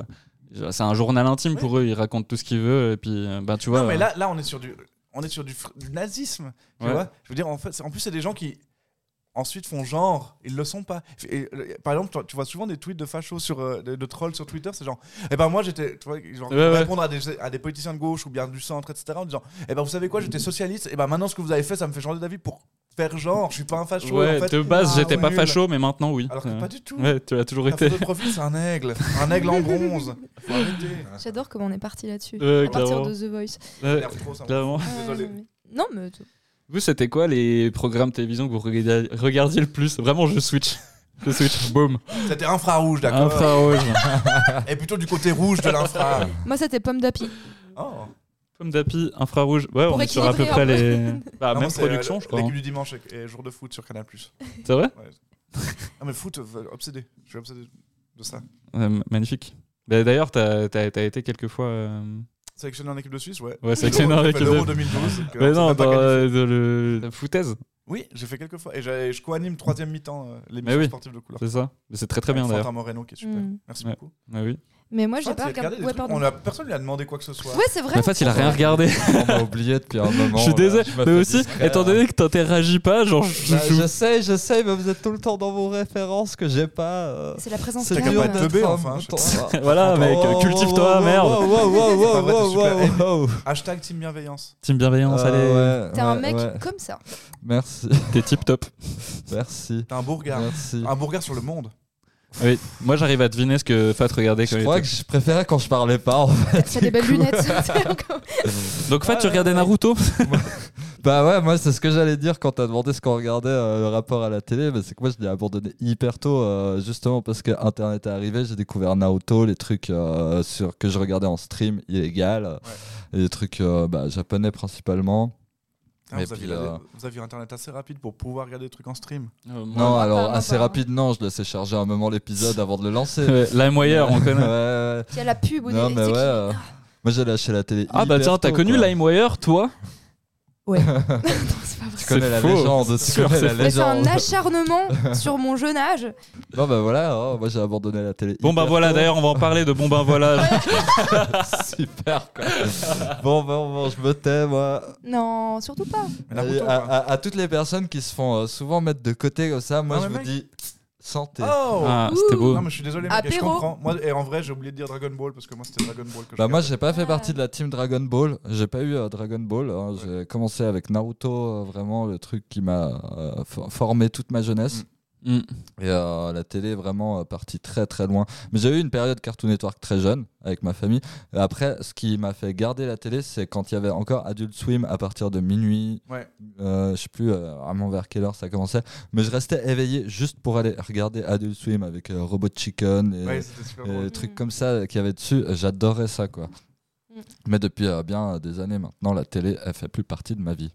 Speaker 3: genre, c'est un journal intime pour eux, ils racontent tout ce qu'ils veulent, et puis, euh, bah, tu vois.
Speaker 2: non, mais
Speaker 3: euh,
Speaker 2: là, là, on est sur du, on est sur du, fr- du nazisme. Tu
Speaker 3: Ouais.
Speaker 2: vois Je veux dire, en, fait, c'est- en plus, c'est des gens qui. Ensuite font genre, ils le sont pas. Et, euh, par exemple, tu- tu vois souvent des tweets de fachos sur, euh, de, de trolls sur Twitter, c'est genre, eh ben moi j'étais, tu vois, genre,
Speaker 3: Ouais, ouais.
Speaker 2: répondre à des, à des politiciens de gauche ou bien du centre, etc. En disant, eh ben vous savez quoi, j'étais socialiste, et ben maintenant ce que vous avez fait, ça me fait changer d'avis pour faire genre, je suis pas un facho.
Speaker 3: ouais,
Speaker 2: en fait.
Speaker 3: de base,
Speaker 2: Ah,
Speaker 3: j'étais
Speaker 2: ouais,
Speaker 3: pas
Speaker 2: nul.
Speaker 3: facho, mais maintenant, oui.
Speaker 2: Alors que
Speaker 3: Euh,
Speaker 2: pas du tout.
Speaker 3: Ouais, tu l'as toujours
Speaker 2: Ta
Speaker 3: été.
Speaker 2: photo de profil, c'est un aigle, un aigle en bronze. Faut arrêter.
Speaker 5: J'adore comment on est parti là-dessus.
Speaker 3: Ouais,
Speaker 5: à partir
Speaker 3: Euh, clairement.
Speaker 5: de The Voice.
Speaker 3: Ouais,
Speaker 2: Merde, trop, ça.
Speaker 3: clairement.
Speaker 2: Désolé.
Speaker 5: Ouais, ouais, ouais. Non, mais. t-
Speaker 3: Vous, c'était quoi les programmes télévision que vous regardiez, regardiez le plus Vraiment, je switch. Je switch, boom.
Speaker 2: C'était infrarouge, d'accord.
Speaker 3: Infrarouge.
Speaker 2: Et plutôt du côté rouge de l'infra.
Speaker 5: Moi, c'était Pomme d'Api.
Speaker 2: Oh.
Speaker 3: Pomme d'api, infrarouge. Ouais,
Speaker 5: Pour
Speaker 3: on est sur à peu
Speaker 5: équilibrer
Speaker 3: près
Speaker 5: un
Speaker 3: les. Bah,
Speaker 2: Non,
Speaker 3: même
Speaker 2: c'est, euh,
Speaker 3: production,
Speaker 2: le-
Speaker 3: je crois.
Speaker 2: L'équipe
Speaker 3: hein.
Speaker 2: du dimanche et, et jour de foot sur Canal.
Speaker 3: C'est vrai
Speaker 2: Ah, mais foot, euh, obsédé. Je suis obsédé de ça.
Speaker 3: Ouais, Euh, m- Magnifique. Bah, D'ailleurs, t'as as, été quelques fois. euh,
Speaker 2: Sélectionné en équipe de Suisse, ouais.
Speaker 3: Ouais, sélectionné en équipe de-
Speaker 2: L'Euro 2012.
Speaker 4: hein,
Speaker 2: que
Speaker 3: Mais
Speaker 2: on s'est
Speaker 3: non,
Speaker 2: même pas
Speaker 3: dans
Speaker 2: qualifié.
Speaker 3: euh, dans le... la foutaise,
Speaker 2: Oui, j'ai fait quelques fois. Et j'ai- je co-anime troisième mi-temps euh, l'émission
Speaker 3: Mais Ah oui.
Speaker 2: sportive de couleur.
Speaker 3: c'est ça Mais C'est très très bien
Speaker 2: Avec
Speaker 3: d'ailleurs.
Speaker 2: Quentin Moreno qui est super.
Speaker 5: Mm.
Speaker 2: Merci
Speaker 3: Ouais.
Speaker 2: beaucoup.
Speaker 3: Ouais, oui.
Speaker 5: Mais moi, j'ai
Speaker 2: Fat,
Speaker 5: pas
Speaker 2: il a Ah, regardé
Speaker 5: regardé.
Speaker 2: des
Speaker 5: Ouais,
Speaker 2: trucs.
Speaker 5: pardon.
Speaker 2: On a- Personne lui a demandé quoi que ce soit.
Speaker 5: Ouais, c'est vrai.
Speaker 3: Mais en fait, il a rien regardé.
Speaker 4: On m'a oublié depuis un moment.
Speaker 3: je suis
Speaker 4: là.
Speaker 3: désolé.
Speaker 4: Je
Speaker 3: mais aussi,
Speaker 4: hein.
Speaker 3: étant donné que t'interagis pas, genre, je- je- je-
Speaker 4: Bah, je sais, je sais, mais vous êtes tout le temps dans vos références que j'ai pas. euh,
Speaker 5: C'est la présence
Speaker 4: c'est
Speaker 5: calme.
Speaker 2: dur
Speaker 4: dur
Speaker 2: d'être teubé,
Speaker 4: d'être
Speaker 2: enfin,
Speaker 4: homme.
Speaker 2: je-
Speaker 4: Attends.
Speaker 3: voilà, mec, euh,
Speaker 4: Oh,
Speaker 3: cultive-toi,
Speaker 4: wow,
Speaker 3: merde.
Speaker 4: wow, wow, wow, wow,
Speaker 2: C'est pas vrai,
Speaker 4: wow,
Speaker 2: c'est super.
Speaker 4: wow, wow.
Speaker 2: Hashtag team bienveillance.
Speaker 3: Team bienveillance, allez.
Speaker 4: oh. Euh, ouais,
Speaker 5: T'es un
Speaker 4: ouais,
Speaker 5: mec
Speaker 4: ouais.
Speaker 5: comme ça.
Speaker 4: Merci,
Speaker 3: T'es tip top.
Speaker 4: merci,
Speaker 2: T'as un beau regard.
Speaker 4: merci.
Speaker 3: Ah,
Speaker 2: Un beau regard sur le monde.
Speaker 3: Oui. Moi, j'arrive à deviner ce que Fat regardait quand
Speaker 4: Je
Speaker 3: il
Speaker 4: crois
Speaker 3: était.
Speaker 4: que je préférais quand je parlais pas. en fait.
Speaker 5: T'as des belles lunettes.
Speaker 3: Donc, Fat, tu regardais Naruto
Speaker 4: Bah ouais, moi c'est ce que j'allais dire quand t'as demandé ce qu'on regardait euh, le rapport à la télé, mais c'est que moi je l'ai abandonné hyper tôt, euh, justement parce que Internet est arrivé, j'ai découvert Naruto, les trucs euh, sur, que je regardais en stream illégal, euh, et les trucs euh, bah, japonais principalement.
Speaker 2: Ah,
Speaker 4: Mais
Speaker 2: vous, aviez
Speaker 4: puis,
Speaker 2: la-
Speaker 4: euh,
Speaker 2: vous aviez internet assez rapide pour pouvoir regarder des trucs en stream.
Speaker 4: non,
Speaker 3: Ah,
Speaker 5: pas,
Speaker 4: alors
Speaker 5: moi,
Speaker 4: assez
Speaker 5: pas.
Speaker 4: rapide, non, je laissais charger un moment l'épisode avant de le lancer.
Speaker 3: Ouais, La moyeur, euh, on
Speaker 4: Ouais,
Speaker 3: connaît.
Speaker 4: ouais,
Speaker 5: Il y a la pub au
Speaker 4: ouais. Non,
Speaker 5: début.
Speaker 4: mais
Speaker 5: c'est
Speaker 4: ouais.
Speaker 5: qui-
Speaker 4: euh, Moi j'ai lâché la télé.
Speaker 3: Ah bah
Speaker 4: hyper
Speaker 3: tiens, t'as
Speaker 4: tôt,
Speaker 3: connu
Speaker 4: quoi.
Speaker 3: LimeWire, toi
Speaker 5: Non, c'est pas vrai.
Speaker 4: Tu connais la
Speaker 3: C'est faux.
Speaker 4: légende, tu
Speaker 3: sûr,
Speaker 4: connais
Speaker 3: c'est
Speaker 4: la
Speaker 3: faux.
Speaker 5: Mais c'est
Speaker 4: légende.
Speaker 5: un acharnement sur mon jeune âge.
Speaker 4: Non bah voilà, oh, moi j'ai abandonné la télé.
Speaker 3: Bon bah
Speaker 4: hyper
Speaker 3: voilà,
Speaker 4: tôt.
Speaker 3: d'ailleurs, on va en parler de Bon bah voilà.
Speaker 4: Super quoi. bon, bon, bon, je me tais moi.
Speaker 5: Non, surtout pas.
Speaker 2: Mais Naruto,
Speaker 4: Et Euh, à,
Speaker 2: quoi.
Speaker 4: à- à toutes les personnes qui se font euh, souvent mettre de côté comme ça, moi
Speaker 2: Ah,
Speaker 4: je
Speaker 2: mais mec.
Speaker 4: vous dis santé.
Speaker 2: Oh
Speaker 3: Ah, c'était beau.
Speaker 2: Non, mais je suis désolé, mec, et je
Speaker 5: Apéro.
Speaker 2: comprends. Moi, et en vrai, j'ai oublié de dire Dragon Ball parce que moi, c'était Dragon Ball que je
Speaker 4: Bah moi
Speaker 2: regardais.
Speaker 4: j'ai pas fait
Speaker 5: Ah.
Speaker 4: partie de la team Dragon Ball, j'ai pas eu euh, Dragon Ball, hein. j'ai commencé avec Naruto, euh, vraiment le truc qui m'a euh, for- formé toute ma jeunesse.
Speaker 3: Mm.
Speaker 4: Et euh, la télé est vraiment euh, partie très très loin. Mais j'ai eu une période Cartoon Network très jeune avec ma famille. Et après, ce qui m'a fait garder la télé, c'est quand il y avait encore Adult Swim à partir de minuit.
Speaker 2: Ouais.
Speaker 4: Euh, je sais plus euh, vraiment vers quelle heure ça commençait. Mais je restais éveillé juste pour aller regarder Adult Swim avec euh, Robot Chicken et,
Speaker 2: Ouais, c'était super
Speaker 4: et
Speaker 2: drôle.
Speaker 4: les trucs
Speaker 5: Mm.
Speaker 4: comme ça euh, qu'il y avait dessus. euh, J'adorais ça quoi.
Speaker 5: Mm.
Speaker 4: Mais depuis euh, bien euh, des années maintenant, la télé, elle fait plus partie de ma vie.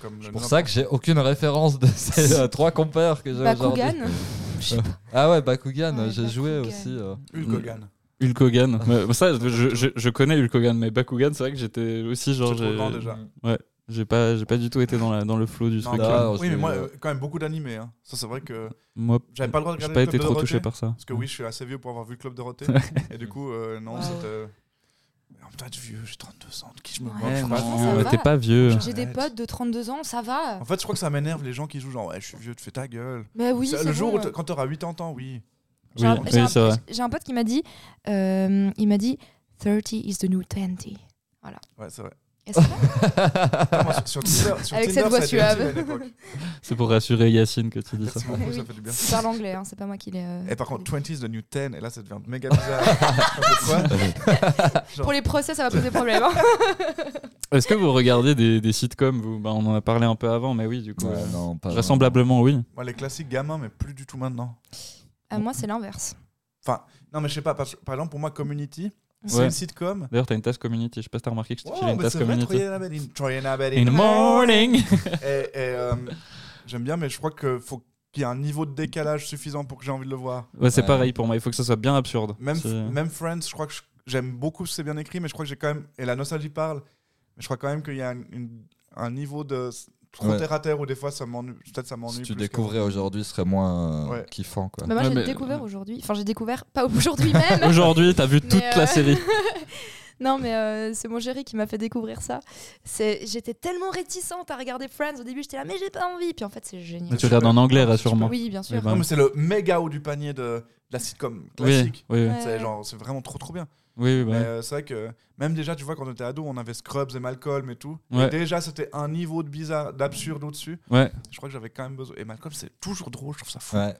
Speaker 2: Comme le
Speaker 4: Pour
Speaker 2: nom-
Speaker 4: ça que j'ai aucune référence de ces euh, trois compères que j'ai
Speaker 5: Bah,
Speaker 4: aujourd'hui.
Speaker 5: Bakugan. Je sais pas.
Speaker 4: Ah ouais, Bakugan,
Speaker 5: Ouais,
Speaker 4: j'ai joué
Speaker 5: Bakugan.
Speaker 4: aussi. euh.
Speaker 2: Hulk Hogan.
Speaker 3: Hulk Hogan. Mais ça, je, je- je connais Hulk Hogan, mais Bakugan, c'est vrai que j'étais aussi genre.
Speaker 2: C'est trop
Speaker 3: j'ai-
Speaker 2: grand déjà.
Speaker 3: J'ai pas, j'ai pas du tout été dans, la, dans le flow du
Speaker 2: Non,
Speaker 3: truc.
Speaker 4: bah,
Speaker 3: euh,
Speaker 4: non,
Speaker 2: oui,
Speaker 4: je-
Speaker 2: mais moi, euh, quand même beaucoup d'animés. hein. Ça, c'est vrai que
Speaker 3: Moi,
Speaker 2: j'avais pas le droit de
Speaker 3: j'ai
Speaker 2: regarder
Speaker 3: pas
Speaker 2: le
Speaker 3: été
Speaker 2: Club
Speaker 3: trop
Speaker 2: Dorothée,
Speaker 3: touché par ça.
Speaker 2: Parce que oui, je suis assez vieux pour avoir vu le Club Dorothée. et du coup, euh, non,
Speaker 5: Ah ouais.
Speaker 2: c'était. Mais en même temps, être vieux, j'ai 32 ans, de qui je me
Speaker 5: Ouais,
Speaker 2: moque je suis pas
Speaker 5: franchement,
Speaker 2: vieux.
Speaker 5: ça
Speaker 3: mais
Speaker 5: va.
Speaker 3: t'es pas vieux. hein.
Speaker 5: J'ai des potes de 32 ans, ça va.
Speaker 2: En fait, je crois que ça m'énerve les gens qui jouent genre, ouais, je suis vieux, tu fais ta gueule.
Speaker 5: Mais oui,
Speaker 2: Ça,
Speaker 5: c'est
Speaker 2: le jour
Speaker 5: bon.
Speaker 2: où t- quand t'auras 80 ans, oui.
Speaker 5: J'ai un-
Speaker 3: Oui,
Speaker 5: j'ai
Speaker 3: oui,
Speaker 5: un-
Speaker 3: c'est vrai.
Speaker 5: j'ai un pote qui m'a dit, euh, il m'a dit, 30 is the new 20.
Speaker 2: Ouais, c'est vrai.
Speaker 5: Et c'est vrai.
Speaker 2: Non, moi, sur, sur Tinder, sur
Speaker 5: Avec
Speaker 2: Tinder,
Speaker 5: cette voix
Speaker 2: ça a été
Speaker 5: suave.
Speaker 2: utile à l'époque.
Speaker 3: C'est pour rassurer Yacine que tu dis ça.
Speaker 2: Merci beaucoup, ça
Speaker 5: Oui.
Speaker 2: fait du bien.
Speaker 5: Il parle anglais, hein, c'est pas moi qui l'ai. euh,
Speaker 2: Et par contre, 20 is the new 10, et là ça devient méga bizarre. Pourquoi
Speaker 5: Pour les procès, ça va poser problème. hein.
Speaker 3: Est-ce que vous regardez des, des sitcoms vous Bah, On en a parlé un peu avant, mais oui, du coup. euh,
Speaker 4: non, pas
Speaker 3: Vraisemblablement, oui.
Speaker 2: Moi, les classiques gamins, mais plus du tout maintenant.
Speaker 5: Euh, moi, c'est l'inverse.
Speaker 2: Non, mais je sais pas, parce- par exemple, pour moi, Community, c'est
Speaker 3: Ouais.
Speaker 2: une sitcom.
Speaker 3: D'ailleurs, t'as une tasse community. Je sais pas si t'as remarqué que je t'ai
Speaker 2: Wow,
Speaker 3: filé une
Speaker 2: mais
Speaker 3: tasse
Speaker 2: c'est vrai,
Speaker 3: community.
Speaker 2: Troy and Abedin. Troy and Abedin.
Speaker 3: In the morning
Speaker 2: Et, et, euh, J'aime bien, mais je crois que faut qu'il y ait un niveau de décalage suffisant pour que j'ai envie de le voir.
Speaker 3: Ouais, c'est
Speaker 4: Ouais.
Speaker 3: pareil pour moi. Il faut que ça soit bien absurde.
Speaker 2: Même,
Speaker 3: C'est-
Speaker 2: même Friends, je crois que je- j'aime beaucoup, c'est bien écrit, mais je crois que j'ai quand même. Et la nostalgie parle, mais je crois quand même qu'il y a un, une- un niveau de. Trop
Speaker 4: Ouais.
Speaker 2: terre à terre, ou des fois, ça m'ennuie. Peut-être ça m'ennuie.
Speaker 4: Si tu
Speaker 2: plus qu'avant.
Speaker 4: découvrais aujourd'hui, ce serait moins euh,
Speaker 2: Ouais.
Speaker 4: kiffant. Quoi.
Speaker 5: Bah, moi,
Speaker 3: Ouais,
Speaker 5: j'ai
Speaker 3: mais-
Speaker 5: découvert aujourd'hui. Enfin, j'ai découvert, pas aujourd'hui même.
Speaker 3: Aujourd'hui, t'as vu toute
Speaker 5: Mais, euh,
Speaker 3: la série.
Speaker 5: non, mais euh, c'est mon chéri qui m'a fait découvrir ça. C'est- J'étais tellement réticente à regarder Friends. Au début, j'étais là, mais j'ai pas envie. Puis en fait, c'est génial.
Speaker 3: Mais tu regardes en anglais, rassure-moi.
Speaker 5: Oui, bien sûr.
Speaker 3: Eh ben,
Speaker 2: Non, mais c'est le méga haut du panier de, de la sitcom
Speaker 3: Oui,
Speaker 2: classique.
Speaker 3: oui,
Speaker 5: Ouais.
Speaker 2: C'est genre, c'est vraiment trop trop bien.
Speaker 3: oui, oui, bah
Speaker 2: Mais,
Speaker 3: oui.
Speaker 2: euh, c'est vrai que même déjà, tu vois, quand on était ado, on avait Scrubs et Malcolm et tout.
Speaker 3: Ouais.
Speaker 2: Et déjà, c'était un niveau de bizarre, d'absurde au-dessus.
Speaker 3: Ouais.
Speaker 2: Je crois que j'avais quand même besoin. Et Malcolm, c'est toujours drôle, je trouve ça fou.
Speaker 4: Ouais.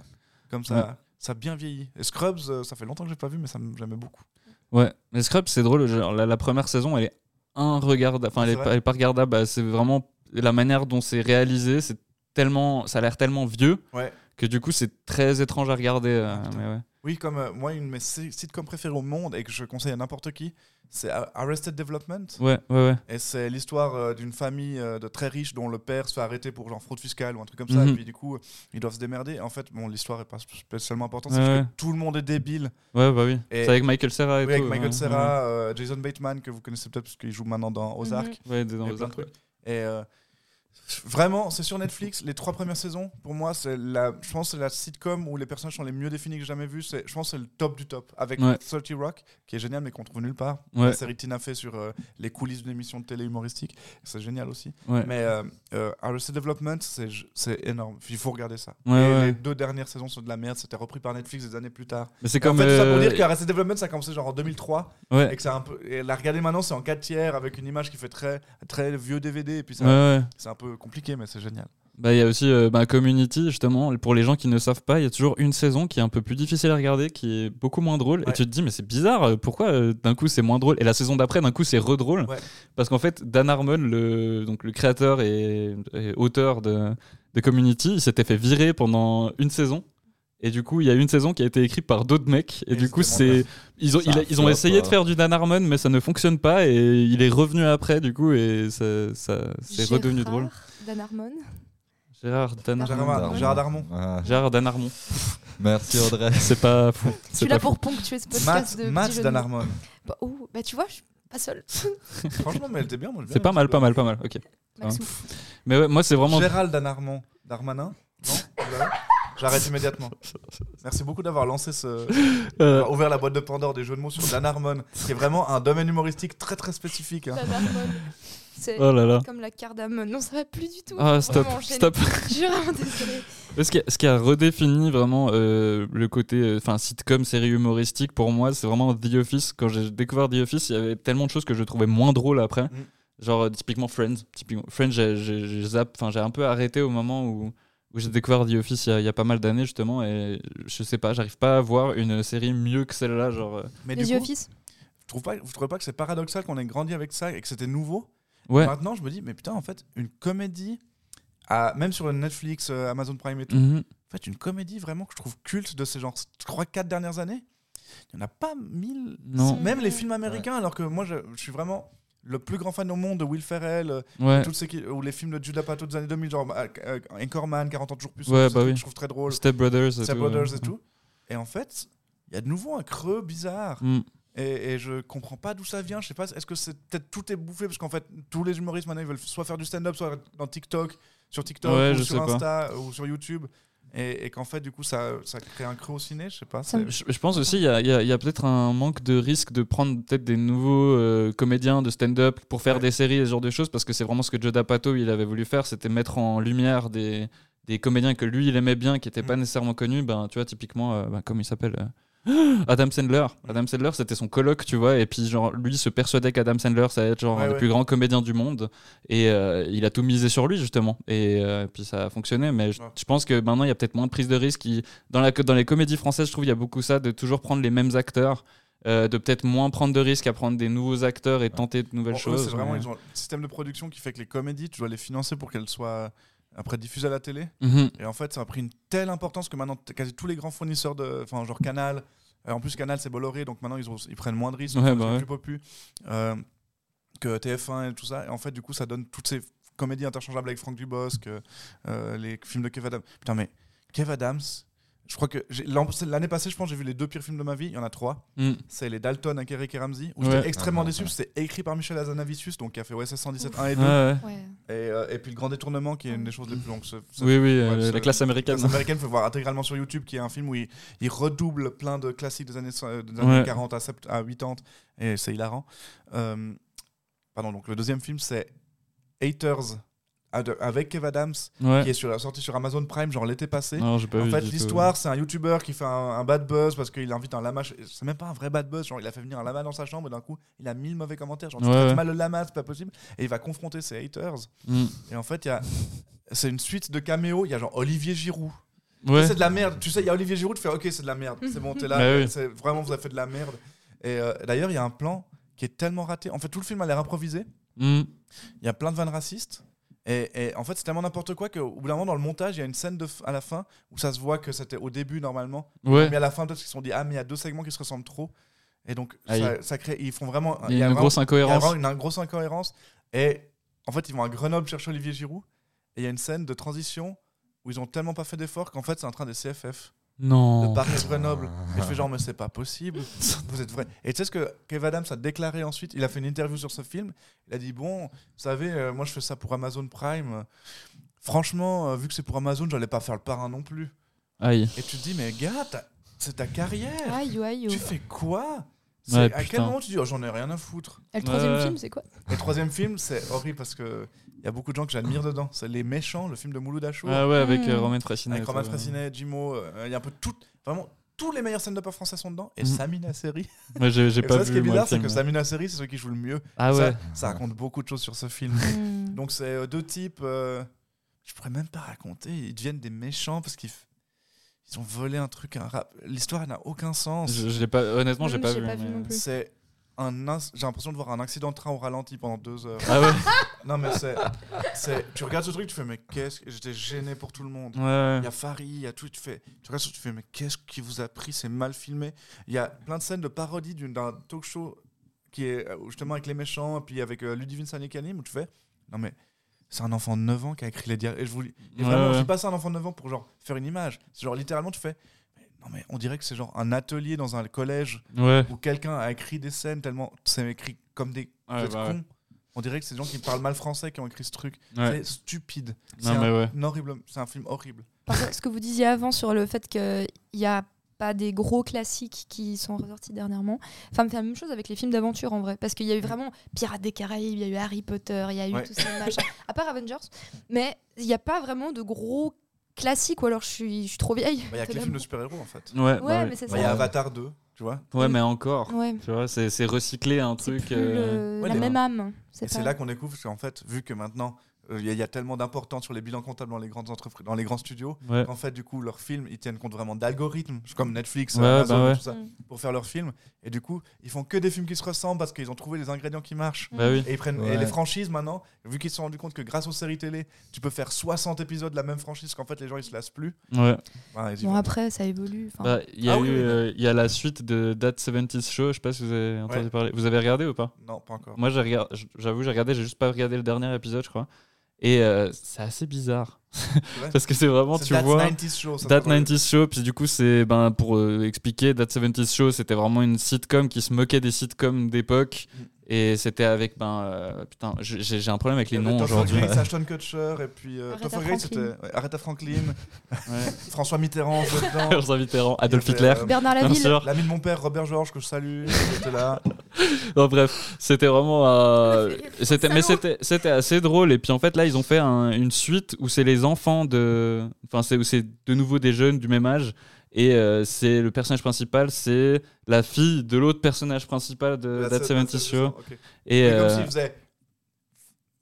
Speaker 2: Comme ça, ça a bien vieilli. Et Scrubs, euh, ça fait longtemps que j'ai pas vu, mais ça me- j'aimais beaucoup.
Speaker 3: Ouais, mais Scrubs, c'est drôle. genre, la, la première saison, elle est inregardable. Enfin, elle est,
Speaker 2: C'est
Speaker 3: pas, elle est pas regardable. bah, C'est vraiment la manière dont c'est réalisé. C'est tellement, ça a l'air tellement vieux
Speaker 2: Ouais.
Speaker 3: que du coup, c'est très étrange à regarder. euh,
Speaker 2: Ah, putain.
Speaker 3: mais ouais.
Speaker 2: Oui, comme euh, moi, une de mes si- sitcoms préférées au monde et que je conseille à n'importe qui, c'est euh, Arrested Development.
Speaker 3: ouais, ouais, ouais.
Speaker 2: Et c'est l'histoire euh, d'une famille euh, de très riches dont le père se fait arrêter pour genre fraude fiscale ou un truc comme ça.
Speaker 3: Mhm.
Speaker 2: Et puis du coup, ils doivent se démerder. En fait, bon, l'histoire est pas spécialement importante. C'est
Speaker 3: Ouais,
Speaker 2: juste
Speaker 3: ouais.
Speaker 2: que tout le monde est débile.
Speaker 3: Ouais, bah oui.
Speaker 2: Et-
Speaker 3: C'est avec Michael Serra et
Speaker 2: Oui, avec
Speaker 3: tout,
Speaker 2: Michael
Speaker 3: ouais,
Speaker 2: Cera, euh, Jason Bateman, que vous connaissez peut-être parce qu'il joue maintenant dans
Speaker 5: Mhm.
Speaker 2: Ozark.
Speaker 3: Ouais, Ouais, des- dans
Speaker 2: Et
Speaker 3: les
Speaker 2: plein de
Speaker 3: autres, ouais.
Speaker 2: trucs. Et euh, vraiment, c'est sur Netflix. Les trois premières saisons, pour moi, c'est la, je pense, que c'est la sitcom où les personnages sont les mieux définis que j'ai jamais vus. C'est, je pense, que c'est le top du top. Avec
Speaker 3: Ouais.
Speaker 2: 30 Rock, qui est génial, mais qu'on trouve nulle part.
Speaker 3: Ouais.
Speaker 2: La série Tina fait sur euh, les coulisses d'une émission de télé humoristique. C'est génial aussi.
Speaker 3: Ouais.
Speaker 2: Mais euh, euh, Arrested Development, c'est, c'est énorme. Il faut regarder ça.
Speaker 3: Ouais,
Speaker 2: Et
Speaker 3: ouais.
Speaker 2: Les deux dernières saisons sont de la merde. C'était repris par Netflix des années plus tard.
Speaker 3: Mais c'est
Speaker 2: Et en
Speaker 3: comme.
Speaker 2: fait, tout ça pour
Speaker 3: euh,
Speaker 2: dire qu'Arrested Development, ça a commencé genre en 2003
Speaker 3: ouais.
Speaker 2: et que c'est un peu et la regarder maintenant c'est en 4 tiers avec une image qui fait très très vieux DVD et puis ça
Speaker 3: Ouais, ouais.
Speaker 2: c'est un peu compliqué mais c'est génial
Speaker 3: Bah, il y a aussi euh, bah, Community, justement, pour les gens qui ne savent pas, il y a toujours une saison qui est un peu plus difficile à regarder, qui est beaucoup moins drôle.
Speaker 2: Ouais.
Speaker 3: Et tu te dis, mais c'est bizarre, euh, pourquoi euh, d'un coup c'est moins drôle Et la saison d'après, d'un coup c'est redrôle.
Speaker 2: Ouais.
Speaker 3: Parce qu'en fait, Dan Harmon, le, donc, le créateur et, et auteur de, de Community, il s'était fait virer pendant une saison. Et du coup, il y a une saison qui a été écrite par d'autres mecs. Et,
Speaker 2: Et
Speaker 3: du coup,
Speaker 2: c'était moins
Speaker 3: c'est ils ont,
Speaker 4: C'est
Speaker 3: il a-
Speaker 4: un
Speaker 3: ils ont
Speaker 4: flop,
Speaker 3: essayé de
Speaker 4: euh.
Speaker 3: faire du Dan Harmon, mais ça ne fonctionne pas. Et il est revenu après, du coup, et ça, ça- c'est redevenu
Speaker 5: Gérard
Speaker 3: drôle.
Speaker 5: Dan Harmon.
Speaker 3: Gérard Dan Harmon.
Speaker 2: Gérard Darmon. Gérard Darmon
Speaker 4: Ouais.
Speaker 3: Gérard Dan Harmon.
Speaker 4: Merci Audrey.
Speaker 3: C'est pas fou.
Speaker 5: Je suis là pour ponctuer ce podcast
Speaker 2: Matt,
Speaker 5: de.
Speaker 2: Matt
Speaker 5: petits jeux de
Speaker 2: Dan
Speaker 5: mots.
Speaker 2: Harmon
Speaker 5: Bah, oh, bah, tu vois, je suis pas seule.
Speaker 3: Ah.
Speaker 2: franchement mais elle était bien moi, je
Speaker 3: C'est
Speaker 2: l'aime,
Speaker 3: pas mal,
Speaker 2: cette
Speaker 3: pas
Speaker 2: blague.
Speaker 3: mal, pas mal. Ok.
Speaker 5: Maxou.
Speaker 3: Mais ouais, moi, c'est vraiment.
Speaker 2: Gérald Dan Harmon Darmanin non Voilà. j'arrête immédiatement merci beaucoup d'avoir lancé ce
Speaker 3: euh,
Speaker 2: d'avoir ouvert la boîte de Pandore des jeux de mots sur Dan Harmon qui est vraiment un domaine humoristique très très spécifique hein.
Speaker 5: Dan Harmon. C'est
Speaker 3: Oh là là.
Speaker 5: comme la cardamone. Non, ça va plus du tout.
Speaker 3: Ah, stop,
Speaker 5: Vraiment, enchaîne.
Speaker 3: stop.
Speaker 5: Je suis vraiment désolée.
Speaker 3: Ce qui, a, ce qui a redéfini vraiment euh, le côté euh, enfin sitcom, série humoristique, pour moi, c'est vraiment The Office. Quand j'ai découvert The Office, il y avait tellement de choses que je trouvais moins drôles après. Genre, euh, typiquement Friends. Typiquement, Friends, j'ai- j'ai j'ai zapp- enfin, j'ai un peu arrêté au moment où, où j'ai découvert The Office il y a, il y a pas mal d'années, justement. Et je sais pas, j'arrive pas à voir une série mieux que celle-là. Genre, euh,
Speaker 2: mais
Speaker 5: Les
Speaker 2: du
Speaker 5: yeux
Speaker 2: coup
Speaker 5: office.
Speaker 2: vous trouvez pas, vous trouvez pas que c'est paradoxal qu'on ait grandi avec ça et que c'était nouveau
Speaker 3: ouais.
Speaker 2: maintenant je me dis mais putain en fait une comédie à- même sur Netflix euh, Amazon Prime et tout
Speaker 3: Mhm.
Speaker 2: En fait, une comédie vraiment que je trouve culte de ces genre 3-4 dernières années, il n'y en a pas mille.
Speaker 3: Non.
Speaker 2: Même les films américains, alors que moi, je, je suis vraiment le plus grand fan au monde de Will Ferrell, euh,
Speaker 3: Ouais.
Speaker 2: toutes ces, qui- ou les films de Judd Apatow des années 2000, genre euh, euh, Anchorman, 40 ans toujours plus,
Speaker 3: Ouais,
Speaker 2: tous ces
Speaker 3: bah
Speaker 2: trucs
Speaker 3: oui.
Speaker 2: que je trouve très drôle,
Speaker 3: Step Brothers et
Speaker 2: Step
Speaker 3: tout,
Speaker 2: Brothers
Speaker 3: ouais. Mm.
Speaker 2: et tout. Et en fait, il y a de nouveau un creux bizarre.
Speaker 3: Mm.
Speaker 2: Et, et je comprends pas d'où ça vient. Je sais pas, est-ce que c'est peut-être tout est bouffé Parce qu'en fait, tous les humoristes maintenant, ils veulent soit faire du stand-up, soit dans TikTok, sur TikTok,
Speaker 3: Ouais,
Speaker 2: ou
Speaker 3: je
Speaker 2: sur
Speaker 3: sais pas.
Speaker 2: Insta, ou sur YouTube. et, et qu'en fait, du coup, ça, ça crée un creux au ciné, je sais pas.
Speaker 5: Ça
Speaker 2: c'est-
Speaker 5: me-
Speaker 3: Je, je pense aussi il y a, il y a- il y a peut-être un manque de risque de prendre peut-être des nouveaux euh, comédiens de stand-up pour faire
Speaker 2: Ouais.
Speaker 3: des séries et ce genre de choses parce que c'est vraiment ce que Joe D'Apato il avait voulu faire c'était mettre en lumière des, des comédiens que lui il aimait bien qui n'étaient pas
Speaker 2: Mm.
Speaker 3: nécessairement connus ben tu vois typiquement euh, ben, comme il s'appelle euh, Adam Sandler
Speaker 2: Mm.
Speaker 3: Adam Sandler c'était son coloc tu vois et puis genre lui se persuadait qu'Adam Sandler ça allait être genre
Speaker 2: Ouais,
Speaker 3: un des
Speaker 2: ouais.
Speaker 3: plus grands comédiens du monde et euh, il a tout misé sur lui justement et euh, puis ça a fonctionné mais je,
Speaker 2: Ouais.
Speaker 3: je pense que maintenant il y a peut-être moins de prise de risque Il- dans, la, dans les comédies françaises je trouve il y a beaucoup ça de toujours prendre les mêmes acteurs euh, de peut-être moins prendre de risques à prendre des nouveaux acteurs et tenter de nouvelles
Speaker 2: Pour eux,
Speaker 3: choses
Speaker 2: C'est vraiment
Speaker 3: mais-
Speaker 2: ils ont un système de production qui fait que les comédies, tu dois les financer pour qu'elles soient après diffusées à la télé.
Speaker 3: Mhm.
Speaker 2: Et en fait, ça a pris une telle importance que maintenant, t- quasi tous les grands fournisseurs de, enfin, genre Canal. euh, en plus, Canal, c'est Bolloré, donc maintenant, ils, ont- ils prennent moins de risques,
Speaker 3: Ouais,
Speaker 2: c'est
Speaker 3: bah ouais.
Speaker 2: plus popu euh, que TF1 et tout ça. Et en fait, du coup, ça donne toutes ces comédies interchangeables avec Franck Dubosc, euh, euh, les films de Kev Adams. Putain, mais Kev Adams, je crois que j'ai- l'an- c'est- l'année passée, je pense, j'ai vu les deux pires films de ma vie. Il y en a trois.
Speaker 3: Mhm.
Speaker 2: C'est les Dalton, Akerek et Ramsey, où
Speaker 3: Ouais.
Speaker 2: j'étais extrêmement
Speaker 4: Ah,
Speaker 2: déçu. parce que C'était écrit par Michel Azanavicius, donc qui a fait OSS 117 1 et 2.
Speaker 3: Ouais, ouais.
Speaker 5: Ouais.
Speaker 2: Et, euh, et puis le Grand Détournement, qui est une des choses les plus longues. Ce- ce-
Speaker 3: oui oui euh,
Speaker 2: c'est-
Speaker 3: la classe américaine
Speaker 2: Classe américaine, faut voir intégralement sur YouTube, qui est un film où il, il redouble plein de classiques des années, so- euh, des années
Speaker 3: Ouais.
Speaker 2: 40 à, sept- à 80, et c'est hilarant. Euh, pardon, donc le deuxième film, c'est Haters, ad- avec Kev Adams,
Speaker 3: ouais.
Speaker 2: qui est sur- sorti sur Amazon Prime, genre l'été passé.
Speaker 3: Non, j'ai pas
Speaker 2: En
Speaker 3: vu
Speaker 2: fait,
Speaker 3: du tout.
Speaker 2: l'histoire, c'est un YouTuber qui fait un, un bad buzz parce qu'il invite un lama. chez- C'est même pas un vrai bad buzz. Genre, il a fait venir un lama dans sa chambre et d'un coup, il a mille mauvais commentaires. Genre, tu
Speaker 3: Ouais,
Speaker 2: traites
Speaker 3: ouais.
Speaker 2: mal le lama, c'est pas possible. Et il va confronter ses haters.
Speaker 3: Mhm.
Speaker 2: Et en fait, il y a. C'est une suite de caméos. Il y a genre Olivier Giroud.
Speaker 3: ouais.
Speaker 2: C'est de la merde. Tu sais, il y a Olivier Giroud, tu fais OK, c'est de la merde. C'est bon, t'es là.
Speaker 3: Bah oui.
Speaker 2: c'est- Vraiment, vous avez fait de la merde. Et euh, d'ailleurs, il y a un plan qui est tellement raté. En fait, tout le film a l'air improvisé.
Speaker 3: Mhm.
Speaker 2: Il y a plein de vannes racistes. Et, et en fait, c'est tellement n'importe quoi qu'au bout d'un moment, dans le montage, il y a une scène de f- à la fin où ça se voit que c'était au début normalement.
Speaker 3: ouais
Speaker 2: Mais à la fin, peut-être qu'ils se sont dit Ah, mais il y a deux segments qui se ressemblent trop. Et donc,
Speaker 3: Ah,
Speaker 2: ça, ça crée. Ils font vraiment.
Speaker 3: il y a une
Speaker 2: vraiment-
Speaker 3: grosse
Speaker 2: il y a
Speaker 3: incohérence
Speaker 2: vraiment une, une grosse incohérence. Et en fait, ils vont à Grenoble chercher Olivier Giroud. Et il y a une scène de transition où ils ont tellement pas fait d'efforts qu'en fait, c'est un train des CFF de
Speaker 3: non
Speaker 2: Paris à Grenoble.
Speaker 4: Ah.
Speaker 2: Et je fais genre, mais c'est pas possible. Vous êtes vrai. Et tu sais ce que Kev Adams a déclaré ensuite Il a fait une interview sur ce film. Il a dit Bon, vous savez, euh, moi je fais ça pour Amazon Prime. Franchement, euh, vu que c'est pour Amazon, j'allais pas faire le parrain non plus.
Speaker 3: aïe
Speaker 2: Et tu te dis Mais gars, t'as- c'est ta carrière.
Speaker 5: Aïe, aïe,
Speaker 2: Tu
Speaker 5: aïe.
Speaker 2: fais quoi C'est-
Speaker 3: Ouais,
Speaker 2: À quel
Speaker 3: putain.
Speaker 2: moment tu dis Oh, j'en ai rien à foutre
Speaker 5: Et le troisième
Speaker 3: Ouais.
Speaker 5: film, c'est quoi
Speaker 2: Et le troisième film, c'est horrible parce qu'il y a beaucoup de gens que j'admire dedans. C'est Les Méchants, le film de Mouloud Achour.
Speaker 3: ah ouais avec euh,
Speaker 5: Mhm.
Speaker 3: Romain Fraissinet
Speaker 2: Mmh. Avec
Speaker 3: et tout,
Speaker 2: Romain
Speaker 3: ouais.
Speaker 2: Fraissinet, Jimo, euh, il y a un peu tout, vraiment tous les meilleurs scènes de pop français sont dedans. Et
Speaker 3: Mm.
Speaker 2: Samina Seri.
Speaker 3: Ouais, j'ai j'ai
Speaker 2: Et
Speaker 3: pas
Speaker 2: ça,
Speaker 3: vu
Speaker 2: ce qui est
Speaker 3: moi, le
Speaker 2: bizarre, c'est
Speaker 3: film.
Speaker 2: que Samina Seri, c'est ceux qui jouent le mieux.
Speaker 3: ah
Speaker 2: ça,
Speaker 3: ouais
Speaker 2: ça raconte beaucoup de choses sur ce film.
Speaker 5: Hmm.
Speaker 2: Donc c'est euh, deux types. euh, je pourrais même pas raconter. Ils deviennent des méchants parce qu'ils f- ils ont volé un truc. Un rap. L'histoire n'a aucun sens.
Speaker 3: Je, je l'ai pas, honnêtement,
Speaker 5: Non,
Speaker 3: j'ai
Speaker 5: mais
Speaker 3: pas,
Speaker 5: j'ai
Speaker 3: vu.
Speaker 5: pas vu
Speaker 3: mais-
Speaker 5: non plus.
Speaker 2: C'est un. ins- J'ai l'impression de voir un accident de train au ralenti pendant deux heures.
Speaker 3: Ah ouais,
Speaker 2: non mais c'est. c'est- Tu regardes ce truc, tu fais mais qu'est-ce que j'étais gêné pour tout le monde.
Speaker 3: ouais, ouais.
Speaker 2: Il y a Farid, il y a tout. Tu fais, tu regardes, ça, tu fais, mais qu'est-ce qui vous a pris C'est mal filmé. Il y a plein de scènes de parodie d'une- d'un talk show qui est euh, justement avec les méchants, puis avec euh, Ludivine Sanekanim, où tu fais, non mais c'est un enfant de 9 ans qui a écrit les dialogues. Et je vous lis- et
Speaker 3: Ouais,
Speaker 2: vraiment,
Speaker 3: ouais.
Speaker 2: je dis pas ça à un enfant de 9 ans pour genre faire une image. C'est genre littéralement, tu fais, mais non mais on dirait que c'est genre un atelier dans un collège
Speaker 3: Ouais.
Speaker 2: où quelqu'un a écrit des scènes tellement c'est écrit comme des
Speaker 3: Ouais,
Speaker 2: vous êtes
Speaker 3: bah ouais.
Speaker 2: cons. On dirait que c'est des gens qui parlent mal français qui ont écrit ce truc.
Speaker 3: ouais.
Speaker 2: C'est stupide. C'est
Speaker 3: Non, mais
Speaker 2: un,
Speaker 3: ouais.
Speaker 2: horrible, c'est un film horrible.
Speaker 5: Par contre, ce que vous disiez avant sur le fait qu'il n'y a pas des gros classiques qui sont ressortis dernièrement, ça me fait la même chose avec les films d'aventure en vrai. Parce qu'il y
Speaker 3: Mm.
Speaker 5: a eu vraiment Pirates des Caraïbes, il y a eu Harry Potter, il y a eu
Speaker 2: Ouais.
Speaker 5: tout ça, machin. À part Avengers, mais il n'y a pas vraiment de gros classiques, ou alors je suis, je suis trop vieille.
Speaker 2: Bah, Il y a que les
Speaker 5: Là,
Speaker 2: films de
Speaker 5: bon.
Speaker 2: super-héros en fait.
Speaker 3: Ouais,
Speaker 5: Ouais,
Speaker 3: bah
Speaker 5: mais
Speaker 3: oui.
Speaker 5: c'est
Speaker 2: Il y
Speaker 5: ça.
Speaker 2: a Avatar 2, tu vois.
Speaker 3: Ouais, mais encore.
Speaker 5: Ouais.
Speaker 3: Tu vois, c'est c'est recycler un
Speaker 5: C'est
Speaker 3: truc.
Speaker 5: plus
Speaker 3: euh,
Speaker 5: le-
Speaker 2: ouais,
Speaker 5: la
Speaker 2: les-
Speaker 5: même âme.
Speaker 2: Et c'est
Speaker 5: pas-
Speaker 2: là qu'on découvre, parce qu'en fait, vu que maintenant, euh, il y, a- il y a tellement d'importants sur les bilans comptables dans les grandes entreprises, dans les grands studios,
Speaker 3: Ouais.
Speaker 2: qu'en fait, du coup, leurs films, ils tiennent compte vraiment d'algorithmes, comme Netflix,
Speaker 3: Ouais,
Speaker 2: Amazon,
Speaker 3: bah ouais.
Speaker 2: tout ça,
Speaker 5: Mm.
Speaker 2: pour faire leurs films. Et du coup, ils font que des films qui se ressemblent parce qu'ils ont trouvé les ingrédients qui marchent.
Speaker 3: Bah oui.
Speaker 2: Et, ils prennent, et
Speaker 4: Ouais.
Speaker 2: les franchises maintenant, vu qu'ils se sont rendus compte que grâce aux séries télé, tu peux faire 60 épisodes de la même franchise, qu'en fait les gens ils se lassent plus.
Speaker 3: Ouais.
Speaker 2: Ouais, ils y
Speaker 5: Bon,
Speaker 2: vont.
Speaker 5: après, ça évolue. enfin.
Speaker 3: Bah, il y a
Speaker 2: Ah
Speaker 3: eu,
Speaker 2: oui, oui.
Speaker 3: euh, il y a la suite de That 70 Show. Je sais pas si vous avez entendu
Speaker 2: Ouais.
Speaker 3: parler. Vous avez regardé ou pas
Speaker 2: Non, pas encore.
Speaker 3: Moi, j'ai regard- j- j'avoue, j'ai regardé, j'ai juste pas regardé le dernier épisode, je crois. Et euh, c'est assez bizarre.
Speaker 2: vrai
Speaker 3: Parce que c'est vraiment,
Speaker 2: C'est
Speaker 3: tu
Speaker 2: That
Speaker 3: vois.
Speaker 2: 90s show, ça
Speaker 3: That
Speaker 2: s'appelle.
Speaker 3: 90s Show, puis du coup, c'est ben,
Speaker 2: Mm.
Speaker 3: pour euh, expliquer, That 70s Show, c'était vraiment une sitcom qui se moquait des sitcoms d'époque Et c'était avec, ben, euh, putain, je- j'ai j'ai un problème avec les
Speaker 2: Il y
Speaker 3: noms
Speaker 2: avait Topher
Speaker 3: aujourd'hui.
Speaker 2: Grace, Ashton Kutcher, et puis euh,
Speaker 5: Aretha
Speaker 2: Topher Grace, c'était
Speaker 5: Franklin.
Speaker 2: ouais, Aretha Franklin,
Speaker 3: Ouais.
Speaker 2: François Mitterrand, je
Speaker 3: Leurs invités errants, Adolf Hitler.
Speaker 2: euh,
Speaker 5: Bernard
Speaker 3: Bien
Speaker 5: Laville.
Speaker 3: sûr.
Speaker 2: L'ami de mon père, Robert Georges, que je salue, il était là.
Speaker 3: Non, bref, c'était vraiment. euh,
Speaker 5: Ça fait rire,
Speaker 3: c'était, mais
Speaker 5: salaud.
Speaker 3: c'était, c'était assez drôle. Et puis en fait, là, ils ont fait un- une suite où c'est les enfants de. Enfin, c'est, où c'est de nouveau des jeunes du même âge. Et euh, c'est le personnage principal, c'est la fille de l'autre personnage principal de That 70 Euh, Show.
Speaker 2: Ok.
Speaker 3: Et,
Speaker 2: Et comme
Speaker 3: euh,
Speaker 2: s'il faisait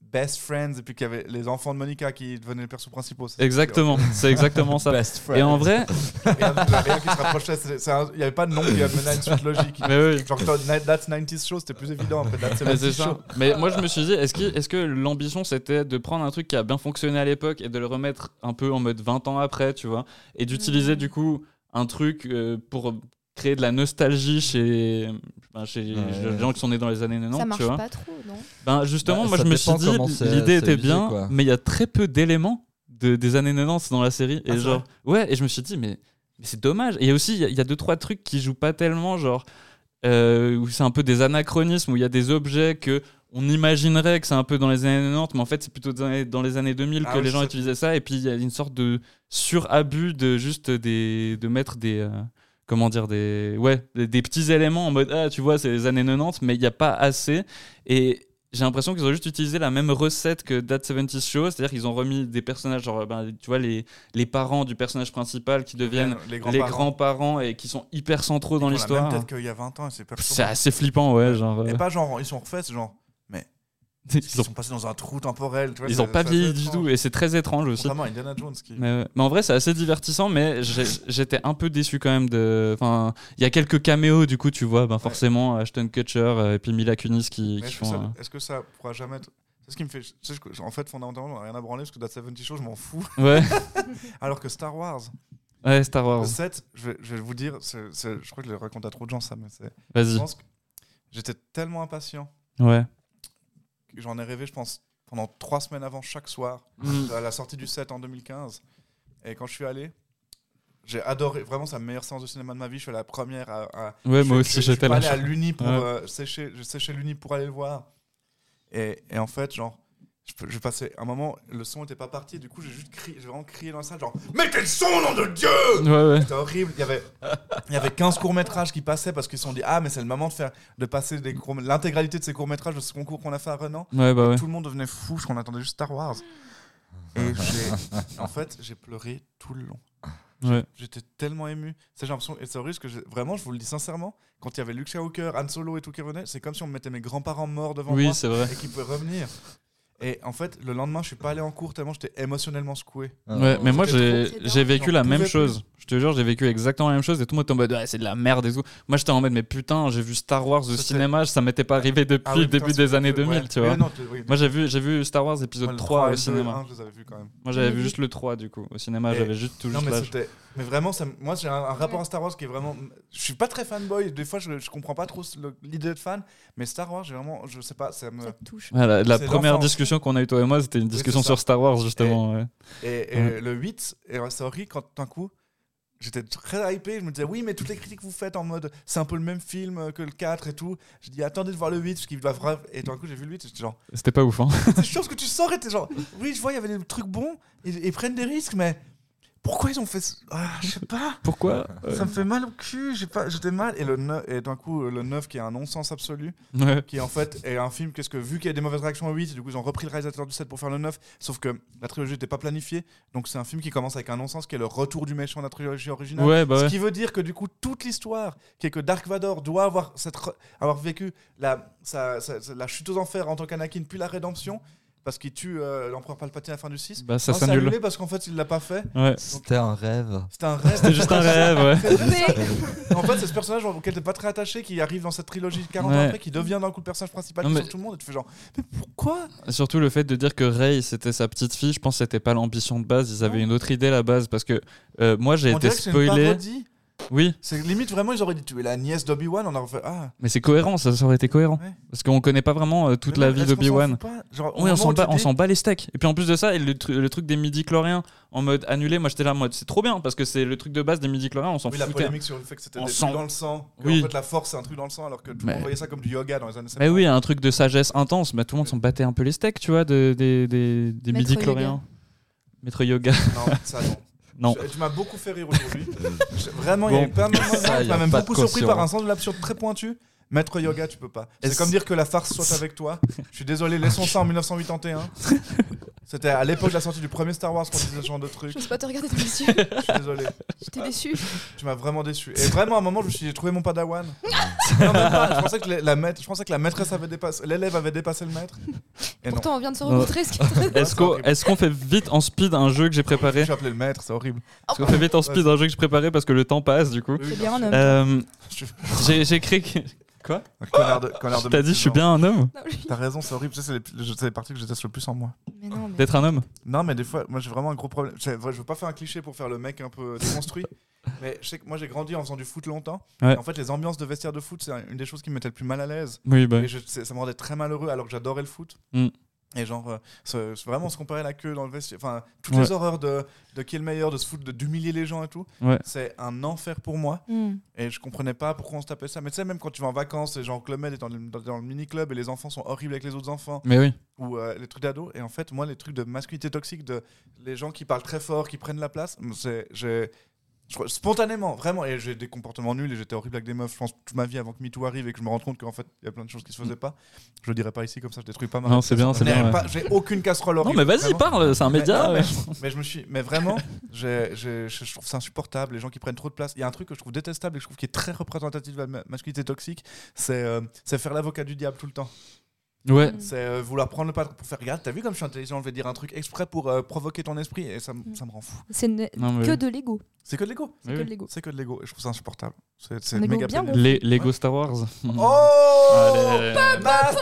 Speaker 2: Best Friends, et puis qu'il y avait les enfants de Monica qui devenaient les persos principaux. c'est ça
Speaker 3: exactement, c'est exactement ça.
Speaker 4: Best friend.
Speaker 3: Et en vrai,
Speaker 2: Il y avait rien qui se rapprochait, c'est- c'est un- il n'y avait pas de nom qui amenait à une suite logique.
Speaker 3: mais oui.
Speaker 2: Genre, That- That's 90s Show, c'était plus évident. Après, That's
Speaker 3: Mais c'est
Speaker 2: 70s
Speaker 3: ça.
Speaker 2: Show.
Speaker 3: Mais moi, je me suis dit, est-ce que, est-ce que l'ambition c'était de prendre un truc qui a bien fonctionné à l'époque et de le remettre un peu en mode 20 ans après, tu vois, et d'utiliser
Speaker 5: Mhm.
Speaker 3: du coup un truc euh, pour créer de la nostalgie chez, ben, chez les
Speaker 4: Ouais.
Speaker 3: gens qui sont nés dans les années 90,
Speaker 5: ça
Speaker 3: tu
Speaker 5: marche
Speaker 3: vois.
Speaker 5: pas trop, non
Speaker 3: Ben, justement,
Speaker 4: Bah,
Speaker 3: moi,
Speaker 4: ça
Speaker 3: je me suis
Speaker 4: dépend
Speaker 3: dit,
Speaker 4: comment c'est-
Speaker 3: l'idée
Speaker 4: c'est
Speaker 3: était
Speaker 4: visé,
Speaker 3: bien,
Speaker 4: quoi.
Speaker 3: mais il y a très peu d'éléments de, des années 90 dans la série.
Speaker 2: Ah,
Speaker 3: et
Speaker 2: c'est
Speaker 3: genre, ouais, et je me suis dit, mais, mais c'est dommage. Et aussi, il y a- il y, a deux, trois trucs qui jouent pas tellement, genre, euh, où c'est un peu des anachronismes, où il y a des objets que on imaginerait que c'est un peu dans les années 90, mais en fait, c'est plutôt dans les, dans les années 2000
Speaker 2: Ah
Speaker 3: que
Speaker 2: oui,
Speaker 3: les gens
Speaker 2: c'est-
Speaker 3: utilisaient ça. Et puis, il y a une sorte de surabus de juste des, de mettre des. euh, comment dire des ouais des, des petits éléments en mode ah tu vois c'est les années 90 mais il n'y a pas assez et j'ai l'impression qu'ils ont juste utilisé la même recette que That 70 Show c'est-à-dire qu'ils ont remis des personnages genre ben, tu vois les les parents du personnage principal qui deviennent
Speaker 2: Les
Speaker 3: les grands-parents et qui sont hyper centraux dans l'histoire
Speaker 2: Peut-être qu'il y a 20 ans, et c'est
Speaker 3: c'est
Speaker 2: perturbant.
Speaker 3: assez flippant ouais genre euh,
Speaker 2: Et pas genre, ils sont refaits, c'est genre,
Speaker 3: ils
Speaker 2: ils
Speaker 3: ont
Speaker 2: sont passés dans un trou temporel. Tu vois,
Speaker 3: ils
Speaker 2: c'est-
Speaker 3: ont pas
Speaker 2: c'est
Speaker 3: vieilli
Speaker 2: assez
Speaker 3: du
Speaker 2: étrange.
Speaker 3: tout et c'est très étrange aussi
Speaker 2: Contrairement à Indiana Jones qui.
Speaker 3: Mais, ouais. Mais en vrai, c'est assez divertissant, mais j'ai- j'étais un peu déçu quand même de. Enfin, il y a quelques caméos, du coup, tu vois, ben forcément, Ashton Kutcher euh, et puis Mila Kunis qui,
Speaker 2: Mais
Speaker 3: qui
Speaker 2: est-ce que,
Speaker 3: font.
Speaker 2: ça, est-ce que ça pourra jamais être. C'est ce qui me fait. tu sais, je- en fait, fondamentalement, j'en ai rien à branler parce que That 70 Show, je m'en fous.
Speaker 3: euh, Ouais,
Speaker 2: Alors que Star Wars,
Speaker 3: ouais, Star
Speaker 2: le
Speaker 3: Wars,
Speaker 2: 7, je vais, je vais vous dire, c'est- c'est- je crois que je le raconte à trop de gens ça, mais c'est. Je
Speaker 3: vas-y.
Speaker 2: pense que j'étais tellement impatient
Speaker 3: Ouais.
Speaker 2: que j'en ai rêvé, je pense, pendant trois semaines avant chaque soir,
Speaker 3: Mm.
Speaker 2: à la sortie du 7 en 2015. Et quand je suis allé. J'ai adoré, vraiment, c'est la meilleure séance de cinéma de ma vie. Je suis la première à, à-
Speaker 3: Ouais, moi
Speaker 2: Je- je-
Speaker 3: aussi,
Speaker 2: je suis
Speaker 3: j'étais
Speaker 2: pas
Speaker 3: là.
Speaker 2: allé à l'Uni pour
Speaker 3: Ouais.
Speaker 2: euh, sécher, je séchais l'Uni pour aller le voir. Et, et en fait, genre, je, peux- je passais un moment, le son était pas parti, du coup, j'ai juste crié, j'ai vraiment crié dans la salle, genre, mais quel son, nom de Dieu
Speaker 3: Ouais, ouais.
Speaker 2: C'était horrible. Il y avait, il y avait 15 courts-métrages qui passaient parce qu'ils se sont dit, ah, mais c'est le moment de faire, de passer des courts- l'intégralité de ces courts-métrages de ce concours qu'on a fait à hein. Renan.
Speaker 3: Ouais, bah ouais.
Speaker 2: Tout le monde devenait fou, je crois qu'on attendait juste Star Wars. Et j'ai- en fait, j'ai pleuré tout le long.
Speaker 3: Ouais.
Speaker 2: J'étais tellement ému. C'est j'ai l'impression et c'est horrible parce que j'ai- vraiment, je vous le dis sincèrement, quand il y avait Luke Skywalker, Han Solo et tout qui revenait, c'est comme si on me mettait mes grands-parents morts devant
Speaker 3: Oui,
Speaker 2: moi
Speaker 3: c'est vrai.
Speaker 2: et qu'ils pouvaient revenir. Et en fait, le lendemain, je suis pas allé en cours tellement j'étais émotionnellement secoué.
Speaker 3: Ouais, mais moi
Speaker 2: C'était
Speaker 3: j'ai
Speaker 5: trop, c'est
Speaker 3: j'ai
Speaker 5: dingue,
Speaker 3: vécu
Speaker 2: j'en
Speaker 3: la même
Speaker 2: pouvais
Speaker 3: chose. Je te jure, j'ai vécu exactement la même chose et tout le monde était en mode ouais, c'est de la merde et tout. Moi j'étais en mode mais putain, j'ai vu Star Wars au
Speaker 2: C'était-
Speaker 3: cinéma, ça m'était pas arrivé depuis
Speaker 2: Ah oui,
Speaker 3: le
Speaker 2: putain,
Speaker 3: début
Speaker 2: c'est-
Speaker 3: des années
Speaker 2: ouais.
Speaker 3: 2000, tu
Speaker 2: Oui,
Speaker 3: vois.
Speaker 2: non, tu- oui.
Speaker 3: Moi j'ai vu, j'ai vu Star Wars
Speaker 2: Ouais,
Speaker 3: épisode
Speaker 2: le
Speaker 3: 3
Speaker 2: et
Speaker 3: au
Speaker 2: le deux et le
Speaker 3: cinéma.
Speaker 2: un, je les avais vus quand même.
Speaker 3: Moi j'avais vu juste le 3 du coup. Au cinéma,
Speaker 2: Et-
Speaker 3: j'avais juste tout
Speaker 2: Non,
Speaker 3: juste
Speaker 2: mais
Speaker 3: l'âge.
Speaker 2: c'était. Mais vraiment, ça, m- moi j'ai un, un rapport à Star Wars qui est vraiment. Je suis pas très fanboy, des fois je, je comprends pas trop le- l'idée de fan, mais Star Wars, j'ai vraiment. Je sais pas, ça me.
Speaker 5: Ça te touche.
Speaker 3: Ouais, la la
Speaker 2: C'est
Speaker 3: première
Speaker 2: l'enfance.
Speaker 3: discussion qu'on a eu toi et moi, c'était une discussion
Speaker 2: c'est ça.
Speaker 3: sur Star Wars justement. ouais.
Speaker 2: Et, et
Speaker 3: Ouais.
Speaker 2: le 8, et ouais, c'est horrible quand d'un coup, j'étais très hypé. Je me disais, oui, mais toutes les critiques que vous faites en mode, c'est un peu le même film euh, que le 4 et tout. Je dis, attendez de voir le 8, parce qu'il doit vra- Et d'un coup, j'ai vu le 8, et j'étais genre,
Speaker 3: C'était pas ouf. Hein.
Speaker 2: c'est chiant ce que tu sors, et t'es genre, oui, je vois, il y avait des trucs bons, ils, ils prennent des risques, mais pourquoi ils ont fait. ce- Ah, je sais pas,
Speaker 3: Pourquoi
Speaker 2: ça me fait mal au cul, j'ai pas- j'étais mal. Et, le neuf- et d'un coup, euh, le 9, qui est un non-sens absolu,
Speaker 3: Ouais.
Speaker 2: qui en fait est un film qu'est-ce que vu qu'il y a des mauvaises réactions au 8 du coup ils ont repris le réalisateur du 7 pour faire le 9 sauf que la trilogie n'était pas planifiée donc c'est un film qui commence avec un non-sens qui est le retour du méchant de la trilogie originale
Speaker 3: Ouais, bah
Speaker 2: ce
Speaker 3: ouais.
Speaker 2: qui veut dire que du coup toute l'histoire qui est que Dark Vador doit avoir cette re- avoir vécu la sa- sa- sa- la chute aux enfers en tant qu'Anakin puis la rédemption parce qu'il tue euh, l'empereur Palpatine à la fin du 6
Speaker 3: Bah ça
Speaker 2: Non, c'est
Speaker 3: s'annule.
Speaker 2: annulé parce qu'en fait il l'a pas fait
Speaker 3: Ouais.
Speaker 4: C'était un rêve.
Speaker 2: c'était un rêve
Speaker 3: C'était juste un rêve, ouais.
Speaker 2: en fait c'est ce personnage auquel t'es pas très attaché qui arrive dans cette trilogie 40 ans
Speaker 3: Ouais.
Speaker 2: après qui devient d'un coup le personnage principal
Speaker 3: Non,
Speaker 2: qui
Speaker 3: mais-
Speaker 2: sauve tout le monde et tu fais genre mais pourquoi
Speaker 3: Surtout le fait de dire que Rey c'était sa petite fille, je pense que c'était pas l'ambition de base. Ils avaient une autre idée à la base parce que euh, moi j'ai
Speaker 2: On
Speaker 3: été
Speaker 2: dirait que c'est une
Speaker 3: spoilé.
Speaker 2: parodie.
Speaker 3: Oui,
Speaker 2: C'est limite vraiment, ils auraient dit tu es la nièce d'Obi-Wan, on aurait fait ah.
Speaker 3: mais c'est cohérent, ça, ça aurait été cohérent.
Speaker 2: Ouais.
Speaker 3: Parce qu'on connaît pas vraiment euh, toute
Speaker 2: Mais
Speaker 3: la
Speaker 2: non,
Speaker 3: vie
Speaker 2: est-ce qu'on s'en
Speaker 3: d'Obi-Wan.
Speaker 2: fout pas Genre, au
Speaker 3: Oui, on
Speaker 2: moment
Speaker 3: s'en
Speaker 2: où
Speaker 3: bat,
Speaker 2: tu
Speaker 3: on
Speaker 2: dis-
Speaker 3: s'en bat les steaks. Et puis en plus de ça, et le, tru- le truc des midi-chloriens en mode annulé, moi j'étais là en mode c'est trop bien parce que c'est le truc de base des midi-chloriens, on s'en
Speaker 2: Oui, la
Speaker 3: foutait.
Speaker 2: polémique sur le fait que c'était
Speaker 3: On
Speaker 2: des
Speaker 3: s'en-
Speaker 2: trucs dans le sang. que,
Speaker 3: Oui.
Speaker 2: En fait, la force, c'est un truc dans le sang, alors que tout le
Speaker 3: Mais-
Speaker 2: monde voyait ça comme du yoga dans les années 70.
Speaker 3: Mais oui, un truc de sagesse intense, bah, tout le monde s'en battait un peu les steaks, tu vois, de- des, des, des
Speaker 5: Maître
Speaker 3: midi-chloriens. Maître yoga.
Speaker 2: Non, ça non.
Speaker 3: Non.
Speaker 2: Je- tu m'as beaucoup fait rire aujourd'hui. Je- Vraiment, il y a eu
Speaker 3: Bon.
Speaker 2: pas un moment-
Speaker 4: Ça,
Speaker 2: tu
Speaker 4: y
Speaker 2: m'as
Speaker 4: a
Speaker 2: même
Speaker 4: pas de
Speaker 2: beaucoup surpris
Speaker 4: caution.
Speaker 2: par un sens de l'absurde très pointu. Maître yoga, tu peux pas. C'est
Speaker 3: Est-ce-
Speaker 2: comme dire que la farce soit avec toi. Je suis désolé, laissons ça en 1981. C'était à l'époque de la sortie du premier Star Wars qu'on disait ce genre de truc.
Speaker 5: Je
Speaker 2: Je
Speaker 5: n'ose pas te regarder dans les yeux,
Speaker 2: suis désolé.
Speaker 5: j'étais déçue.
Speaker 2: Tu m'as vraiment déçu. Et vraiment, à un moment, je me suis dit, j'ai trouvé mon padawan. non, même pas. Je pensais que la- la, maître, je pensais que la maîtresse avait dépassé, l'élève avait dépassé le maître. Et non.
Speaker 5: Pourtant, on vient de se
Speaker 3: Non.
Speaker 5: rencontrer. ce qui-
Speaker 3: Est-ce qu'on est-ce qu'on fait vite en speed un jeu que j'ai préparé
Speaker 2: Je suis appelé le maître, c'est horrible.
Speaker 3: Est-ce qu'on fait vite en speed un jeu que j'ai préparé parce que le temps passe du coup
Speaker 5: C'est bien un homme.
Speaker 3: Euh,
Speaker 2: Je-
Speaker 3: J'ai j'ai écrit que. Quoi
Speaker 2: Un connard de, connard de
Speaker 3: T'as dit je suis bien un homme
Speaker 5: Non, lui-
Speaker 2: T'as raison, c'est horrible. Tu sais, C'est les, je- c'est les parties que je déteste le plus en moi.
Speaker 5: Mais non, mais-
Speaker 3: D'être un homme
Speaker 2: Non, mais des fois, moi j'ai vraiment un gros problème. Je, je veux pas faire un cliché pour faire le mec un peu déconstruit. mais je sais que moi j'ai grandi en faisant du foot longtemps.
Speaker 3: Ouais.
Speaker 2: Et en fait, les ambiances de vestiaire de foot, c'est une des choses qui me mettait le plus mal à l'aise.
Speaker 3: Oui, bah.
Speaker 2: Et je- c'est- ça me rendait très malheureux alors que j'adorais le foot.
Speaker 3: Mm.
Speaker 2: Et genre, euh, se- se- vraiment se comparer la queue dans le vestiaire. Enfin, toutes
Speaker 3: Ouais.
Speaker 2: les horreurs de, de qui est le meilleur, de se foutre, de- d'humilier les gens et tout.
Speaker 3: Ouais.
Speaker 2: C'est un enfer pour moi.
Speaker 5: Hmm.
Speaker 2: Et je comprenais pas pourquoi on se tapait ça. Mais tu sais, même quand tu vas en vacances, et Jean-Claude Med est dans le, dans- dans le mini-club et les enfants sont horribles avec les autres enfants,
Speaker 3: Mais oui.
Speaker 2: ou euh, les trucs d'ados. Et en fait, moi, les trucs de masculinité toxique, de les gens qui parlent très fort, qui prennent la place, c'est. j'ai- je crois- spontanément, vraiment, et j'ai des comportements nuls et j'étais horrible avec des meufs, je pense, toute ma vie avant que MeToo arrive et que je me rende compte qu'en fait, il y a plein de choses qui se faisaient pas. Je le dirais pas ici, comme ça, je détruis pas ma
Speaker 3: Mm. Non, c'est bien, c'est
Speaker 2: Je n'ai
Speaker 3: bien. ouais.
Speaker 2: pas- J'ai aucune casserole
Speaker 3: Non,
Speaker 2: horrible.
Speaker 3: mais vas-y,
Speaker 2: vraiment.
Speaker 3: parle, c'est un
Speaker 2: Mais-
Speaker 3: média.
Speaker 2: non,
Speaker 3: ouais.
Speaker 2: mais, mais je me suis mais vraiment j'ai- j'ai- je, je trouve ça insupportable les gens qui prennent trop de place il y a un truc que je trouve détestable et que je trouve qui est très représentatif de la ma- masculinité toxique c'est euh, c'est faire l'avocat du diable tout le temps
Speaker 5: mm.
Speaker 3: Ouais.
Speaker 2: c'est euh, vouloir prendre le pas pour faire regarde t'as vu comme je suis intelligent je vais dire un truc exprès pour euh, provoquer ton esprit et ça,
Speaker 5: Mm.
Speaker 2: m- ça me rend fou
Speaker 5: C'est ne-
Speaker 3: Non, mais-
Speaker 5: que de l'ego.
Speaker 2: c'est que de l'ego
Speaker 5: C'est
Speaker 3: Oui,
Speaker 5: que
Speaker 3: oui.
Speaker 5: de l'ego.
Speaker 2: c'est que de l'ego et je trouve ça insupportable c'est c'est
Speaker 5: Un ego
Speaker 2: méga
Speaker 5: bien
Speaker 2: pénible.
Speaker 5: gonflé.
Speaker 3: Les Lego Star Wars.
Speaker 2: oh
Speaker 3: Allez.
Speaker 2: Masterclass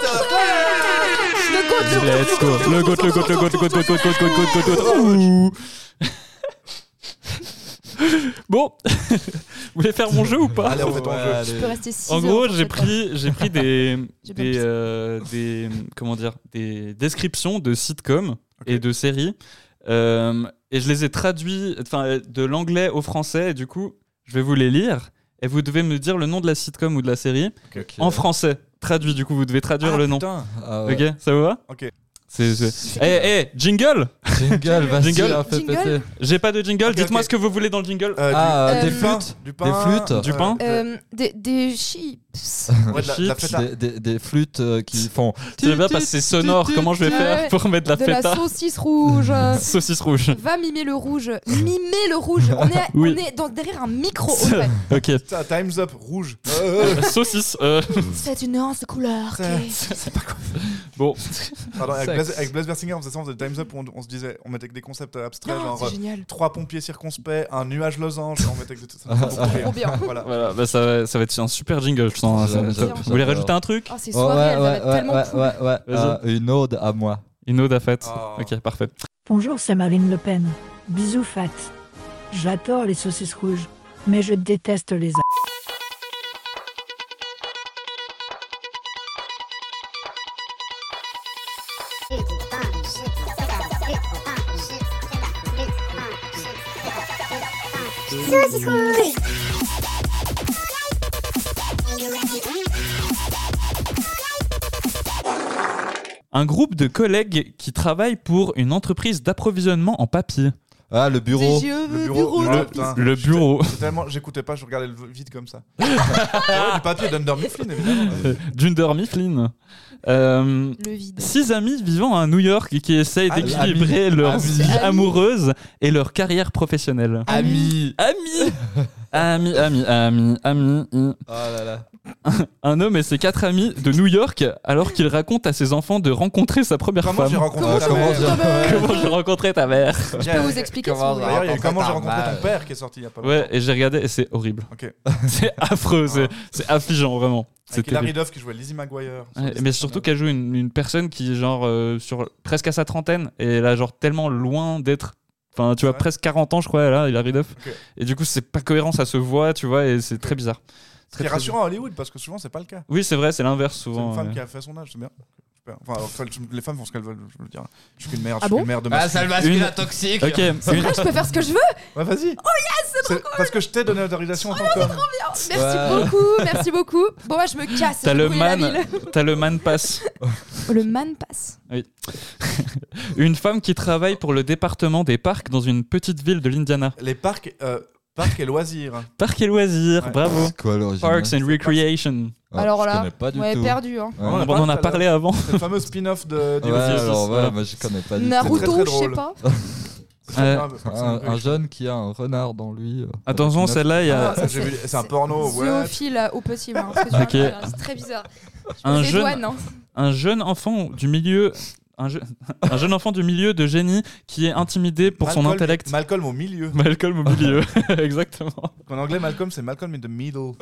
Speaker 3: Let's go. Le goat, le goat, le goat, le goat, le goat, le goat, le goat, le goat, le goat. Bon, vous voulez faire mon jeu ou pas
Speaker 2: Allez, on fait ton jeu.
Speaker 5: Je peux rester six
Speaker 3: Euh, En
Speaker 5: heures
Speaker 3: gros,
Speaker 5: pour
Speaker 3: j'ai
Speaker 5: cette
Speaker 3: pris, j'ai pris des,
Speaker 5: J'ai bien
Speaker 3: des,
Speaker 5: pris ça.
Speaker 3: euh, des, comment dire, des descriptions de sitcoms et de séries, Euh, et je les ai traduits, enfin, euh, de l'anglais au français. Et du coup, je vais vous les lire, et vous devez me dire le nom de la sitcom ou de la série en français, traduit. Du coup, vous devez traduire
Speaker 2: Ah,
Speaker 3: le nom.
Speaker 2: putain.
Speaker 3: Ok, ça vous va
Speaker 2: Ok.
Speaker 3: C'est. c'est- Eh, eh, jingle
Speaker 4: Jingle, vas-y,
Speaker 3: Jingle.
Speaker 4: ah, fais
Speaker 5: Jingle.
Speaker 4: péter.
Speaker 3: J'ai pas de jingle,
Speaker 2: Ok,
Speaker 3: dites-moi
Speaker 2: ok.
Speaker 3: ce que vous voulez dans le jingle.
Speaker 2: Euh,
Speaker 4: Ah,
Speaker 5: Euh,
Speaker 4: des
Speaker 5: du
Speaker 4: flûtes,
Speaker 2: du pain
Speaker 4: des flûtes.
Speaker 3: Du pain.
Speaker 2: euh,
Speaker 5: Euh, des, des chips.
Speaker 2: ouais, de la- de la
Speaker 3: chips,
Speaker 2: feta.
Speaker 4: des, des- des flûtes euh, qui font.
Speaker 3: C'est bien parce que c'est sonore, comment je vais
Speaker 5: Ouais.
Speaker 3: faire pour mettre la
Speaker 5: Ah. de la
Speaker 3: feta
Speaker 5: saucisse rouge.
Speaker 3: Saucisse rouge.
Speaker 5: Va mimer le rouge. Mimer le rouge. On est,
Speaker 3: Oui.
Speaker 5: on est dans, derrière un micro. Audrey.
Speaker 3: Ok.
Speaker 2: Ça, time's up rouge Euh, euh,
Speaker 3: Saucisse. euh,
Speaker 5: C'est une nuance de couleur.
Speaker 2: Ça-
Speaker 5: ok.
Speaker 3: Bon.
Speaker 2: Pardon, avec
Speaker 4: Sexe.
Speaker 2: Blaise, avec Blaise Versinger, on faisait ça, on faisait Time's Up, on, on se disait, on mettait que des concepts abstraits,
Speaker 5: Non,
Speaker 2: genre euh,
Speaker 5: c'est génial.
Speaker 2: trois pompiers circonspects, un nuage losange, on mettait que des ça nous faisait beaucoup rire.
Speaker 5: Trop bien.
Speaker 2: Voilà.
Speaker 3: Voilà, bah ça, ça va être un super jingle, je sens.
Speaker 4: J'adore,
Speaker 3: ça-
Speaker 4: j'adore,
Speaker 3: Vous voulez
Speaker 4: j'adore.
Speaker 3: rajouter un truc
Speaker 5: Oh, ces
Speaker 4: Ouais,
Speaker 5: soirées,
Speaker 4: ouais,
Speaker 5: elles doivent
Speaker 4: ouais,
Speaker 5: être
Speaker 4: ouais,
Speaker 5: tellement
Speaker 4: ouais,
Speaker 5: cool.
Speaker 4: ouais, ouais.
Speaker 3: Vas-y.
Speaker 4: Ah, une ode à moi.
Speaker 3: Une ode à fête.
Speaker 2: Oh.
Speaker 3: Ok, parfait.
Speaker 7: Bonjour, c'est Marine Le Pen. Bisous, Fat. J'adore les saucisses rouges, mais je déteste les
Speaker 3: Un groupe de collègues qui travaillent pour une entreprise d'approvisionnement en papier.
Speaker 4: Ah, le bureau.
Speaker 2: Le bureau,
Speaker 3: Le,
Speaker 2: le- putain,
Speaker 3: le bureau
Speaker 2: c'est tellement- J'écoutais pas, je regardais le vide comme ça. ouais, du papier d'Under Mifflin, évidemment.
Speaker 3: d'Under Mifflin. Euh,
Speaker 5: Le vide.
Speaker 3: Six amis vivant à New York qui essayent
Speaker 2: Ah,
Speaker 3: d'équilibrer leur
Speaker 4: Amis.
Speaker 3: vie amoureuse et leur carrière professionnelle.
Speaker 4: Ami.
Speaker 3: Ami Ami, ami, ami, ami. i.
Speaker 4: Oh là là.
Speaker 3: Un homme et ses quatre amis de New York alors qu'il raconte à ses enfants de rencontrer sa première
Speaker 2: Comment j'ai
Speaker 3: femme.
Speaker 2: rencontré ta
Speaker 4: Comment
Speaker 2: mère
Speaker 4: dire
Speaker 3: Comment j'ai rencontré ta mère
Speaker 5: Je peux vous expliquer si vous voulez.
Speaker 2: D'ailleurs, il y a eu Comment j'ai rencontré ton
Speaker 4: Normal.
Speaker 2: père qui est sorti il y a pas longtemps.
Speaker 3: Ouais, et j'ai regardé et c'est horrible.
Speaker 2: Ok. Ah.
Speaker 3: C'est affreux, c'est- c'est affligeant vraiment. C'est
Speaker 2: Avec Hilary
Speaker 3: terrible.
Speaker 2: Duff qui jouait Lizzie McGuire.
Speaker 3: Ouais, mais surtout qu'elle joue une, une personne qui est genre euh, sur, presque à sa trentaine et là genre tellement loin d'être Enfin, tu vois,
Speaker 2: Ouais.
Speaker 3: presque 40 ans, je crois, là, Hilary Duff.
Speaker 2: Ok.
Speaker 3: Et du coup, c'est pas cohérent, ça se voit, tu vois, et c'est très bizarre. C'est
Speaker 2: C'est rassurant à Hollywood parce que souvent c'est pas le cas.
Speaker 3: Oui, c'est vrai, c'est l'inverse
Speaker 2: C'est une
Speaker 3: souvent. euh.
Speaker 2: femme
Speaker 3: ouais.
Speaker 2: qui a fait son âge, c'est bien. Super. Enfin, alors, que les femmes font ce qu'elles veulent, je veux le dire. Je suis qu'une merde,
Speaker 1: Ah
Speaker 2: je suis
Speaker 1: bon
Speaker 2: une merde de
Speaker 8: Ah,
Speaker 2: masculin.
Speaker 8: ça le masculin
Speaker 3: Une-
Speaker 8: toxique.
Speaker 3: Ok, une-
Speaker 5: Ah, je peux faire ce que je veux
Speaker 2: Ouais, vas-y. Oh yes, c'est trop cool. Oh, Parce que je t'ai donné l'autorisation en tant qu'homme.
Speaker 5: Merci beaucoup, merci beaucoup. Bon, bah, je me casse.
Speaker 3: T'as
Speaker 5: je
Speaker 3: le
Speaker 5: brûle la
Speaker 3: man.
Speaker 5: ville.
Speaker 3: t'as le man pass.
Speaker 5: Le man passe.
Speaker 3: Une femme qui travaille pour le département des parcs dans une petite ville de l'Indiana.
Speaker 2: Les parcs, euh, parcs et loisirs.
Speaker 3: Parcs et loisirs,
Speaker 2: Ouais.
Speaker 3: bravo.
Speaker 4: C'est quoi l'origine
Speaker 3: Parks and Recreation.
Speaker 4: Ah,
Speaker 5: Alors
Speaker 4: je
Speaker 5: là,
Speaker 4: connais pas du
Speaker 5: Ouais,
Speaker 4: tout.
Speaker 5: perdu. Hein.
Speaker 2: On
Speaker 4: Ouais.
Speaker 2: en a
Speaker 3: On en a
Speaker 2: parlé tout à
Speaker 3: parlé avant.
Speaker 2: C'est le fameux spin-off de.
Speaker 4: Ouais,
Speaker 2: du-
Speaker 3: voilà.
Speaker 4: alors voilà, moi je connais pas du tout.
Speaker 2: très, très
Speaker 5: Naruto, je
Speaker 2: drôle.
Speaker 5: sais pas.
Speaker 2: C'est
Speaker 3: Euh,
Speaker 2: grave.
Speaker 4: Un, un jeune qui a un renard dans lui. euh,
Speaker 3: Attention,
Speaker 4: avec une
Speaker 3: celle-là, il y a
Speaker 2: Ah, j'ai vu- C'est un porno, ouais.
Speaker 5: Zoophile euh, au possible. hein, parce que tu
Speaker 3: Ok.
Speaker 5: vois, C'est très bizarre. Je
Speaker 3: Un
Speaker 5: me
Speaker 3: jeune-
Speaker 5: dédouane, hein.
Speaker 3: un jeune enfant du milieu. Un, je- un jeune enfant du milieu de génie qui est intimidé pour son
Speaker 2: Malcolm-
Speaker 3: intellect.
Speaker 2: Malcolm au milieu.
Speaker 3: Malcolm au milieu, exactement.
Speaker 2: En anglais, Malcolm, c'est Malcolm in the middle.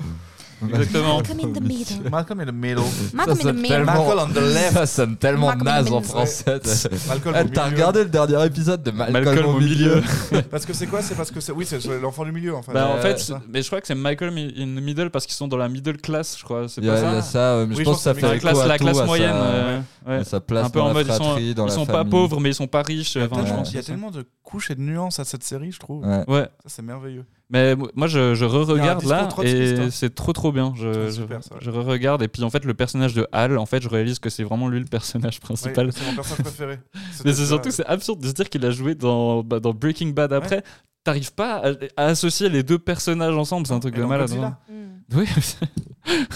Speaker 3: Exactement.
Speaker 4: Malcolm in the middle.
Speaker 2: Malcolm in the middle.
Speaker 5: Malcolm
Speaker 4: Ça
Speaker 5: in the
Speaker 4: sonne
Speaker 5: Middle.
Speaker 4: tellement-
Speaker 2: Malcolm on the left.
Speaker 4: Ça sonne tellement
Speaker 5: Malcolm
Speaker 4: naze en
Speaker 5: Middle.
Speaker 4: français.
Speaker 2: Malcolm
Speaker 4: Eh,
Speaker 2: au
Speaker 4: T'as
Speaker 2: milieu.
Speaker 4: regardé le dernier épisode de Malcolm, au milieu
Speaker 2: Parce que c'est quoi C'est parce que c'est. Oui, c'est l'enfant du milieu en fait.
Speaker 3: Bah, en
Speaker 4: Euh,
Speaker 3: fait,
Speaker 2: ça.
Speaker 3: mais je crois que c'est Malcolm in the middle parce qu'ils sont dans la middle class, je crois. C'est
Speaker 4: Il y a,
Speaker 3: pas
Speaker 4: il y a
Speaker 3: ça
Speaker 4: ça, euh, mais
Speaker 2: Oui,
Speaker 4: je pense que ça
Speaker 2: je
Speaker 4: fait
Speaker 2: pense
Speaker 3: la
Speaker 4: écho
Speaker 3: classe,
Speaker 4: à
Speaker 3: la
Speaker 4: tout,
Speaker 3: classe
Speaker 4: à sa-
Speaker 3: moyenne. euh,
Speaker 4: à
Speaker 3: ouais.
Speaker 4: Sa place
Speaker 3: Un peu
Speaker 4: dans
Speaker 3: en
Speaker 4: la
Speaker 3: mode, ils sont,
Speaker 4: fratrie, dans
Speaker 3: ils
Speaker 4: la
Speaker 3: sont pas
Speaker 4: famille.
Speaker 3: pauvres, mais ils sont pas riches.
Speaker 2: Il y a
Speaker 3: Enfin, je
Speaker 2: tellement-
Speaker 3: pense
Speaker 2: il y a
Speaker 3: que c'est ça.
Speaker 2: tellement de couches et de nuances à cette série, je trouve.
Speaker 4: Ouais.
Speaker 3: Ouais,
Speaker 2: Ça, c'est merveilleux.
Speaker 3: mais mo- moi je, je
Speaker 2: Il y a un
Speaker 3: re-regarde
Speaker 2: discours
Speaker 3: là
Speaker 2: trotskiste, hein.
Speaker 3: et c'est trop trop bien. Je,
Speaker 2: C'est super,
Speaker 3: je-
Speaker 2: ça, ouais.
Speaker 3: je re-regarde et puis en fait le personnage de Hal, en fait je réalise que c'est vraiment lui le personnage
Speaker 2: Ouais,
Speaker 3: principal.
Speaker 2: c'est mon personnage préféré.
Speaker 3: Mais
Speaker 2: C'était
Speaker 3: c'est
Speaker 2: ça.
Speaker 3: surtout, c'est absurde de se dire qu'il a joué dans, bah, dans Breaking Bad après. T'arrives pas à, à associer les deux personnages ensemble, c'est un truc
Speaker 2: Et
Speaker 3: de
Speaker 2: dans
Speaker 3: malade.
Speaker 2: Godzilla.
Speaker 5: Mm.
Speaker 3: hein. Oui,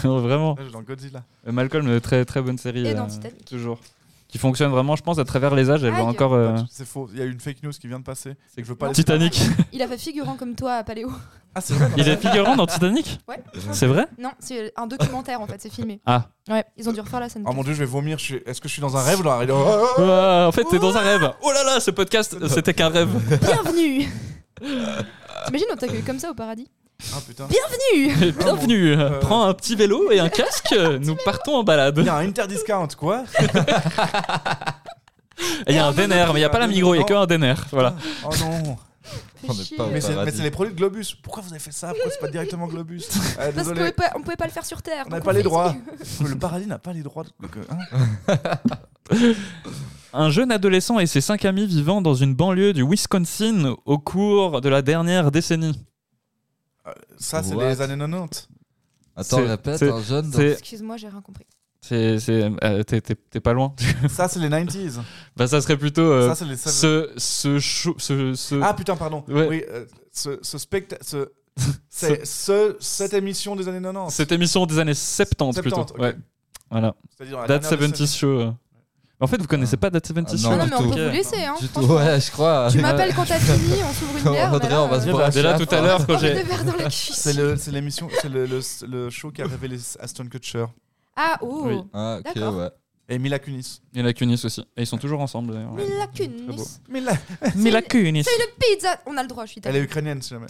Speaker 3: non, vraiment.
Speaker 2: Là, j'ai dans Godzilla.
Speaker 3: Euh, Malcolm, euh, très très bonne série.
Speaker 5: Et dans
Speaker 3: euh,
Speaker 5: Titanic. Ah,
Speaker 3: toujours. Qui fonctionne vraiment, je pense, à travers les âges. Elle va
Speaker 5: Aïe.
Speaker 3: encore. euh,
Speaker 2: Bah, tu- C'est faux. Il y a une fake news qui vient de passer.
Speaker 3: C'est-
Speaker 2: Je veux pas laisser-
Speaker 3: Titanic.
Speaker 5: Il a fait figurant comme toi à Paléo.
Speaker 2: Ah, c'est vrai.
Speaker 3: Il est figurant dans Titanic
Speaker 5: Ouais.
Speaker 3: C'est vrai
Speaker 5: Non, c'est un documentaire en fait, c'est filmé.
Speaker 3: Ah.
Speaker 5: Ouais, ils ont dû refaire la scène.
Speaker 2: Oh mon dieu, je vais vomir. Je suis- Est-ce que je suis dans un rêve ou dans un rêve Oh, oh, oh.
Speaker 3: Ouah, Bah, en fait, t'es dans un rêve. Oh là là, ce podcast, euh, c'était qu'un rêve.
Speaker 5: Bienvenue T'imagines on t'accueille comme ça au paradis
Speaker 2: Ah putain.
Speaker 5: Bienvenue
Speaker 3: Bienvenue.
Speaker 2: Euh.
Speaker 3: Prends un petit vélo et un casque. Nous partons en balade.
Speaker 2: Il y a un interdiscount, quoi.
Speaker 3: Et Il y a un
Speaker 2: non, non,
Speaker 3: DNR, mais il n'y a pas la Migros, il n'y a que un DNR. Voilà.
Speaker 2: Oh non.
Speaker 5: Fais
Speaker 4: On est
Speaker 5: chier.
Speaker 4: pas au
Speaker 2: Mais c'est mais
Speaker 4: paradis.
Speaker 2: c'est les produits de Globus. Pourquoi vous avez fait ça Pourquoi c'est pas directement Globus Ah,
Speaker 5: Parce qu'on
Speaker 2: Désolé.
Speaker 5: pouvait pas, on pouvait pas le faire sur Terre.
Speaker 2: On
Speaker 5: donc
Speaker 2: n'a pas
Speaker 5: fait
Speaker 2: les
Speaker 5: ici.
Speaker 2: droits. Le paradis n'a pas les droits. donc, euh, hein.
Speaker 3: Un jeune adolescent et ses cinq amis vivant dans une banlieue du Wisconsin au cours de la dernière décennie.
Speaker 2: Euh, Ça, c'est
Speaker 4: What
Speaker 2: les années 90.
Speaker 4: Attends,
Speaker 3: C'est-
Speaker 4: répète,
Speaker 3: c'est-
Speaker 4: un jeune. dans-
Speaker 3: C'est,
Speaker 5: Excuse-moi, j'ai rien compris.
Speaker 3: c'est, c'est- euh, t'es, t'es- t'es pas loin.
Speaker 2: Ça, c'est les 90s.
Speaker 3: bah, ça serait plutôt euh,
Speaker 2: ça, c'est les.
Speaker 3: ce, ce, chou- ce, ce-
Speaker 2: Ah putain, pardon.
Speaker 3: Ouais.
Speaker 2: Oui, euh, ce, ce spectacle. Ce, c'est ce- cette émission des années 90.
Speaker 3: cette émission des années 70, plutôt.
Speaker 2: 70, ok.
Speaker 3: Ouais. Voilà.
Speaker 2: C'est-à-dire la
Speaker 3: That
Speaker 2: dernière de
Speaker 3: 70 Show. euh. En fait, vous connaissez pas That 70
Speaker 4: Ah,
Speaker 3: Show
Speaker 5: Ah non,
Speaker 4: Non, du
Speaker 5: mais on
Speaker 4: tout.
Speaker 5: peut vous laisser, hein.
Speaker 4: Du tout,
Speaker 5: franchement.
Speaker 4: ouais, je crois.
Speaker 5: Tu m'appelles quand t'as fini, on s'ouvre une bière.
Speaker 4: Audrey, on va se
Speaker 5: euh,
Speaker 4: boire.
Speaker 3: Déjà
Speaker 4: Ouais.
Speaker 3: tout à l'heure, quand
Speaker 5: envie
Speaker 3: j'ai.
Speaker 5: de verre dans la
Speaker 2: C'est
Speaker 5: cuisse.
Speaker 2: le- c'est l'émission, c'est le, le- le show qui a révélé Aston Kutcher
Speaker 5: Ah, oh
Speaker 3: Oui.
Speaker 4: Ah, ok,
Speaker 5: D'accord.
Speaker 4: ouais.
Speaker 2: et Mila Kunis.
Speaker 3: Il y en a Kunis aussi. Et ils sont toujours ensemble d'ailleurs.
Speaker 5: Mila
Speaker 3: Très beau.
Speaker 5: Kunis.
Speaker 2: Mila.
Speaker 3: Mila Kunis.
Speaker 5: C'est une pizza On a le droit, je suis
Speaker 2: Elle est
Speaker 5: italienne.
Speaker 2: ukrainienne, si jamais.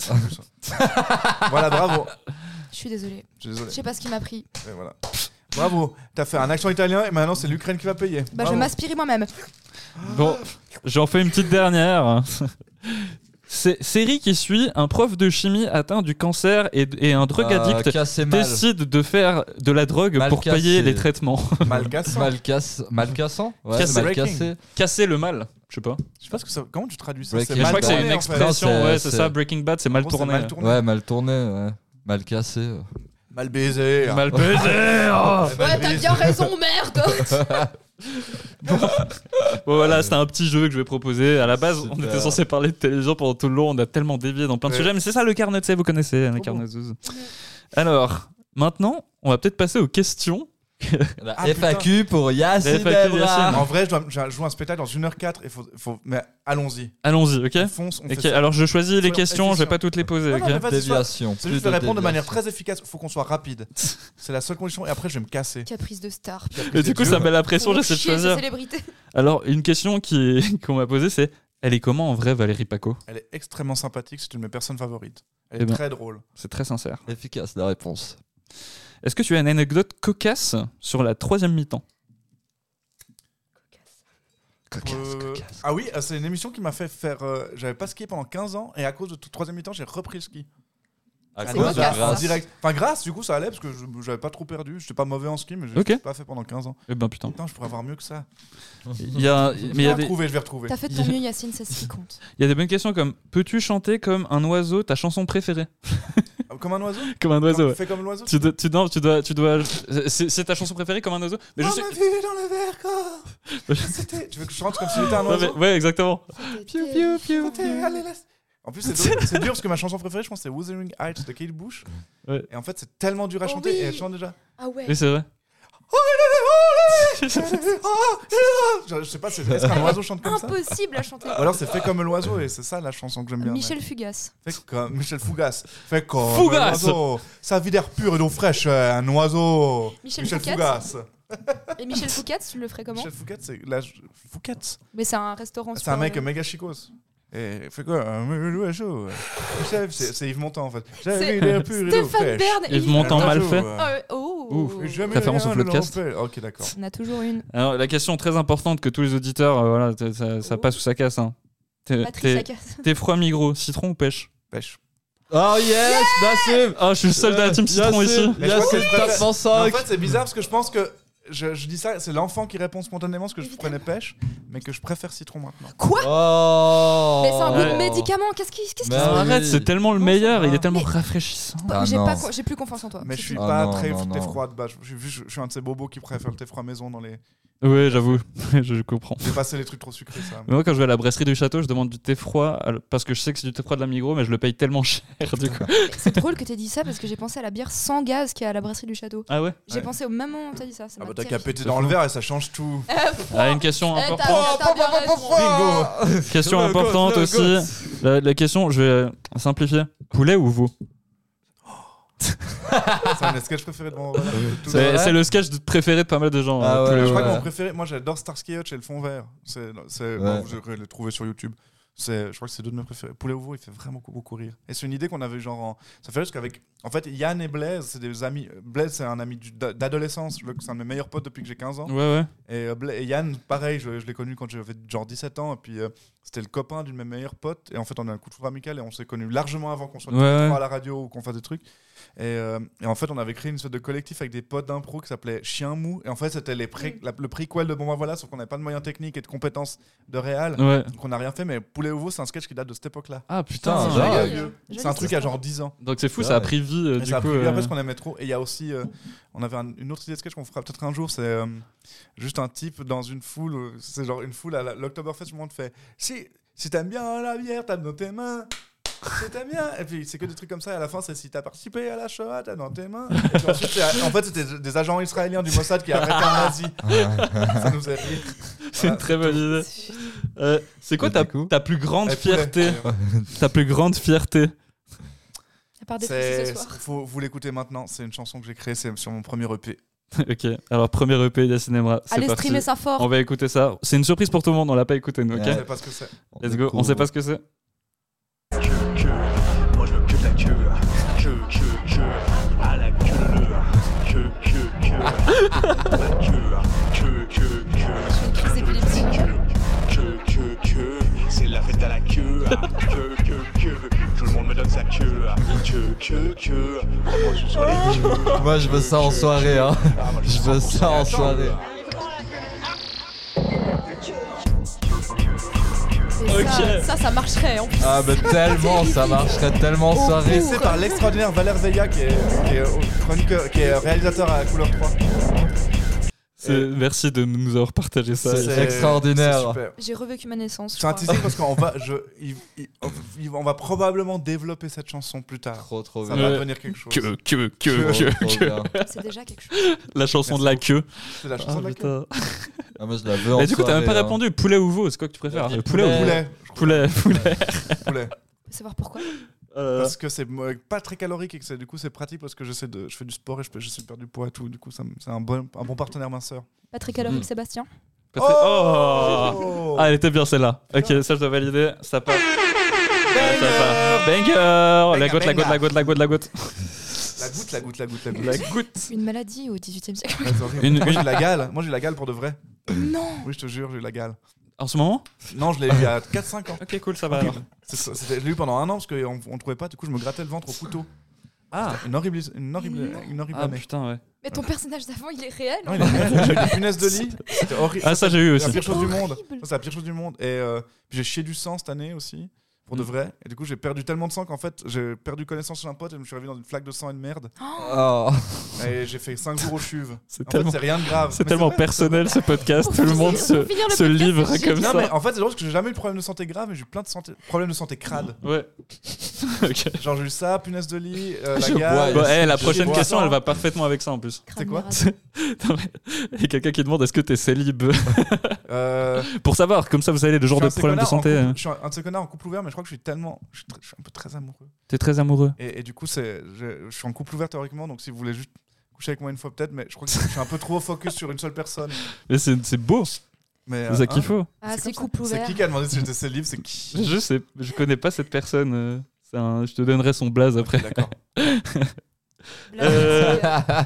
Speaker 2: voilà, bravo.
Speaker 5: Je suis désolée.
Speaker 2: Je
Speaker 5: Je
Speaker 2: suis désolé.
Speaker 5: sais pas ce qui m'a pris.
Speaker 2: Mais voilà. Bravo. T'as fait un accent italien et maintenant c'est l'Ukraine qui va payer.
Speaker 5: Bah, je
Speaker 2: Bravo.
Speaker 5: vais m'aspirer moi-même.
Speaker 3: Bon, j'en fais une petite dernière. C'est série qui suit un prof de chimie atteint du cancer et, et un drug
Speaker 4: Ah,
Speaker 3: addict
Speaker 4: Cassé mal.
Speaker 3: décide de faire de la drogue
Speaker 4: Mal
Speaker 3: pour
Speaker 4: cassé.
Speaker 3: payer les traitements.
Speaker 2: Mal cassant.
Speaker 4: Mal cassé. Mal cassant Ouais,
Speaker 3: Cassé.
Speaker 4: mal
Speaker 2: Breaking.
Speaker 4: cassé.
Speaker 3: Casser le mal, je sais pas.
Speaker 2: Je sais pas ce que ça. Comment tu traduis ça
Speaker 4: Breaking
Speaker 3: je
Speaker 4: Mal
Speaker 3: crois que c'est
Speaker 4: tourné,
Speaker 3: une
Speaker 2: en fait.
Speaker 3: expression,
Speaker 4: Non, c'est-
Speaker 3: ouais, c'est
Speaker 4: c'est-
Speaker 3: ça. Breaking Bad, c'est mal
Speaker 2: En gros, c'est
Speaker 3: tourné.
Speaker 2: Mal tourné.
Speaker 4: Ouais, mal tourné, ouais. Mal cassé. ouais.
Speaker 2: Ah, Mal baisé.
Speaker 3: Mal pesé. oh.
Speaker 2: Eh ben,
Speaker 5: Ouais, t'as
Speaker 2: baisé.
Speaker 5: bien raison, merde
Speaker 3: Bon, voilà, c'était un petit jeu que je vais proposer. À la base, on
Speaker 4: Super.
Speaker 3: était censé parler de télévision pendant tout le long. On a tellement dévié dans plein de
Speaker 2: Ouais.
Speaker 3: sujets, mais c'est ça le carnet, vous connaissez, hein, la
Speaker 2: Trop
Speaker 3: carnetzeuse. Alors, maintenant, on va peut-être passer aux questions.
Speaker 4: La
Speaker 2: Ah,
Speaker 4: FAQ pour Yacine
Speaker 3: FAQ, Yacine.
Speaker 4: Ebra.
Speaker 2: En vrai, je dois je joue un spectacle dans 1h04 et faut, faut- mais allons-y.
Speaker 3: Allons-y, ok
Speaker 2: On fonce, on fait
Speaker 3: Ok,
Speaker 2: ça.
Speaker 3: alors je choisis les
Speaker 2: Soyons
Speaker 3: questions, je vais
Speaker 2: efficients.
Speaker 3: pas toutes les poser.
Speaker 2: Non,
Speaker 3: ok
Speaker 2: non, mais vas-y, sois-
Speaker 4: Déviation.
Speaker 2: C'est
Speaker 4: plus
Speaker 2: juste de répondre de manière
Speaker 4: déviation.
Speaker 2: très efficace. Faut qu'on soit rapide. C'est la seule condition. Et après, je vais me casser.
Speaker 5: Caprice de star.
Speaker 3: Et du coup, ça met la pression,
Speaker 5: Pour
Speaker 3: j'essaie de
Speaker 5: chier ces
Speaker 3: choisir.
Speaker 5: célébrités.
Speaker 3: Alors, une question qui- qu'on m'a posée, c'est elle est comment en vrai Valérie Paco
Speaker 2: Elle est extrêmement sympathique. C'est une de mes personnes favorites. Elle est
Speaker 3: Eh ben.
Speaker 2: très drôle.
Speaker 3: C'est très sincère.
Speaker 4: Efficace la réponse.
Speaker 3: Est-ce que tu as une anecdote cocasse sur la troisième mi-temps
Speaker 4: Cocasse,
Speaker 2: Euh,
Speaker 4: cocasse.
Speaker 2: Ah oui, euh, c'est une émission qui m'a fait faire. euh, J'avais pas skié pendant 15 ans et à cause de tout troisième mi-temps, j'ai repris le ski.
Speaker 3: ah,
Speaker 4: À
Speaker 5: c'est
Speaker 4: cause de
Speaker 5: cocasse,
Speaker 2: En
Speaker 4: grâce.
Speaker 5: ça.
Speaker 2: hein. direct. Enfin, grâce, du coup, ça allait parce que je- j'avais pas trop perdu. J'étais pas mauvais en ski, mais j'ai
Speaker 3: Ok.
Speaker 2: pas fait pendant 15 ans.
Speaker 3: Eh ben putain.
Speaker 2: Putain, je pourrais avoir mieux que ça.
Speaker 3: Il y a, mais il y
Speaker 2: je
Speaker 3: a
Speaker 2: vais
Speaker 3: des,
Speaker 2: retrouver, je vais retrouver.
Speaker 5: T'as fait de ton mieux, Yacine, c'est ce qui compte.
Speaker 3: il y a des bonnes questions comme peux-tu chanter comme un oiseau ta chanson préférée
Speaker 2: Ah, Comme un oiseau
Speaker 3: Comme un
Speaker 2: Comme-
Speaker 3: oiseau. ouais.
Speaker 2: Fais comme l'oiseau.
Speaker 3: Tu dois, tu, non, tu dois, tu dois. C'est c'est ta chanson préférée comme un oiseau. Mais
Speaker 2: On
Speaker 3: je
Speaker 2: m'a
Speaker 3: sais.
Speaker 2: vu dans le verre, quoi. C'était- Tu veux que je chante comme si j'étais un
Speaker 3: Non, mais-
Speaker 2: oiseau
Speaker 3: ouais, exactement.
Speaker 5: Piou,
Speaker 2: C'était- allez, laisse- En plus, c'est dur- c'est dur parce que ma chanson préférée, je pense, c'est Wuthering Heights de Kate Bush.
Speaker 3: Ouais.
Speaker 2: Et en fait, c'est tellement dur à
Speaker 5: Oh
Speaker 2: chanter
Speaker 5: oui. Oh,
Speaker 2: et elle chante déjà.
Speaker 5: Ah ouais.
Speaker 3: Oui, c'est vrai.
Speaker 2: Je je sais pas, c'est- est-ce qu'un oiseau chante comme ça
Speaker 5: Impossible à chanter.
Speaker 2: Ou alors c'est fait comme l'oiseau et c'est ça la chanson que j'aime bien.
Speaker 5: Michel Fugas.
Speaker 2: mais- Fait comme Michel Fougas. Fait comme
Speaker 3: Fougas
Speaker 2: l'oiseau. Sa vie d'air pur et d'eau fraîche, euh, un oiseau.
Speaker 5: Michel Fougas.
Speaker 2: Fougas.
Speaker 5: Et Michel Foucat, tu le ferais comment
Speaker 2: Michel Fougas, c'est la Fougas.
Speaker 5: Mais c'est un restaurant.
Speaker 2: C'est
Speaker 5: super-
Speaker 2: un mec méga chicos. Et fait quoi Un oiseau. C'est c'est Yves Montand en fait. Sa
Speaker 5: C'est
Speaker 2: vie d'air pur et d'eau
Speaker 5: Stéphane
Speaker 2: fraîche.
Speaker 5: Bern. et
Speaker 3: Yves Montand
Speaker 2: Un
Speaker 3: mal
Speaker 2: oiseau,
Speaker 3: fait.
Speaker 2: euh,
Speaker 5: Ah ouais, Oh.
Speaker 3: Ouf.
Speaker 2: Jamais
Speaker 3: Référence au
Speaker 2: rien ne
Speaker 3: podcast.
Speaker 2: l'empêche. Ok, d'accord.
Speaker 5: On a toujours une.
Speaker 3: Alors, la question très importante que tous les auditeurs, euh, voilà, t- ça, ça passe ou ça casse. Hein. T'es-
Speaker 5: Oh. Patrice
Speaker 3: T'es
Speaker 5: Lacasse.
Speaker 3: t'es froid migros, citron ou pêche
Speaker 2: Pêche.
Speaker 4: Oh yes, Nassim
Speaker 3: Ah, je suis le seul de la team citron ici.
Speaker 2: Mais je crois que
Speaker 4: Nassim,
Speaker 2: je préfère-
Speaker 4: tape en
Speaker 2: Mais
Speaker 4: 5
Speaker 2: En fait, c'est bizarre parce que je pense que je, je dis ça, c'est l'enfant qui répond spontanément parce que je prenais pêche, mais que je préfère citron maintenant.
Speaker 5: Quoi
Speaker 4: Oh
Speaker 5: Mais c'est un goût de
Speaker 3: Ouais.
Speaker 5: médicament. Qu'est-ce qui- qu'est-ce qui
Speaker 4: Mais
Speaker 5: se
Speaker 4: Ah
Speaker 3: Arrête,
Speaker 4: oui.
Speaker 3: c'est tellement le
Speaker 5: Non,
Speaker 3: meilleur,
Speaker 5: ça
Speaker 3: il
Speaker 5: va.
Speaker 3: est tellement
Speaker 5: Mais-
Speaker 3: rafraîchissant.
Speaker 4: Ah
Speaker 5: J'ai
Speaker 4: non.
Speaker 5: pas con- j'ai plus confiance en toi.
Speaker 2: Mais je suis
Speaker 4: Ah
Speaker 2: pas
Speaker 4: non,
Speaker 2: très
Speaker 4: non, non.
Speaker 2: thé froid de base. Je, je- je- je suis un de ces bobos qui préfère le thé froid maison dans les.
Speaker 3: Ouais, j'avoue, je comprends.
Speaker 2: J'ai passé les trucs trop sucrés, ça.
Speaker 3: Mais moi, quand je vais à la brasserie du château, je demande du thé froid à- parce que je sais que c'est du thé froid de la Migros, mais je le paye tellement cher du coup.
Speaker 5: C'est drôle que t'aies dit ça parce que j'ai pensé à la bière sans gaz qui est à la brasserie du château.
Speaker 3: Ah ouais
Speaker 5: J'ai
Speaker 2: Ouais.
Speaker 5: pensé au même moment où t'as dit ça. ça
Speaker 2: Ah
Speaker 5: m'a
Speaker 2: bah t'as qu'à
Speaker 5: terrifiée.
Speaker 2: péter dans le verre et ça change tout.
Speaker 3: Ah, une question
Speaker 5: Eh,
Speaker 2: Oh,
Speaker 3: importante.
Speaker 5: t'as- t'as bien raison.
Speaker 2: Bingo
Speaker 3: Question
Speaker 4: Le goat,
Speaker 3: importante
Speaker 4: le
Speaker 3: aussi. La, la question, je vais euh, simplifier. Poulet ou veau
Speaker 2: C'est un de mes sketchs préférés de mon.
Speaker 4: C'est
Speaker 2: Bah,
Speaker 3: C'est
Speaker 4: vrai
Speaker 3: c'est le sketch de- préféré de pas mal de gens.
Speaker 4: Ah
Speaker 3: euh,
Speaker 4: ouais,
Speaker 3: poulet
Speaker 2: Je
Speaker 3: ou
Speaker 2: crois que
Speaker 4: ouais.
Speaker 2: mon préféré, moi j'adore Starsky et Hutch et le fond vert. C'est, c'est,
Speaker 4: Ouais.
Speaker 2: bon, vous aurez le trouver sur YouTube. C'est, je crois que c'est deux de mes préférés. Poulet au veau, il fait vraiment beaucoup, beaucoup rire. Et c'est une idée qu'on avait genre. en- Ça fait juste qu'avec. En fait, Yann et Blaise, c'est des amis. Blaise, c'est un ami du- d'a- d'adolescence. Je- C'est un de mes meilleurs potes depuis que j'ai 15 ans.
Speaker 3: Ouais, ouais.
Speaker 2: Et, euh, Bla- et Yann, pareil, je, je l'ai connu quand j'avais genre 17 ans. Et puis, euh, c'était le copain d'une de mes meilleures potes. Et en fait, on a un coup de foudre amical et on s'est connus largement avant qu'on soit tous les
Speaker 3: Ouais, ouais.
Speaker 2: trois à la radio ou qu'on fasse des trucs. Et, euh, et en fait, on avait créé une sorte de collectif avec des potes d'impro qui s'appelait Chien Mou. Et en fait, c'était les pré- la- le prequel de Bon Ben Voilà, sauf qu'on n'avait pas de moyens techniques et de compétences de réel.
Speaker 3: ouais.
Speaker 2: Donc, on n'a rien fait. Mais Poulet au veau, c'est un sketch qui date de cette époque-là.
Speaker 3: Ah
Speaker 4: Ah,
Speaker 3: putain.
Speaker 4: c'est génial.
Speaker 3: ouais.
Speaker 5: Joli,
Speaker 2: vieux.
Speaker 5: joli
Speaker 2: C'est un truc à genre 10 ans.
Speaker 3: Donc c'est fou,
Speaker 4: C'est
Speaker 3: ça a
Speaker 4: vrai.
Speaker 3: pris vie euh,
Speaker 2: Et
Speaker 3: du
Speaker 2: ça a
Speaker 3: coup.
Speaker 2: pris bien
Speaker 3: euh,
Speaker 2: parce qu'on aimait trop. Et il y a aussi, euh, on avait un- une autre idée de sketch qu'on fera peut-être un jour, c'est euh, juste un type dans une foule, euh, c'est genre une foule à la- l'Octoberfest, tout le monde fait si, si t'aimes bien la bière, tape dans tes mains. Si t'aimes bien. Et puis c'est que des trucs comme ça, et à la fin c'est si t'as participé à la Shoah, tape dans tes mains. Et puis ensuite, c'est- en fait, c'était des agents israéliens du Mossad qui arrêtaient un nazi. ça nous a pris.
Speaker 3: C'est une
Speaker 2: Voilà.
Speaker 3: très bonne idée. Euh, c'est quoi
Speaker 4: Et
Speaker 3: ta,
Speaker 4: du coup
Speaker 3: ta plus grande
Speaker 2: Et Eh, poulet.
Speaker 3: fierté Ta plus grande fierté
Speaker 5: À part des trucs ce
Speaker 2: C'est-
Speaker 5: soir.
Speaker 2: faut- Vous l'écoutez maintenant, c'est une chanson que j'ai créée, c'est sur mon premier E EP.
Speaker 3: Ok, alors premier EP de cinéma, c'est
Speaker 5: Allez
Speaker 3: parti.
Speaker 5: streamer ça fort.
Speaker 3: On va écouter ça. C'est une surprise pour tout le monde, on l'a pas écouté nous, ok
Speaker 2: Je
Speaker 4: Ouais.
Speaker 2: sais pas ce que c'est.
Speaker 3: Let's go, on sait pas ce que c'est.
Speaker 8: Moi je veux que de la queue, queue, queue, queue, à la queue, queue, queue, queue, la queue, queue, queux, queue,
Speaker 5: C'est épileptique.
Speaker 8: queue, queue, queue, c'est la fête à la queue, queue, queue, queue, tout le monde me donne sa queue, queue, queue, queue, moi je sur les queues.
Speaker 4: Moi je veux ça en soirée hein. Je veux ça en soirée.
Speaker 5: C'est Ça, ça, ça marcherait. hein. En plus.
Speaker 4: Ah bah tellement ça marcherait tellement en soirée.
Speaker 2: C'est par l'extraordinaire Valère Vega qui est, qui est chroniqueur- qui est réalisateur à Couleur 3.
Speaker 3: C'est- Merci de nous avoir partagé ça.
Speaker 4: C'est- extraordinaire.
Speaker 2: c'est super.
Speaker 5: J'ai revécu ma naissance. je
Speaker 2: C'est un
Speaker 5: crois.
Speaker 2: teasing parce qu'on va, je, il- il- il- on va probablement développer cette chanson plus tard.
Speaker 4: Trop trop
Speaker 2: Ça
Speaker 4: bien.
Speaker 2: va
Speaker 3: Ouais.
Speaker 2: devenir quelque chose.
Speaker 3: Euh, Que, que,
Speaker 4: Trop,
Speaker 3: que, que,
Speaker 4: trop
Speaker 3: que.
Speaker 4: bien.
Speaker 5: C'est déjà quelque chose.
Speaker 3: La chanson
Speaker 2: Merci
Speaker 3: de la queue.
Speaker 2: C'est la chanson
Speaker 3: Ah,
Speaker 2: de la queue.
Speaker 3: putain.
Speaker 4: Ah, moi je la veux en
Speaker 3: Et du coup, t'as même pas
Speaker 4: soirée, hein.
Speaker 3: répondu. Poulet ou veau, c'est quoi que tu préfères
Speaker 4: Ouais,
Speaker 3: Euh,
Speaker 4: poulet
Speaker 3: Poulet ou
Speaker 2: Poulet,
Speaker 3: Poulet, poulet.
Speaker 2: poulet.
Speaker 5: On peut Savoir pourquoi.
Speaker 3: Euh,
Speaker 2: Parce que c'est euh, pas très calorique et que c'est- du coup c'est pratique parce que j'essaie de, je fais du sport et je peux- j'essaie de perdre du poids et tout. Du coup, ça me- c'est un bon, un bon partenaire minceur.
Speaker 5: Pas très calorique,
Speaker 3: Mm.
Speaker 5: Sébastien.
Speaker 3: Patrick- Oh Ah, elle était bien celle-là. Ok, ça je dois valider. Ça part. Ça part. Banger Oh, La
Speaker 2: Banger,
Speaker 3: goutte, la goutte, la goutte, la goutte, la goutte.
Speaker 2: La goutte, la goutte, la goutte, la goutte.
Speaker 3: La goutte.
Speaker 5: Une maladie au 18 e siècle.
Speaker 2: Ouais, c'est horrible.
Speaker 3: Une-
Speaker 2: Moi
Speaker 3: une- Euh.
Speaker 2: j'ai eu la gale. Moi j'ai eu la gale pour de vrai.
Speaker 5: non
Speaker 2: Oui, je te jure, j'ai eu la gale.
Speaker 3: En ce moment Ah,
Speaker 2: Non, je l'ai eu il y a 4-5 ans.
Speaker 3: Ok, cool, ça va.
Speaker 2: C'est ça, c'était- Je l'ai eu pendant un an parce qu'on ne trouvait pas. Du coup, je me grattais le ventre au couteau.
Speaker 3: Ah,
Speaker 2: Une horrible, une horrible, une horrible
Speaker 3: ah
Speaker 2: année.
Speaker 3: putain, ouais.
Speaker 5: Mais ton personnage d'avant, il est réel
Speaker 2: Non, il a- j'ai eu des punaises de lit. C'était horrible.
Speaker 3: Ah, ça, j'ai eu
Speaker 2: C'est la
Speaker 3: aussi.
Speaker 2: pire chose du monde.
Speaker 5: horrible.
Speaker 2: Ça, C'est la pire chose du monde. Et euh, puis j'ai chié du sang cette année aussi, pour
Speaker 3: Mm.
Speaker 2: de vrai. Et du coup, j'ai perdu tellement de sang qu'en fait, j'ai perdu connaissance chez un pote et je me suis réveillé dans une flaque de sang et de merde.
Speaker 5: Ah,
Speaker 4: Oh.
Speaker 2: Et j'ai fait 5 jours au chuve.
Speaker 3: C'est
Speaker 2: En fait,
Speaker 3: tellement,
Speaker 2: c'est rien de grave.
Speaker 3: c'est
Speaker 2: Mais
Speaker 3: tellement
Speaker 2: vrai.
Speaker 3: personnel ce podcast.
Speaker 5: Pour
Speaker 3: Tout le
Speaker 5: finir-
Speaker 3: monde se,
Speaker 5: pour finir le
Speaker 3: se
Speaker 5: podcast,
Speaker 3: livre
Speaker 5: c'est
Speaker 3: comme
Speaker 2: Non,
Speaker 3: ça.
Speaker 2: mais en fait, c'est drôle parce que j'ai jamais eu de problème de santé grave, mais j'ai eu plein de santé... problèmes de santé crade.
Speaker 3: Ouais. Ok.
Speaker 2: Genre, j'ai eu ça, punaise de lit, euh, la
Speaker 4: Je
Speaker 2: gale.
Speaker 3: Bon,
Speaker 4: bois,
Speaker 3: eh, la
Speaker 2: je
Speaker 3: prochaine
Speaker 2: bois.
Speaker 3: question, elle va parfaitement avec ça en plus.
Speaker 5: Crâne
Speaker 2: C'est quoi
Speaker 5: miracle.
Speaker 3: Non, mais- Il y a quelqu'un qui demande est-ce que t'es célib
Speaker 2: Euh,
Speaker 3: Pour savoir, comme ça vous savez les
Speaker 2: je
Speaker 3: genres
Speaker 2: suis un
Speaker 3: de
Speaker 2: ces
Speaker 3: problèmes de
Speaker 2: connards en
Speaker 3: santé.
Speaker 2: couple-
Speaker 3: euh.
Speaker 2: Je suis un un de ces connards en couple ouvert, mais je crois que je suis tellement. Je suis, tr- je suis un peu très amoureux.
Speaker 3: T'es très amoureux.
Speaker 2: Et, et du coup, c'est, je, je suis en couple ouvert théoriquement, donc si vous voulez juste coucher avec moi une fois peut-être, mais je crois que je suis un peu trop focus sur une seule personne.
Speaker 3: Mais c'est c'est beau,
Speaker 2: Mais,
Speaker 3: c'est ça
Speaker 2: euh,
Speaker 3: qu'il faut.
Speaker 5: Ah,
Speaker 2: C'est
Speaker 5: c'est
Speaker 2: comme
Speaker 5: couple
Speaker 2: hein, c'est
Speaker 5: ouvert.
Speaker 2: qui qui a demandé si j'étais célib C'est qui
Speaker 3: Je sais, je connais pas cette personne. euh, c'est un- je te donnerai son blaze après.
Speaker 2: D'accord.
Speaker 3: Euh,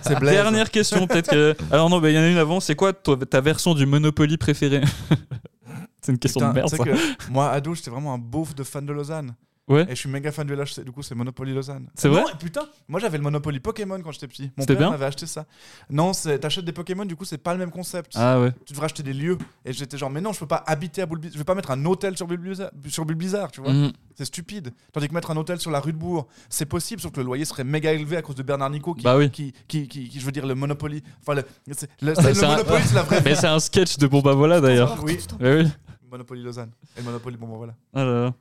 Speaker 2: C'est Blaise.
Speaker 3: Dernière question, peut-être que. Alors non, bah, il y en a une avant. C'est quoi toi- ta version du Monopoly préférée C'est une question
Speaker 2: Putain,
Speaker 3: de merde.
Speaker 2: tu sais
Speaker 3: ça.
Speaker 2: que moi, ado, j'étais vraiment un beauf de fan de Lausanne.
Speaker 3: Ouais.
Speaker 2: Et je suis méga fan du LHC, du coup, c'est Monopoly Lausanne.
Speaker 3: C'est
Speaker 2: Non,
Speaker 3: vrai
Speaker 2: et putain, moi j'avais le Monopoly Pokémon quand j'étais petit. Mon
Speaker 3: C'était
Speaker 2: père
Speaker 3: bien
Speaker 2: m'avait acheté ça. Non, c'est- t'achètes des Pokémon, du coup, c'est pas le même concept.
Speaker 3: Ah ouais.
Speaker 2: Tu devrais acheter des lieux. Et j'étais genre, mais non, je peux pas habiter à Bulbizarre. Je vais pas mettre un hôtel sur Bulbizarre, sur Bulbizarre tu vois.
Speaker 3: Mhm.
Speaker 2: C'est stupide. Tandis que mettre un hôtel sur la rue de Bourg, c'est possible, sauf que le loyer serait méga élevé à cause de Bernard Nico qui,
Speaker 3: Bah oui.
Speaker 2: qui, qui, qui- qui- je veux dire, le Monopoly. Enfin, le, c'est- le-
Speaker 3: Ah,
Speaker 2: c'est
Speaker 3: c'est
Speaker 2: le
Speaker 3: un-
Speaker 2: Monopoly, c'est la vraie.
Speaker 3: Mais c'est un sketch de Bon bah voilà d'ailleurs.
Speaker 2: Ah Oui,
Speaker 3: Ouais, oui.
Speaker 2: Monopoly Lausanne. Et le Monopoly, bon, bon, voilà.
Speaker 3: Ah là là.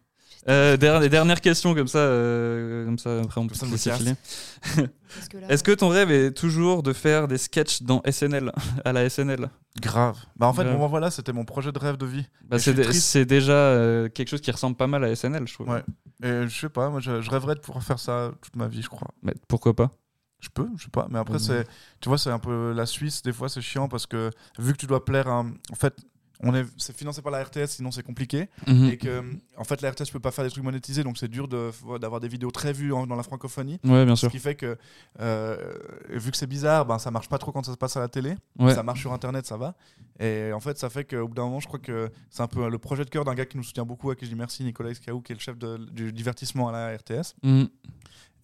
Speaker 3: Euh, dernière, dernière question comme ça, euh, comme ça après on peut
Speaker 2: Comme ça,
Speaker 3: se
Speaker 2: je me
Speaker 3: laisser
Speaker 2: casse.
Speaker 3: filer.
Speaker 5: Parce que là,
Speaker 3: Est-ce que ton rêve est toujours de faire des sketchs dans SNL à la SNL
Speaker 2: Grave. Bah en fait,
Speaker 3: Grave.
Speaker 2: bon, bon, voilà, c'était mon projet de rêve de vie.
Speaker 3: Bah,
Speaker 2: Et je
Speaker 3: c'est
Speaker 2: suis
Speaker 3: dé-
Speaker 2: triste.
Speaker 3: c'est déjà euh, quelque chose qui ressemble pas mal à SNL, je trouve.
Speaker 2: Ouais. Et je sais pas, moi, je, je rêverais de pouvoir faire ça toute ma vie, je crois.
Speaker 3: Mais pourquoi pas
Speaker 2: Je peux, je sais pas. Mais après,
Speaker 3: Mhm.
Speaker 2: c'est, tu vois, c'est un peu la Suisse. Des fois, c'est chiant parce que vu que tu dois plaire, à un- en fait, on est, c'est financé par la RTS, sinon c'est compliqué.
Speaker 3: Mm.
Speaker 2: Et que, en fait, la RTS peut pas faire des trucs monétisés, donc c'est dur de, d'avoir des vidéos très vues en- dans la francophonie.
Speaker 3: Ouais, bien
Speaker 2: Ce
Speaker 3: sûr.
Speaker 2: qui fait que, euh, vu que c'est bizarre, ben, ça marche pas trop quand ça se passe à la télé.
Speaker 3: Ouais.
Speaker 2: Ça marche sur Internet, ça va. Et en fait, ça fait qu'au bout d'un moment, je crois que c'est un peu le projet de cœur d'un gars qui nous soutient beaucoup, à qui je dis merci, Nicolas Escaou, qui est le chef de- du divertissement à la RTS.
Speaker 3: Mhm.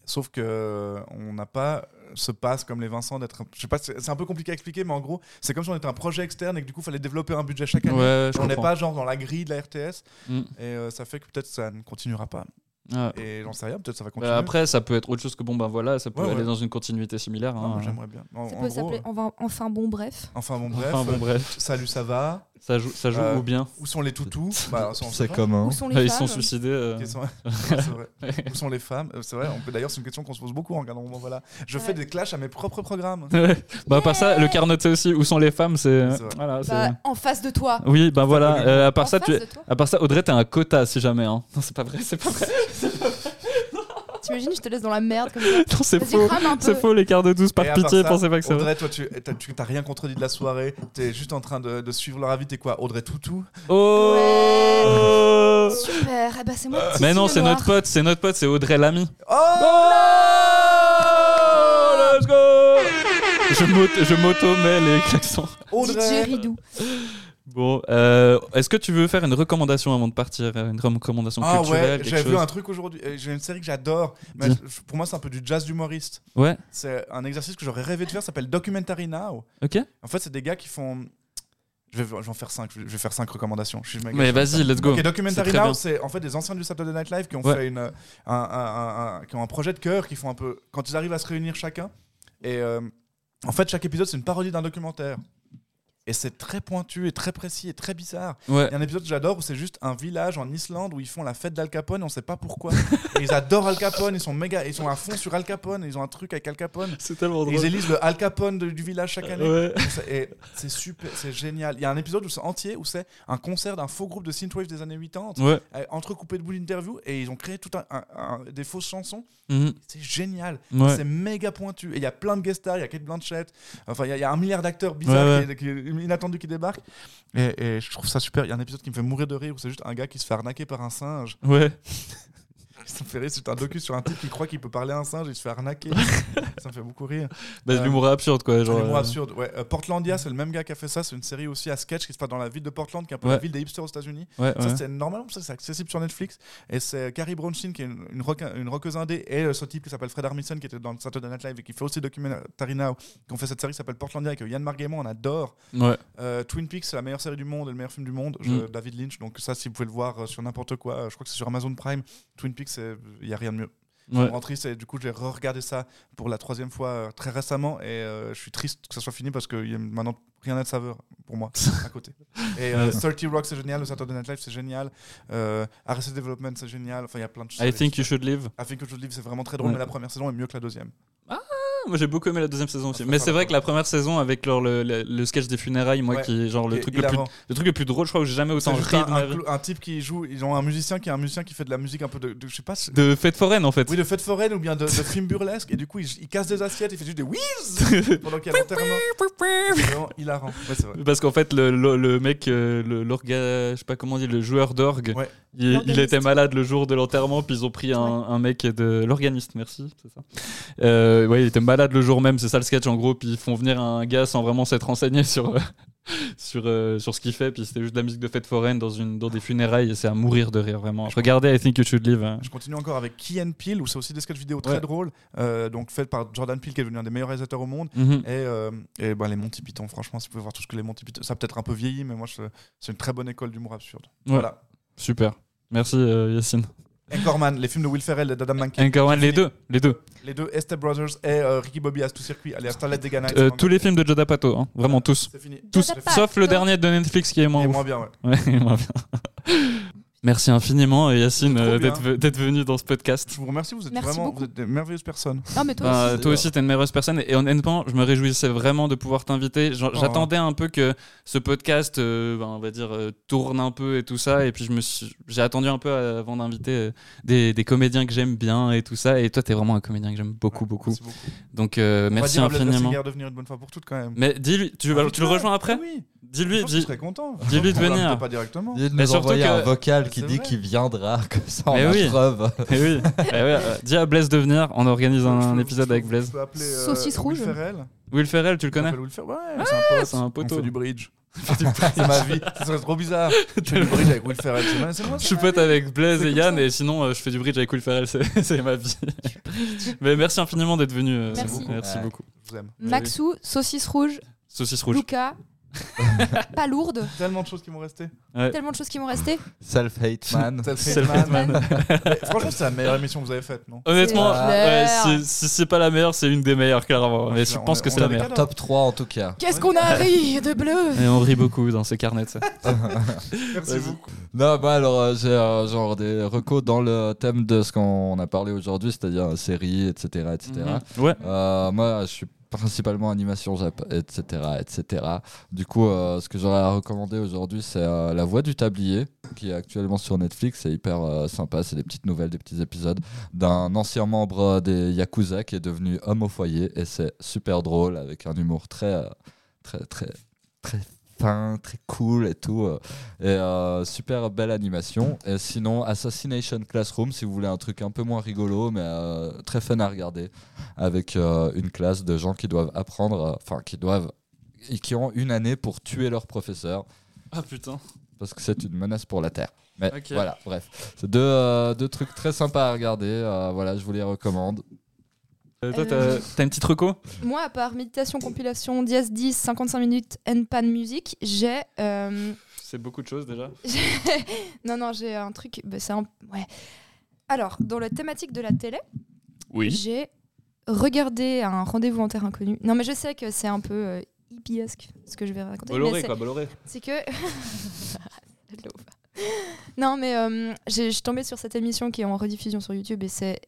Speaker 2: Sauf que euh, on n'a pas euh, ce passe comme les Vincent d'être. un- Je sais pas, c'est c'est un peu compliqué à expliquer, mais en gros, c'est comme si on était un projet externe et que du coup, il fallait développer un budget chaque
Speaker 3: Ouais,
Speaker 2: année.
Speaker 3: ouais, je
Speaker 2: on n'est
Speaker 3: comprends.
Speaker 2: pas genre dans la grille de la RTS.
Speaker 3: Mm.
Speaker 2: Et euh, ça fait que peut-être ça ne continuera pas.
Speaker 3: Ouais.
Speaker 2: Et j'en sais rien, peut-être ça va continuer.
Speaker 3: Bah, après, ça peut être autre chose que bon, ben voilà, ça peut
Speaker 2: Ouais,
Speaker 3: aller
Speaker 2: ouais.
Speaker 3: dans une continuité similaire.
Speaker 2: Non,
Speaker 3: hein.
Speaker 2: mais j'aimerais bien. En,
Speaker 5: ça
Speaker 2: en
Speaker 5: peut
Speaker 2: gros,
Speaker 5: s'appeler
Speaker 2: euh,
Speaker 5: enfin, enfin bon bref
Speaker 2: enfin bon, bref. euh,
Speaker 3: Enfin, bon, bref,
Speaker 2: Salut, ça va
Speaker 3: ça joue, ça joue
Speaker 2: Euh,
Speaker 3: ou bien.
Speaker 2: Où sont les toutous Bah, ça, on sait
Speaker 4: C'est
Speaker 2: pas.
Speaker 4: commun.
Speaker 5: Où sont les
Speaker 3: hein Ils
Speaker 5: femmes
Speaker 3: sont suicidés. euh.
Speaker 2: Quelles sont- Ouais, c'est vrai. Où sont les femmes Euh, C'est vrai, on peut- d'ailleurs, c'est une question qu'on se pose beaucoup en regardant. Bon, voilà. Je fais
Speaker 5: Ouais.
Speaker 2: des clashs à mes propres programmes.
Speaker 3: Ouais. bah, à part ça, le carnot, c'est aussi où sont les femmes, c'est. euh,
Speaker 2: C'est vrai.
Speaker 3: Voilà, c'est-
Speaker 5: Bah, En face de toi
Speaker 3: Oui, ben voilà, euh, à part
Speaker 5: En
Speaker 3: ça, tu
Speaker 5: face
Speaker 3: es-
Speaker 5: de toi.
Speaker 3: À part ça, Audrey, t'as un quota si jamais. Hein. Non, c'est pas vrai, c'est pas vrai.
Speaker 5: T'imagines, je te laisse dans la merde comme ça.
Speaker 3: Non, c'est
Speaker 5: Vas-y,
Speaker 3: faux.
Speaker 5: rame un
Speaker 3: C'est
Speaker 5: peu.
Speaker 3: faux, l'écart de 12,
Speaker 2: Et
Speaker 3: par
Speaker 2: à part
Speaker 3: pitié,
Speaker 2: ça,
Speaker 3: pensez pas que c'est vrai.
Speaker 2: Audrey, toi, tu t'as- tu- t'as rien contredit de la soirée. T'es juste en train de, de suivre leur avis. T'es quoi Audrey Toutou
Speaker 3: Oh
Speaker 5: Super, eh bah, c'est moi. le petit
Speaker 3: Ah. Mais non,
Speaker 5: signe
Speaker 3: c'est
Speaker 5: noir.
Speaker 3: notre pote, c'est notre pote, c'est Audrey Lamy.
Speaker 2: Oh
Speaker 3: Oh Let's go Je m'auto- Je m'auto-mets les klaxons.
Speaker 2: Audrey
Speaker 5: Didgeridoo.
Speaker 3: Bon, euh, est-ce que tu veux faire une recommandation avant de partir euh, Une recommandation
Speaker 2: Ah ouais,
Speaker 3: culturelle,
Speaker 2: j'ai
Speaker 3: quelque
Speaker 2: vu
Speaker 3: chose
Speaker 2: un truc aujourd'hui. euh, J'ai une série que j'adore. mais
Speaker 3: Dis.
Speaker 2: je- Pour moi, c'est un peu du jazz humoriste.
Speaker 3: Ouais,
Speaker 2: C'est un exercice que j'aurais rêvé de faire. ça s'appelle Documentary Now.
Speaker 3: ok.
Speaker 2: En fait, c'est des gars qui font. Je vais, je vais en faire 5. Je vais faire 5 recommandations. Je suis méga
Speaker 3: Mais
Speaker 2: chaud de ça.
Speaker 3: vas-y, let's go.
Speaker 2: Ok,
Speaker 3: C'est
Speaker 2: Documentary
Speaker 3: très bien.
Speaker 2: Now, c'est en fait des anciens du Saturday Night Live qui ont
Speaker 3: Ouais.
Speaker 2: fait une, euh, un, un- un- un- qui ont un projet de cœur, qui font un peu. Quand ils arrivent à se réunir chacun, et euh, en fait, chaque épisode, c'est une parodie d'un documentaire. Et c'est très pointu et très précis et très bizarre.
Speaker 3: Ouais.
Speaker 2: Il y a un épisode que j'adore où c'est juste un village en Islande où ils font la fête d'Al Capone, on sait pas pourquoi. Et ils adorent Al Capone, ils sont méga, ils sont à fond sur Al Capone, ils ont un truc avec Al Capone.
Speaker 3: C'est tellement Euh,
Speaker 2: Et ils élisent le Al Capone de- du village chaque année.
Speaker 3: Ouais.
Speaker 2: C'est- et C'est super, c'est génial. Il y a un épisode où c'est entier où c'est un concert d'un faux groupe de synthwave des années 80
Speaker 3: Ouais.
Speaker 2: euh, entrecoupé de bouts d'interview et ils ont créé tout un, un- un- des fausses chansons.
Speaker 3: Mhm.
Speaker 2: C'est génial,
Speaker 3: Ouais.
Speaker 2: c'est méga pointu. Et il y a plein de guest stars, il y a Kate Blanchett, enfin il y, a- il y a un milliard d'acteurs bizarres
Speaker 3: Ouais,
Speaker 2: Qui, qui- inattendus qui débarquent. Et, et je trouve ça super. Il y a un épisode qui me fait mourir de rire où c'est juste un gars qui se fait arnaquer par un singe.
Speaker 3: Ouais.
Speaker 2: Ça me fait rire, c'est un docu sur un type qui croit qu'il peut parler à un singe et il se fait arnaquer. ça me fait beaucoup rire.
Speaker 3: Bah, c'est
Speaker 2: Euh,
Speaker 3: l'humour absurde, quoi.
Speaker 2: C'est
Speaker 3: Genre,
Speaker 2: un humour
Speaker 3: euh,
Speaker 2: absurde. Ouais. Euh, Portlandia, c'est le même gars qui a fait ça. C'est une série aussi à sketch qui se passe dans la ville de Portland, qui est un peu la
Speaker 3: Ouais.
Speaker 2: ville des hipsters aux États-Unis.
Speaker 3: Ouais, ouais.
Speaker 2: Ça, c'est normalement, ça, c'est accessible sur Netflix. Et c'est Carrie Brownstein, qui est une, une, rock- une rockeuse indé, et euh, ce type qui s'appelle Fred Armisen, qui était dans Saturday Night Live et qui fait aussi Documentary Now, qui ont fait cette série qui s'appelle Portlandia, et que Yann Marguerman, on adore.
Speaker 3: Ouais.
Speaker 2: Euh, Twin Peaks, c'est la meilleure série du monde et le meilleur film du monde. Je-
Speaker 3: Mm.
Speaker 2: David Lynch, donc ça, si vous pouvez le voir euh, sur n'importe quoi, euh, je crois que c'est sur Amazon Prime. Twin Peaks, c'est- il n'y a rien de mieux.
Speaker 3: Ouais.
Speaker 2: Je suis triste et du coup j'ai re-regardé ça pour la troisième fois euh, très récemment et euh, je suis triste que ça soit fini parce qu'il y a maintenant rien à de saveur pour moi à côté. Et euh, 30 Rock c'est génial, le Saturday Night Live c'est génial, euh, Arrested Development c'est génial, enfin il y a plein de choses.
Speaker 3: I think you should live.
Speaker 2: I Think You Should Live, c'est vraiment très drôle
Speaker 3: Ouais.
Speaker 2: mais la première saison est mieux que la deuxième.
Speaker 3: Ah, Moi j'ai beaucoup aimé la deuxième saison aussi.
Speaker 2: Ah,
Speaker 3: Mais
Speaker 2: ça,
Speaker 3: c'est
Speaker 2: ça,
Speaker 3: vrai
Speaker 2: ça.
Speaker 3: que la première saison avec leur, le, le- le sketch des funérailles, moi
Speaker 2: Ouais.
Speaker 3: qui est genre le
Speaker 2: Et
Speaker 3: truc le, plus,
Speaker 2: hilarant.
Speaker 3: le truc le plus drôle, je crois que j'ai jamais
Speaker 2: C'est
Speaker 3: autant
Speaker 2: juste
Speaker 3: ri
Speaker 2: un,
Speaker 3: de ma
Speaker 2: un
Speaker 3: vie.
Speaker 2: clou- un type qui joue, ils ont un musicien qui est un musicien qui fait de la musique un peu de, de- je sais pas, c'est-
Speaker 3: De fête foraine en fait.
Speaker 2: oui de fête foraine ou bien de, de film burlesque et du coup il, il casse des assiettes, il fait juste des whiz pendant qu'il y a l'enterrement. C'est vraiment hilarant. Ouais, c'est vrai.
Speaker 3: Parce qu'en fait, le, le- le mec, euh, le, l'orga- je sais pas comment on dit, le joueur d'orgue,
Speaker 2: Ouais.
Speaker 3: il, il
Speaker 5: L'organiste.
Speaker 3: était malade le jour de l'enterrement, puis ils ont pris un, un mec de l'organiste, merci, c'est ça. Euh, ouais, il était malade le jour même, c'est ça le sketch en gros, puis ils font venir un gars sans vraiment s'être renseigné sur, euh, sur, euh, sur ce qu'il fait, puis c'était juste de la musique de fête foraine dans, une, dans des funérailles, et c'est à mourir de rire vraiment. Regardez I Think You Should Live. hein.
Speaker 2: Je continue encore avec Kian Peele, où c'est aussi des sketchs vidéo très
Speaker 3: Ouais.
Speaker 2: drôles, euh, donc fait par Jordan Peele, qui est devenu un des meilleurs réalisateurs au monde.
Speaker 3: Mhm.
Speaker 2: Et, euh, et ben, les Monty Python, franchement, si vous pouvez voir tout ce que les Monty Python. Ça a peut-être un peu vieilli, mais moi, je- c'est une très bonne école d'humour absurde.
Speaker 3: Ouais.
Speaker 2: Voilà.
Speaker 3: Super. Merci euh, Yacine.
Speaker 2: Anchorman, les films de Will Ferrell et d'Adam McKay.
Speaker 3: Anchorman, les deux. Les deux.
Speaker 2: Les deux, Esther Brothers et euh, Ricky Bobby à tout circuit. Allez, à Starlight Day Night.
Speaker 3: Euh, tous les films de Joda Pato, hein. vraiment tous.
Speaker 2: C'est fini.
Speaker 3: Tous,
Speaker 2: C'est fini.
Speaker 3: sauf le dernier de Netflix qui est moins
Speaker 2: Et
Speaker 3: ouf.
Speaker 2: moins bien, ouais.
Speaker 3: Ouais, il m'a bien. Merci infiniment, euh, Yacine,
Speaker 2: Trop
Speaker 3: euh,
Speaker 2: bien.
Speaker 3: d'être ve- d'être venu dans ce podcast.
Speaker 2: Je vous remercie, vous êtes
Speaker 5: Merci
Speaker 2: vraiment
Speaker 5: beaucoup.
Speaker 2: vous êtes des merveilleuses personnes.
Speaker 5: Non, mais toi
Speaker 3: Bah,
Speaker 5: aussi.
Speaker 3: toi aussi, t'es une merveilleuse personne et honnêtement, je me réjouissais vraiment de pouvoir t'inviter. J'en-
Speaker 2: Oh.
Speaker 3: J'attendais un peu que ce podcast, euh, ben, on va dire, euh, tourne un peu et tout ça. Et puis, je me suis- j'ai attendu un peu avant d'inviter euh, des, des comédiens que j'aime bien et tout ça. Et toi, t'es vraiment un comédien que j'aime beaucoup,
Speaker 2: Ouais,
Speaker 3: beaucoup.
Speaker 2: Merci, beaucoup.
Speaker 3: Donc, euh,
Speaker 2: On va
Speaker 3: merci
Speaker 2: dire à Vlad
Speaker 3: infiniment.
Speaker 2: Singer de venir une bonne fois pour toutes, quand même.
Speaker 3: Mais dis-lui, tu,
Speaker 2: Ah,
Speaker 3: vas- tu le
Speaker 2: putain,
Speaker 3: rejoins après
Speaker 2: Oui,
Speaker 3: Dis-lui,
Speaker 2: je
Speaker 3: dis-
Speaker 2: serais content.
Speaker 3: dis-lui de
Speaker 2: On l'invite
Speaker 3: venir.
Speaker 2: Pas directement.
Speaker 4: Il
Speaker 3: Mais
Speaker 4: nous
Speaker 3: surtout
Speaker 4: envoyer un
Speaker 3: que-
Speaker 4: vocal qui
Speaker 2: C'est
Speaker 4: dit
Speaker 2: vrai.
Speaker 4: qu'il viendra, comme ça on
Speaker 3: Mais
Speaker 4: a
Speaker 3: oui.
Speaker 4: preuve.
Speaker 3: Eh oui, eh ouais, euh, dis à Blaise de venir. On organise un, un
Speaker 2: Je peux-
Speaker 3: épisode
Speaker 2: je
Speaker 3: avec
Speaker 2: peux-
Speaker 3: Blaise.
Speaker 2: je peux appeler, euh,
Speaker 5: Saucisse
Speaker 2: Will
Speaker 5: rouge.
Speaker 2: Ferrell.
Speaker 3: Will Ferrell, tu le
Speaker 2: On
Speaker 3: connais Ah,
Speaker 2: appelle Will Ferrell. Ouais, c'est un pote.
Speaker 3: c'est un poteau.
Speaker 2: On fait du bridge. c'est ma vie. Ça serait trop bizarre. Je fais du bridge avec Will Ferrell. C'est moi, c'est moi.
Speaker 3: Je suis pote avec Blaise
Speaker 2: C'est
Speaker 3: et
Speaker 2: comme
Speaker 3: Yann
Speaker 2: ça.
Speaker 3: et sinon euh, je fais du bridge avec Will Ferrell, c'est c'est ma vie. Mais merci infiniment d'être venu. euh,
Speaker 5: Merci.
Speaker 4: Ouais.
Speaker 3: beaucoup.
Speaker 2: Je vous aime.
Speaker 5: Maxou, saucisse rouge,
Speaker 3: Saucisse rouge.
Speaker 5: Lucas, pas lourde.
Speaker 2: Tellement de choses qui m'ont resté.
Speaker 5: Tellement de choses qui m'ont resté.
Speaker 4: Self-hate man.
Speaker 2: Self-Hate
Speaker 3: Self-Hate
Speaker 2: Man. Mais Franchement, c'est la meilleure émission que vous avez faite, non
Speaker 3: Honnêtement,
Speaker 5: C'est
Speaker 3: ouais,
Speaker 5: clair.
Speaker 3: si, si c'est pas la meilleure, c'est une des meilleures, clairement. Mais je
Speaker 2: On est-
Speaker 3: pense que
Speaker 2: on
Speaker 3: c'est la
Speaker 2: est des
Speaker 3: meilleure.
Speaker 2: cadors.
Speaker 4: Top 3 en tout cas.
Speaker 1: Qu'est-ce qu'on a ri de bleu
Speaker 3: Et on rit beaucoup dans ces carnets. ça.
Speaker 2: Merci
Speaker 3: Vas-y.
Speaker 2: beaucoup.
Speaker 4: Non, bah alors euh, j'ai euh, genre des recos dans le thème de ce qu'on a parlé aujourd'hui, c'est-à-dire euh, séries, etc. etc.
Speaker 3: Mhm. Ouais.
Speaker 4: Euh, moi, je suis principalement animation, jap- etc., etc. Du coup, euh, ce que j'aurais à recommander aujourd'hui, c'est euh, La Voix du Tablier, qui est actuellement sur Netflix. C'est hyper euh, sympa, c'est des petites nouvelles, des petits épisodes d'un ancien membre euh, des Yakuza qui est devenu homme au foyer, et c'est super drôle avec un humour très, euh, très, très, très fin, très cool et tout. euh, et euh, super belle animation. Et sinon, Assassination Classroom, si vous voulez un truc un peu moins rigolo, mais euh, très fun à regarder avec euh, une classe de gens qui doivent apprendre, euh, enfin qui doivent et qui ont une année pour tuer leur professeur
Speaker 3: Ah putain.
Speaker 4: parce que c'est une menace pour la Terre. Mais
Speaker 3: Ok.
Speaker 4: voilà, bref, c'est deux, euh, deux trucs très sympas à regarder. euh, voilà, je vous les recommande.
Speaker 3: Euh, toi,
Speaker 5: Euh,
Speaker 3: t'as t'as une petite reco
Speaker 5: Moi, à part méditation, compilation, 10 10, 55 minutes, and pan musique, j'ai. euh,
Speaker 3: C'est beaucoup de choses déjà.
Speaker 5: Non, non, j'ai un truc. bah, c'est un... Ouais. Alors, dans la thématique de la télé, j'ai regardé un rendez-vous en terre inconnue. Non, mais je sais que c'est un peu euh, hippiesque ce que je vais raconter. mais
Speaker 3: Bolloré
Speaker 5: c'est-
Speaker 3: quoi, Bolloré.
Speaker 5: C'est que. L'aube. non, mais euh, j'ai- je suis tombée sur cette émission qui est en rediffusion sur YouTube et c'est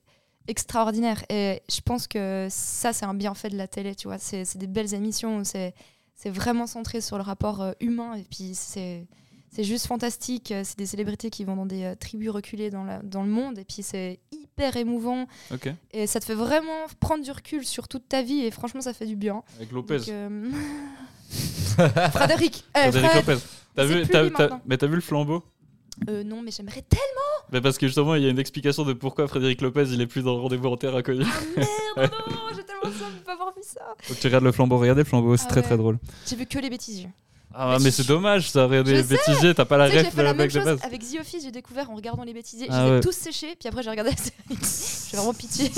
Speaker 5: extraordinaire. Et je pense que ça, c'est un bienfait de la télé, tu vois. C'est c'est des belles émissions, c'est c'est vraiment centré sur le rapport euh, humain et puis c'est. C'est juste fantastique, euh, c'est des célébrités qui vont dans des euh, tribus reculées dans, la- dans le monde et puis c'est hyper émouvant
Speaker 3: Ok.
Speaker 5: et ça te fait vraiment prendre du recul sur toute ta vie et franchement ça fait du bien.
Speaker 3: Avec
Speaker 5: Donc,
Speaker 3: Lopez.
Speaker 5: euh, eh, Frédéric, eh,
Speaker 3: Frédéric
Speaker 5: Fred,
Speaker 3: Lopez. T'as
Speaker 5: c'est
Speaker 3: vu,
Speaker 5: plus
Speaker 3: t'as-
Speaker 5: lui
Speaker 3: t'as-
Speaker 5: maintenant.
Speaker 3: mais t'as vu le flambeau
Speaker 5: Euh, non, mais j'aimerais tellement.
Speaker 3: Mais parce que justement, il y a une explication de pourquoi Frédéric Lopez, il est plus dans le rendez-vous en terre inconnue.
Speaker 5: Ah merde, non, j'ai tellement soif de pas avoir vu ça.
Speaker 3: Faut que tu regardes le flambeau. Regardez le flambeau, c'est
Speaker 5: Ah
Speaker 3: très
Speaker 5: ouais.
Speaker 3: très drôle.
Speaker 5: J'ai vu que les bêtises.
Speaker 3: Ah,
Speaker 5: Mais
Speaker 3: mais
Speaker 5: je-
Speaker 3: c'est dommage, ça aurait des
Speaker 5: Je sais.
Speaker 3: bêtisiers, t'as pas la
Speaker 5: Tu sais, j'ai
Speaker 3: ref
Speaker 5: fait
Speaker 3: de
Speaker 5: la
Speaker 3: la
Speaker 5: même
Speaker 3: blague de
Speaker 5: chose
Speaker 3: base.
Speaker 5: avec The Office, j'ai découvert en regardant les bêtisiers.
Speaker 3: Ah
Speaker 5: je les ai
Speaker 3: ouais.
Speaker 5: tous séchés, puis après j'ai regardé la série. j'ai vraiment pitié.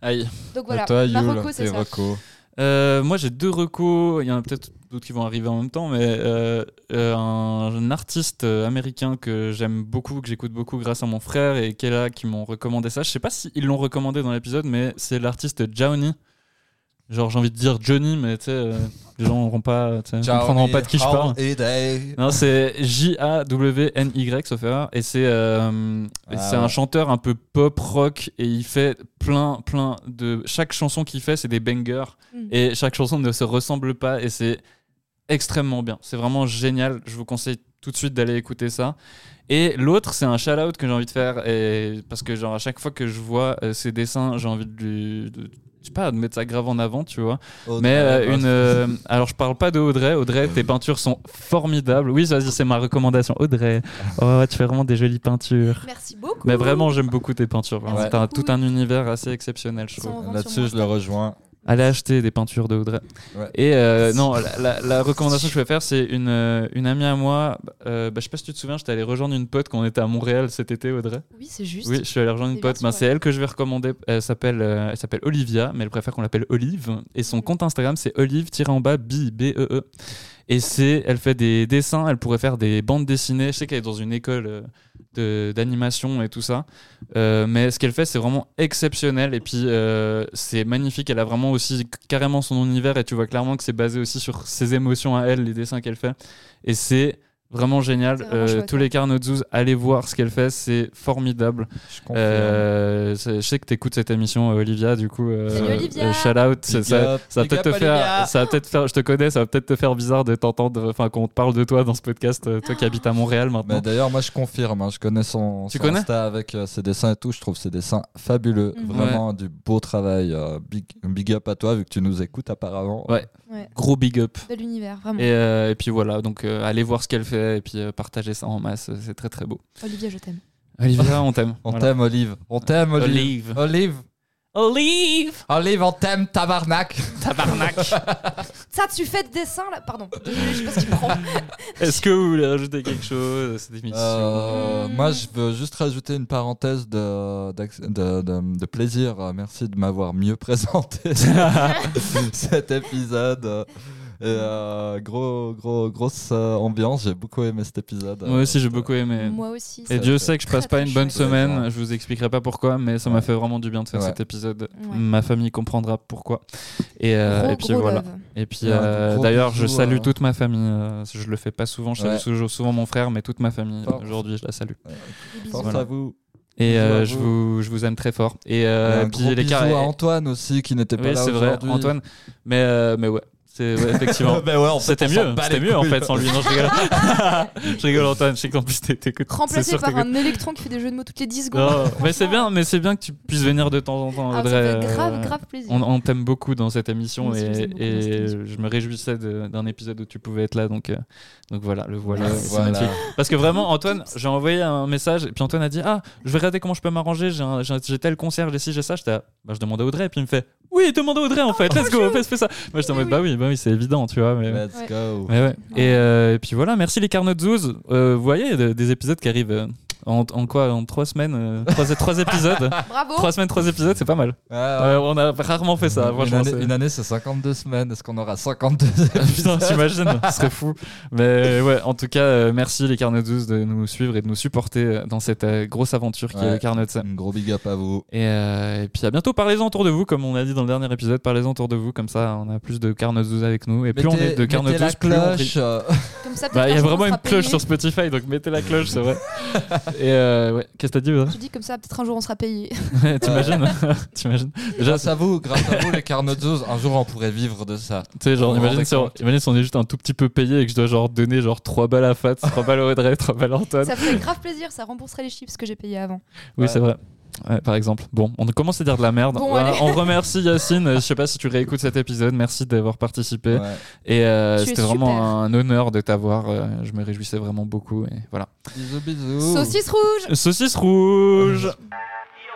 Speaker 3: Aïe.
Speaker 5: Donc voilà,
Speaker 4: Et toi, Yul,
Speaker 5: Ah, Marocco, c'est
Speaker 4: tes
Speaker 5: ça.
Speaker 4: recos.
Speaker 3: Euh, moi, j'ai deux recos. Il y en a peut-être d'autres qui vont arriver en même temps, mais euh, euh, un, un artiste euh, américain que j'aime beaucoup, que j'écoute beaucoup grâce à mon frère et Kella qui m'ont recommandé ça. Je sais pas s'ils l'ont recommandé dans l'épisode, mais c'est l'artiste Johnny. Genre, j'ai envie de dire Johnny, mais tu sais, euh, les gens n'auront pas, tu sais, comprendront pas de qui je parle. Ah.
Speaker 4: Et day.
Speaker 3: Non, c'est J-A-W-N-Y, sauf erreur. Et c'est euh,
Speaker 4: Ah
Speaker 3: c'est
Speaker 4: ouais.
Speaker 3: un chanteur un peu pop rock et il fait plein, plein de. Chaque chanson qu'il fait, c'est des bangers.
Speaker 5: Mm.
Speaker 3: Et chaque chanson ne se ressemble pas et c'est extrêmement bien. C'est vraiment génial. Je vous conseille tout de suite d'aller écouter ça. Et l'autre, c'est un shout-out que j'ai envie de faire et parce que, genre, à chaque fois que je vois euh, ses dessins, j'ai envie de lui. de- je sais pas, de mettre ça grave en avant, tu vois.
Speaker 4: Audrey,
Speaker 3: Mais euh,
Speaker 4: ouais.
Speaker 3: une. euh, alors, je parle pas de Audrey. Audrey, tes peintures sont formidables. Oui, vas-y, c'est ma recommandation. Audrey, oh, tu fais vraiment des jolies peintures.
Speaker 5: Merci beaucoup.
Speaker 3: Mais vraiment, j'aime beaucoup tes peintures.
Speaker 4: Ouais.
Speaker 3: T'as tout un univers assez exceptionnel, je trouve.
Speaker 5: Sans- vend sur
Speaker 4: Là-dessus,
Speaker 5: moi.
Speaker 4: je le rejoins.
Speaker 3: Allez acheter des peintures de Audrey.
Speaker 4: Ouais.
Speaker 3: Et euh, non, la, la- la recommandation que je vais faire, c'est une, euh, une amie à moi. Euh, bah, je sais pas si tu te souviens, j'étais allé rejoindre une pote quand on était à Montréal cet été, Audrey.
Speaker 5: Oui, c'est juste.
Speaker 3: Oui, je suis allé rejoindre une
Speaker 5: C'est bien
Speaker 3: pote. Ben,
Speaker 5: sûr,
Speaker 3: c'est elle que je vais recommander. Elle s'appelle, euh, elle s'appelle Olivia, mais elle préfère qu'on l'appelle Olive. Et
Speaker 5: Mm.
Speaker 3: son compte Instagram, c'est olive en bas b b e e. Et c'est, elle fait des dessins. Elle pourrait faire des bandes dessinées. Je sais qu'elle est dans une école euh, de- d'animation et tout ça. Euh, mais ce qu'elle fait, c'est vraiment exceptionnel. Et puis, euh, c'est magnifique. Elle a vraiment aussi carrément son univers. Et tu vois clairement que c'est basé aussi sur ses émotions à elle, les dessins qu'elle fait. Et c'est vraiment génial.
Speaker 5: C'est vraiment
Speaker 3: Euh,
Speaker 5: chouette,
Speaker 3: tous
Speaker 5: ouais.
Speaker 3: les carnotzouz, allez voir ce qu'elle fait. C'est formidable.
Speaker 4: Je confirme.
Speaker 3: Euh, c'est- je sais que t'écoutes cette émission, euh, Olivia, du coup. euh,
Speaker 5: Salut, Olivia.
Speaker 3: euh, shout out.
Speaker 4: Big
Speaker 3: ça,
Speaker 4: up,
Speaker 3: ça va
Speaker 4: big
Speaker 3: peut-être
Speaker 4: up,
Speaker 3: te faire,
Speaker 4: Olivia.
Speaker 3: ça va peut-être faire, je te connais, ça va peut-être te faire bizarre de t'entendre, enfin, qu'on te parle de toi dans ce podcast, euh, toi qui habites à Montréal
Speaker 4: Mais
Speaker 3: maintenant.
Speaker 4: d'ailleurs, moi je confirme, hein, je connais son,
Speaker 3: Tu
Speaker 4: son
Speaker 3: connais
Speaker 4: Insta avec euh, ses dessins et tout. Je trouve ses dessins fabuleux,
Speaker 5: Mhm.
Speaker 4: vraiment du beau travail. euh, big, big up à toi, vu que tu nous écoutes apparemment.
Speaker 3: Ouais.
Speaker 5: Ouais,
Speaker 3: Gros big up.
Speaker 5: de l'univers, vraiment.
Speaker 3: Et, euh, et puis voilà, donc euh, allez voir ce qu'elle fait et puis euh, partagez ça en masse, euh, c'est très très beau.
Speaker 5: Olivia, je t'aime.
Speaker 3: Olivia, on t'aime.
Speaker 4: On
Speaker 3: Voilà.
Speaker 4: t'aime, Olive. On t'aime, Olive.
Speaker 3: Olive.
Speaker 4: Olive.
Speaker 3: Olive
Speaker 4: Olive, on t'aime, tabarnak.
Speaker 3: Tabarnak
Speaker 5: Ça, tu fais de dessin là Pardon, désolé, je sais pas ce qu'il prend.
Speaker 3: Est-ce que vous voulez rajouter quelque chose à cette émission
Speaker 4: Euh,
Speaker 5: Mm.
Speaker 4: moi, je veux juste rajouter une parenthèse de, d'acc- de, de- de plaisir. Euh, Merci de m'avoir mieux présenté cet épisode. Euh, Et, euh, gros, gros, grosse euh, ambiance. J'ai beaucoup aimé cet épisode.
Speaker 3: Moi aussi
Speaker 4: Euh,
Speaker 3: j'ai beaucoup aimé.
Speaker 5: Moi aussi.
Speaker 3: Et
Speaker 5: ça-
Speaker 4: Ça
Speaker 3: Dieu
Speaker 4: fait
Speaker 3: sait que je
Speaker 5: très,
Speaker 3: passe pas
Speaker 5: très
Speaker 3: une bonne
Speaker 5: chouette.
Speaker 3: semaine, je vous expliquerai pas pourquoi, mais ça m'a fait vraiment du bien de faire
Speaker 4: Ouais.
Speaker 3: cet épisode.
Speaker 5: Ouais.
Speaker 3: Ma famille comprendra pourquoi. Et, euh,
Speaker 5: Gros,
Speaker 3: et puis
Speaker 5: gros
Speaker 3: voilà.
Speaker 5: love.
Speaker 3: Et puis
Speaker 4: Ouais, un
Speaker 3: euh,
Speaker 4: gros
Speaker 3: d'ailleurs, je
Speaker 4: bisou,
Speaker 3: salue
Speaker 4: euh.
Speaker 3: toute ma famille. euh, je le fais pas souvent, je salue
Speaker 4: Ouais.
Speaker 3: sou- souvent mon frère, mais toute ma famille.
Speaker 4: Fort.
Speaker 3: Aujourd'hui, je la salue.
Speaker 5: Des bisous.
Speaker 4: Force
Speaker 3: Voilà.
Speaker 4: à vous.
Speaker 3: Et
Speaker 4: Bisous
Speaker 3: euh,
Speaker 4: à
Speaker 3: je,
Speaker 4: vous.
Speaker 3: vous, je vous aime très fort. Et,
Speaker 4: Et
Speaker 3: euh,
Speaker 4: un
Speaker 3: puis
Speaker 4: gros
Speaker 3: les
Speaker 4: bisou
Speaker 3: car-
Speaker 4: à Antoine aussi qui n'était pas
Speaker 3: Oui,
Speaker 4: là
Speaker 3: c'est vrai,
Speaker 4: aujourd'hui.
Speaker 3: Antoine. Mais, euh, mais ouais, c'est ouais, effectivement.
Speaker 4: Ben ouais, en fait,
Speaker 3: C'était
Speaker 4: on s'en
Speaker 3: mieux,
Speaker 4: bat les
Speaker 3: c'était mieux en
Speaker 4: couilles.
Speaker 3: fait sans lui. Non, je rigole. je rigole, Antoine. Je sais qu'en plus t'é- t'écoutes. c'est
Speaker 5: Remplacé
Speaker 3: sûr que
Speaker 5: par
Speaker 3: t'écoutes.
Speaker 5: un électron qui fait des jeux de mots toutes les 10 secondes.
Speaker 3: Non, Oh, mais c'est bien, mais c'est bien que tu puisses venir de temps en temps.
Speaker 5: Ah, ça
Speaker 3: Audrey,
Speaker 5: fait
Speaker 3: euh,
Speaker 5: grave, grave plaisir.
Speaker 3: On, on t'aime beaucoup dans cette émission
Speaker 5: Moi aussi, je vous
Speaker 3: et,
Speaker 5: aime beaucoup
Speaker 3: et
Speaker 5: dans cette émission.
Speaker 3: je me réjouissais de- d'un épisode où tu pouvais être là. Donc, euh, donc voilà, le voilà.
Speaker 4: Ah, Voilà.
Speaker 3: c'est magnifique. Parce que vraiment, Antoine, j'ai envoyé un message et puis Antoine a dit Ah, je vais regarder comment je peux m'arranger. J'ai un- j'ai un- j'ai tel concert, j'ai ci, j'ai ça. J'étais là, bah, je demande à Audrey. Et puis il me fait Oui, demande à Audrey en
Speaker 5: Oh,
Speaker 3: fait, let's go, fais, fais ça. Moi j'étais en mode Bah oui, bah oui c'est évident, tu vois. Mais,
Speaker 4: Let's
Speaker 5: Ouais.
Speaker 4: go.
Speaker 3: mais ouais. Et, euh, et puis voilà, merci les Carnot Zoos. Euh, vous voyez, de- des épisodes qui arrivent euh, en, en quoi En trois semaines euh, trois, trois épisodes
Speaker 5: Bravo.
Speaker 3: Trois semaines, trois épisodes, c'est pas mal.
Speaker 4: Ah,
Speaker 3: Euh, on a rarement fait ça,
Speaker 4: une,
Speaker 3: franchement.
Speaker 4: année,
Speaker 3: c'est-
Speaker 4: une année, c'est 52 semaines. Est-ce qu'on aura 52
Speaker 3: Putain,
Speaker 4: épisodes
Speaker 3: t'imagines, ce serait fou. Mais ouais, en tout cas, euh, merci les Carnot 12 de nous suivre et de nous supporter euh, dans cette euh, grosse aventure qui est
Speaker 4: Ouais.
Speaker 3: le Carnot. ça.
Speaker 4: Un gros big up à vous.
Speaker 3: Et, euh, et puis à bientôt, parlez-en autour de vous, comme on a dit dans le dernier épisode, parlez-en autour de vous, comme ça on a plus de Carnot 12 avec nous. Et plus on est de Carnot 12,
Speaker 4: la
Speaker 3: plus on rit.
Speaker 4: cloche. euh,
Speaker 5: Comme ça, peut-être
Speaker 3: Bah, il y
Speaker 5: qu'un jour,
Speaker 3: a
Speaker 5: on
Speaker 3: vraiment
Speaker 5: sera
Speaker 3: une cloche
Speaker 5: payé.
Speaker 3: sur Spotify, donc mettez la cloche, c'est vrai. Et euh, ouais, qu'est-ce que t'as dit, Audrey
Speaker 5: Je dis comme ça, peut-être un jour on sera payé.
Speaker 3: T'imagines T'imagines Déjà,
Speaker 4: Euh, grâce à vous, grâce à vous, les Carnotzos, un jour on pourrait vivre de ça.
Speaker 3: Tu sais,
Speaker 4: Vous
Speaker 3: genre,
Speaker 4: vous
Speaker 3: imagine
Speaker 4: rendez
Speaker 3: si, on,
Speaker 4: compte
Speaker 3: imagine si on est juste un tout petit peu payé et que je dois genre donner genre 3 balles à Fats, 3 balles à Audrey, 3 balles à Antoine.
Speaker 5: ça ferait grave plaisir, ça rembourserait les chips que j'ai payés avant.
Speaker 3: Oui, c'est vrai. Ouais, par exemple. Bon, on commence à dire de la merde.
Speaker 5: Bon,
Speaker 3: Voilà,
Speaker 5: allez.
Speaker 3: on remercie Yacine. Je sais pas si tu réécoutes cet épisode. Merci d'avoir participé.
Speaker 4: Ouais.
Speaker 3: Et euh,
Speaker 5: Tu es
Speaker 3: c'était
Speaker 5: super.
Speaker 3: vraiment un honneur de t'avoir. euh, je me réjouissais vraiment beaucoup. Et voilà.
Speaker 4: Bisous, bisous.
Speaker 5: Saucisse rouge
Speaker 3: Saucisse rouge.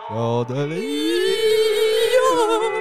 Speaker 4: Chandelier.
Speaker 5: Yo.